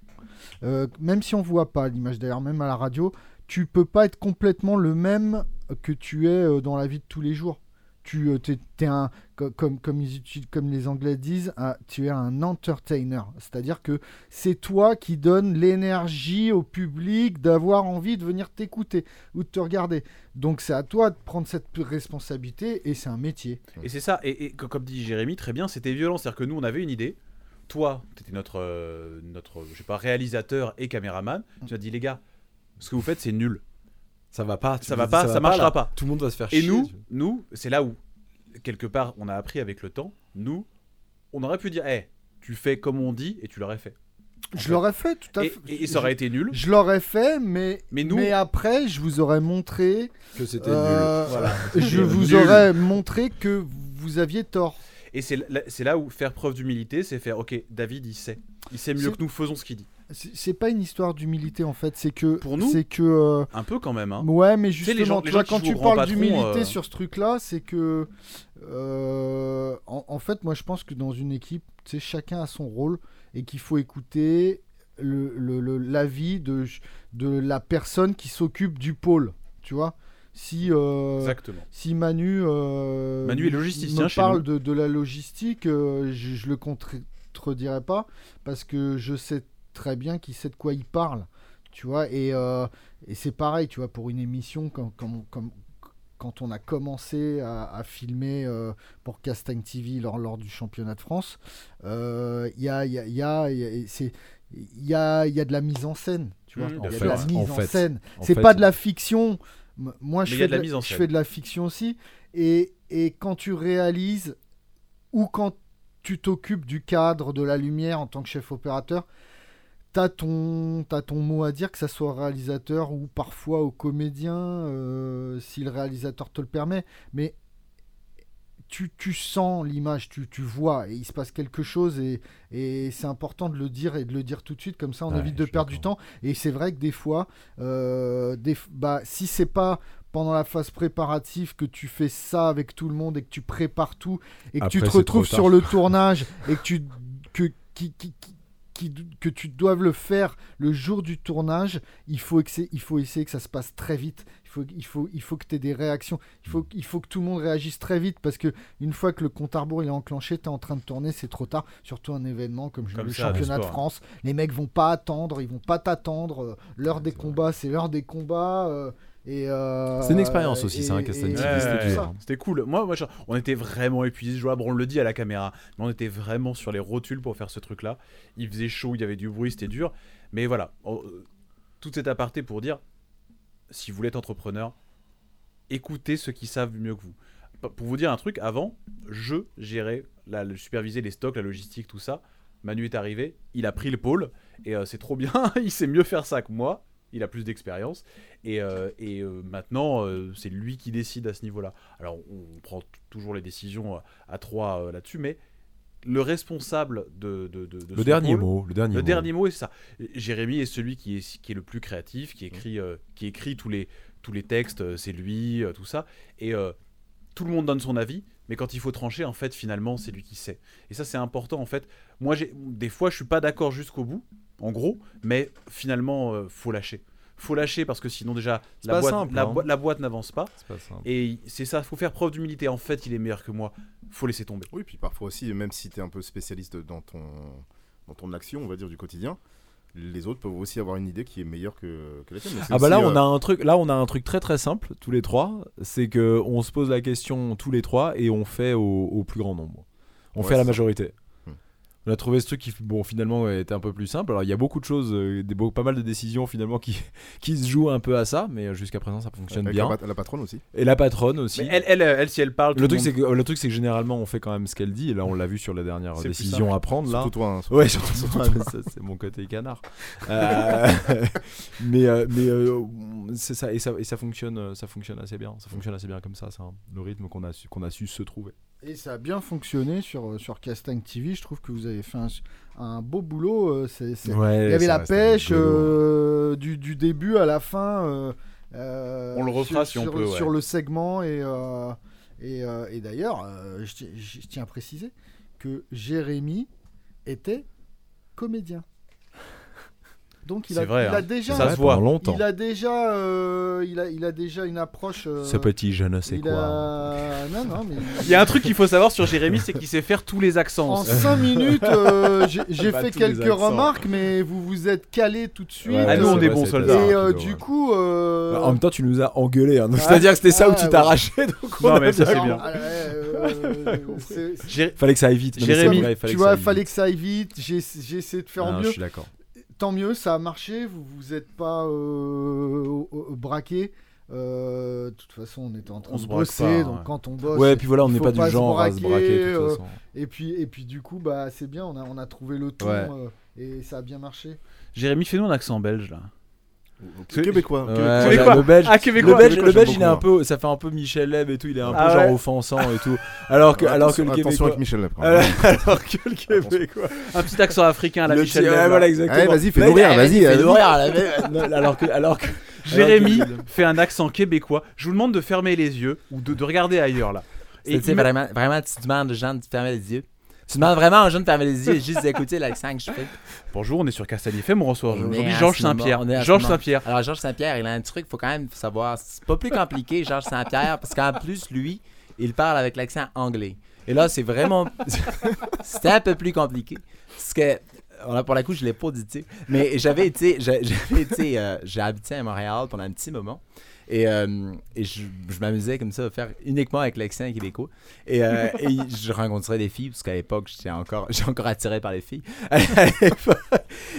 euh, même si on voit pas l'image d'ailleurs, même à la radio, tu peux pas être complètement le même que tu es euh, dans la vie de tous les jours. Tu es, un, co- comme, comme, ils utilisent- comme les Anglais disent, un- tu es un entertainer. C'est-à-dire que c'est toi qui donne l'énergie au public d'avoir envie de venir t'écouter ou de te regarder. Donc c'est à toi de prendre cette responsabilité et c'est un métier. Et c'est ça, et, et co- comme dit Jérémy, très bien, c'était violent, c'est-à-dire que nous on avait une idée, toi, tu étais notre, euh, notre je sais pas, réalisateur et caméraman, tu as dit les gars, ce que vous faites c'est nul, Ça va pas. tu Ça te va dis, pas, ça marchera là. Ah, pas. Tout le monde va se faire Et chier. nous, tu- nous, c'est là où, quelque part, on a appris avec le temps, nous, on aurait pu dire, Eh, tu fais comme on dit et tu l'aurais fait. Je l'aurais fait tout à Et, fait. et- et ça aurait été nul. Je l'aurais fait, mais, Mais nous- après, je vous aurais montré. Que c'était nul. euh, Je Nul. vous aurais montré que vous aviez tort. Et c'est là, c'est là où faire preuve d'humilité, c'est faire, ok, David il sait, il sait mieux C'est- que nous faisons ce qu'il dit. C'est c'est pas une histoire d'humilité en fait, c'est que. Pour nous C'est que. euh, Un peu quand même, hein. Ouais, mais sais, justement, les gens- tu les vois, gens qui quand jouent tu au grand parles patron, d'humilité euh, sur ce truc-là, c'est que. euh, en, en fait, moi, je pense que dans une équipe, tu sais, chacun a son rôle et qu'il faut écouter le- le- le- l'avis de, de la personne qui s'occupe du pôle. Tu vois Si. euh, Exactement. si Manu, euh, Manu est logisticien me chez parle nous. de, de la logistique, euh, je, je le contredirai pas parce que je sais très bien qu'il sait de quoi il parle, tu vois. Et, euh, et c'est pareil, tu vois, pour une émission comme, comme, comme- quand on a commencé à, à filmer euh, pour Casting TV lors, lors du championnat de France, euh, il y a, il y a- il y a- il y a- et c'est- il y a- il y a de la mise en scène, tu vois. Mm, Il bien y a de sûr, la ouais. mise En en fait, scène. En C'est fait, pas de la fiction. M- Moi, je Mais il y a fais, de la de mise la, en je scène. fais de la fiction aussi. Et, et quand tu réalises ou quand tu t'occupes du cadre, de la lumière en tant que chef opérateur, t'as ton, t'as ton mot à dire, que ça soit au réalisateur ou parfois au comédien, euh, si le réalisateur te le permet. Mais tu, tu sens l'image, tu, tu vois, et il se passe quelque chose, et, et c'est important de le dire et de le dire tout de suite, comme ça on Ouais, évite de je suis perdre du temps. Et c'est vrai que des fois, euh, des, f- bah, si c'est pas pendant la phase préparative que tu fais ça avec tout le monde et que tu prépares tout et que Après, tu te c'est retrouves trop tard. sur le tournage et que tu que, qui- qui- qui- qui- que tu doives le faire le jour du tournage, il faut, que c'est- il faut essayer que ça se passe très vite. Il faut, il faut, il faut que tu aies des réactions. Il faut, il faut que tout le monde réagisse très vite parce que une fois que le compte à rebours il est enclenché, tu es en train de tourner, c'est trop tard. Surtout un événement comme, Comme le ça, le championnat de sport. France. Les mecs vont pas attendre, ils vont pas t'attendre. Euh, L'heure des combats, c'est l'heure des combats. euh, et euh, C'est une expérience aussi, et- c'est un Castagne et- TV, et c'était tout dur. ça. C'était cool. Moi, moi, je- on était vraiment épuisés, jouables. On le dit à la caméra, mais on était vraiment sur les rotules pour faire ce truc-là. Il faisait chaud, il y avait du bruit, c'était dur. Mais voilà, on- euh, tout cet aparté pour dire, si vous voulez être entrepreneur, écoutez ceux qui savent mieux que vous. P- Pour vous dire un truc, avant, je gérais, la, le- supervisais les stocks, la logistique, tout ça. Manu est arrivé, il a pris le pôle, et euh, c'est trop bien, il sait mieux faire ça que moi. Il a plus d'expérience et, euh, et, euh, maintenant euh, c'est lui qui décide à ce niveau-là. Alors, on on prend t- toujours les décisions euh, à trois euh, là-dessus, mais le responsable de, de, de- de Le son dernier pôle- mot. Le dernier le mot. dernier mot est ça. Jérémy est celui qui est, qui est le plus créatif, qui écrit, euh, qui écrit tous, les, tous les textes, euh, c'est lui, euh, tout ça. Et euh, tout le monde donne son avis, mais quand il faut trancher, en fait, finalement, c'est lui qui sait. Et ça, c'est important, en fait. Moi, j'ai- des fois, je suis pas d'accord jusqu'au bout, en gros, mais finalement, euh, faut lâcher. Faut lâcher parce que sinon, déjà, C'est la pas boîte, simple, la, hein. boi- la boîte n'avance pas. C'est pas simple. Et c'est ça, faut faire preuve d'humilité. En fait, il est meilleur que moi. Faut laisser tomber. Oui, puis parfois aussi, même si tu es un peu spécialiste dans ton, dans ton action, on va dire, du quotidien, les autres peuvent aussi avoir une idée qui est meilleure que, que la tienne. Mais c'est Ah bah là aussi, on euh, a un truc là on a un truc très très simple tous les trois c'est que on se pose la question tous les trois et on fait au, au plus grand nombre on Ouais, fait à la c'est ça. majorité Hmm. On a trouvé ce truc qui, bon, finalement, ouais, était un peu plus simple. Alors, il y a beaucoup de choses, euh, des, beau- pas mal de décisions, finalement, qui, qui se jouent un peu à ça, mais euh, jusqu'à présent, ça fonctionne Avec la, bien. pat- la patronne aussi. Et la patronne aussi. Mais elle, elle, euh, elle, si elle parle. tout Le truc, monde- c'est que, le truc, c'est que généralement, on fait quand même ce qu'elle dit, et là, on l'a vu sur la dernière C'est plus décision à prendre, là. Surtout toi. hein, surtout- Ouais, surtout, moi, mais ça, c'est mon côté canard. Euh, mais euh, mais euh, c'est ça, et ça, et ça fonctionne, euh, ça fonctionne assez bien. Ça fonctionne assez bien comme ça, c'est un- le rythme qu'on a, su- qu'on a su se trouver. Et ça a bien fonctionné sur, euh, sur Castagne TV. Je trouve que vous avez fait un, un beau boulot. euh, c'est- c'est- Il y avait la pêche hein. euh, du, du début à la fin. euh, euh, On le refera si sur, on sur- peut, ouais. Sur le segment. Et, euh, et, euh, et d'ailleurs, euh, je, ti- je tiens à préciser que Jérémy était comédien. Donc il C'est a, vrai, il hein. a déjà, Ça se voit. longtemps. il a déjà, euh, il a, il a déjà une approche. euh, Ce petit je ne sais il quoi. a- Non, non, mais hein Il y a un truc qu'il faut savoir sur Jérémy, c'est qu'il sait faire tous les accents. En 5 minutes, euh, j'ai j'ai Bah, fait tous les quelques accents. remarques, mais vous vous êtes calé tout de suite. Ouais, Ah, nous, on c'est est vrai, bons c'est soldats. assez Et euh, rapide, ouais. du coup, euh, Bah, En même temps, tu nous as engueulé. hein, donc Ah, C'est-à-dire que c'était ça où ah, tu ouais. t'arrachais. Donc on Non, a mais ça, c'est alors, bien. euh, c'est- c'est- Jé- Fallait que ça aille vite. Non, mais c'est Jérémy, vrai, tu fallait que ça vois, aille fallait vite. que ça aille vite. J'ai j'ai essayé de faire Non, en Je mieux. suis d'accord. Tant mieux, ça a marché. Vous vous êtes pas euh, au- au- braqué. Euh, De toute façon, on était en train On de se braque bosser. pas, donc ouais. quand on Oh, bosse, Ouais, puis voilà, on il n'est faut pas du pas se genre à se braquer. de braquer, toute euh, façon. et puis et puis du coup, bah c'est bien. On a on a trouvé le ton Ouais. euh, et ça a bien marché. Jérémy, fais-nous un accent belge là. C'est- Québécois. Ouais, Québécois. ouais, Québécois. le belge, Ah, le québécois. belge, Québécois, le belge, j'aime il est un beaucoup, peu, ça fait un peu Michel Leb et tout, il est un Ah peu genre ouais. offensant et tout. Alors que, alors que Ah, Attention- le Attention Québécois. avec Michel Leprand. Alors alors que le Québécois. Un petit accent Ah, africain à la Le Michel. petit- ouais, Leb, là. voilà, exactement. Allez, vas-y, fais Là, il- nourrir, eh, vas-y, euh, fais vas-y. nourrir, là, mais- euh, non, Alors que, alors que. Jérémy alors que- fait un accent québécois. Je vous demande de fermer les yeux ou de, de regarder ailleurs là. Et C'est- c'est ima- vraiment, vraiment, tu demandes aux gens de fermer les yeux. Tu demandes vraiment aux gens de fermer les yeux et juste d'écouter l'accent que je fais. Bonjour, on est sur Castanier FM, on On reçoit est à aujourd'hui Georges ce moment- Saint-Pierre. on est à ce Georges moment. Saint-Pierre. Alors, Georges Saint-Pierre, il a un truc, faut quand même savoir. C'est pas plus compliqué, Georges Saint-Pierre, parce qu'en plus, lui, il parle avec l'accent anglais. Et là, c'est vraiment. C'était un peu plus compliqué. Parce que. alors, pour la coup, je l'ai pas dit, tu sais. Mais j'avais été. j'a- J'avais été. euh, J'ai habité à Montréal pendant un petit moment. Et, euh, et je, je m'amusais comme ça à faire uniquement avec l'accent québécois. Et, euh, et je rencontrais des filles, parce qu'à l'époque, j'étais encore, j'étais encore attiré par les filles. À l'époque,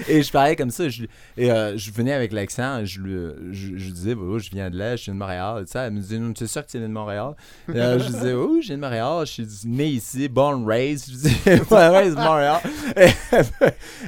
et je parlais comme ça. Je, et euh, je venais avec l'accent, je, lui- je, je disais, Bah, je viens de là, je viens de Montréal. Tu sais, elle me disait, non, tu es sûr que tu viens de Montréal? Et, euh, je disais, oui, je viens de Montréal, je suis né ici, born raised. Je disais, born raised Montréal. Et,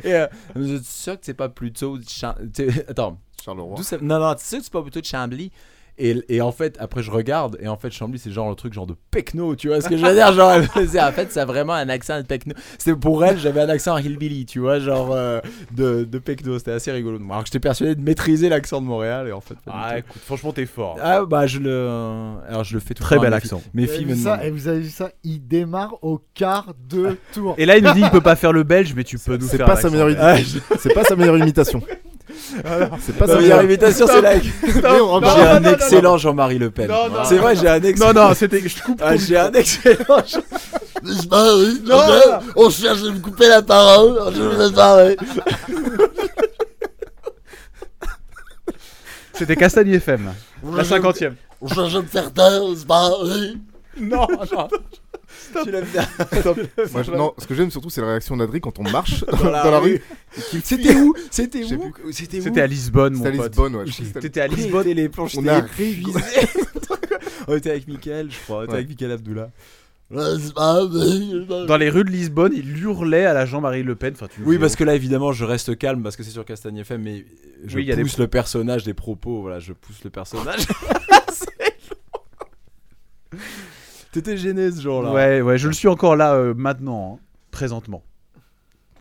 et, euh, elle me disait, tu es sûr que tu pas plutôt. de Cham- tu- Attends, Charleroi. d'où Tout ça- Non, non, tu sais que c'est pas plutôt de Chambly. Et, et en fait, après, je regarde, et en fait, Chambly, c'est genre le truc genre de pecno, tu vois ce que je veux dire? Genre, elle me disait, en fait, ça a vraiment un accent de pecno. C'était pour elle, j'avais un accent hillbilly, tu vois, genre euh, de, de pecno. C'était assez rigolo de moi. Alors que j'étais persuadé de maîtriser l'accent de Montréal, et en fait. pas Ah, du tout. écoute, franchement, t'es fort. Ah, bah, je le. Alors, je le fais tout le Très temps, bel mes accent. filles- Mes Vous avez filles vu me ça, demandent- et vous avez vu ça Il démarre au quart de tour. Et là, il nous dit il peut pas faire le belge, mais tu peux nous C'est faire. pas sa l'accent. meilleure Ah, imitation. je- C'est pas sa meilleure imitation. C'est Bah, pas Non, sa mais meilleure l'invitation, c'est là. J'ai Mais on remarque- non, non, un non, excellent Jean-Marie Le Pen. Non, non. C'est vrai, j'ai un excellent. Non, non, c'était. Je coupe. Ah, j'ai un excellent. Jean- On cherche à me couper la parole, je vous ai parlé. C'était Castanier FM. La cinquantième. On cherche à me faire taire, c'est pareil. Non, Tu l'as bien. Moi, je- non, ce que j'aime surtout, c'est la réaction d'Adri quand on marche dans, la la, rue. C'était où C'était Je sais où C'était où c'était à Lisbonne, mon C'était à pote. Lisbonne, ouais. je crois que c'était à- T'étais à Lisbonne. et les planches. On j'étais a épuisé. On était avec Mickaël, je crois. On était Ouais. avec Mickaël Abdullah. Ouais, c'est pareil. Dans les rues de Lisbonne, il hurlait à la Jean-Marie Le Pen. Enfin, tu le Oui, fais parce que là, évidemment, je reste calme parce que c'est sur Castagne FM, mais je Oui, il y a des pousse le personnage des propos. Voilà, je pousse le personnage. C'est long. T'étais gêné ce jour-là. Ouais, ouais, je le suis encore là euh, maintenant, hein, présentement.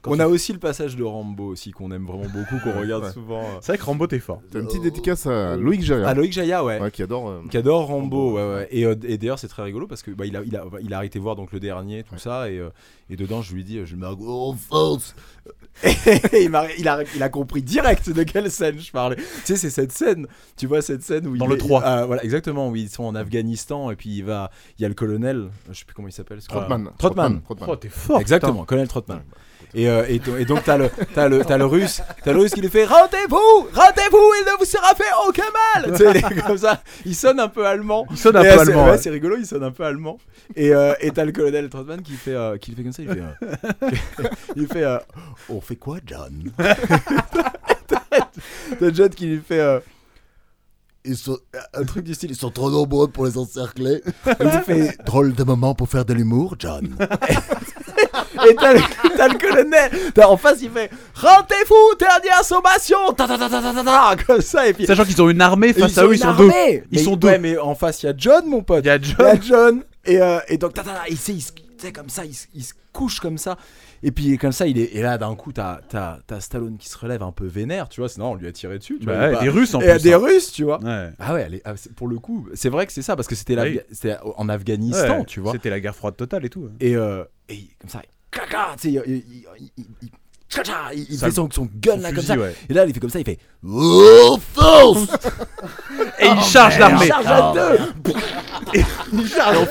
On a aussi le passage de Rambo aussi qu'on aime vraiment beaucoup, qu'on regarde Ouais. souvent. euh. C'est vrai que Rambo, t'es fort. T'as une petite dédicace à Loïc Jaria, Ah, Loïc Jaya, ouais. ouais, qui adore. euh, Qui adore Rambo, ouais, ouais. Et, euh, et d'ailleurs, c'est très rigolo parce que bah, il, a, il, a, il a arrêté voir donc le dernier, tout ça, et, euh, et dedans, je lui dis, euh, je me En France, Et il, m'a- il a, il a compris direct de quelle scène je parlais. Tu sais, c'est cette scène, tu vois, cette scène où il Dans le est- 3. Ah, voilà, exactement, où ils sont en Afghanistan et puis il va, il y a le colonel, je sais plus comment il s'appelle, ce Trotman. Trotman. Trotman. Oh, t'es fort. Exactement, colonel Trotman. Et, euh, et, to- et donc, t'as le, t'as le, t'as le russe, t'as le russe qui lui fait Rendez-vous Rendez-vous Il ne vous sera fait aucun mal Tu sais, il est comme ça. Il sonne un peu allemand. Il sonne un Et, peu euh, c'est- allemand, hein. ouais, ouais. C'est rigolo, il sonne un peu allemand. Et euh, et t'as le colonel Trotman qui fait, euh, qui le fait comme ça. Il fait, euh, il fait euh, On fait quoi, John T'as John qui lui fait euh, Ils sont- un truc du style Ils sont trop nombreux pour les encercler. Il lui fait Drôle de moment pour faire de l'humour, John. Et t'as le, t'as le colonel, t'as en face, il fait Rendez-vous, dernière sommation Ta, ta, ta, ta, ta, ta, ta Comme ça, et puis. Sachant qu'ils ont une armée face à ont eux, ils une sont deux. armée. Ils Mais- sont deux. Ouais, mais en face, il y a John, mon pote. Il y a Il y John. a John. Et, euh, et donc, ta, ta, ta, il, sait, il se- tu sais, comme ça, il, se- il se couche comme ça. Et puis, comme ça, il est. Et là, d'un coup, t'as, t'as, t'as Stallone qui se relève un peu vénère, tu vois. Sinon, on lui a tiré dessus. Tu vois, il est Bah, pas- des Russes en et à plus. des hein. Russes, tu vois. Ouais. Ah ouais, elle est- ah, c'est- pour le coup, c'est vrai que c'est ça, parce que c'était, l'Afga- Bah Oui. c'était en Afghanistan, Ouais, tu vois. C'était la guerre froide totale et tout. hein. Et, euh, et il- comme ça, il, claca, tu sais, il, il- il- il- il- claca, il- il Ça- fait son, son gun Son là, comme fusil, ça. ouais. Et là, il fait comme ça, il fait Oh, force Et Oh, ils chargent Il l'armée. charge à deux Ils chargent.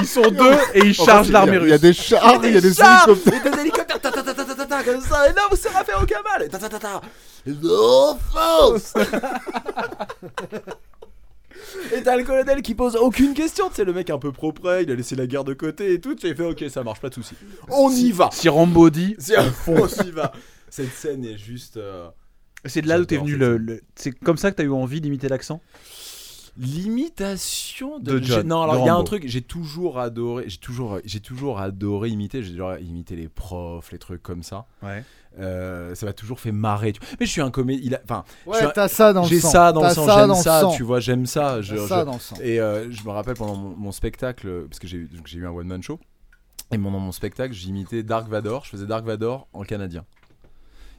Ils sont deux et ils chargent l'armée Il y a russe. des chars, Ah il y a des chars, hélicoptères. et des hélicoptères, ta, ta, ta, ta, ta, ta, ta, comme ça, et là, vous serez fait aucun mal. Et Ta, ta, ta, ta. Et Oh, force Et t'as le colonel qui pose aucune question, tu sais, le mec un peu propre, il a laissé la guerre de côté et tout, tu sais, il fait ok, ça marche, pas de soucis. On y va Si Rambo dit, C'est un fond, on y va Cette scène est juste. euh, c'est de là où t'es J'adore venu. cette Le, scène. le- C'est comme ça que t'as eu envie d'imiter l'accent. L'imitation de, De John, j'ai- Non, alors de il y a un Rambo. truc, j'ai toujours adoré, j'ai toujours, j'ai toujours adoré imiter, j'ai toujours imité les profs, les trucs comme ça. Ouais. Euh, ça m'a toujours fait marrer. tu vois. Mais je suis un comédien. Enfin, je suis Ouais, un- t'as ça dans le sang. j'ai ça dans le T'as sang, ça j'aime dans le ça, sang. tu vois, j'aime ça. Je, T'as je- ça dans le sang. Et euh, je me rappelle pendant mon, mon spectacle, euh, parce que j'ai eu- donc j'ai eu un one-man show, et pendant mon spectacle, j'imitais Dark Vador, je faisais Dark Vador en canadien.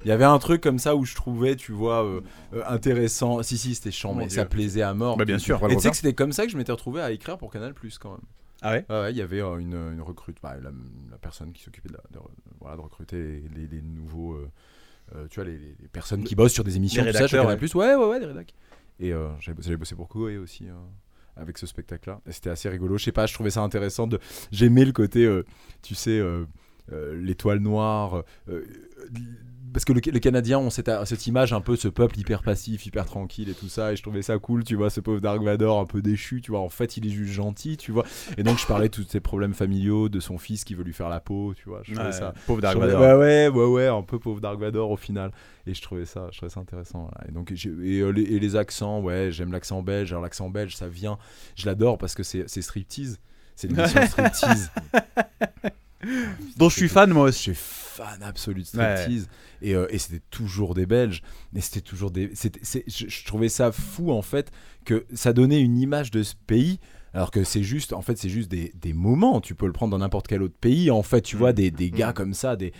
Il y avait un truc comme ça où je trouvais, tu vois, euh, euh, intéressant. Si, si, c'était chiant, Mon mais Dieu. ça plaisait à mort. Bah, bien sûr. Et tu sais que c'était comme ça que je m'étais retrouvé à écrire pour Canal Plus quand même. Ah ouais Ah ouais, il y avait euh, une, une recrute, bah, la, la personne qui s'occupait de, la- de re- voilà, de recruter les, les- les nouveaux, euh, euh, tu vois, les, les- les personnes qui bossent sur des émissions, les tout ça, chez rédacteurs, Canal+, ouais, ouais, ouais, les rédacs. Et euh, j'avais bossé- j'avais bossé pour Koé aussi. euh, avec ce spectacle-là. Et C'était assez rigolo. Je sais pas, je trouvais ça intéressant. De... J'aimais le côté, euh, tu sais, euh, euh, l'étoile noire. euh, parce que le, le Canadien, on cette, cette image un peu, ce peuple hyper passif, hyper tranquille et tout ça. Et je trouvais ça cool, tu vois, ce pauvre Dark Vador un peu déchu, tu vois. En fait, il est juste gentil, tu vois. Et donc, je parlais de tous ces problèmes familiaux, de son fils qui veut lui faire la peau, tu vois. Je trouvais Ouais, ça. Pauvre je Dark trouvais- Vador. ouais, ouais, ouais, ouais, un peu pauvre Dark Vador au final. Et je trouvais ça, je trouvais ça intéressant. voilà. Et donc, j'ai- et, euh, les, et les accents, ouais, j'aime l'accent belge. Alors, l'accent belge, ça vient, je l'adore parce que c'est c'est striptease. C'est l'émission striptease. Dont je suis fan moi aussi. J'ai fan absolu de striptease. Et, euh, et c'était toujours des Belges. Mais c'était toujours des. c'était- c'est- je, je trouvais ça fou en fait que ça donnait une image de ce pays. Alors que c'est juste, en fait, c'est juste des, des moments. Tu peux le prendre dans n'importe quel autre pays. En fait, tu Mm. vois des, des gars Mhm. comme ça, des,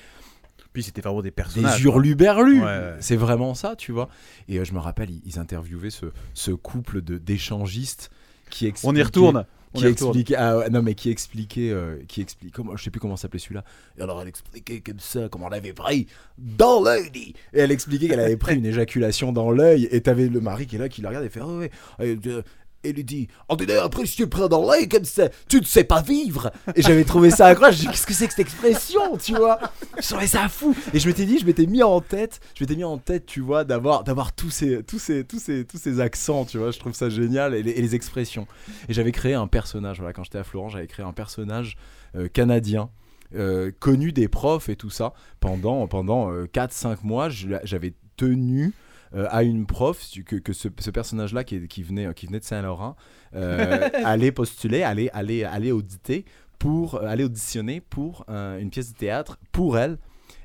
Puis c'était vraiment des personnages. des quoi. hurluberlus. Ouais, ouais. C'est vraiment ça, tu vois. Et euh, je me rappelle, ils, ils interviewaient ce, ce couple de d'échangistes qui On expliquaient- y retourne. On Qui y retourne. expliquait, ah, ouais, non mais qui expliquait, euh, qui explique, comment, je sais plus comment s'appelait celui-là. Et alors elle expliquait comme ça, comment elle avait pris dans l'œil, dit. Et elle expliquait qu'elle avait pris une éjaculation dans l'œil. Et t'avais le mari qui est là, qui la regarde et fait, oh, ouais. Et, euh, et lui dit, oh, dis donc, après si tu le prends dans l'œil comme ça, tu ne sais pas vivre. Et j'avais trouvé ça incroyable. J'ai dit, qu'est-ce que c'est que cette expression, tu vois je trouvais ça fou et je m'étais dit je m'étais mis en tête je m'étais mis en tête tu vois d'avoir d'avoir tous ces tous ces tous ces tous ces accents tu vois je trouve ça génial et les, et les expressions et j'avais créé un personnage voilà quand j'étais à Florence j'avais créé un personnage euh, canadien euh, connu des profs et tout ça pendant pendant 4 5 mois je l'a- j'avais tenu euh, à une prof tu- que, que ce, personnage là qui, est- qui venait qui venait de Saint-Laurent euh, allait postuler allait aller aller auditer pour euh, aller auditionner pour euh, une pièce de théâtre pour elle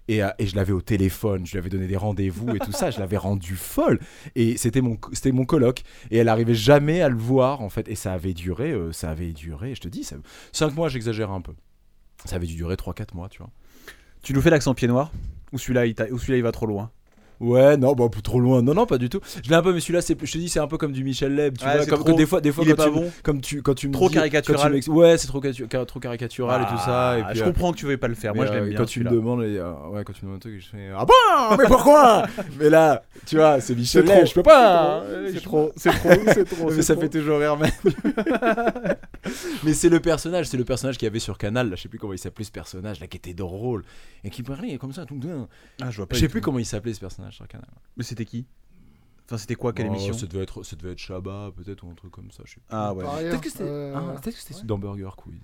et, euh, et je l'avais au téléphone, je lui avais donné des rendez-vous et tout ça, je l'avais rendu folle. Et c'était mon, c'était mon coloc. Et elle arrivait jamais à le voir, en fait. Et ça avait duré, euh, ça avait duré, je te dis, ça, 5 mois, j'exagère un peu. Ça avait dû durer 3-4 mois, tu vois. Tu nous fais l'accent pied noir Ou celui-là il, t'a- ou celui-là, il va trop loin Ouais, non, bah, p- trop loin. Non, non, pas du tout. Je l'ai un peu, mais celui-là, c'est, plus- je te dis, c'est un peu comme du Michel Leb. Tu Ouais, vois, c'est comme, trop- que des fois, des fois il est quand, pas tu, bon. comme tu, quand tu me Trop dis- caricatural. quand tu m'ex- ouais, c'est trop, catu- ca- trop caricatural et tout ça. Et Ah, puis, je euh, comprends que tu veuilles pas le faire. mais, Moi, je euh, l'aime bien. Quand tu me celui-là. demandes, et, euh, ouais, quand tu me demandes un truc, je fais Ah bon Mais pourquoi Mais là, tu vois, c'est Michel Leb, je peux pas. euh, je- c'est trop, c'est trop. mais ça fait toujours rire, man. mais c'est le personnage, c'est le personnage qu'il y avait sur Canal, là, je sais plus comment il s'appelait ce personnage, là, qui était drôle, et qui parlait comme ça, tout le temps. Ah, je vois pas. Je sais du plus tout. comment il s'appelait ce personnage sur Canal. Mais c'était qui Enfin, c'était quoi quelle Oh, émission ça devait, être, ça devait être Shabbat, peut-être, ou un truc comme ça, je sais plus. Ah ouais. Par ailleurs, Peut-être que c'était euh, ah, peut-être que c'était ouais. dans Burger Quiz.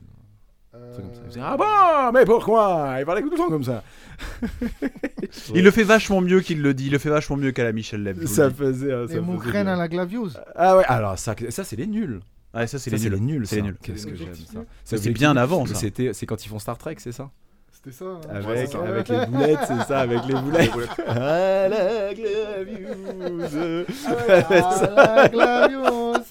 un truc comme ça. Il faisait, euh, ah bon, mais pourquoi Il parlait tout le temps comme ça. Il le fait vachement mieux qu'il le dit. Il le fait vachement mieux qu'à la Michel Leb. je vous le Ça dis. faisait. ah, Les Ça faisait Mongraines à bien. la glaviose. Ah ouais, alors ça, ça c'est les nuls. Ouais, ça c'est Ça, les nuls. C'est C'est les les nuls. Qu'est-ce que j'aime ça. Ça, c'est bien avant, ça. C'était, c'est quand ils font Star Trek, c'est ça C'était ça. hein. Avec, Ouais, c'est ça. avec les boulettes, c'est ça, avec les boulettes. Ah, I like love you. À la glaviose.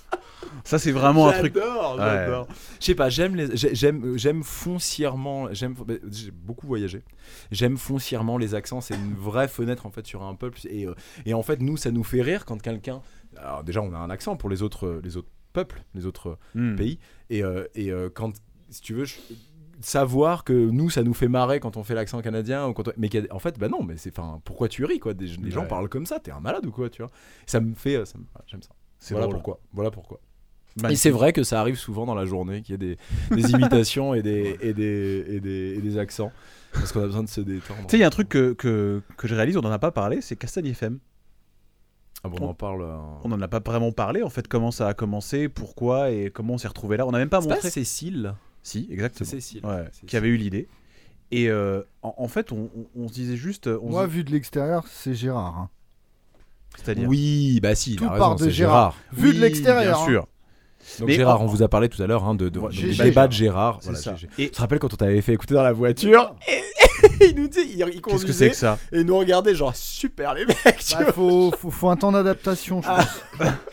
Ça c'est vraiment un truc. J'adore, Ouais. j'adore. Je sais pas, j'aime les- j'ai- j'aime j'aime foncièrement, j'aime bah, j'ai beaucoup voyagé. J'aime foncièrement les accents, c'est une vraie fenêtre en fait sur un peuple et, euh, et en fait nous ça nous fait rire quand quelqu'un alors déjà on a un accent pour les autres euh, les autres peuples, les autres euh, Hmm. pays et euh, et euh, quand si tu veux je- savoir que nous ça nous fait marrer quand on fait l'accent canadien ou quand on- mais qu'il y a- en fait bah non mais c'est enfin pourquoi tu ris quoi des, les gens Ouais. parlent comme ça t'es un malade ou quoi tu vois ça me fait euh, ça me- voilà, j'aime ça C'est voilà drôle. pourquoi voilà pourquoi et Magnifique. c'est vrai que ça arrive souvent dans la journée qu'il y a des, des imitations et des, et, des, et, des, et des accents. Parce qu'on a besoin de se détendre. Tu sais, il y a un truc que, que, que je réalise, on n'en a pas parlé, c'est Castagne FM. Ah bon, on en parle. euh, On n'en a pas vraiment parlé, en fait, comment ça a commencé, pourquoi et comment on s'est retrouvé là. On n'a même pas C'est pas montré. Cécile. si, C'est exactement. Cécile. Ouais, C'est qui avait eu l'idée. Et euh, en, en fait, on, on- on se disait juste. euh, On Moi, se- vu de l'extérieur, c'est Gérard. hein. C'est-à-dire. Oui, bah si, il Tout a raison, part de c'est Gérard. Vu Oui, de l'extérieur. Bien hein. sûr. Donc Mais Gérard, en- on vous a parlé tout à l'heure hein, de, de, Ouais, donc, GG, du débat de Gérard. C'est Voilà, ça. GG. Et Tu te rappelles quand on t'avait fait écouter dans la voiture Il nous dit, il, il qu'est-ce que conduisait c'est que ça et il nous regardait genre super les mecs. tu Bah, vois. faut, faut, faut un temps d'adaptation, je pense.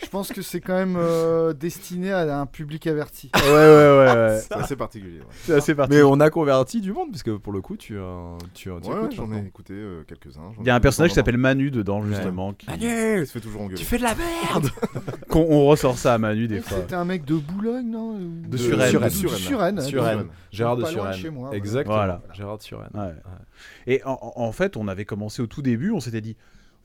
je pense que c'est quand même euh, destiné à un public averti. Ouais, ouais, ouais. ouais. C'est assez particulier. Ouais, c'est assez Mais on a converti du monde, puisque pour le coup, tu, euh, tu, tu Ouais, écoutes j'en ai maintenant. écouté euh, quelques-uns. j'en Il y a ai un écouté personnage qui pendant- s'appelle Manu dedans, justement. qui- Il se fait toujours engueuler. de la merde Qu'on on ressort ça à Manu des fois. C'était un mec de Boulogne, non Ou- De Suresnes. De Suresnes. Suresnes. Suresnes. Suresnes. Gérard de Pas loin de Suresnes. chez moi, voilà. Exactement. Voilà. Gérard de Suresnes. Ouais. Et en, en- en fait, on avait commencé au tout début, on s'était dit,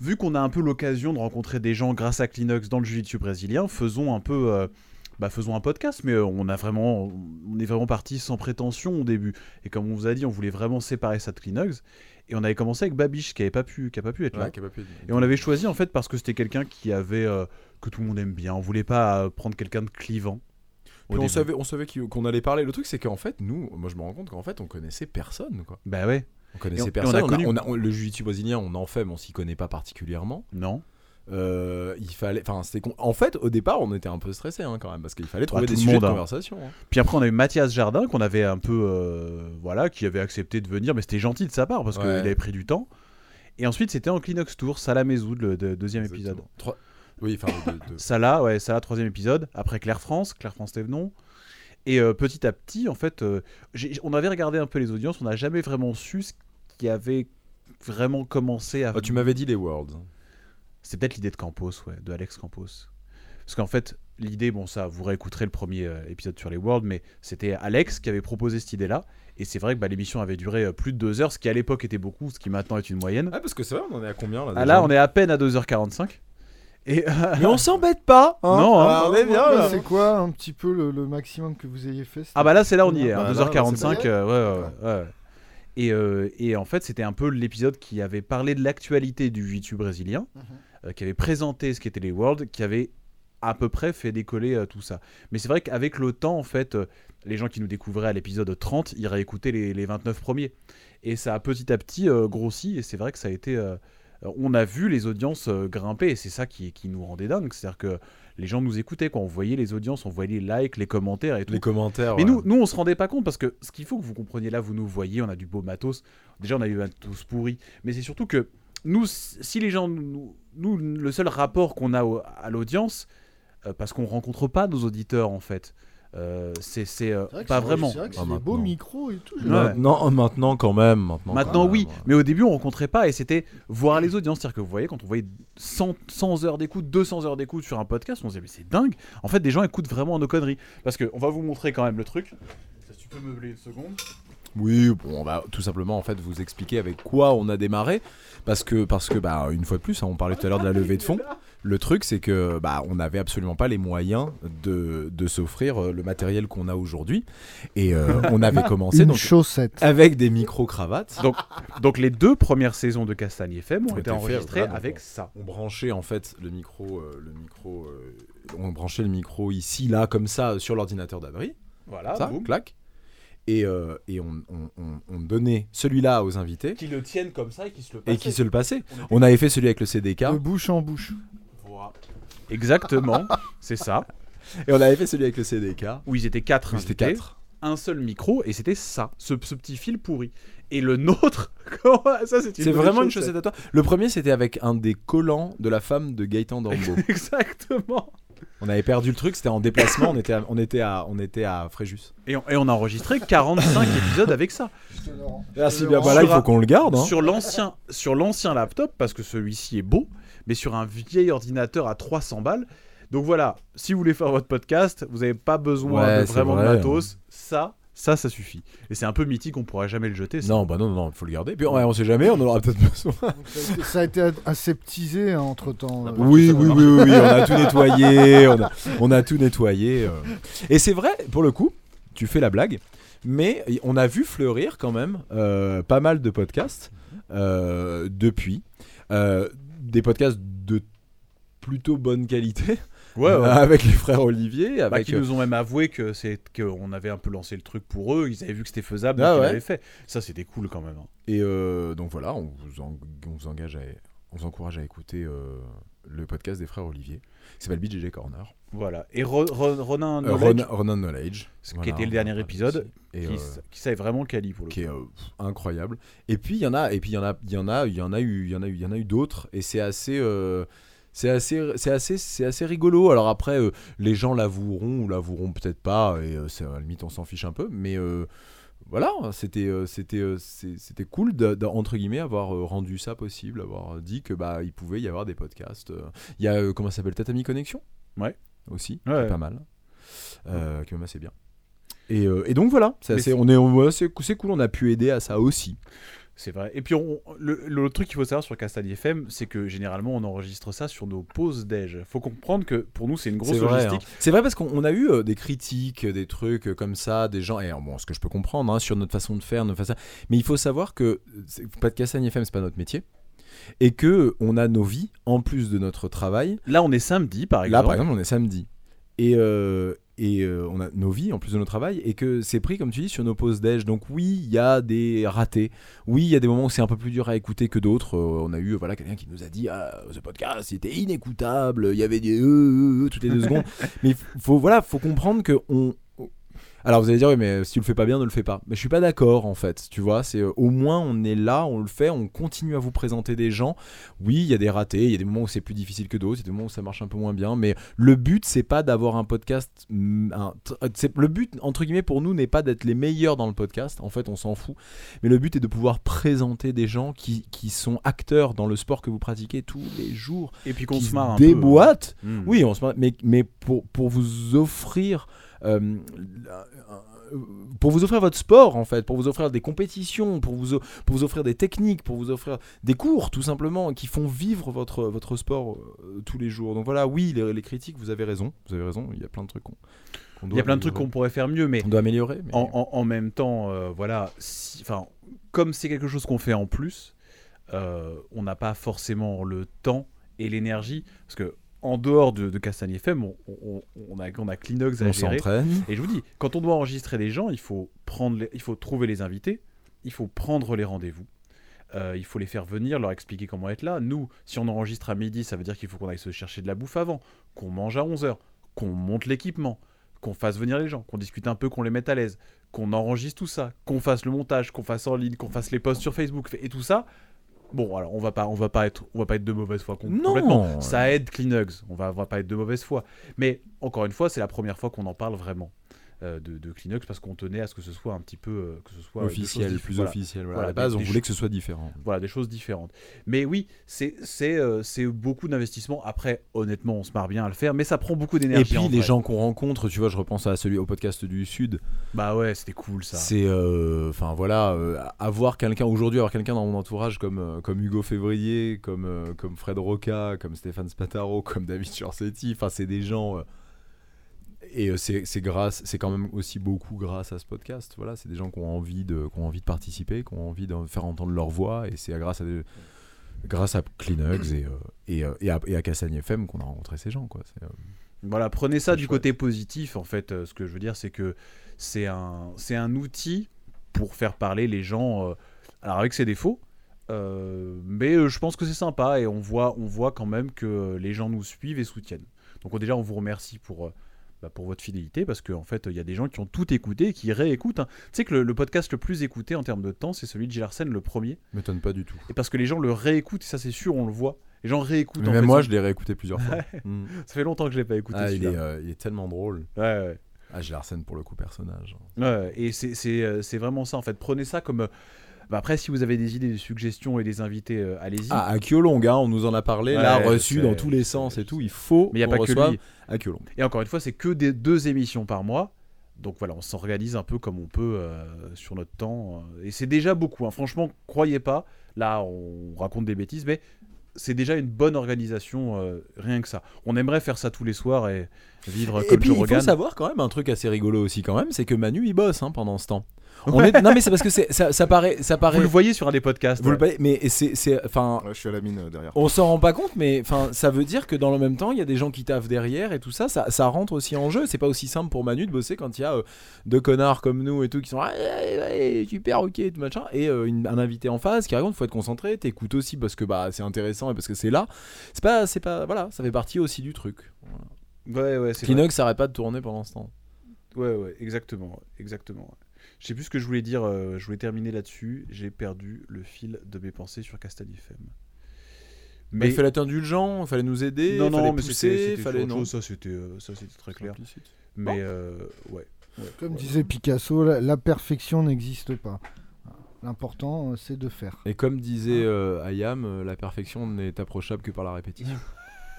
vu qu'on a un peu l'occasion de rencontrer des gens grâce à Kleenex dans le jiu-jitsu brésilien, faisons un peu, euh, bah, faisons un podcast. Mais euh, on a vraiment, on est vraiment parti sans prétention au début. Et comme on vous a dit, on voulait vraiment séparer ça de Kleenex. Et on avait commencé avec Babiche qui avait pas pu, qui a pas pu être là. Et on l'avait choisi en fait parce que c'était quelqu'un qui avait euh, que tout le monde aime bien. On voulait pas euh, prendre quelqu'un de clivant. au Puis on début. savait, on savait qu'il- qu'on allait parler. Le truc, c'est qu'en fait, nous, moi, je me rends compte qu'en fait, on connaissait personne, quoi. Bah ouais. On Et on- connaissait et on a personne. On a- connu- on a- on- le jiu-jitsu brésilien, on en fait, mais on s'y connaît pas particulièrement. Non. Euh, il fallait, enfin, c'était con- En fait, au départ, on était un peu stressé hein, quand même, parce qu'il fallait trouver tout des le sujets monde, de hein. conversation. hein. Puis après, on a eu Mathias Jardin, qu'on avait un peu. euh, voilà, qui avait accepté de venir, mais c'était gentil de sa part parce qu'il Ouais. avait pris du temps. Et ensuite, c'était en Kleenex Tour, Salah Mezoud, le de- deuxième épisode. Exactement. Trois- Oui, enfin, de- de- Salah, ouais, Salah, troisième épisode. Après Claire France, Claire France Thévenon. Et euh, petit à petit, en fait, euh, j'ai- on avait regardé un peu les audiences, on n'a jamais vraiment su ce qui avait vraiment commencé à. Ah, tu m'avais dit les words. C'est peut-être l'idée de Campos, ouais, de Alex Campos. Parce qu'en fait, l'idée, bon, ça, vous réécouterez le premier euh, épisode sur les Worlds, mais c'était Alex qui avait proposé cette idée-là. Et c'est vrai que bah, l'émission avait duré euh, plus de deux heures, ce qui à l'époque était beaucoup, ce qui maintenant est une moyenne. Ah, parce que c'est vrai, on en est à combien là Ah, là, on est à peine à 2h45. Et euh, Mais on s'embête pas hein. Non, hein. Ah, On est bien Ouais, là. Bah, C'est quoi un petit peu le, le maximum que vous ayez fait c'était- ah bah là, c'est là on y est, hein, Bah, là, 2h45. c'est euh, ouais, ouais, ouais, ouais. Et, euh, et en fait, c'était un peu l'épisode qui avait parlé de l'actualité du jiu-jitsu brésilien. Mhm. euh, qui avait présenté ce qu'étaient les Worlds, qui avait à peu près fait décoller euh, tout ça. Mais c'est vrai qu'avec le temps, en fait, euh, les gens qui nous découvraient à l'épisode 30 iraient écouter les, les 29 premiers. Et ça a petit à petit euh, grossi, et c'est vrai que ça a été... euh, euh, on a vu les audiences euh, grimper, et c'est ça qui, qui nous rendait dingue. C'est-à-dire que les gens nous écoutaient, quoi. on voyait les audiences, on voyait les likes, les commentaires et tout. Les commentaires. Mais Ah, voilà. nous, nous, on se rendait pas compte parce que ce qu'il faut que vous compreniez là, vous nous voyez, on a du beau matos. Déjà, on a eu un matos pourri. Mais c'est surtout que nous, si les gens. Nous, nous, le seul rapport qu'on a au- à l'audience, euh, parce qu'on rencontre pas nos auditeurs en fait. Euh, c'est c'est, euh, C'est vrai que pas c'est- vraiment. C'est vrai que Ah, c'est des beaux maintenant. micros et tout. j'ai- Ouais. Maintenant, euh, maintenant, quand même. Maintenant, Maintenant, quand même, oui, ouais. mais au début, on rencontrait pas et c'était voir les audiences. C'est-à-dire que vous voyez, quand on voyait 100, 100 heures d'écoute, 200 heures d'écoute sur un podcast, on se disait, mais c'est dingue. En fait, des gens écoutent vraiment nos conneries. Parce qu'on va vous montrer quand même le truc. Si tu peux meubler une seconde. Oui, bon, on va tout simplement en fait vous expliquer avec quoi on a démarré, parce que parce que bah une fois de plus, hein, on parlait tout à l'heure de la levée de fonds. Le truc, c'est que bah on n'avait absolument pas les moyens de, de s'offrir euh, le matériel qu'on a aujourd'hui, et euh, on avait commencé Une donc chaussette. avec des micro cravates. Donc, donc les deux premières saisons de Castagne FM ont Ont été été faites, enregistrées voilà, donc avec on- ça. On branchait en fait le micro, euh, le micro, euh, on branchait le micro ici là comme ça sur l'ordinateur d'abri. Voilà, ça, boum. clac. Et, euh, et on, on- on- on donnait celui-là aux invités Qui le tiennent comme ça et qui se le et passent. qui se le passaient. On avait fait celui avec le CDK De bouche en bouche. Voilà. Exactement, c'est ça. et on avait fait celui avec le CDK. Où ils étaient quatre. C'était invités. 4. un seul micro et c'était ça, ce, ce petit fil pourri. Et le nôtre, comment- ça c'est une C'est bonne vraiment une chose, chaussette à toi. Le premier, c'était avec un des collants de la femme de Gaëtan Dambo. ça. Exactement. on avait perdu le truc, c'était en déplacement, on était à, on était à, on était à Fréjus. Et on, et on a enregistré 45 épisodes avec ça. Merci bien, Ah, bien. bah là, il sur un- faut qu'on le garde. hein. Sur l'ancien, sur l'ancien laptop, parce que celui-ci est beau, mais sur un vieil ordinateur à 300 balles. Donc voilà, si vous voulez faire votre podcast, vous n'avez pas besoin Ouais, de c'est vraiment de vrai. matos. Ça, ça, ça suffit. Et c'est un peu mythique, on pourra jamais le jeter. ça. Non, bah non, non, non, faut le garder. Puis ouais, on sait jamais, on en aura peut-être besoin. Ça a été- Ça a été aseptisé hein, euh, entre temps. Oui, oui, oui, oui, oui, on a tout nettoyé, on a, on a tout nettoyé. euh. Et c'est vrai, pour le coup, tu fais la blague, mais on a vu fleurir quand même euh, pas mal de podcasts euh, depuis. Euh, des podcasts de plutôt bonne qualité, Ouais, ouais. avec les frères Olivier, Bah, Ah, avec... euh, qui nous ont même avoué que c'est qu'on avait un peu lancé le truc pour eux, ils avaient vu que c'était faisable, Ah donc ouais. ils l'avaient fait. Ça c'était cool quand même. hein. Et euh, donc voilà, on vous, en- on vous engage à- On vous encourage à écouter euh, le podcast des frères Olivier, qui s'appelle BJJ Corner. Voilà. Et Ro- Ro- Ronin Euh, Knowledge, Ron- Ronan Knowledge. ce qui était le dernier épisode, Et, qui, euh, s- qui savait vraiment Cali pour le qui coup. est euh, pff, incroyable. Et puis il y en a, et puis il y en a, il y en a, il y en a eu, il y en a eu, il y en a eu d'autres. Et c'est assez, euh, c'est assez, c'est assez, c'est assez rigolo. Alors après, euh, les gens l'avoueront ou l'avoueront peut-être pas. Et euh, c'est à la limite, on s'en fiche un peu. Mais euh, voilà, c'était, euh, c'était, euh, c'est- c'était cool de- de- entre guillemets avoir euh, rendu ça possible, avoir dit que bah il pouvait y avoir des podcasts. euh. Il y a euh, comment ça s'appelle Tatami Connexion. Ouais. Aussi, qui Ouais, est ouais. pas mal. Euh, qui est même assez bien. Et, euh, et donc voilà, c'est Mais assez- c'est- on est, on- ouais, c'est c'est cool, on a pu aider à ça aussi. C'est vrai. Et puis on- le, le truc qu'il faut savoir sur Castagne FM, c'est que généralement on enregistre ça sur nos pauses déj. Faut comprendre que pour nous c'est une grosse C'est vrai, logistique. hein. C'est vrai parce qu'on on a eu euh, des critiques, euh, des trucs euh, comme ça, des gens, et euh, bon, ce que je peux comprendre hein, sur notre façon de faire, notre façon- mais il faut savoir que euh, c'est- pas de Castagne FM, c'est pas notre métier, et que euh, on a nos vies en plus de notre travail. Là on est samedi par hein. Là, exemple. par exemple, on est samedi, et euh, et euh, on a nos vies en plus de notre travail, et que c'est pris comme tu dis sur nos pauses déj. Donc oui, il y a des ratés. Oui, il y a des moments où c'est un peu plus dur à écouter que d'autres. Euh, on a eu euh, voilà quelqu'un qui nous a dit ah, ce podcast était inécoutable, il y avait des euh, euh, euh toutes les deux secondes. Mais f- faut voilà, faut comprendre que on alors vous allez dire oui mais si tu le fais pas bien ne le fais pas. Mais je suis pas d'accord en fait. Tu vois c'est euh, au moins on est là, on le fait, on continue à vous présenter des gens. Oui il y a des ratés, il y a des moments où c'est plus difficile que d'autres, il y a des moments où ça marche un peu moins bien. Mais le but c'est pas d'avoir un podcast. hum, un tr- euh, c'est- le but entre guillemets pour nous n'est pas d'être les meilleurs dans le podcast. En fait on s'en fout. Mais le but est de pouvoir présenter des gens qui, qui sont acteurs dans le sport que vous pratiquez tous les jours. Et puis qu'on qui se marre un peu. déboîtent. Hmm. Oui, on se marre, mais, mais pour, pour vous offrir. euh, la- euh, pour vous offrir votre sport en fait, pour vous offrir des compétitions, pour vous, o- pour vous offrir des techniques, pour vous offrir des cours tout simplement qui font vivre votre, votre sport euh, tous les jours. Donc voilà, oui, les, les critiques, vous avez raison, vous avez raison, il y a plein de trucs qu'on qu'on Il doit y a plein de trucs qu'on améliorer. pourrait faire mieux, mais On doit améliorer. mais- En, en- en même temps, euh, voilà, si- enfin, comme c'est quelque chose qu'on fait en plus, euh, on n'a pas forcément le temps et l'énergie, parce que en dehors de, de Castagne FM, on, on- on a, on a Kleenex à on gérer. s'entraîne. Et je vous dis, quand on doit enregistrer les gens, il faut, prendre les- il faut trouver les invités, il faut prendre les rendez-vous, euh, il faut les faire venir, leur expliquer comment être là. Nous, si on enregistre à midi, ça veut dire qu'il faut qu'on aille se chercher de la bouffe avant, qu'on mange à 11h, qu'on monte l'équipement, qu'on fasse venir les gens, qu'on discute un peu, qu'on les mette à l'aise, qu'on enregistre tout ça, qu'on fasse le montage, qu'on fasse en ligne, qu'on fasse les posts sur Facebook et tout ça. Bon, alors on va pas, on va pas être, on va pas être de mauvaise foi com- Non. complètement. Ça aide Kleenex. On va, on va pas être de mauvaise foi. Mais encore une fois, c'est la première fois qu'on en parle vraiment. euh, de, de Kleenex parce qu'on tenait à ce que ce soit un petit peu euh, que ce soit euh, des choses officiel, diff- plus voilà. officiel. voilà. Voilà, à la des- base, on des voulait ch- que ce soit différent. Voilà, des choses différentes. Mais oui, c'est c'est euh, c'est beaucoup d'investissement. Après, honnêtement, on se marre bien à le faire, mais ça prend beaucoup d'énergie. Et puis en les vrai. gens qu'on rencontre, tu vois, je repense à celui au podcast du Sud. Bah ouais, c'était cool ça. C'est, euh, enfin voilà, euh, avoir quelqu'un aujourd'hui, avoir quelqu'un dans mon entourage comme euh, comme Hugo Février, comme euh, comme Fred Roca, comme Stéphane Spataro, comme David Chorsetti. Enfin, c'est des gens. euh, et euh, c'est c'est grâce, c'est quand même aussi beaucoup grâce à ce podcast. Voilà, c'est des gens qui ont envie de, qui ont envie de participer, qui ont envie de faire entendre leur voix, et c'est à grâce à des- grâce à Kleenex et euh, et, euh, et à, et à Cassagne FM qu'on a rencontré ces gens quoi. C'est, euh, Voilà, prenez ça C'est du chouette. côté positif. En fait, Euh, ce que je veux dire, c'est que c'est un, c'est un outil pour faire parler les gens. euh, alors avec ses défauts, euh, mais euh, je pense que c'est sympa et on voit, on voit quand même que les gens nous suivent et soutiennent. Donc euh, déjà, on vous remercie pour. euh, bah, pour votre fidélité, parce qu'en fait, il y a des gens qui ont tout écouté et qui réécoutent. hein. Tu sais que le, le podcast le plus écouté en termes de temps, c'est celui de Gilles Arsène, le premier. m'étonne pas du tout. Et parce que les gens le réécoutent, et ça c'est sûr, on le voit. Les gens réécoutent. Mais en même fait, moi, ça- je l'ai réécouté plusieurs fois. Mm. ça fait longtemps que je l'ai pas écouté. Ah, il, celui-là. est, euh, il est tellement drôle. Ouais, ouais. Ah, Gilles Arsène, pour le coup, personnage. Ouais, et c'est- c'est euh, c'est vraiment ça en fait. Prenez ça comme. euh, bah après, si vous avez des idées, des suggestions et des invités, euh, allez-y. Ah, Akiolong, hein, on nous en a parlé, Ouais, là, je reçu sais, dans tous je les sais, sens je et tout. sais. Il faut Mais il n'y a qu'on pas que reçoive lui. Akiolong. Et encore une fois, c'est que des deux émissions par mois. Donc voilà, on s'organise un peu comme on peut euh, sur notre temps. euh, Et c'est déjà beaucoup. hein. Franchement, croyez pas. Là, on raconte des bêtises, mais c'est déjà une bonne organisation, euh, rien que ça. On aimerait faire ça tous les soirs et vivre Et comme puis, Joe il faut Rogan. savoir quand même un truc assez rigolo aussi, quand même, c'est que Manu, il bosse hein, pendant ce temps. On est... Non, mais c'est parce que c'est- ça, ça paraît. Ça paraît... Vous le voyez sur un des podcasts. Vous le voyez, ouais. Mais c'est- c'est. Enfin, Ouais, je suis à la mine euh, derrière. On s'en rend pas compte, mais enfin, ça veut dire que dans le même temps, il y a des gens qui taffent derrière et tout ça, ça, ça rentre aussi en jeu. C'est pas aussi simple pour Manu de bosser quand il y a euh, deux connards comme nous et tout qui sont ah, ouais, ouais, super ok tout machin et euh, une- un invité en face qui raconte faut être concentré, t'écoutes aussi parce que bah c'est intéressant et parce que c'est là. C'est pas, c'est pas, voilà, ça fait partie aussi du truc. Ouais, ouais, c'est vrai. Kleenex s'arrête pas de tourner pendant ce temps. Ouais, ouais, exactement, ouais, exactement. ouais. Je sais plus ce que je voulais dire, euh, je voulais terminer là-dessus, j'ai perdu le fil de mes pensées sur Castagne FM. Mais Bah, il fallait être indulgent, il fallait nous aider, non, il fallait non, mais c'était- pousser, c'était il fallait autre non. chose, ça c'était euh, ça, c'était très clair. Implicite. Mais euh, ouais. Comme Ouais. disait Picasso, la, la perfection n'existe pas. L'important, euh, c'est de faire. Et comme disait euh, Ayam, euh, la perfection n'est approchable que par la répétition.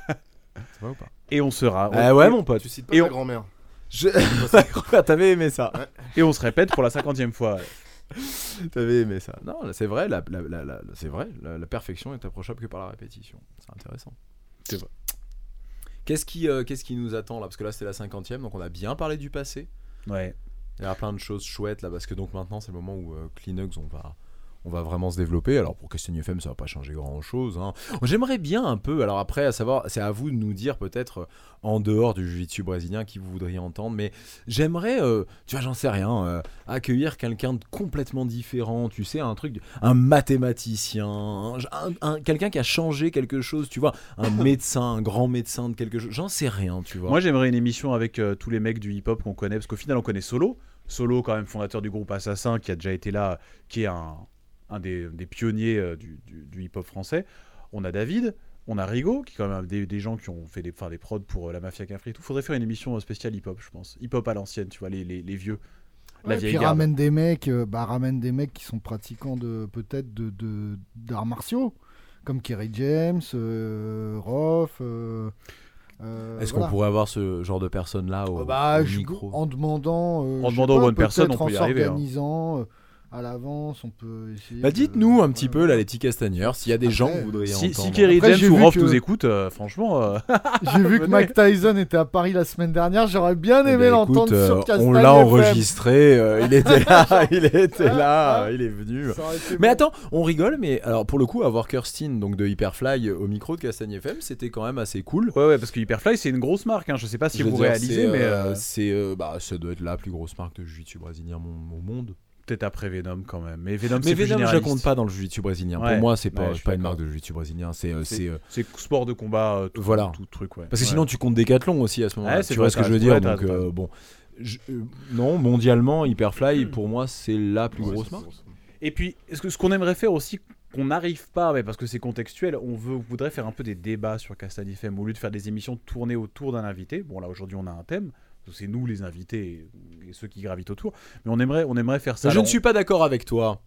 c'est vrai ou pas Et on sera. Ah on- ouais, et- mon pote. Tu cites Et pas on- ta grand-mère. Je... T'avais aimé ça. Et on se répète pour la cinquantième fois. ouais. T'avais aimé ça. Non, là, c'est vrai. La, la- la- la- c'est vrai. La, la perfection est approchable que par la répétition. C'est intéressant. C'est vrai. Qu'est-ce qui, euh, qu'est-ce qui nous attend là Parce que là, c'était la cinquantième, donc on a bien parlé du passé. Ouais. Il y a plein de choses chouettes là, parce que donc maintenant, c'est le moment où euh, Kleenex, on va. On va vraiment se développer. Alors pour Question FM, ça va pas changer grand chose. J'aimerais bien un peu. Alors après, à savoir, c'est à vous de nous dire peut-être euh, en dehors du jiu-jitsu brésilien qui vous voudriez entendre. Mais J'aimerais, euh, tu vois, j'en sais rien, euh, accueillir quelqu'un de complètement différent, tu sais, un truc, de- un mathématicien, un- un- quelqu'un qui a changé quelque chose, tu vois, un médecin, un grand médecin de quelque chose, j'en sais rien, tu vois. Moi j'aimerais une émission avec euh, tous les mecs du hip-hop qu'on connaît, parce qu'au final on connaît Solo. Solo, quand même fondateur du groupe Assassin, qui a déjà été là, qui est un, un des, des pionniers euh, du, du- du hip-hop français. On a David, on a Rigo, qui est quand même des, des gens qui ont fait des, enfin, des prods pour euh, la mafia cafri et tout. Faudrait faire une émission euh, spéciale hip-hop, je pense. Hip-hop à l'ancienne, tu vois, les, les- les vieux. La Ouais, vieille puis garde. ramène des mecs, euh, bah, ramène des mecs qui sont pratiquants de peut-être de de- d'arts martiaux, comme Kerry James, euh, Roth. euh, euh, Est-ce voilà. qu'on pourrait avoir ce genre de personne là au, Oh, bah, au je- micro En demandant, euh, En demandant je sais aux pas, bonnes personnes, peut-être on peut y en arriver, hein. s'organisant, euh, à l'avance, on peut essayer. Bah de- dites-nous un petit Ouais, peu là les petits castagneurs, s'il y a des Après, gens que vous voudriez Si, si entendre. Kerry Après, James j'ai ou vu Rof que- nous écoute, franchement, euh, J'ai vu que Venez. Mike Tyson était à Paris la semaine dernière, j'aurais bien Eh aimé ben, écoute, l'entendre euh, sur Castagne on l'a FM. enregistré, euh, il était là, il était là, euh, il est venu. Ça aurait été Mais Ah. bon. attends, on rigole, mais alors pour le coup, avoir Kirstine donc de Hyperfly euh, au micro de Castagne FM, c'était quand même assez cool. ouais, ouais, parce que Hyperfly c'est une grosse marque. Hein. Je sais pas si Je veux vous dire, réalisez, c'est, mais euh, euh, c'est euh, bah ça doit être la plus grosse marque de jiu-jitsu brésilien mon- au monde. peut-être après Venom quand même. Mais Venom, Mais c'est plus Venom, je la compte généraliste. pas dans le jiu-jitsu brésilien. Ouais. Pour moi, c'est Ouais, pas, je c'est suis pas une d'accord. marque de jiu-jitsu brésilien. C'est euh, c'est euh, C'est sport de combat, euh, tout, Voilà. tout truc, ouais. parce que Ouais. sinon tu comptes Decathlon aussi à ce moment-là. Ouais, c'est tu vois vrai, ce que t'as je veux raison. dire Ouais, t'as Donc raison, Hmm. t'as euh, raison. bon, Je- euh, non mondialement Hyperfly pour moi c'est la plus Ouais, grosse c'est marque. grosse. Et puis, ce que- ce qu'on aimerait faire aussi, qu'on n'arrive pas, mais parce que c'est contextuel, on, veut, on voudrait faire un peu des débats sur Castagne FM au lieu de faire des émissions tournées autour d'un invité. Bon, là aujourd'hui, on a un thème, c'est nous les invités et, et ceux qui gravitent autour. Mais on aimerait, on aimerait faire ça. Je Alors, ne suis pas d'accord avec toi.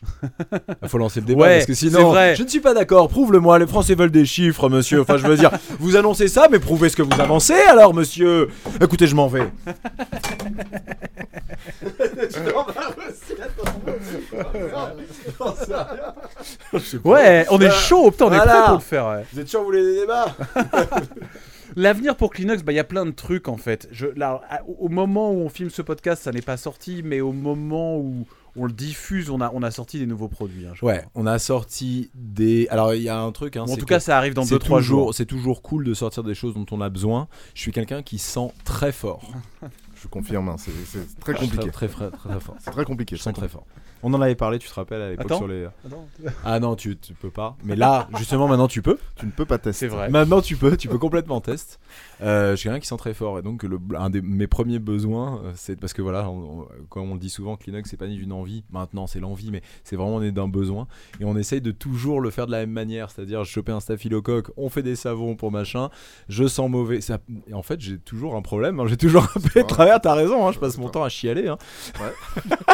Il faut lancer le débat Ouais, parce que c'est sinon, vrai. je ne suis pas d'accord. Prouve-le-moi. Les Français veulent des chiffres, monsieur. Enfin, je veux dire, vous annoncez ça, mais prouvez ce que vous avancez, alors, monsieur. Écoutez, je m'en vais. on- Ouais, on est chaud, putain, on est Euh, Voilà. prêt pour le faire. ouais. Vous êtes sûr que vous voulez des débats L'avenir pour Kleenex, bah, il y a plein de trucs en fait. Je, là, à- au moment où on filme ce podcast, ça n'est pas sorti, mais au moment où on le diffuse, on a, on a sorti des nouveaux produits. hein, je Ouais, crois. on a sorti des. Alors, il y a un truc. Hein, Bon, en c'est tout que- cas, ça arrive dans C'est 2-3 jours. toujours, c'est toujours cool de sortir des choses dont on a besoin. Je suis quelqu'un qui sent très fort. Je confirme, hein, c'est- c'est très Très, compliqué. très, fra- très, fort. C'est très compliqué. Je sens très fort. On en avait parlé, tu te rappelles, à l'époque Attends. sur les. Attends. Ah non, tu, tu peux pas. Mais là, justement, maintenant tu peux. Tu ne peux pas C'est tester. vrai. Maintenant tu peux, tu peux complètement test. Euh, j'ai quelqu'un qui sent très fort et donc le, un de mes premiers besoins, euh, c'est parce que voilà, on- on- comme on le dit souvent, Kleenex c'est pas ni d'une envie. Maintenant c'est l'envie, mais c'est vraiment né d'un besoin et on essaye de toujours le faire de la même manière, c'est-à-dire je chopais un staphylocoque, on fait des savons pour machin, je sens mauvais. Ça, et en fait j'ai toujours un problème, hein, j'ai toujours un peu de vrai. travers. T'as raison, hein, je passe C'est mon vrai. temps à chialer. hein. Ouais.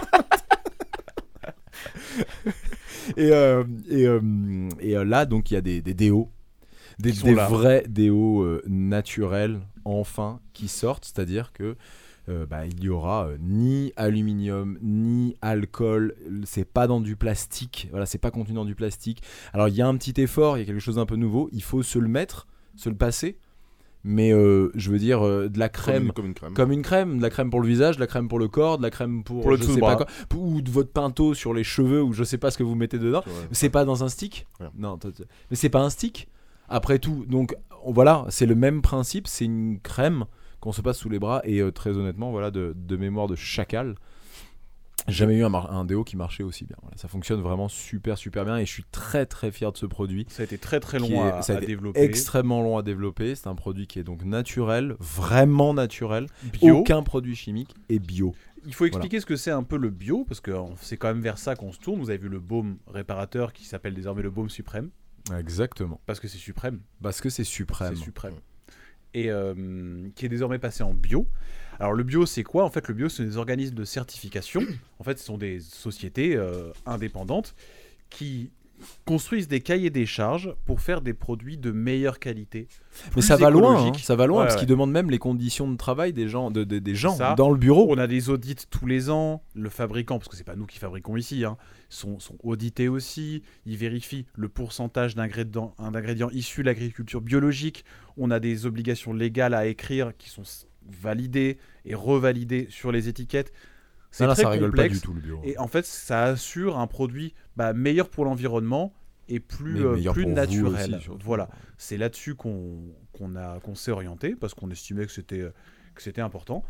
et euh, et, euh, et, euh, là donc il y a des, des déos des, Qui sont des là. vrais déos euh, naturels enfin qui sortent c'est à dire que euh, bah, il y aura euh, ni aluminium ni alcool c'est pas dans du plastique voilà c'est pas contenu dans du plastique alors il y a un petit effort il y a quelque chose d'un peu nouveau il faut se le mettre se le passer mais euh, je veux dire euh, de la Comme crème une, comme une crème. comme une crème, de la crème pour le visage, de la crème pour le corps, de la crème pour, Pour le je dessous sais de pas bras. quoi, p- ou de votre pinto sur les cheveux ou je sais pas ce que vous mettez dedans. Tu vois. C'est pas dans un stick Ouais. Non, toi, tu- mais c'est pas un stick après tout. Donc on- voilà, c'est le même principe, c'est une crème qu'on se passe sous les bras et euh, très honnêtement, voilà de, de mémoire de chacal. Jamais eu un, mar- un déo qui marchait aussi bien. Voilà, ça fonctionne vraiment super super bien et je suis très très fier de ce produit Ça a été très très qui long est- à, ça a à été développer. extrêmement long à développer. C'est un produit qui est donc naturel, vraiment naturel, Bio. aucun produit chimique et bio. Il faut expliquer ce que c'est un peu le bio, parce que on- c'est quand même vers ça qu'on se tourne. Vous avez vu le baume réparateur qui s'appelle désormais le baume suprême, Exactement. parce que c'est suprême. Parce que c'est suprême. C'est suprême. Et euh, qui est désormais passé en bio. Alors le bio, c'est quoi En fait, le bio, c'est des organismes de certification. En fait, ce sont des sociétés euh, indépendantes qui construisent des cahiers des charges pour faire des produits de meilleure qualité. Mais plus ça va loin, hein, écologiques. ça va loin, Ouais, parce ouais. qu'ils demandent même les conditions de travail des gens, de- de- des gens Ça. dans le bureau. Oh, On a des audits tous les ans. Le fabricant, parce que c'est pas nous qui fabriquons ici, hein, sont, sont audités aussi. Ils vérifient le pourcentage d'ingrédients un d'ingrédients issus de l'agriculture biologique. On a des obligations légales à écrire qui sont s- validées et revalidées sur les étiquettes. C'est Non, Ah là, très ça rigole pas complexe. du tout le bureau. Et en fait, ça assure un produit bah, meilleur pour l'environnement et Mais plus, euh, meilleur plus pour vous naturel. aussi, surtout. voilà, c'est là-dessus qu'on qu'on a- qu'on s'est orienté parce qu'on estimait que c'était que c'était important.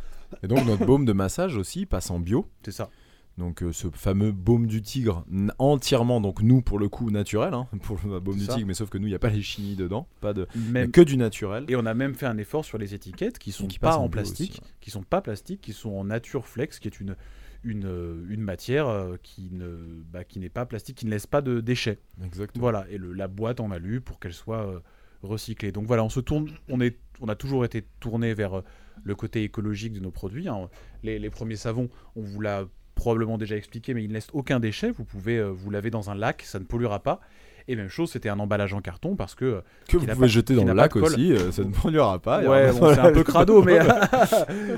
Et donc notre baume de massage aussi passe en bio. C'est ça. Donc euh, ce fameux baume du tigre n- entièrement, donc nous pour le coup naturel, hein, pour le baume C'est du ça. tigre, mais sauf que nous il n'y a pas les chimies dedans, pas de, il y a Même, que du naturel. Et on a même fait un effort sur les étiquettes qui sont qui passent pas en en, bio plastique, aussi, hein. qui sont pas plastiques, qui sont en natureflex, qui est une une, euh, une matière euh, qui ne bah, qui n'est pas plastique, qui ne laisse pas de déchets. Exactement. Voilà. Et le- la boîte en alu pour qu'elle soit euh, recyclée. Donc voilà, on se tourne, on est, on a toujours été tourné vers euh, le côté écologique de nos produits. hein. Les, les premiers savons, on vous l'a probablement déjà expliqué, mais ils ne laissent aucun déchet. Vous pouvez euh, vous laver dans un lac, ça ne polluera pas. Et même chose, c'était un emballage en carton parce que euh, Que qui vous n'a pouvez pas- jeter qui dans le n'a pas lac de colle. aussi, euh, ça ne polluera pas. hein. Et Ouais, alors, bon, c'est un voilà. peu crado, mais,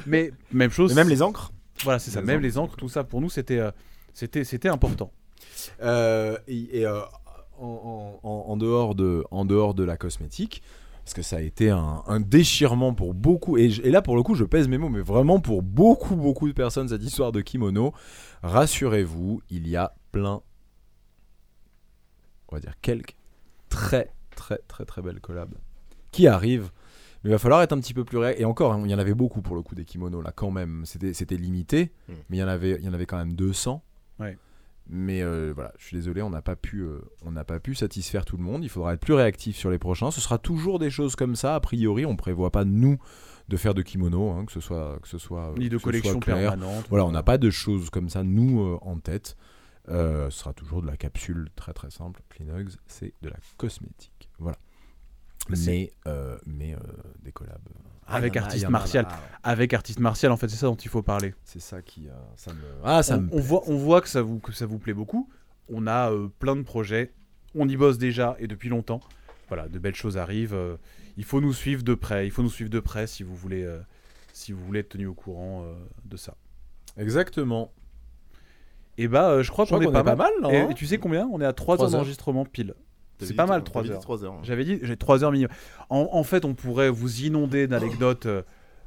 mais même chose. Et même les encres. Voilà, c'est ça. les Même encres, les encres, tout ça, pour nous, c'était, euh, c'était, c'était important. Euh, et et, euh, en, en- en- en dehors de, en dehors de la cosmétique, parce que ça a été un, un déchirement pour beaucoup, et, je- et là pour le coup je pèse mes mots, mais vraiment pour beaucoup, beaucoup de personnes, cette histoire de kimono, rassurez-vous, il y a plein, on va dire quelques très, très, très, très belles collabs qui arrivent. Mais il va falloir être un petit peu plus réel. Et encore, hein, il y en avait beaucoup pour le coup des kimonos là quand même. C'était c'était limité, Mm. mais il y en avait, il y en avait quand même 200. Ouais. Mais euh, voilà, je suis désolé, on n'a pas pu, euh, on n'a pas pu satisfaire tout le monde. Il faudra être plus réactif sur les prochains. Ce sera toujours des choses comme ça. A priori, on prévoit pas nous de faire de kimono, hein, que ce soit, que ce soit, euh, Ni de que ce soit collection clair. permanente. Voilà, on n'a pas de choses comme ça, nous, euh, en tête. Euh, ce sera toujours de la capsule très très simple. Kleenex, c'est de la cosmétique. Voilà. mais euh, mais euh, des collabs. Avec Il y en a- il y artiste en a- martial. ah, ouais. Avec artiste martial, en fait, c'est ça dont il faut parler. C'est ça qui euh, ça me ah ça on, me on voit, on voit que ça vous, que ça vous plaît beaucoup. On a euh, plein de projets. On y bosse déjà et depuis longtemps. Voilà, de belles choses arrivent. euh, il faut nous suivre de près. Il faut nous suivre de près si vous voulez, euh, si vous voulez être tenu au courant euh, de ça. exactement. Et bah, euh, je crois Je qu'on crois est, qu'on pas est pas mal. Eh, mal, non, Et- hein et, tu sais combien On est à 3, Trois heures heures. d'enregistrement pile. T'as C'est dit- pas mal, t'as trois dit heures. 3 heures. hein. J'avais dit, j'ai 3 heures minimum. En, en fait, on pourrait vous inonder d'anecdotes euh,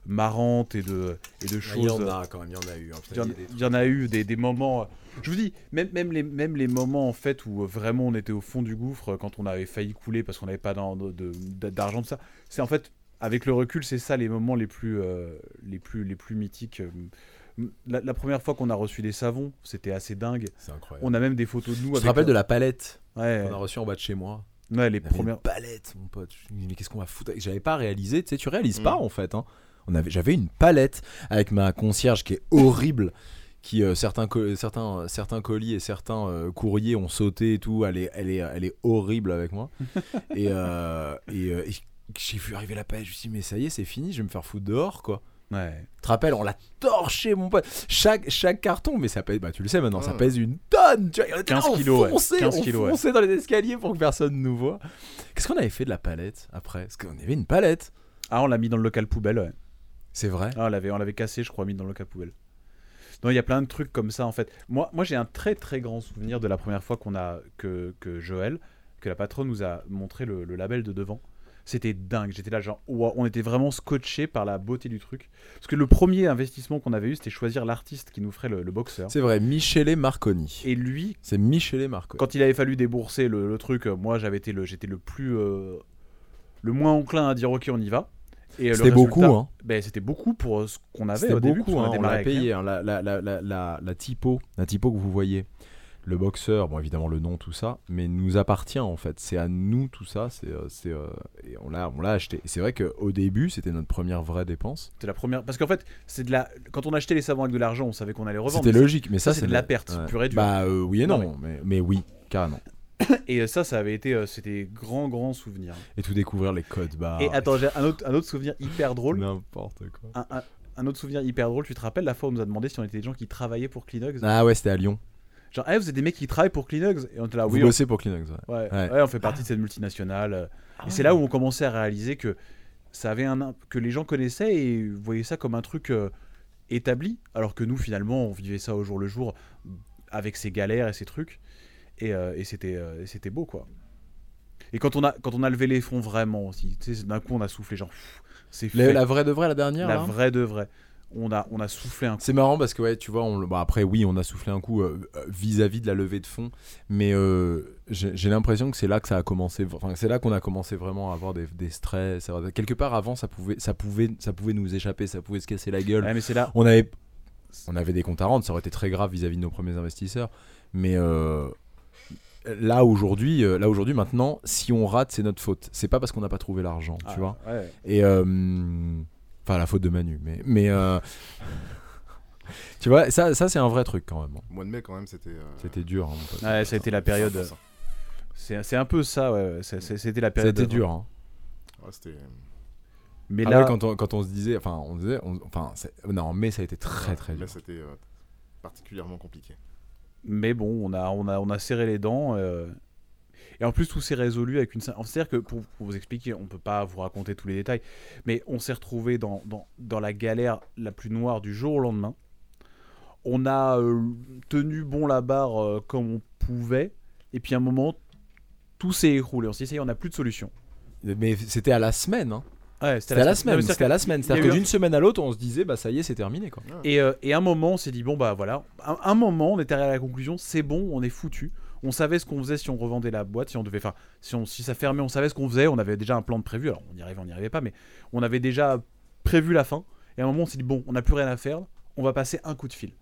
marrantes et de, et de Bah, Il y choses. en a quand même, il y en a eu. hein, Il y putain, en- il y a des- il y en a eu des, des moments. euh, Je vous dis, même, même, les, même les moments en fait où euh, vraiment on était au fond du gouffre euh, quand on avait failli couler parce qu'on n'avait pas d'en- de- de- d'argent, tout ça. C'est en fait, avec le recul, c'est ça les moments les plus, euh, les plus, les plus mythiques. euh, La, la première fois qu'on a reçu des savons, c'était assez dingue. C'est incroyable. On a même des photos de nous. Je te avec- rappelle de la Oh palette Ouais, qu'on a reçue en bas de chez moi. ouais, les Il y avait premières. une palette, mon pote. Je me dis, mais qu'est-ce qu'on va foutre avec- J'avais pas réalisé, tu sais, tu réalises Mm. pas en fait. hein. On avait, j'avais une palette avec ma concierge qui est horrible. Qui, euh, certains, co- certains, euh, certains colis et certains euh, courriers ont sauté et tout. Elle est, elle est, elle est horrible avec moi. et euh, et, euh, et j'ai vu arriver la palette. Je me suis dit, mais ça y est, c'est fini, je vais me faire foutre dehors quoi. Ouais. Tu te rappelles, on l'a torché, mon pote. Chaque, chaque carton, mais ça pèse, bah tu le sais maintenant, ça Ouais. pèse une tonne. Tu vois, on était là, 15 on kilos, ouais. fonçait, 15 on kilos, ouais. fonçait dans les escaliers pour que personne nous voit. Qu'est-ce qu'on avait fait de la palette après Parce qu'on avait une palette. Ah, on l'a mis dans le local poubelle. ouais. C'est vrai. Ah, on l'avait, on l'avait cassé, je crois, mis dans le capoubelle. Non, il y a plein de trucs comme ça en fait. Moi, moi j'ai un très très grand souvenir de la première fois qu'on a que, que Joël, que la patronne nous a montré le, le label de devant. C'était dingue. J'étais là genre, ouah, on était vraiment scotché par la beauté du truc. Parce que le premier investissement qu'on avait eu, c'était choisir l'artiste qui nous ferait le, le boxeur. C'est vrai, Michele Marconi. Et lui, C'est Michele Marconi. quand il avait fallu débourser le, le truc, euh, moi j'avais été le, j'étais le plus, euh, le moins enclin à dire ok, on y va. Et euh, le C'était beaucoup, résultat- hein. Ben, c'était beaucoup pour euh, ce qu'on avait C'était au début. beaucoup, parce qu'on a hein, on démarré l'a avec rien. payé. hein, la, la, la, la, la, la typo, la typo que vous voyez, le boxeur, bon évidemment le nom, tout ça, mais nous appartient en fait. C'est à nous tout ça. C'est, euh, c'est, euh, et on l'a, on l'a acheté. Et c'est vrai qu'au début, c'était notre première vraie dépense. C'était la première. Parce qu'en fait, c'est de la. Quand on achetait les savons avec de l'argent, on savait qu'on allait revendre. C'était logique, mais ça, ça, c'est de la perte ouais. pure et dure. Bah euh, oui et non, Non, mais... mais oui, carrément. Et euh, ça, ça avait été. euh, C'était grand, grand souvenir. Et tout découvrir les codes barres. Et attends, j'ai un autre, un autre souvenir hyper drôle. N'importe quoi. Un, un- un autre souvenir hyper drôle. Tu te rappelles la fois où on nous a demandé si on était des gens qui travaillaient pour Kleenex Ah ouais, c'était à Lyon. Genre, eh, vous êtes des mecs qui travaillent pour Kleenex Et on était là, vous Ah oui. on- bossez pour Kleenex, ouais. Ouais, Ouais. ouais, on fait partie de cette multinationale. euh, et c'est là où on commençait à réaliser que ça avait un imp- que les gens connaissaient et voyaient ça comme un truc euh, établi, alors que nous finalement on vivait ça au jour le jour avec ses galères et ses trucs. Et, euh, et c'était euh, et c'était beau quoi. Et quand on a quand on a levé les fonds vraiment aussi, tu sais, d'un coup on a soufflé genre pff, c'est La, fait, la vraie de vraie, la dernière la là vraie de vraie. On a on a soufflé un coup. C'est marrant parce que ouais, tu vois, on, le- bon, après oui, on a soufflé un coup euh, euh, vis-à-vis de la levée de fonds, mais euh, j'ai j'ai l'impression que c'est là que ça a commencé. Enfin, c'est là qu'on a commencé vraiment à avoir des, des stress. à avoir- Quelque part avant, ça pouvait, ça pouvait, ça pouvait nous échapper, ça pouvait se casser la gueule. Ouais, mais c'est là On avait, on avait des comptes à rendre, ça aurait été très grave vis-à-vis de nos premiers investisseurs, mais euh, là aujourd'hui, euh, là aujourd'hui, maintenant, si on rate, c'est notre faute. C'est pas parce qu'on n'a pas trouvé l'argent, Ah, tu vois. ouais. Et euh, hmm, enfin la faute de Manu, mais mais euh, tu vois ça ça c'est un vrai truc quand même. hein. Au Mois de mai, quand même, c'était. euh, C'était dur. hein, mon pote. Ouais, ça a été la période. euh, C'est c'est un peu ça, ouais. ouais, c'est- c'est- C'était la période. C'était dur. hein. ouais, c'était- euh, Mais Ah là, ouais, quand on quand on se disait enfin on disait on- enfin c'est- non mais ça a été très très Là, dur. c'était euh, particulièrement compliqué. Mais bon, on a, on a, on a serré les dents. euh, Et en plus, tout s'est résolu avec une. sim- C'est-à-dire que, pour, pour vous expliquer, on ne peut pas vous raconter tous les détails, mais on s'est retrouvé dans, dans, dans la galère la plus noire du jour au lendemain. On a euh, tenu bon la barre euh, comme on pouvait, et puis à un moment, tout s'est écroulé. On s'est dit, ça y est, on n'a plus de solution. Mais c'était à la semaine. hein. Ouais, C'était à la Non, semaine. mais c'est-à-dire C'était à la semaine. C'est-à-dire il y a que eu un- d'une semaine à l'autre on se disait bah ça y est c'est terminé quoi. Et, euh, et à un moment, on s'est dit, bon, bah voilà, un, un moment, on était arrivé à la conclusion, c'est bon, on est foutu. On savait ce qu'on faisait si on revendait la boîte, si on devait, enfin, si, on- si ça fermait, on savait ce qu'on faisait, on avait déjà un plan de prévu. Alors, on y arrivait, on n'y arrivait pas, mais on avait déjà prévu la fin. Et à un moment, on s'est dit, bon, on n'a plus rien à faire, on va passer un coup de fil.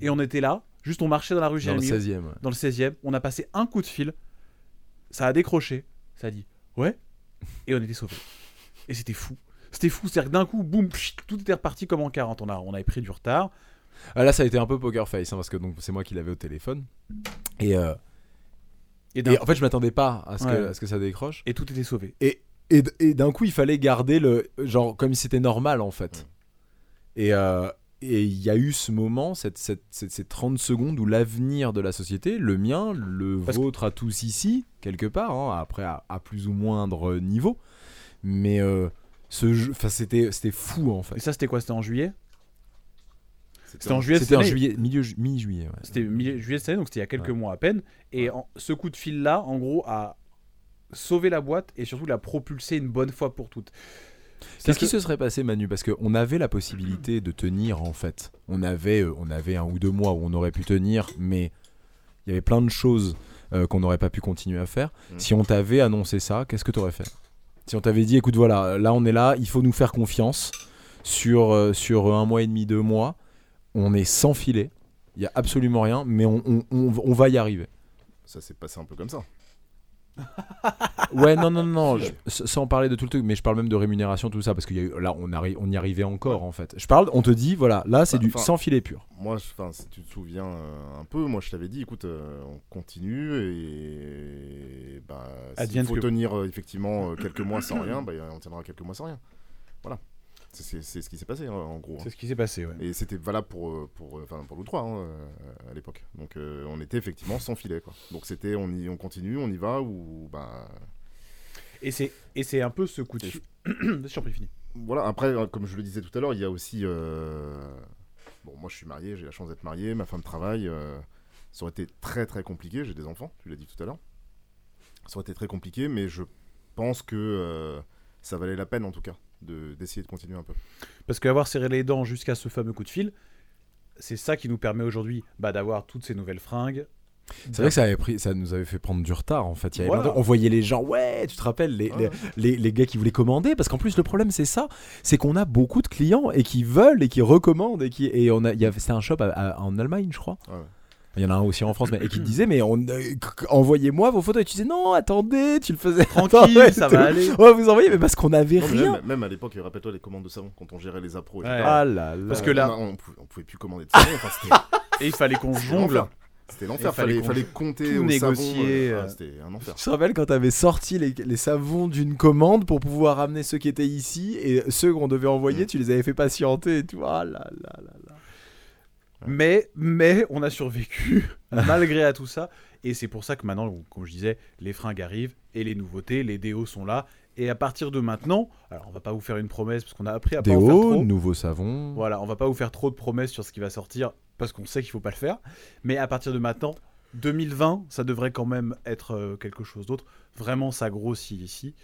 Et on était là, juste on marchait dans la rue Dans le Jérémy, 16e. ouais. dans le 16e, on a passé un coup de fil, ça a décroché, ça a dit ouais, et on était sauvés. Et c'était fou. C'était fou, c'est-à-dire que d'un coup, boum, pchit, tout était reparti comme en 40. On, a, on avait pris du retard. Ah, là ça a été un peu poker face hein, parce que donc c'est moi qui l'avais au téléphone et, euh, Et, d'un- et en fait je m'attendais pas à ce que Ouais. à ce que ça décroche. et tout était sauvé. Et, Et, d- et d'un coup, il fallait garder le. Genre, comme si c'était normal, en fait. Mm. Et. euh, et il y a eu ce moment, cette, cette- cette- ces 30 secondes où l'avenir de la société, le mien, le Parce que- vôtre à tous ici, quelque part, hein, après à, à plus ou moindre niveau, mais euh, ce jeu, 'fin, c'était c'était fou en Et fait. ça, c'était quoi C'était en juillet C'était en- en juillet C'était cette en année. juillet, milieu ju- mi-juillet. ouais. C'était mi- juillet cette année, donc c'était il y a quelques mois à peine. Et en- ce coup de fil-là, en gros, a sauvé la boîte et surtout l'a propulsé une bonne fois pour toutes. Qu'est-ce qui C'est-à-dire se serait passé, Manu Parce qu'on avait la possibilité de tenir, en fait. On avait, euh, on avait un ou deux mois où on aurait pu tenir, mais il y avait plein de choses euh, qu'on n'aurait pas pu continuer à faire. Mhm. Si on t'avait annoncé ça, qu'est-ce que t'aurais fait Si on t'avait dit, écoute, voilà, là on est là, il faut nous faire confiance sur, euh, sur un mois et demi, deux mois, on est sans filet, il n'y a absolument rien, mais on, on- on- on va y arriver. Ça s'est passé un peu comme ça. Ouais, non, non, non, je- s- sans parler de tout le truc, mais je parle même de rémunération, tout ça, parce que là, on, arri- on y arrivait encore, en fait. Je parle, on te dit, voilà, là, c'est Bah, du enfin- sans filet pur. Moi, je- enfin, si tu te souviens euh, un peu, moi je t'avais dit, écoute, euh, on continue et bah, Advienne s'il faut que- tenir euh, effectivement euh, quelques mois sans rien, bah, euh, on tiendra quelques mois sans rien. Voilà. C'est- C'est c'est ce qui s'est passé euh, en gros. que- C'est ce qui s'est passé, ouais. Et c'était valable pour, euh, pour, euh, enfin, pour nous trois hein, euh, à l'époque. Donc euh, on était effectivement sans filet. Quoi. Donc c'était on, y- on continue, on y va ou. Bah, Et c'est et c'est un peu ce coup de Et- fil. J'ai prie, fini. voilà, après, euh, comme je le disais tout à l'heure, il y a aussi. euh, Bon, moi je suis marié, j'ai la chance d'être marié, ma femme travaille. euh, Ça aurait été très très compliqué, j'ai des enfants, tu l'as dit tout à l'heure. Ça aurait été très compliqué, mais je pense que euh, ça valait la peine en tout cas de- d'essayer de continuer un peu. Parce qu'avoir serré les dents jusqu'à ce fameux coup de fil, c'est ça qui nous permet aujourd'hui bah, d'avoir toutes ces nouvelles fringues. C'est vrai que ça, avait pris, ça nous avait fait prendre du retard en fait. Il y avait Voilà. plein de- On voyait les gens, ouais, tu te rappelles, les, les, Ouais. les- les gars qui voulaient commander, parce qu'en plus le problème c'est ça, c'est qu'on a beaucoup de clients et qui veulent et qui recommandent. Et, qui, et on a, il y avait- c'était un shop à- à- en Allemagne, je crois. Ouais. Il y en a un aussi en France, mais, et qui te disait, mais on- euh, c- c- envoyez-moi vos photos. Et tu disais, non, attendez, tu le faisais. Tranquille, Attends, ça ouais, va aller. Ouais, vous envoyez, mais parce qu'on avait Non, mais rien. même, même à l'époque, rappelle-toi les commandes de savon quand on gérait les appros. et Ouais. tout. Ah là là. Parce que là- on, on pouvait, on pouvait plus commander de savon. enfin, c'était- Et il fallait qu'on c'était jongle. l'enfer. C'était l'enfer. Et fallait Fallait, qu'on- fallait compter tout au savon. négocier, euh, euh. enfin, c'était un enfer. Tu te rappelles quand t'avais sorti les, les savons d'une commande pour pouvoir ramener ceux qui étaient ici et ceux qu'on devait envoyer, Mm. tu les avais fait patienter et tout. Ah là là là là. Mais, mais on a survécu Ah. malgré à tout ça. Et c'est pour ça que maintenant, comme je disais, les fringues arrivent et les nouveautés, les déos sont là. Et à partir de maintenant, alors on va pas vous faire une promesse parce qu'on a appris à pas en faire trop. nouveau savon. Voilà, on va pas vous faire trop de promesses sur ce qui va sortir parce qu'on sait qu'il faut pas le faire. Mais à partir de maintenant, 2020, ça devrait quand même être euh, quelque chose d'autre. Vraiment, ça grossit ici.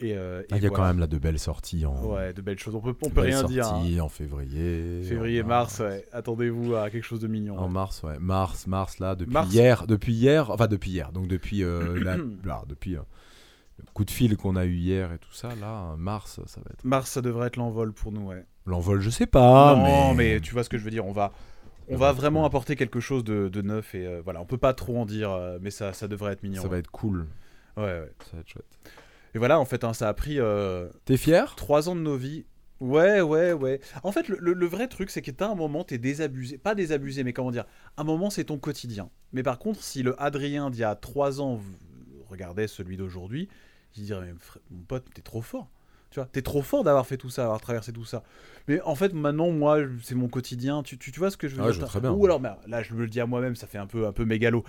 Et, euh, et Ah, Il y a voilà. quand même là de belles sorties en Ouais, de belles choses. On peut, on de peut belles rien dire. hein. sorties en février. Février, en mars, ouais. attendez-vous à quelque chose de mignon. En mars, ouais. Mars, mars, là, depuis Mars. hier. Depuis hier, enfin depuis hier. Donc depuis, euh, la- là, depuis euh, le coup de fil qu'on a eu hier et tout ça, là, mars, ça va être. Mars, ça devrait être l'envol pour nous, ouais. L'envol, je sais pas, non, mais... Ah, mais. tu vois ce que je veux dire. On va, on Ouais, va ouais. vraiment apporter quelque chose de, de neuf et euh, voilà, on peut pas trop en dire, euh, mais ça, ça devrait être mignon. Ça va être cool. ouais. Ouais, ouais. Ça va être chouette. Et voilà, en fait, hein, ça a pris euh, T'es fier trois ans de nos vies. Ouais, ouais, ouais. En fait, le, le- le vrai truc, c'est que t'as un moment, t'es désabusé. Pas désabusé, mais comment dire Un moment, c'est ton quotidien. Mais par contre, si le Adrien d'il y a trois ans v- regardait celui d'aujourd'hui, il dirait Mais fr- Mon pote, t'es trop fort. Tu vois, t'es trop fort d'avoir fait tout ça, d'avoir traversé tout ça. Mais en fait, maintenant, moi, je- c'est mon quotidien. Tu, tu, tu vois ce que je veux Ah ouais, je dire vois très bien. Ou alors, mais là, je me le dis à moi-même, ça fait un peu, un peu mégalo.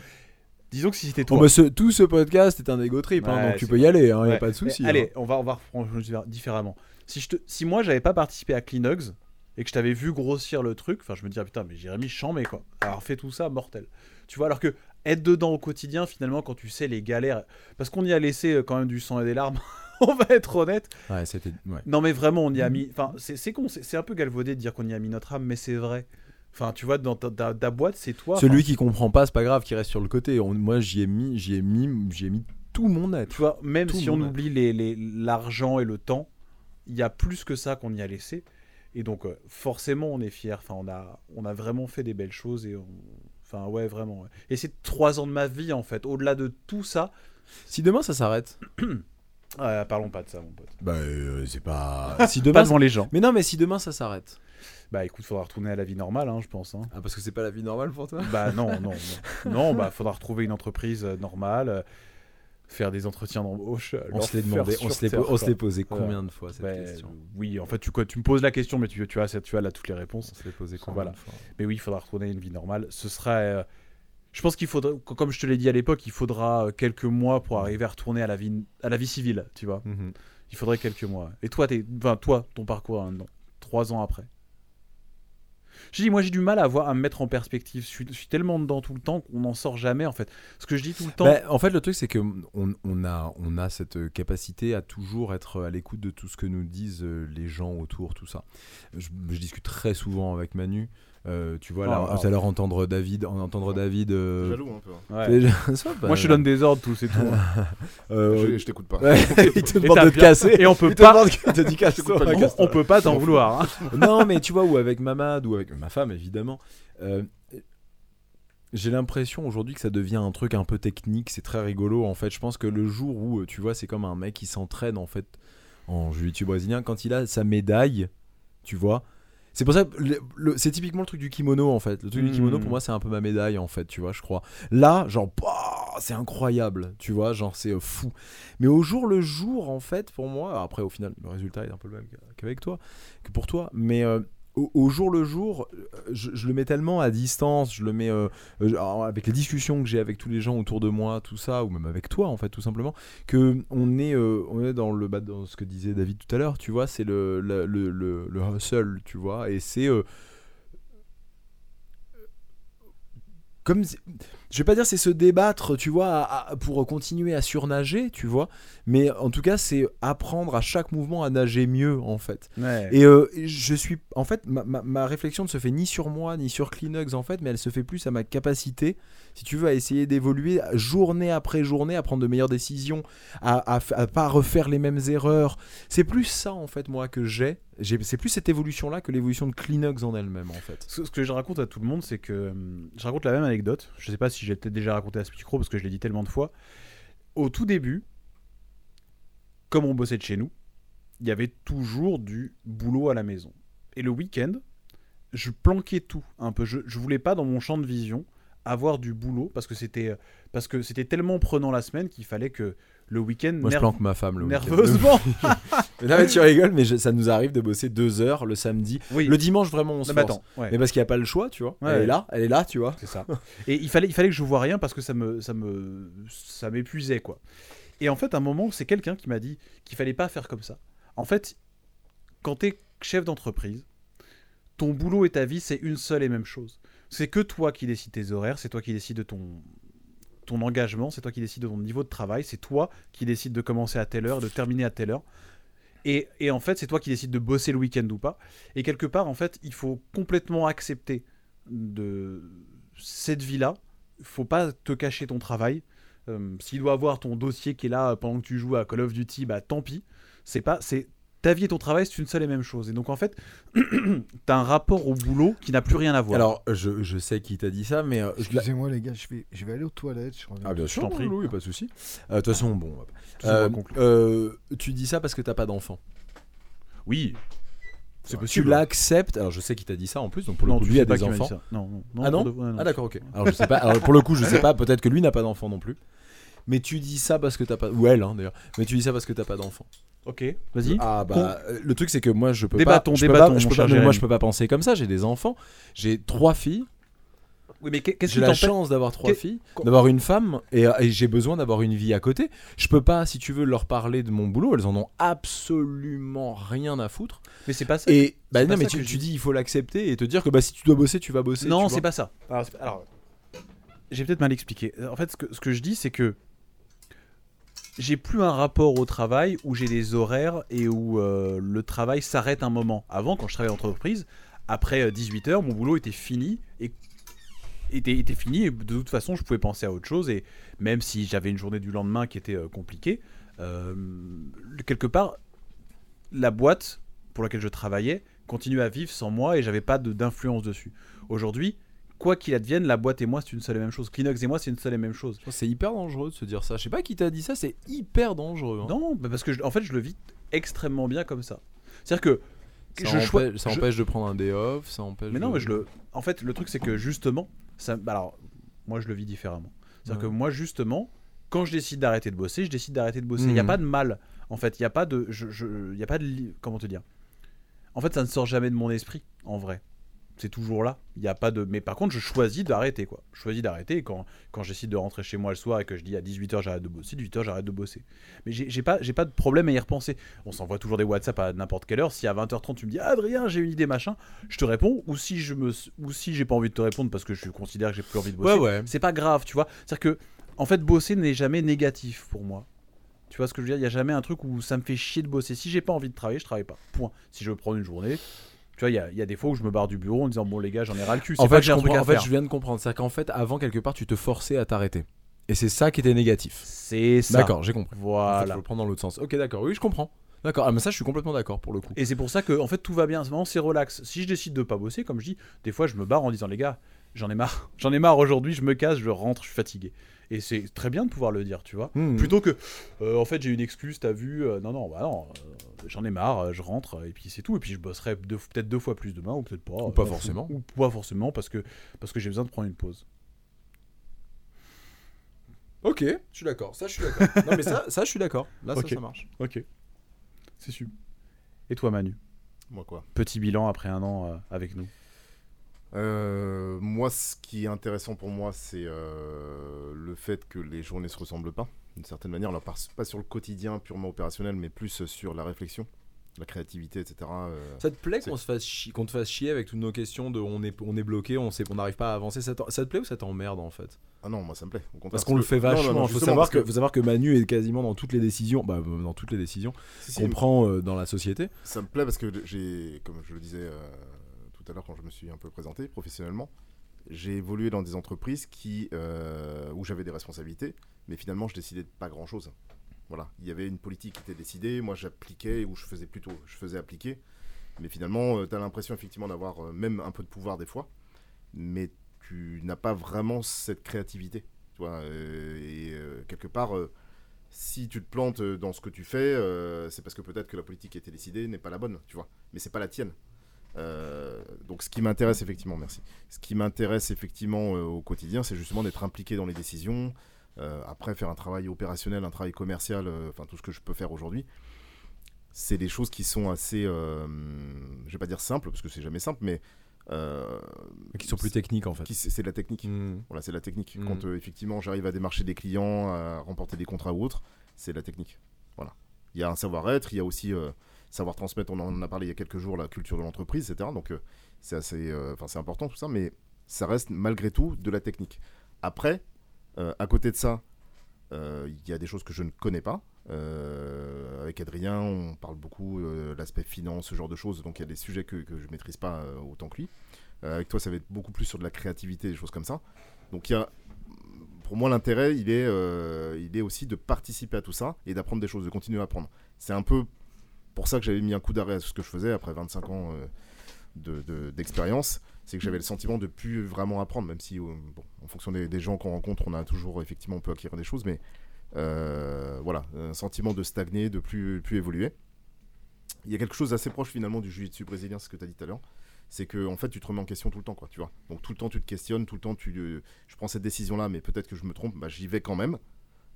Disons que si c'était Oh, toi. bah, ce- tout ce podcast est un égo trip, hein, Ouais, donc tu c'est peux y vrai. aller, hein, y a Ouais. pas de souci. Mais hein. Allez, on va, on va reprendre je vais dire différemment. Si, je te, si moi, j'avais pas participé à Cleanugs et que je t'avais vu grossir le truc, enfin, je me dirais, putain, mais Jérémy, chambé, quoi. Alors, fait tout ça, mortel. Tu vois, alors que être dedans au quotidien, finalement, quand tu sais les galères, parce qu'on y a laissé euh, quand même du sang et des larmes, on va être honnête. hein. Ouais, c'était. ouais. Non, mais vraiment, on y a mis. Enfin, c'est c'est con, c'est c'est un peu galvaudé de dire qu'on y a mis notre âme, mais c'est vrai. Enfin, tu vois, dans ta, ta- ta boîte, c'est toi. enfin, Celui qui comprend pas, c'est pas grave, qui reste sur le côté. On- moi, j'y ai mis, j'y ai mis, j'y ai mis tout mon être. tu vois, même Tout si le on monde a- oublie les- les- l'argent et le temps, il y a plus que ça qu'on y a laissé. Et donc, euh, forcément, on est fiers. Enfin, on a, on a vraiment fait des belles choses. Et on... Enfin, ouais, vraiment. ouais. Et c'est trois ans de ma vie, en fait. Au-delà de tout ça, Si demain ça s'arrête, euh, parlons pas de ça, mon pote. bah euh, c'est pas. Si Pas demain. devant les gens. Mais non, mais si demain ça s'arrête. Bah, écoute, faudra retourner à la vie normale, hein, je pense. hein. Ah, parce que c'est pas la vie normale pour toi. Bah non, non, non. Non, bah faudra retrouver une entreprise euh, normale. euh, faire des entretiens d'embauche. On leur se l'est faire demandé, on sur se l'est Terre, on se l'est quoi. posé Ouais. combien de fois cette Ouais, question Oui, en fait, tu, quoi, tu me poses la question, mais tu, tu, as, cette- tu as là toutes les réponses. On se l'est posé combien Voilà. de fois Mais oui, il faudra retourner à une vie normale. Ce sera. euh, je pense qu'il faudra, co- comme je te l'ai dit à l'époque, il faudra euh, quelques mois pour arriver à retourner à la vie, à la vie civile, tu vois. Mhm. Il faudrait quelques mois. Et toi, t'es, enfin, toi, ton parcours, hein, non, trois ans après. Je dis, moi, j'ai du mal à, voir, à me mettre en perspective. Je suis, je suis tellement dedans tout le temps qu'on n'en sort jamais, en fait. Ce que je dis tout le temps. Ben, en fait, le truc, c'est que on, on a, on a cette euh, capacité à toujours être euh, à l'écoute de tout ce que nous disent euh, les gens autour, tout ça. Je, je discute très souvent avec Manu. Euh, tu vois, là, Oh, tout à l'heure, entendre David, en entendre David. euh, Jaloux un peu. hein. Ouais. déjà- ça, bah, Moi, je te donne des ordres, tout, c'est tout. hein. euh, Je, je t'écoute pas. ouais, il te demande t'as de te bien- casser. Et on peut Il te pas. demande que- t'as dit casse-toi, On- casse-toi. on peut pas t'en vouloir. hein. non, mais tu vois, ou avec Mamad, ou avec ma femme, évidemment. euh, j'ai l'impression aujourd'hui que ça devient un truc un peu technique, c'est très rigolo en fait. Je pense que le jour où, euh, tu vois, c'est comme un mec qui s'entraîne en fait en jiu-jitsu brésilien, quand il a sa médaille, tu vois. C'est pour ça, que le- le- c'est typiquement le truc du kimono en fait. Le truc du kimono Mhm. pour moi c'est un peu ma médaille en fait, tu vois, je crois. Là, genre, bah, c'est incroyable, tu vois, genre c'est euh, fou. Mais au jour le jour en fait, pour moi, après au final, le résultat est un peu le même qu'avec toi, que pour toi, mais euh, au, au jour le jour, euh, je, je le mets tellement à distance, je le mets euh, euh, alors, avec les discussions que j'ai avec tous les gens autour de moi, tout ça, ou même avec toi en fait, tout simplement, que on est, euh, on est dans le bah, dans ce que disait David tout à l'heure, tu vois, c'est le, la- le, le, le hustle, tu vois, et c'est euh, comme si- je vais pas dire c'est se débattre, tu vois, à- à- pour continuer à surnager, tu vois, mais en tout cas c'est apprendre à chaque mouvement à nager mieux en fait. Et euh, je suis. En fait, ma, ma- ma réflexion ne se fait ni sur moi, ni sur Kleenex, en fait, mais elle se fait plus à ma capacité, si tu veux, à essayer d'évoluer journée après journée, à prendre de meilleures décisions, à, à f- à pas refaire les mêmes erreurs. C'est plus ça, en fait, moi, que j'ai. J'ai- C'est plus cette évolution-là que l'évolution de Kleenex en elle-même, en fait. Ce ce que je raconte à tout le monde, c'est que hum, je raconte la même anecdote. Je sais pas si j'ai peut-être déjà raconté à ce micro parce que je l'ai dit tellement de fois. Au tout début, comme on bossait de chez nous, il y avait toujours du boulot à la maison. Et le week-end, je planquais tout un peu. Je, je voulais pas dans mon champ de vision avoir du boulot parce que c'était euh, parce que c'était tellement prenant la semaine qu'il fallait que le week-end Moi, je nerve- planque ma femme le week-end. nerveusement. non, mais tu rigoles, mais je- ça nous arrive de bosser deux heures le samedi. oui. Le dimanche, vraiment, on se Non, mais force. attends, ouais. Mais parce qu'il n'y a pas le choix, tu vois. Ouais, elle ouais. est là, elle est là, tu vois. C'est ça. Et il fallait, il fallait que je vois rien parce que ça me, ça me, ça m'épuisait quoi. Et en fait, à un moment, c'est quelqu'un qui m'a dit qu'il fallait pas faire comme ça. En fait, quand t'es chef d'entreprise, ton boulot et ta vie, c'est une seule et même chose. C'est que toi qui décides tes horaires, c'est toi qui décides de ton ton engagement, c'est toi qui décides de ton niveau de travail, c'est toi qui décides de commencer à telle heure, de terminer à telle heure. Et, et en fait, c'est toi qui décides de bosser le week-end ou pas. Et quelque part, en fait, il faut complètement accepter de cette vie-là. Faut pas te cacher ton travail. Euh, S'il doit avoir ton dossier qui est là euh, pendant que tu joues à Call of Duty, bah tant pis. C'est pas, c'est ta vie et ton travail, c'est une seule et même chose. Et donc en fait, t'as un rapport au boulot qui n'a plus rien à voir. Alors, je, je sais qui t'a dit ça, mais euh, je- Excusez-moi les gars, je vais, je vais aller aux toilettes. Je reviens. Ah bien sûr, t'en prie. Loulou, y a pas de souci. Euh, De toute façon, bon. Tout ça, on va euh, conclure. euh, tu dis ça parce que t'as pas d'enfant. oui, c'est Tu possible. l'acceptes. Alors je sais qu'il t'a dit ça en plus, donc pour le non, coup tu lui sais a pas des qui m'a dit enfants. ça. Non, non, Ah non pour de- ouais, Ah d'accord, ok. Alors je sais pas. Alors pour le coup, je sais pas. Peut-être que lui n'a pas d'enfant non plus. Mais tu dis ça parce que t'as pas. Ou elle, hein, d'ailleurs. Mais tu dis ça parce que t'as pas d'enfant. Ok, vas-y. Ah bah euh, le truc c'est que moi je peux Débattons, pas. je peux débattons, pas- je mon peux cher pas- mais moi Jérémy. je peux pas penser comme ça. J'ai des enfants. J'ai trois filles. Oui, mais qu'est- qu'est-ce J'ai qui la t'empêche chance d'avoir trois qu'est- filles, qu'on- d'avoir une femme, et, et j'ai besoin d'avoir une vie à côté. Je peux pas, si tu veux, leur parler de mon boulot. Elles en ont absolument rien à foutre. Mais c'est pas ça. Et bah pas non, mais ça que tu, je tu dis. dis, il faut l'accepter et te dire que bah si tu dois bosser, tu vas bosser. Non, tu c'est vois. pas ça. Alors, c'est- alors, j'ai peut-être mal expliqué. En fait, ce que, ce que je dis, c'est que j'ai plus un rapport au travail où j'ai des horaires et où euh, le travail s'arrête un moment. Avant, quand je travaillais en entreprise, après 18h, mon boulot était fini et était, était fini et de toute façon je pouvais penser à autre chose et même si j'avais une journée du lendemain qui était euh, compliquée euh, quelque part la boîte pour laquelle je travaillais continuait à vivre sans moi et j'avais pas de- d'influence dessus aujourd'hui quoi qu'il advienne la boîte et moi c'est une seule et même chose Kleenex et moi c'est une seule et même chose Je pense que C'est hyper dangereux de se dire ça. Je sais pas qui t'a dit ça, c'est hyper dangereux. hein. non bah parce que je- en fait je le vis extrêmement bien comme ça c'est à dire que ça, je empêche, choi- ça je- empêche de prendre un day off, ça empêche. Mais non, de- mais je le. En fait, le truc, c'est que justement, ça. bah Alors, moi, je le vis différemment. C'est-à-dire Ouais. que moi, justement, quand je décide d'arrêter de bosser, je décide d'arrêter de bosser. Il n'y a Mhm. pas de mal, en fait. Il n'y a pas de. Je, je- il y a pas de li- comment te dire En fait, ça ne sort jamais de mon esprit, en vrai. C'est toujours là. Il n'y a pas de. Mais par contre, je choisis d'arrêter, quoi. Je choisis d'arrêter. Et Quand, quand je décide de rentrer chez moi le soir et que je dis à 18h j'arrête de bosser, 18h j'arrête de bosser. Mais j'ai j'ai pas, j'ai pas de problème à y repenser. On s'envoie toujours des WhatsApp à n'importe quelle heure. Si à 20h30 tu me dis Ah, Adrien, j'ai une idée, machin, je te réponds. Ou si je me, ou si j'ai pas envie de te répondre parce que je considère que j'ai plus envie de bosser, Ouais, ouais. c'est pas grave, tu vois. C'est-à-dire que, en fait, bosser n'est jamais négatif pour moi. Tu vois ce que je veux dire Il n'y a jamais un truc où ça me fait chier de bosser. Si j'ai pas envie de travailler, je travaille pas. Point. Si je veux prendre une journée, tu vois, il y a, il y a des fois où je me barre du bureau en disant Bon, les gars, j'en ai ras le cul. C'est En pas fait, que j'ai je un truc comprends- à en fait, faire. je viens de comprendre. C'est qu'en fait, avant, quelque part, tu te forçais à t'arrêter. Et c'est ça qui était négatif. C'est ça. D'accord, j'ai compris. En fait, Voilà. je veux le prendre dans l'autre sens. Ok, d'accord. Oui, je comprends. D'accord. Ah, mais ça, je suis complètement d'accord pour le coup. Et c'est pour ça que en fait tout va bien, c'est vraiment c'est relax. Si je décide de pas bosser, comme je dis, des fois je me barre en disant les gars, j'en ai marre, j'en ai marre aujourd'hui, je me casse, je rentre, je suis fatigué. Et c'est très bien de pouvoir le dire, tu vois. Mhm. Plutôt que euh, en fait j'ai une excuse, t'as vu, euh, non non bah non, euh, j'en ai marre, euh, je rentre et puis c'est tout. Et puis je bosserai deux- peut-être deux fois plus demain ou peut-être pas. Ou euh, pas je m'en fous. forcément. Ou pas forcément parce que parce que j'ai besoin de prendre une pause. Ok, je suis d'accord. Ça, je suis d'accord. non, mais ça, ça, je suis d'accord. Là, Ok. ça, ça marche. Ok, c'est super. Et toi Manu, Moi quoi petit bilan après un an euh, avec nous. Euh, moi, ce qui est intéressant pour moi, c'est euh, le fait que les journées se ressemblent pas, d'une certaine manière. Alors, par- pas sur le quotidien purement opérationnel, mais plus sur la réflexion, la créativité, etc. euh, Ça te plaît C'est- qu'on se fasse chier, qu'on te fasse chier avec toutes nos questions de on est, on est bloqué, on sait, on n'arrive pas à avancer. Ça, t'en- ça te plaît ou ça t'emmerde en fait Ah non, moi ça me plaît. au contraire, Parce qu'on le que- fait Non, non, non, vachement. faut justement, savoir parce que, faut savoir que Manu est quasiment dans toutes les décisions, bah, dans toutes les décisions Si, si, qu'on prend euh, dans la société. Ça me plaît parce que j'ai, comme je le disais euh, tout à l'heure quand je me suis un peu présenté professionnellement, j'ai évolué dans des entreprises qui, euh, où j'avais des responsabilités, mais finalement je décidais de pas grand chose. Voilà, il y avait une politique qui était décidée, moi j'appliquais ou je faisais plutôt, je faisais appliquer, mais finalement tu as l'impression effectivement d'avoir euh, même un peu de pouvoir des fois, mais tu n'as pas vraiment cette créativité, tu vois, euh, et euh, quelque part euh, si tu te plantes euh, dans ce que tu fais, euh, c'est parce que peut-être que la politique qui a été décidée n'est pas la bonne, tu vois. Mais c'est pas la tienne. Euh, donc ce qui m'intéresse effectivement, merci. Ce qui m'intéresse effectivement euh, au quotidien, c'est justement d'être impliqué dans les décisions. euh, après, faire un travail opérationnel, un travail commercial, euh, enfin tout ce que je peux faire aujourd'hui, c'est des choses qui sont assez, euh, je vais pas dire simples parce que c'est jamais simple, mais euh, Qui sont plus techniques en fait. qui- c'est c'est de la technique. Mm. Voilà, c'est la technique. Mhm. Quand euh, effectivement j'arrive à démarcher des clients, à remporter des contrats ou autre, c'est la technique. Voilà. Il y a un savoir-être, il y a aussi euh, savoir transmettre. On en a parlé il y a quelques jours, la culture de l'entreprise, etc. Donc euh, c'est assez, euh, enfin c'est important tout ça, mais ça reste malgré tout de la technique. Après, euh, à côté de ça, euh, il y a des choses que je ne connais pas. Euh, avec Adrien, on parle beaucoup euh, de l'aspect finance, ce genre de choses. Donc il y a des sujets que, que je ne maîtrise pas euh, autant que lui. Euh, avec toi, ça va être beaucoup plus sur de la créativité, des choses comme ça. Donc il y a, pour moi, l'intérêt, il est, euh, il est aussi de participer à tout ça et d'apprendre des choses, de continuer à apprendre. C'est un peu pour ça que j'avais mis un coup d'arrêt à ce que je faisais après 25 ans euh, de- de- d'expérience. c'est que j'avais le sentiment de plus vraiment apprendre, même si, euh, bon, en fonction des, des gens qu'on rencontre, on a toujours, effectivement, on peut acquérir des choses, mais euh, voilà, un sentiment de stagner, de plus, plus évoluer. Il y a quelque chose d'assez proche, finalement, du jiu-jitsu brésilien, ce que tu as dit tout à l'heure. C'est que, en fait, tu te remets en question tout le temps, quoi, tu vois. Donc, tout le temps, tu te questionnes, tout le temps, tu, euh, je prends cette décision-là, mais peut-être que je me trompe, bah, j'y vais quand même.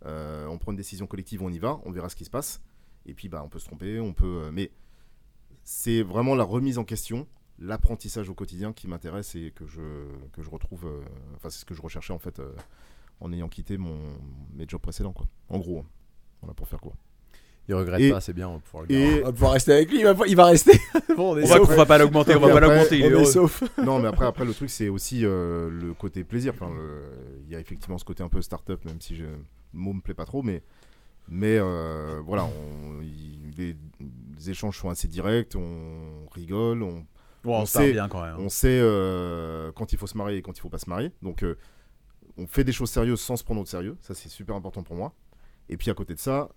Euh, on prend une décision collective, on y va, on verra ce qui se passe. Et puis, bah, on peut se tromper, on peut. euh, mais c'est vraiment la remise en question, l'apprentissage au quotidien qui m'intéresse et que je, que je retrouve. euh, Enfin, c'est ce que je recherchais en fait euh, en ayant quitté mon, mes jobs précédents, quoi. En gros, hein. voilà pour faire court. Il regrette Et- pas, c'est bien. On va pouvoir, le et- garder. On va pouvoir rester avec lui. Il va, il va rester. bon, on est On va, sauf. on va pas l'augmenter, on va Et pas après, l'augmenter. il est On est heureux. sauf. non, mais après, après le truc, c'est aussi euh, le côté plaisir. Enfin, le- Il y a effectivement ce côté un peu start-up, même si je... le mot me plaît pas trop, mais, mais euh, voilà, on- il- les... les échanges sont assez directs, on rigole, on, Bon, on On se parle sait- bien quand même. hein. on sait euh, quand il faut se marier et quand il faut pas se marier. Donc, euh, on fait des choses sérieuses sans se prendre au sérieux. Ça, c'est super important pour moi. Et puis, à côté de ça,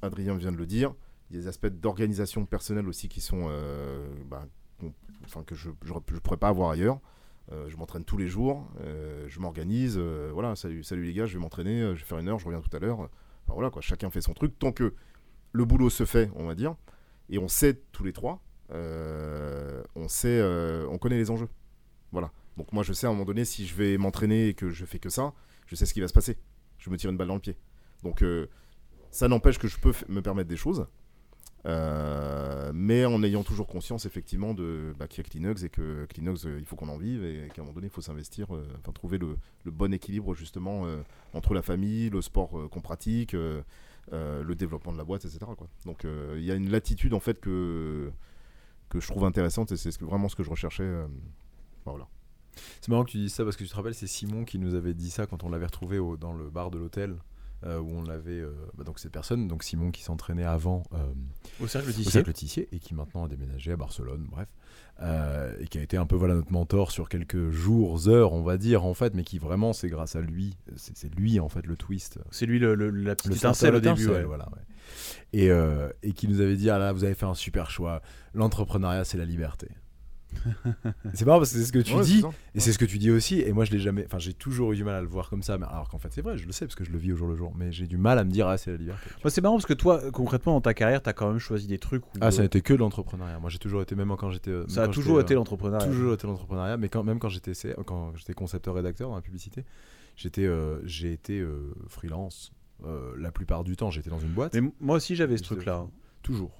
Adrien vient de le dire, il y a des aspects d'organisation personnelle aussi qui sont. euh, bah, qu'on- enfin, que je ne pourrais pas avoir ailleurs. Euh, je m'entraîne tous les jours, euh, je m'organise. euh, voilà, salut, salut les gars, je vais m'entraîner, euh, je vais faire une heure, je reviens tout à l'heure. Enfin, voilà, quoi, chacun fait son truc. Tant que le boulot se fait, on va dire, et on sait tous les trois, euh, on sait, euh, on connaît les enjeux. Voilà. Donc moi, je sais à un moment donné, si je vais m'entraîner et que je fais que ça, je sais ce qui va se passer. Je me tire une balle dans le pied. Donc, euh, ça n'empêche que je peux f- me permettre des choses. Euh, mais en ayant toujours conscience effectivement de bah, qu'il y a Kleenex et que Kleenex euh, il faut qu'on en vive et qu'à un moment donné il faut s'investir euh, enfin trouver le, le bon équilibre justement euh, entre la famille le sport euh, qu'on pratique euh, euh, le développement de la boîte etc quoi. donc euh, il y a une latitude en fait que que je trouve intéressante et c'est ce que- vraiment ce que je recherchais euh, voilà C'est marrant que tu dises ça parce que tu te rappelles, c'est Simon qui nous avait dit ça quand on l'avait retrouvé au- dans le bar de l'hôtel. euh, où on l'avait euh, bah, donc cette personne donc Simon qui s'entraînait avant euh, Au cercle au d'ici. cercle Tissier et qui maintenant a déménagé à Barcelone, bref, Euh, et qui a été un peu voilà notre mentor sur quelques jours, heures, on va dire en fait, mais qui vraiment c'est grâce à lui, c'est c'est lui en fait le twist, C'est lui le, le- la petite le étincelle au symptôme début. étincelle, ouais. voilà. ouais. Et, euh, et qui nous avait dit ah là vous avez fait un super choix, l'entrepreneuriat c'est la liberté. c'est marrant parce que c'est ce que tu Ouais, dis ah, c'est ça. et c'est ce que tu dis aussi, et moi je l'ai jamais, enfin j'ai toujours eu du mal à le voir comme ça, mais alors qu'en fait c'est vrai, je le sais parce que je le vis au jour le jour, mais j'ai du mal à me dire ah c'est la liberté. Moi, Bah, c'est marrant parce que toi, concrètement, dans ta carrière, t'as quand même choisi des trucs où Ah euh, ça a été que de l'entrepreneuriat, moi j'ai toujours été même quand j'étais, euh, ça a quand toujours j'étais, été euh, l'entrepreneuriat. toujours été l'entrepreneuriat, mais quand, même quand j'étais CA quand j'étais concepteur rédacteur dans la publicité, j'étais euh, j'ai été euh, freelance euh, la plupart du temps, j'étais dans une boîte, Mais m- moi aussi, j'avais ce Je truc-là. hein. toujours.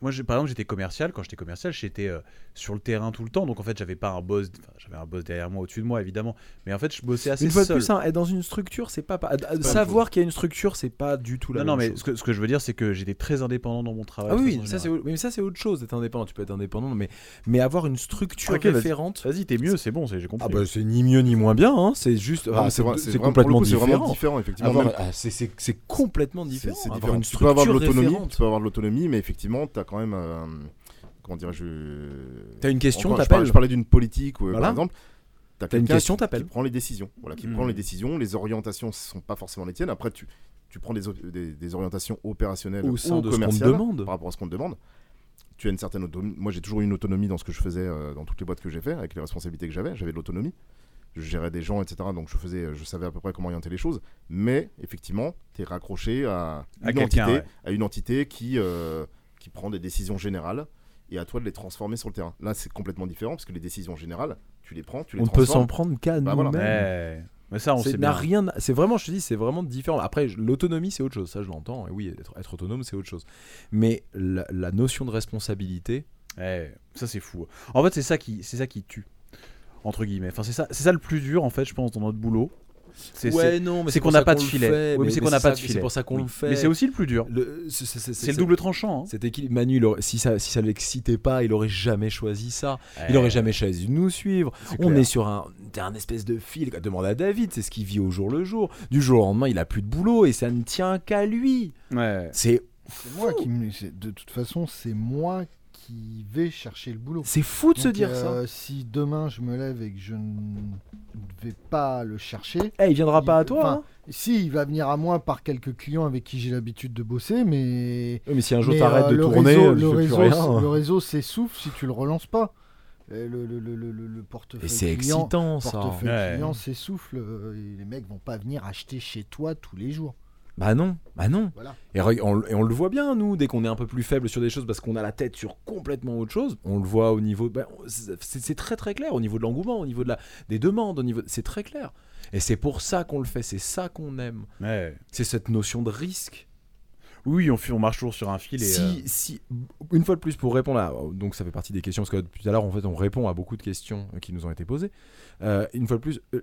Moi, j'ai- par exemple, j'étais commercial. Quand j'étais commercial, j'étais euh, sur le terrain tout le temps. Donc, en fait, j'avais pas un boss. enfin, j'avais un boss derrière moi, au-dessus de moi, évidemment. Mais en fait, je bossais assez Une fois de seul. plus, hein, être dans une structure, c'est pas, pa- même savoir qu'il y a une structure, c'est pas du tout la non, non, même mais chose. ce que, ce que je veux dire, c'est que j'étais très indépendant dans mon travail. Ah de oui, façon ça c'est générale. au- mais ça c'est autre chose d'être indépendant. Tu peux être indépendant, mais mais avoir une structure Ok, vas-y. référente. Vas-y, t'es mieux, c'est bon, c'est- j'ai compris. Ah bah c'est ni mieux ni moins bien. hein, C'est juste, Ah, ah, c'est vrai- c'est vraiment- complètement pour le coup, c'est différent. vraiment différent effectivement Avoir- Même- ah, c'est- c'est c'est complètement C'est- différent. C'est Avoir différent. une tu peux avoir de structure l'autonomie, référente. tu peux avoir de l'autonomie, mais effectivement, tu as quand même euh, comment dirais-je euh, T'as une question, encore, je, parlais, t'appelles. je parlais d'une politique ou, euh, Voilà. par exemple, tu as T'as une question, qui t'appelles. Mmh. prend les décisions. Voilà, qui Mm. prend les décisions, les orientations sont pas forcément les tiennes. Après tu tu prends des, op- des- des orientations opérationnelles Au ou sein de ce qu'on te commerciales demande. par rapport à ce qu'on te demande. Tu as une certaine autonomie. Moi, j'ai toujours eu une autonomie dans ce que je faisais euh, dans toutes les boîtes que j'ai fait, avec les responsabilités que j'avais. J'avais de l'autonomie. Je gérais des gens, etc. Donc, je faisais, je savais à peu près comment orienter les choses. Mais effectivement, tu es raccroché à À une quelqu'un, entité, ouais. à une entité qui euh, qui prend des décisions générales et à toi de les transformer sur le terrain. Là, c'est complètement différent parce que les décisions générales, tu les prends, tu les On ne peut s'en transformes. prendre qu'à Bah voilà. nous-mêmes. Ouais. Mais ça, Eh, on C'est- sait n'a bien. rien. C'est vraiment, je te dis, c'est vraiment différent. Après, je- l'autonomie, c'est autre chose. Ça, je l'entends. Et oui, être, être autonome, c'est autre chose. Mais la, la notion de responsabilité, Ouais, Eh, ça c'est fou. En fait, c'est ça qui, c'est ça qui tue entre guillemets. Enfin, c'est ça, c'est ça le plus dur en fait, je pense, dans notre boulot. C'est c'est- non, mais c'est pour qu'on n'a ça pas de le filet. fait, Oui, mais c'est qu'on n'a ça- pas de filet. C'est pour ça qu'on Oui. le fait. Mais c'est aussi le plus dur. Le- c'est- c'est- c'est- C'est le double tranchant. hein. Cet équilibre, Manu, il aurait- si ça, si ça l'excitait pas, il aurait jamais choisi ça. Il Ouais, aurait jamais choisi de nous suivre. c'est On clair. est sur un, t'as un espèce de fil. Demande à David, c'est ce qu'il vit au jour le jour. Du jour au lendemain, il a plus de boulot et ça ne tient qu'à lui. Ouais. C'est, C'est moi qui me- c'est- De toute façon, c'est moi qui vais chercher le boulot. c'est fou de se Donc, dire ça. euh, Si demain je me lève et que je ne vais pas le chercher, Eh, il viendra il- pas à toi. enfin, hein. si il va venir à moi par quelques clients avec qui j'ai l'habitude de bosser, mais Oui, mais si un jour Mais, t'arrêtes euh, de le tourner, réseau, euh, tu le, fais réseau, plus rien. le réseau s'essouffle si tu le relances pas. Et le, le- le- le- le- le portefeuille Et c'est client, excitant ça. portefeuille Ouais. client s'essouffle. euh, et les mecs vont pas venir acheter chez toi tous les jours. Bah non, bah non. Voilà. Et, re- on, et on le voit bien, nous, dès qu'on est un peu plus faible sur des choses parce qu'on a la tête sur complètement autre chose, on le voit au niveau. bah, on- c'est c'est très très clair au niveau de l'engouement, au niveau de la, des demandes, au niveau. C'est très clair. Et c'est pour ça qu'on le fait, c'est ça qu'on aime. Ouais. C'est cette notion de risque. Oui, on, fait- on marche toujours sur un fil. Et, euh, Si, si, une fois de plus, pour répondre à. Donc, ça fait partie des questions, parce que depuis tout à l'heure, en fait, on répond à beaucoup de questions euh, qui nous ont été posées. Euh, une fois de plus, euh,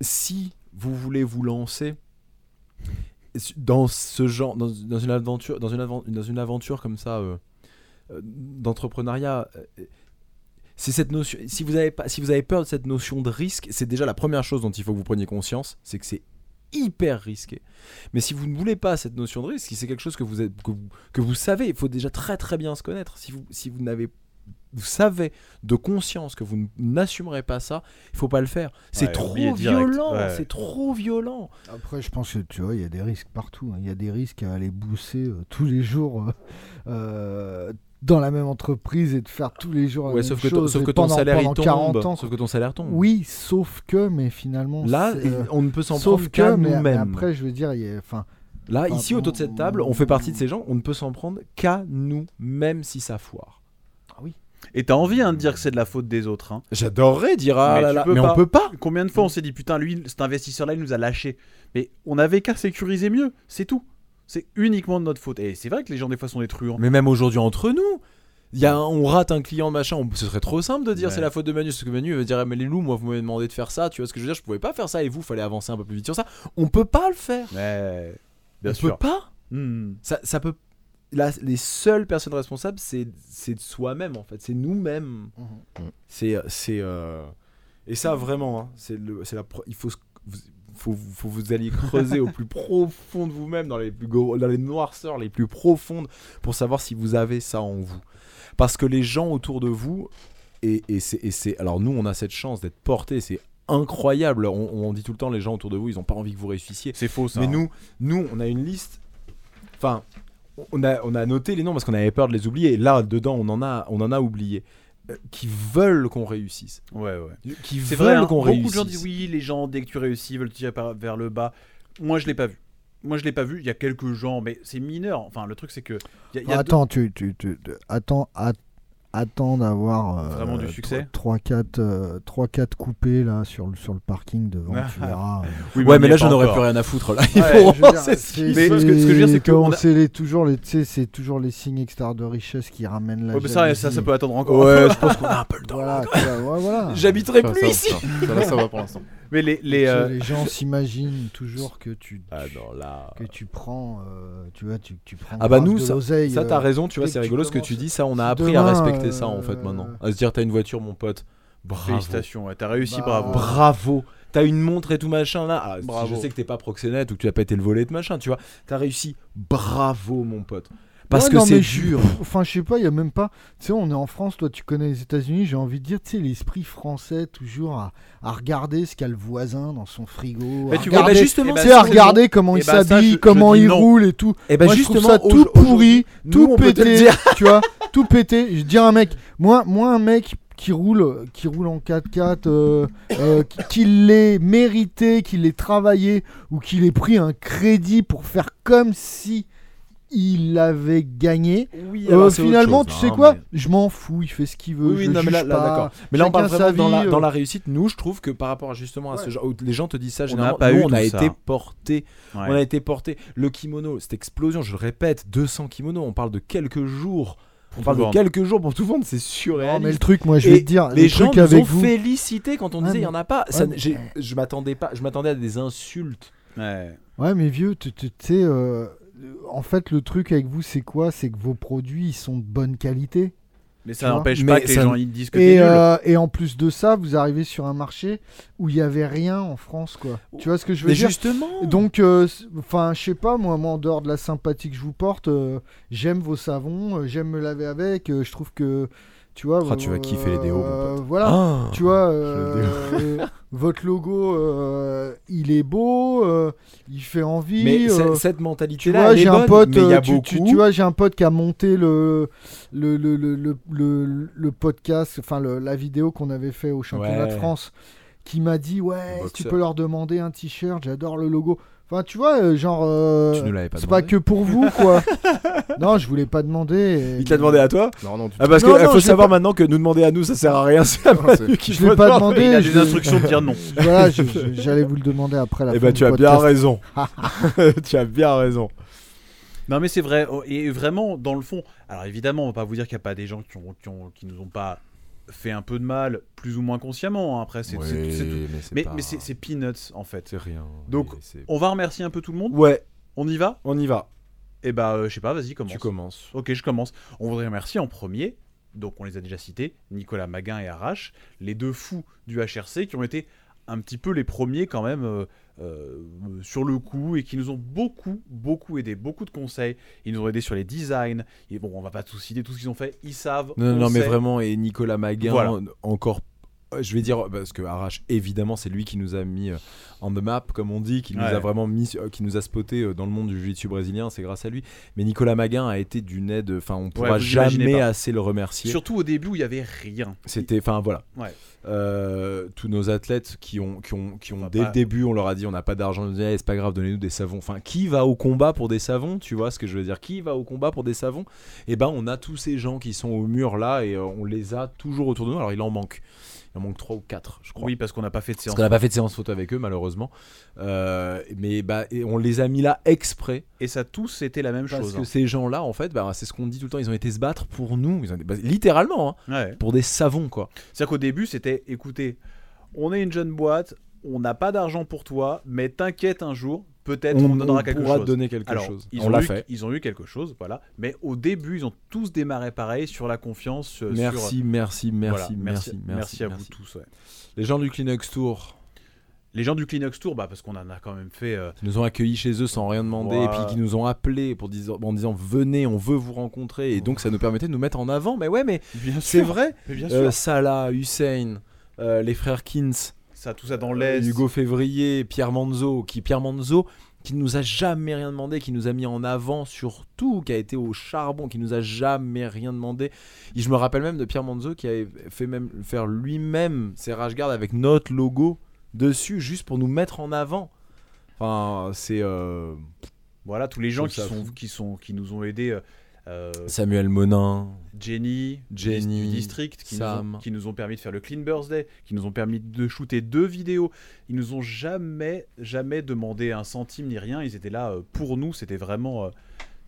si vous voulez vous lancer dans ce genre, dans, dans une aventure, dans une, avan- dans une aventure comme ça, euh, euh, d'entrepreneuriat, euh, c'est cette notion. Si vous avez pas, si vous avez peur de cette notion de risque, c'est déjà la première chose dont il faut que vous preniez conscience, c'est que c'est hyper risqué. Mais si vous ne voulez pas cette notion de risque, si c'est quelque chose que vous, êtes- que vous, que vous savez, il faut déjà très très bien se connaître. Si vous, si vous n'avez vous savez de conscience que vous n- n'assumerez pas ça, il faut pas le faire. C'est Ouais, trop oubliez direct, violent, ouais. c'est trop violent. Après, je pense que tu vois, il y a des risques partout. hein. Il y a des risques à aller bosser euh, tous les jours. euh, euh, dans la même entreprise et de faire tous les jours la Ouais, même sauf que, ton- chose sauf et que ton pendant- salaire il pendant 40 tombe. ans. Sauf que ton salaire tombe. Oui, sauf que, mais finalement, Là, c'est, euh, on ne peut s'en sauf prendre que, qu'à mais- mais nous-mêmes. après, je veux dire, il y a, enfin, Là, Enfin, ici, autour de cette table, on fait partie de ces gens, on ne peut s'en prendre qu'à nous-mêmes si ça foire. Ah oui. Et t'as envie hein, de dire que c'est de la faute des autres. hein. J'adorerais dire ah Mais là tu là, peux mais pas. on peut pas. Combien de fois on s'est dit putain, lui, cet investisseur-là, il nous a lâchés. Mais on avait qu'à sécuriser mieux, c'est tout. C'est uniquement de notre faute. Et c'est vrai que les gens des fois sont des truands. Mais même aujourd'hui entre nous, il y a un- on rate un client machin, on- ce serait trop simple de dire Ouais. c'est la faute de Manu, parce que Manu va dire Ah, mais les loups, moi vous m'avez demandé de faire ça, tu vois ce que je veux dire, je pouvais pas faire ça et vous fallait avancer un peu plus vite sur ça. On peut pas le faire. Ouais, bien on peut sûr. pas. Hmm. Ça, ça peut. Là, les seules personnes responsables, c'est c'est de soi-même en fait, c'est nous-mêmes. Mhm. Hmm. C'est c'est euh, et ça vraiment, hein, c'est le c'est la pre- il faut se- vous, faut, faut vous alliez creuser au plus profond de vous-même dans les plus gros- dans les noirceurs les plus profondes pour savoir si vous avez ça en vous. Parce que les gens autour de vous et, et c'est et c'est- alors nous on a cette chance d'être portés, c'est incroyable. On, on dit tout le temps les gens autour de vous, ils ont pas envie que vous réussissiez. C'est faux ça. Mais hein. nous, nous, on a une liste. Enfin, on a, on a noté les noms parce qu'on avait peur de les oublier. Et là, dedans, on en a, on en a oublié. Euh, Qui veulent qu'on réussisse. Ouais, ouais. Qui C'est veulent vrai, hein. qu'on beaucoup réussisse. de gens disent oui, les gens, dès que tu réussis, veulent te tirer par- vers le bas. Moi, je l'ai pas vu. Moi, je l'ai pas vu. Il y a quelques gens, mais c'est mineur. Enfin, le truc, c'est que. il y a- il y a Attends, tu, tu, tu- tu- attends, at- attends d'avoir euh, Vraiment du succès 3 4 3 4 coupés là sur le sur le parking devant, Ah. tu verras. euh. deux- Oui, Ouais, mais il y là, a j'en pas aurais encore. plus rien à foutre. Là, Ouais, il faut Je veux dire, relancer. c'est- Mais- parce que ce que je veux dire, c'est que quand on a- c'est les- toujours les, tu sais, c'est toujours les signes extérieurs de richesse qui ramènent la. Ouais, mais ça, jalousie. ça, Euh, ça peut attendre encore. Ouais, je pense qu'on a un peu le temps. Voilà, tu vois, Ah, ouais, voilà. J'habiterai Ça, plus ça, ici. ça, ça, là, ça va pour l'instant. Mais les, Tu sais, les, Les, euh, gens s'imaginent toujours que tu, Ah tu- non, là. que tu prends, euh, tu vois, tu, tu prends. Ah bah grave nous, de l'oseille, Ça, t'as euh, raison, tu vois, dès c'est que tu rigolo ce que commences- tu dis. Ça, on a si appris à demain, respecter ça, en fait, euh, maintenant. À se dire, t'as une voiture, mon pote. Bravo. félicitations, ouais, t'as réussi, Bah, bravo. Bravo. T'as une montre et tout machin là. Ah, si Bravo. je sais que t'es pas proxénète ou que tu as pas été le volet de machin, tu vois. T'as réussi. Bravo, mon pote. Parce Ouais, que non, c'est mais je- dur. pff, Enfin, je sais pas, il y a même pas. Tu sais, on est en France, toi, tu connais les États-Unis, j'ai envie de dire, tu sais, l'esprit français, toujours à, à regarder ce qu'a le voisin dans son frigo. Mais à tu vois, regarder, bah, justement, eh ben, tu sais, à c'est- regarder comment eh il ben, ça, s'habille, je- je comment dis il non. roule et tout. Et ben moi, justement, je trouve ça tout au- pourri, nous, tout on peut te le pété, dire. tu vois, tout pété. Je dis à un mec, moi, moi un mec qui roule, qui roule en 4x4, euh, euh, qui- qu'il l'ait mérité, qu'il l'ait travaillé ou qu'il ait pris un crédit pour faire comme si il avait gagné. Oui, Euh, finalement, tu sais quoi Je m'en fous, il fait ce qu'il veut. hein, Oui, oui, je le non, mais là, juge là, pas. d'accord. Mais là, on Chacun parle vraiment sa dans, la, vie, dans euh. la réussite. Nous, je trouve que par rapport justement à ce genre, où les gens te disent ça généralement. pas nous, eu on a tout ça, été hein. porté. Ouais. On a été porté. Le kimono, cette explosion, je le répète, 200 kimonos. On parle de quelques jours. On parle de vendre. quelques jours pour tout vendre. C'est Non, surréaliste. mais le truc, moi, je vais Et te dire, les le gens truc nous avec ont vous. félicité quand on Ouais, disait il mais- y en a pas. Ça ouais, n- mais- j'ai- je m'attendais pas, je m'attendais à des insultes. Ouais. Ouais, mais vieux, tu tu- tu sais, euh, en fait, le truc avec vous, c'est quoi C'est que vos produits, ils sont de bonne qualité. Mais Tu ça vois. n'empêche Mais pas que les ça- gens ils disent que t'es Et, nul. euh, et en plus de ça, vous arrivez sur un marché où il n'y avait rien en France, quoi. Tu vois ce que je veux Mais dire justement. Donc, euh, c- enfin, je sais pas, moi, moi, en dehors de la sympathie que je vous porte, euh, j'aime vos savons, euh, j'aime me laver avec, euh, je trouve que, tu vois... Ah, tu vas kiffer les déos, mon euh, Voilà, Ah. tu vois, euh, euh, votre logo, euh, il est beau, euh, il fait envie... mais c'est- euh, cette mentalité tu là, vois, elle est j'ai un bonne, pote, mais il y a euh, tu, tu- beaucoup- tu vois, j'ai un pote qui a monté le le, le, le, le, le- le podcast, enfin le- la vidéo qu'on avait fait au championnat Ouais. de France, qui m'a dit ouais, Le si tu boxeur. peux leur demander un t-shirt, j'adore le logo. Enfin, tu vois, euh, genre, euh, Tu ne l'avais pas c'est pas demandé. que pour vous, quoi. non, je voulais pas demander. et- Il t'a demandé à toi Non, non, du tout. ah, Parce Non, qu'il non, faut je l'ai savoir pas- maintenant que nous demander à nous ça sert à rien. C'est à Non, c'est- Manu qui Je l'ai faut pas demander. demandé. Il a je- des instructions de dire non. Voilà, je- je- j'allais vous le demander après la Eh fin ben du tu as bien podcast. Ah, raison. tu as bien raison. Non mais c'est vrai, oh, et vraiment dans le fond, alors évidemment on va pas vous dire qu'il n'y a pas des gens qui, ont, qui, ont- qui nous ont pas fait un peu de mal, plus ou moins consciemment, hein. après c'est c'est- c'est tout. Mais, mais c'est c'est peanuts en fait. rien. Donc, On va remercier un peu tout le monde, ouais, on y va on y va. Et bah euh, je sais pas, vas-y commence. Tu commences. Ok je commence. On voudrait remercier en premier, donc on les a déjà cités, Nicolas Maguin et Arrache, les deux fous du HRC qui ont été un petit peu les premiers quand même euh, euh, sur le coup et qui nous ont beaucoup, beaucoup aidé, beaucoup de conseils. Ils nous ont aidé sur les designs. Et bon, on va pas tous citer tout ce qu'ils ont fait. Ils savent. Non, non, on non, mais sait. vraiment et Nicolas Maguin Voilà. en- encore euh, je vais dire, parce que Arrache, évidemment, c'est lui qui nous a mis euh, on the map, comme on dit, qui nous Ouais. a vraiment mis, euh, qui nous a spoté euh, dans le monde du jiu-jitsu brésilien, c'est grâce à lui. Mais Nicolas Maguin a été d'une aide, enfin, on pourra vous imaginez jamais pas. assez le remercier. Surtout au début où il y avait rien. C'était, enfin voilà. Ouais. Euh, tous nos athlètes qui ont, qui ont, qui ont va dès pas- le début, on leur a dit on n'a pas d'argent, on dit, Eh, c'est pas grave, donnez-nous des savons. Enfin, qui va au combat pour des savons Tu vois ce que je veux dire Qui va au combat pour des savons Eh ben, on a tous ces gens qui sont au mur là et euh, on les a toujours autour de nous. Alors il en manque, il en manque trois ou quatre, je crois. Oui, parce qu'on n'a pas fait de Parce séance. qu'on n'a pas fait de séance photo avec eux malheureusement, Euh, mais bah, et on les a mis là exprès Et ça tous c'était la même parce chose. hein. que ces gens-là en fait, bah, c'est ce qu'on dit tout le temps, ils ont été se battre pour nous, ils ont été- bah, littéralement hein, hein. Ouais. pour des savons quoi. C'est-à-dire qu'au début, c'était écoutez, on est une jeune boîte, on n'a pas d'argent pour toi, mais t'inquiète un jour, peut-être on, donnera quelque pourra chose. donner quelque Alors, chose. Ils on ont l'a eu- fait. Ils ont eu quelque chose, voilà. Mais au début, ils ont tous démarré pareil sur la confiance. euh, sur- Merci, merci, merci, voilà, merci, merci, merci à merci. vous tous. ouais. Les gens du Kleenex Tour Les gens du Kleenex Tour, bah, parce qu'on en a quand même fait. euh, qui nous ont accueillis chez eux sans rien demander Voilà. et puis qui nous ont appelés pour dis- en disant venez, on veut vous rencontrer et donc ça nous permettait de nous mettre en avant. Mais ouais, mais c'est vrai. mais bien Euh, sûr. Salah, Hussein, euh, les frères Kins, ça, tout ça dans l'Est. Euh, Hugo Février, Pierre Manzo, qui Pierre Manzo qui nous a jamais rien demandé, qui nous a mis en avant sur tout, qui a été au charbon, qui nous a jamais rien demandé. Et je me rappelle même de Pierre Manzo qui avait fait même faire lui-même ses rage guards avec notre logo dessus juste pour nous mettre en avant. Enfin, c'est euh, Voilà, tous les gens Je qui, trouve ça sont, qui, sont, qui nous ont aidés. euh, euh, Samuel Monin, Jenny, Jenny, du district, qui nous, Sam. ont, qui nous ont permis de faire le Clean Birthday, qui nous ont permis de shooter deux vidéos. Ils nous ont jamais, jamais demandé un centime ni rien. Ils étaient là euh, pour nous. C'était vraiment, euh,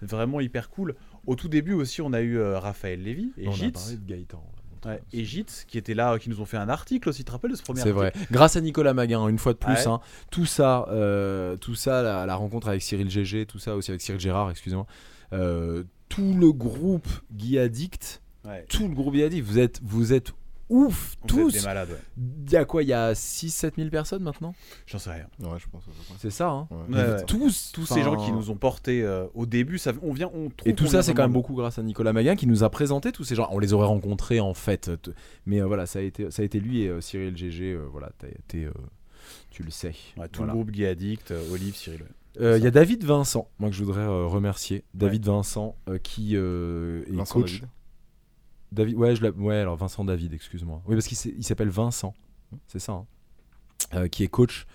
vraiment hyper cool. Au tout début aussi, on a eu euh, Raphaël Lévy et on a Gitz. parlé de Gaëtan. Ouais, et Gitz, qui étaient là, euh, qui nous ont fait un article aussi. Tu te rappelles de ce premier C'est article vrai. Grâce à Nicolas Maguin, une fois de plus, Ouais. hein, tout ça, euh, tout ça, la, la rencontre avec Cyril GG, tout ça aussi avec Cyril Gérard, excusez-moi, euh, tout le groupe Guy Addict, Ouais. tout le groupe Guy Addict, vous êtes, vous êtes ouf, Vous êtes des tous. malades. ouais. Il y a quoi Il y a 6-7 000 personnes maintenant J'en sais rien. Ouais, je pense. à peu près. C'est ça, hein Ouais. Ouais, ouais. Tous, Tous ces gens qui nous ont portés euh, au début, ça, on vient, on trouve. Et tout qu'on est ça, c'est quand vraiment- même beaucoup grâce à Nicolas Maguin qui nous a présenté tous ces gens. On les aurait rencontrés en fait, t- mais euh, voilà, ça a été, ça a été lui et euh, Cyril GG. euh, voilà, t'as été, euh, tu le sais. Ouais, tout Voilà. le groupe Gay Addict, euh, Olive, Cyril. Il y a David Vincent, moi que je voudrais euh, remercier. David Vincent euh, qui euh, est Vincent coach. David. David, ouais, je l'a- ouais, alors Vincent David, excuse-moi. Oui, parce qu'il s'est- il s'appelle Vincent, c'est ça, hein. Euh, qui est coach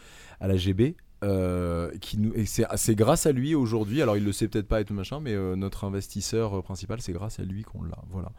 à la GB. euh, qui nous, et c'est c'est grâce à lui aujourd'hui, alors il le sait peut-être pas et tout machin, mais euh, notre investisseur euh, principal, c'est grâce à lui qu'on l'a. Voilà.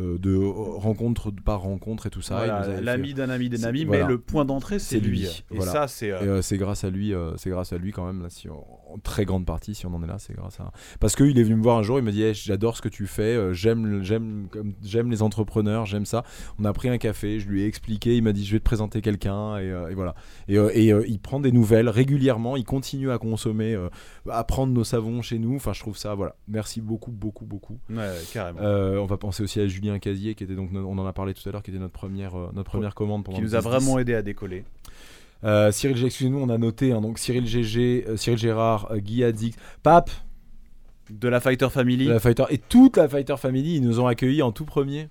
Euh, de euh, rencontre par rencontre et tout ça. il Voilà, nous avait fait- l'ami d'un ami d'un c'est- ami, voilà. mais le point d'entrée, c'est C'est lui. lui, Et voilà. ça, c'est. euh, Et, euh, c'est grâce à lui, euh, c'est grâce à lui quand même là, si on- en très grande partie, si on en est là, c'est grâce à. Parce qu'il est venu me voir un jour, il me dit Eh, j'adore ce que tu fais, euh, j'aime, le- j'aime, comme- j'aime les entrepreneurs, j'aime ça. On a pris un café, je lui ai expliqué, il m'a dit je vais te présenter quelqu'un et, euh, et voilà. Et, euh, et, euh, il prend des nouvelles régulièrement, il continue à consommer, euh, à prendre nos savons chez nous. Enfin, je trouve ça voilà. Merci beaucoup, beaucoup, beaucoup. ouais, ouais, carrément. Euh, on va penser aussi à Julien Casier qui était donc, no- on en a parlé tout à l'heure, qui était notre première, euh, notre première commande pendant qui le nous a 10-10. vraiment aidé à décoller. Euh, Cyril, G- excusez-nous, on a noté hein, donc Cyril GG, euh, Cyril Gérard, euh, Guy Addict, Pape, De la Fighter Family. de la Fighter et toute la Fighter Family, ils nous ont accueillis en tout premier.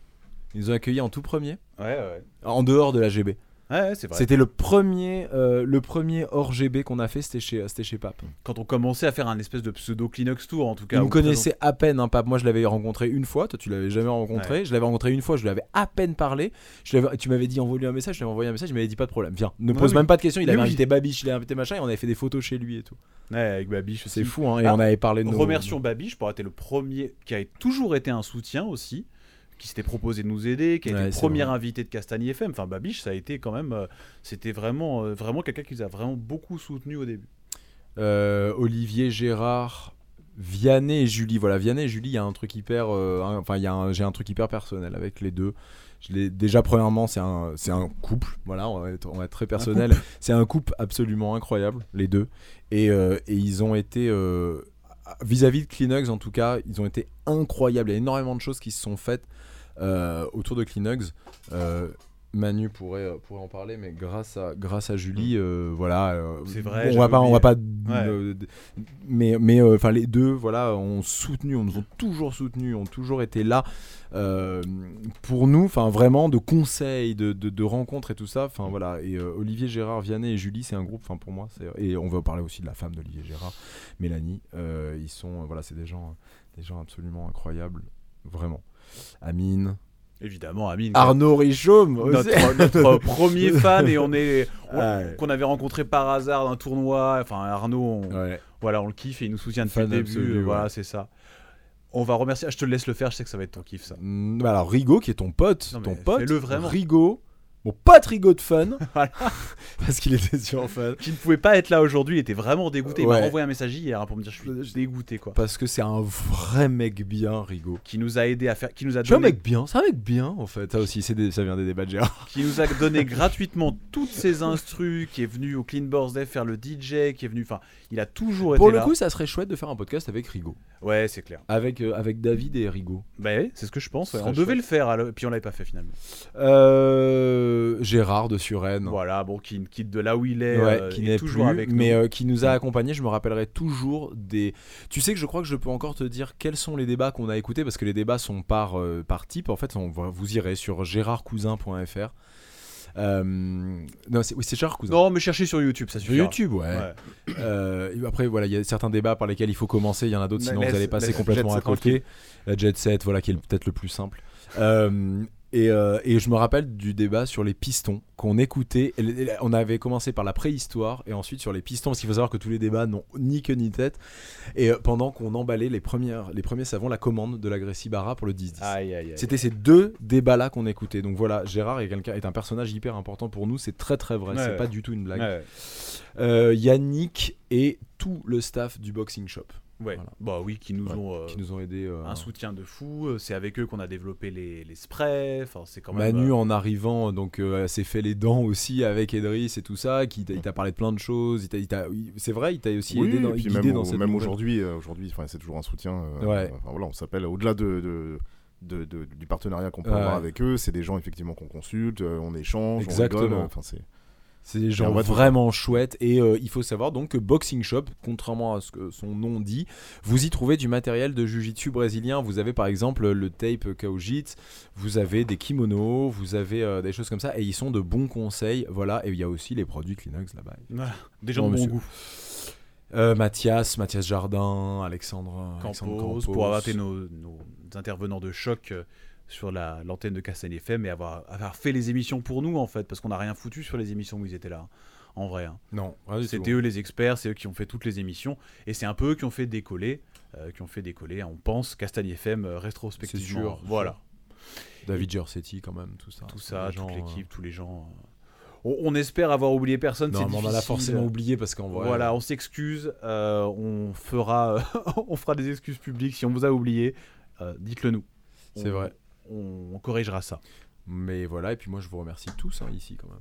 Ils nous ont accueillis en tout premier, Ouais, ouais. en dehors de la GB. Ouais, ouais, c'est vrai. C'était le premier, euh, le premier hors GB qu'on a fait, c'était chez, euh, c'était chez Pape. Quand on commençait à faire un espèce de pseudo Kleenex Tour, en tout cas. Il nous on connaissait à peine, hein, Pape. Moi, je l'avais rencontré une fois, toi, tu l'avais jamais rencontré. Je l'avais rencontré une fois, je lui avais à peine parlé. Je l'avais- tu m'avais dit envoie-lui un message, je lui avais envoyé un message, il m'avait dit pas de problème, viens, ne Ouais, pose oui. même pas de questions. Il Mais avait oui. invité Babiche, il avait invité machin, et on avait fait des photos chez lui et tout. présente- Ouais, avec Babiche C'est aussi. fou, hein, et Ah, on avait parlé de nos. Remercions Babiche pour être le premier qui a toujours été un soutien aussi, qui s'était proposé de nous aider, qui a Ouais, été le c'est premier vrai. invité de Castagny FM. Enfin, Babiche, ça a été quand même. euh, C'était vraiment, euh, vraiment quelqu'un qui nous a vraiment beaucoup soutenu au début. Euh, Olivier Gérard Vianney et Julie voilà Vianney et Julie il y a un truc hyper euh, hein, enfin il y a un- j'ai un truc hyper personnel avec les deux je l'ai déjà premièrement c'est un c'est un couple voilà on va être, on va être très personnel c'est un couple absolument incroyable les deux et, euh, et ils ont été euh, vis-à-vis de Kleenex en tout cas ils ont été incroyables il y a énormément de choses qui se sont faites euh, autour de Kleenex Euh, Manu pourrait, euh, pourrait en parler, mais grâce à, grâce à Julie, euh, voilà. euh, C'est vrai, On va j'avais pas, on oublié. va pas. euh, d- mais mais euh, enfin les deux, voilà, ont soutenu, on nous ont toujours soutenu, ont toujours été là euh, pour nous. Enfin vraiment de conseils, de, de, de rencontres et tout ça. Enfin voilà. Et euh, Olivier Gérard, Vianney et Julie, c'est un groupe. Enfin pour moi, c'est et on va parler aussi de la femme d'Olivier Gérard, Mélanie. Euh, ils sont euh, voilà, c'est des gens, des gens absolument incroyables, vraiment. Amine, Évidemment, Amine. Arnaud Richaume. aussi. notre, notre premier fan et on est on- Ouais. qu'on avait rencontré par hasard dans un tournoi. Enfin, Arnaud, on, Ouais. voilà, on le kiffe et il nous soutient depuis Fan le début. absolu, euh, voilà, ouais. c'est ça. On va remercier. ah, je te laisse le faire. Je sais que ça va être ton kiff, ça. Mm, bah alors Rigaud qui est ton pote, Non, mais ton pote, fais-le vraiment. Rigaud, mon pote Rigaud de fun, Voilà. parce qu'il était sur fun. Qui ne pouvait pas être là aujourd'hui. Il était vraiment dégoûté. Il m'a Ouais. envoyé un message hier hein, pour me dire je suis dégoûté quoi. Parce que c'est un vrai mec bien, Rigaud. Qui nous a aidé à faire, qui nous a C'est un donné, mec bien, c'est un mec bien en fait. Ça aussi, c'est des- ça vient des débats de Gérard. qui nous a donné gratuitement toutes ses instrus, qui est venu au Clean Boards Day faire le DJ, qui est venu. Enfin, il a toujours été Pour le là. coup, ça serait chouette de faire un podcast avec Rigaud, ouais, c'est clair. avec euh, avec David et Rigaud. Bah, ouais, c'est ce que je pense. ouais. Ça On serait devait chouette. le faire, alors, et puis on l'avait pas fait finalement. Euh, Gérard de Suresnes. Voilà, bon, qui me quitte de là où il est, Ouais, euh, qui il est n'est toujours plus, avec nous. mais euh, qui nous a accompagnés. Je me rappellerai toujours des. Tu sais que je crois que je peux encore te dire quels sont les débats qu'on a écoutés parce que les débats sont par euh, par type. En fait, on va- vous irez sur gérardcousin.fr. Euh, non, c'est oui, c'est Gérard Cousin. Non, mais cherchez sur YouTube, ça Sur suffit. euh, YouTube, ouais. Ouais. Euh, après, voilà, il y a certains débats par lesquels il faut commencer. Il y en a d'autres, La- sinon la- vous allez passer la- complètement Jet à Set côté. La Jet Set, voilà, qui est le- peut-être le plus simple. Euh, et, euh, et je me rappelle du débat sur les pistons qu'on écoutait. Et le- et la- On avait commencé par la préhistoire et ensuite sur les pistons, parce qu'il faut savoir que tous les débats n'ont ni queue ni tête. Et euh, pendant qu'on emballait les, premières, les premiers savons, la commande de la Grécie Barra pour le 10-10. Aïe, aïe, aïe. C'était ces deux débats-là qu'on écoutait. Donc voilà, Gérard est, quelqu'un- est un personnage hyper important pour nous. C'est très très vrai. Ouais, c'est ouais. pas du tout une blague. Ouais, Euh, Yannick et tout le staff du Boxing Shop ouais. Voilà. Bah oui, qui nous Ouais, ont euh, qui nous ont aidés. euh, un soutien de fou. euh, C'est avec eux qu'on a développé les, les sprays. Enfin, c'est quand même. Manu euh, en arrivant, donc euh, s'est fait les dents aussi avec Edris et tout ça. Qui t'a- il t'a parlé de plein de choses. il t'a- il t'a- il- C'est vrai, il t'a aussi Oui, aidé dans, et puis guidé même, dans au- cette même nouvelle- aujourd'hui, euh, aujourd'hui, enfin, c'est toujours un soutien. euh, Ouais. enfin, voilà, on s'appelle au-delà de, de- de- de- du partenariat qu'on peut avoir Ouais. avec eux, c'est des gens effectivement qu'on consulte, euh, on échange, Exactement. on rigole. euh, Enfin, c'est C'est des gens on va te- vraiment chouettes et euh, il faut savoir donc que Boxing Shop, contrairement à ce que son nom dit, vous y trouvez du matériel de jujitsu brésilien. Vous avez par exemple le tape Kaojit, vous avez des kimonos, vous avez euh, des choses comme ça et ils sont de bons conseils. Voilà, et il y a aussi les produits Kleenex là-bas. voilà, des Non, gens de bon monsieur. goût. Euh, Mathias, Mathias Jardin, Alexandre Alexandre Campos, Campos. pour avoir été nos, nos intervenants de choc euh, sur la- l'antenne de Castagne FM et avoir, avoir fait les émissions pour nous, en fait, parce qu'on n'a rien foutu sur les émissions où ils étaient là. hein, En vrai. hein. Non, rien du tout. C'était eux les experts, c'est eux qui ont fait toutes les émissions, et c'est un peu eux qui ont fait décoller, euh, qui ont fait décoller, on pense, Castagne FM euh, rétrospectivement. C'est sûr, c'est voilà, David Gersetti quand même, tout ça. tout C'est ça, des gens, toute euh, l'équipe, tous les gens. euh, On, on espère avoir oublié personne, c'est Non, mais on en a difficile. forcément oublié parce qu'en vrai. Voilà, on s'excuse, euh, on fera, on fera des excuses publiques si on vous a oublié. euh, Dites-le nous. C'est On- vrai. On, on corrigera ça. Mais voilà, et puis moi je vous remercie tous hein, ici quand même.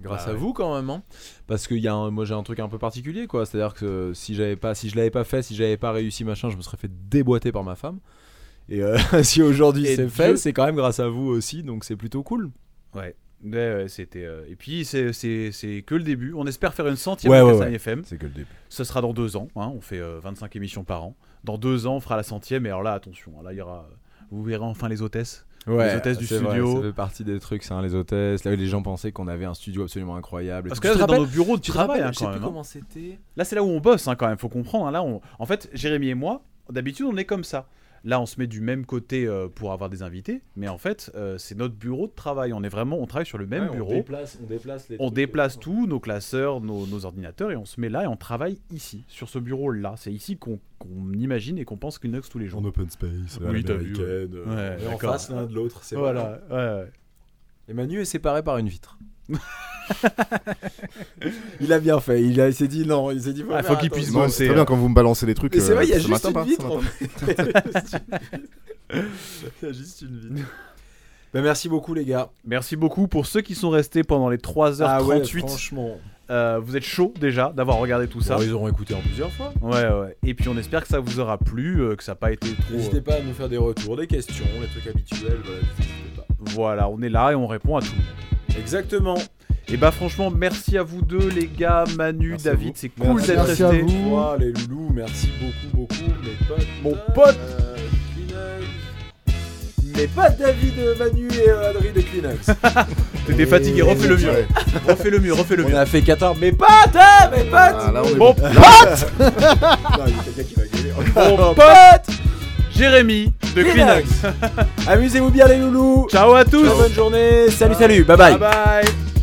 Grâce Bah à ouais. vous quand même, hein. parce que y a un- moi j'ai un truc un peu particulier quoi. C'est-à-dire que euh, si j'avais pas, si je l'avais pas fait, si j'avais pas réussi machin, je me serais fait déboîter par ma femme. Et euh, si aujourd'hui Et c'est fait, Dieu- c'est quand même grâce à vous aussi, donc c'est plutôt cool. Ouais. Ouais, ouais, c'était. euh, Et puis c'est- c'est c'est que le début. On espère faire une centième Ouais, de ouais, Castagne ouais. FM. C'est que le début. Ce sera dans deux ans. hein, on fait euh, 25 émissions par an. Dans deux ans, on fera la centième. Et alors là, attention, hein, là, il y aura. Vous verrez enfin les hôtesses. Ouais, Les hôtesses du c'est vrai, studio. ça fait partie des trucs, ça, hein, les hôtesses. Là, les gens pensaient qu'on avait un studio absolument incroyable. et Parce tout. que Tu là, te c'est dans rappelles- nos bureaux de tu te travail. rappelles, hein, je sais quand plus même, hein. comment c'était. Là, c'est là où on bosse hein, quand même. Faut comprendre. hein, là, on... en fait, Jérémy et moi, d'habitude, on est comme ça. Là, on se met du même côté euh, pour avoir des invités, mais en fait, euh, c'est notre bureau de travail. On est vraiment, on travaille sur le même Ouais, bureau. On déplace, on déplace les On trucs, déplace euh, tout, nos classeurs, nos, nos ordinateurs, et on se met là et on travaille ici, sur ce bureau-là. C'est ici qu'on qu'on imagine et qu'on pense Linux tous les jours. En open space, Oui, t'as vu, ouais. américaine, euh, Ouais, on est en d'accord. face l'un de l'autre, c'est hein. voilà. Voilà. ouais, ouais. Et Manu est séparé par une vitre. il a bien fait. Il, a- il s'est dit non. Il s'est dit. Ah, faut faire qu'il puisse attention. Non, bosser, c'est très hein. bien quand vous me balancez les trucs. Et euh, c'est euh, vrai, il y a ce juste matin, une par- ce vitre. matin. en fait. Il y a juste une vitre. Bah, merci beaucoup les gars. Ah Merci beaucoup pour ceux qui sont restés pendant les 3h38. Ah ouais, franchement. Euh, vous êtes chaud déjà d'avoir regardé tout ça. Bon, ils auront écouté en plusieurs fois. Ouais, ouais. Et puis on espère que ça vous aura plu, euh, que ça n'a pas été trop. euh, N'hésitez pas à nous faire des retours, des questions, les trucs habituels. Voilà, n'hésitez pas. euh, Voilà, on est là et on répond à tout. Exactement. Et bah franchement, merci à vous deux les gars, Manu, Merci à David, vous. c'est cool d'être Merci à restés. vous. Moi, les loulous, merci beaucoup, beaucoup, mes potes. Mon pote. Euh, Kleenex. mes potes David, euh, Manu et euh, Adri de Kleenex. T'étais fatigué, refais le mur. Ouais. Refais le mur, refais le On mur. a fait 14. Mes potes, hein, mes potes Ah, là, on est Bon, Non, il y a quelqu'un qui va gueuler. mon pote Jérémy de Kleenex. Amusez-vous bien, les loulous. Ciao à tous Bonne journée. Salut, salut. Bye bye. bye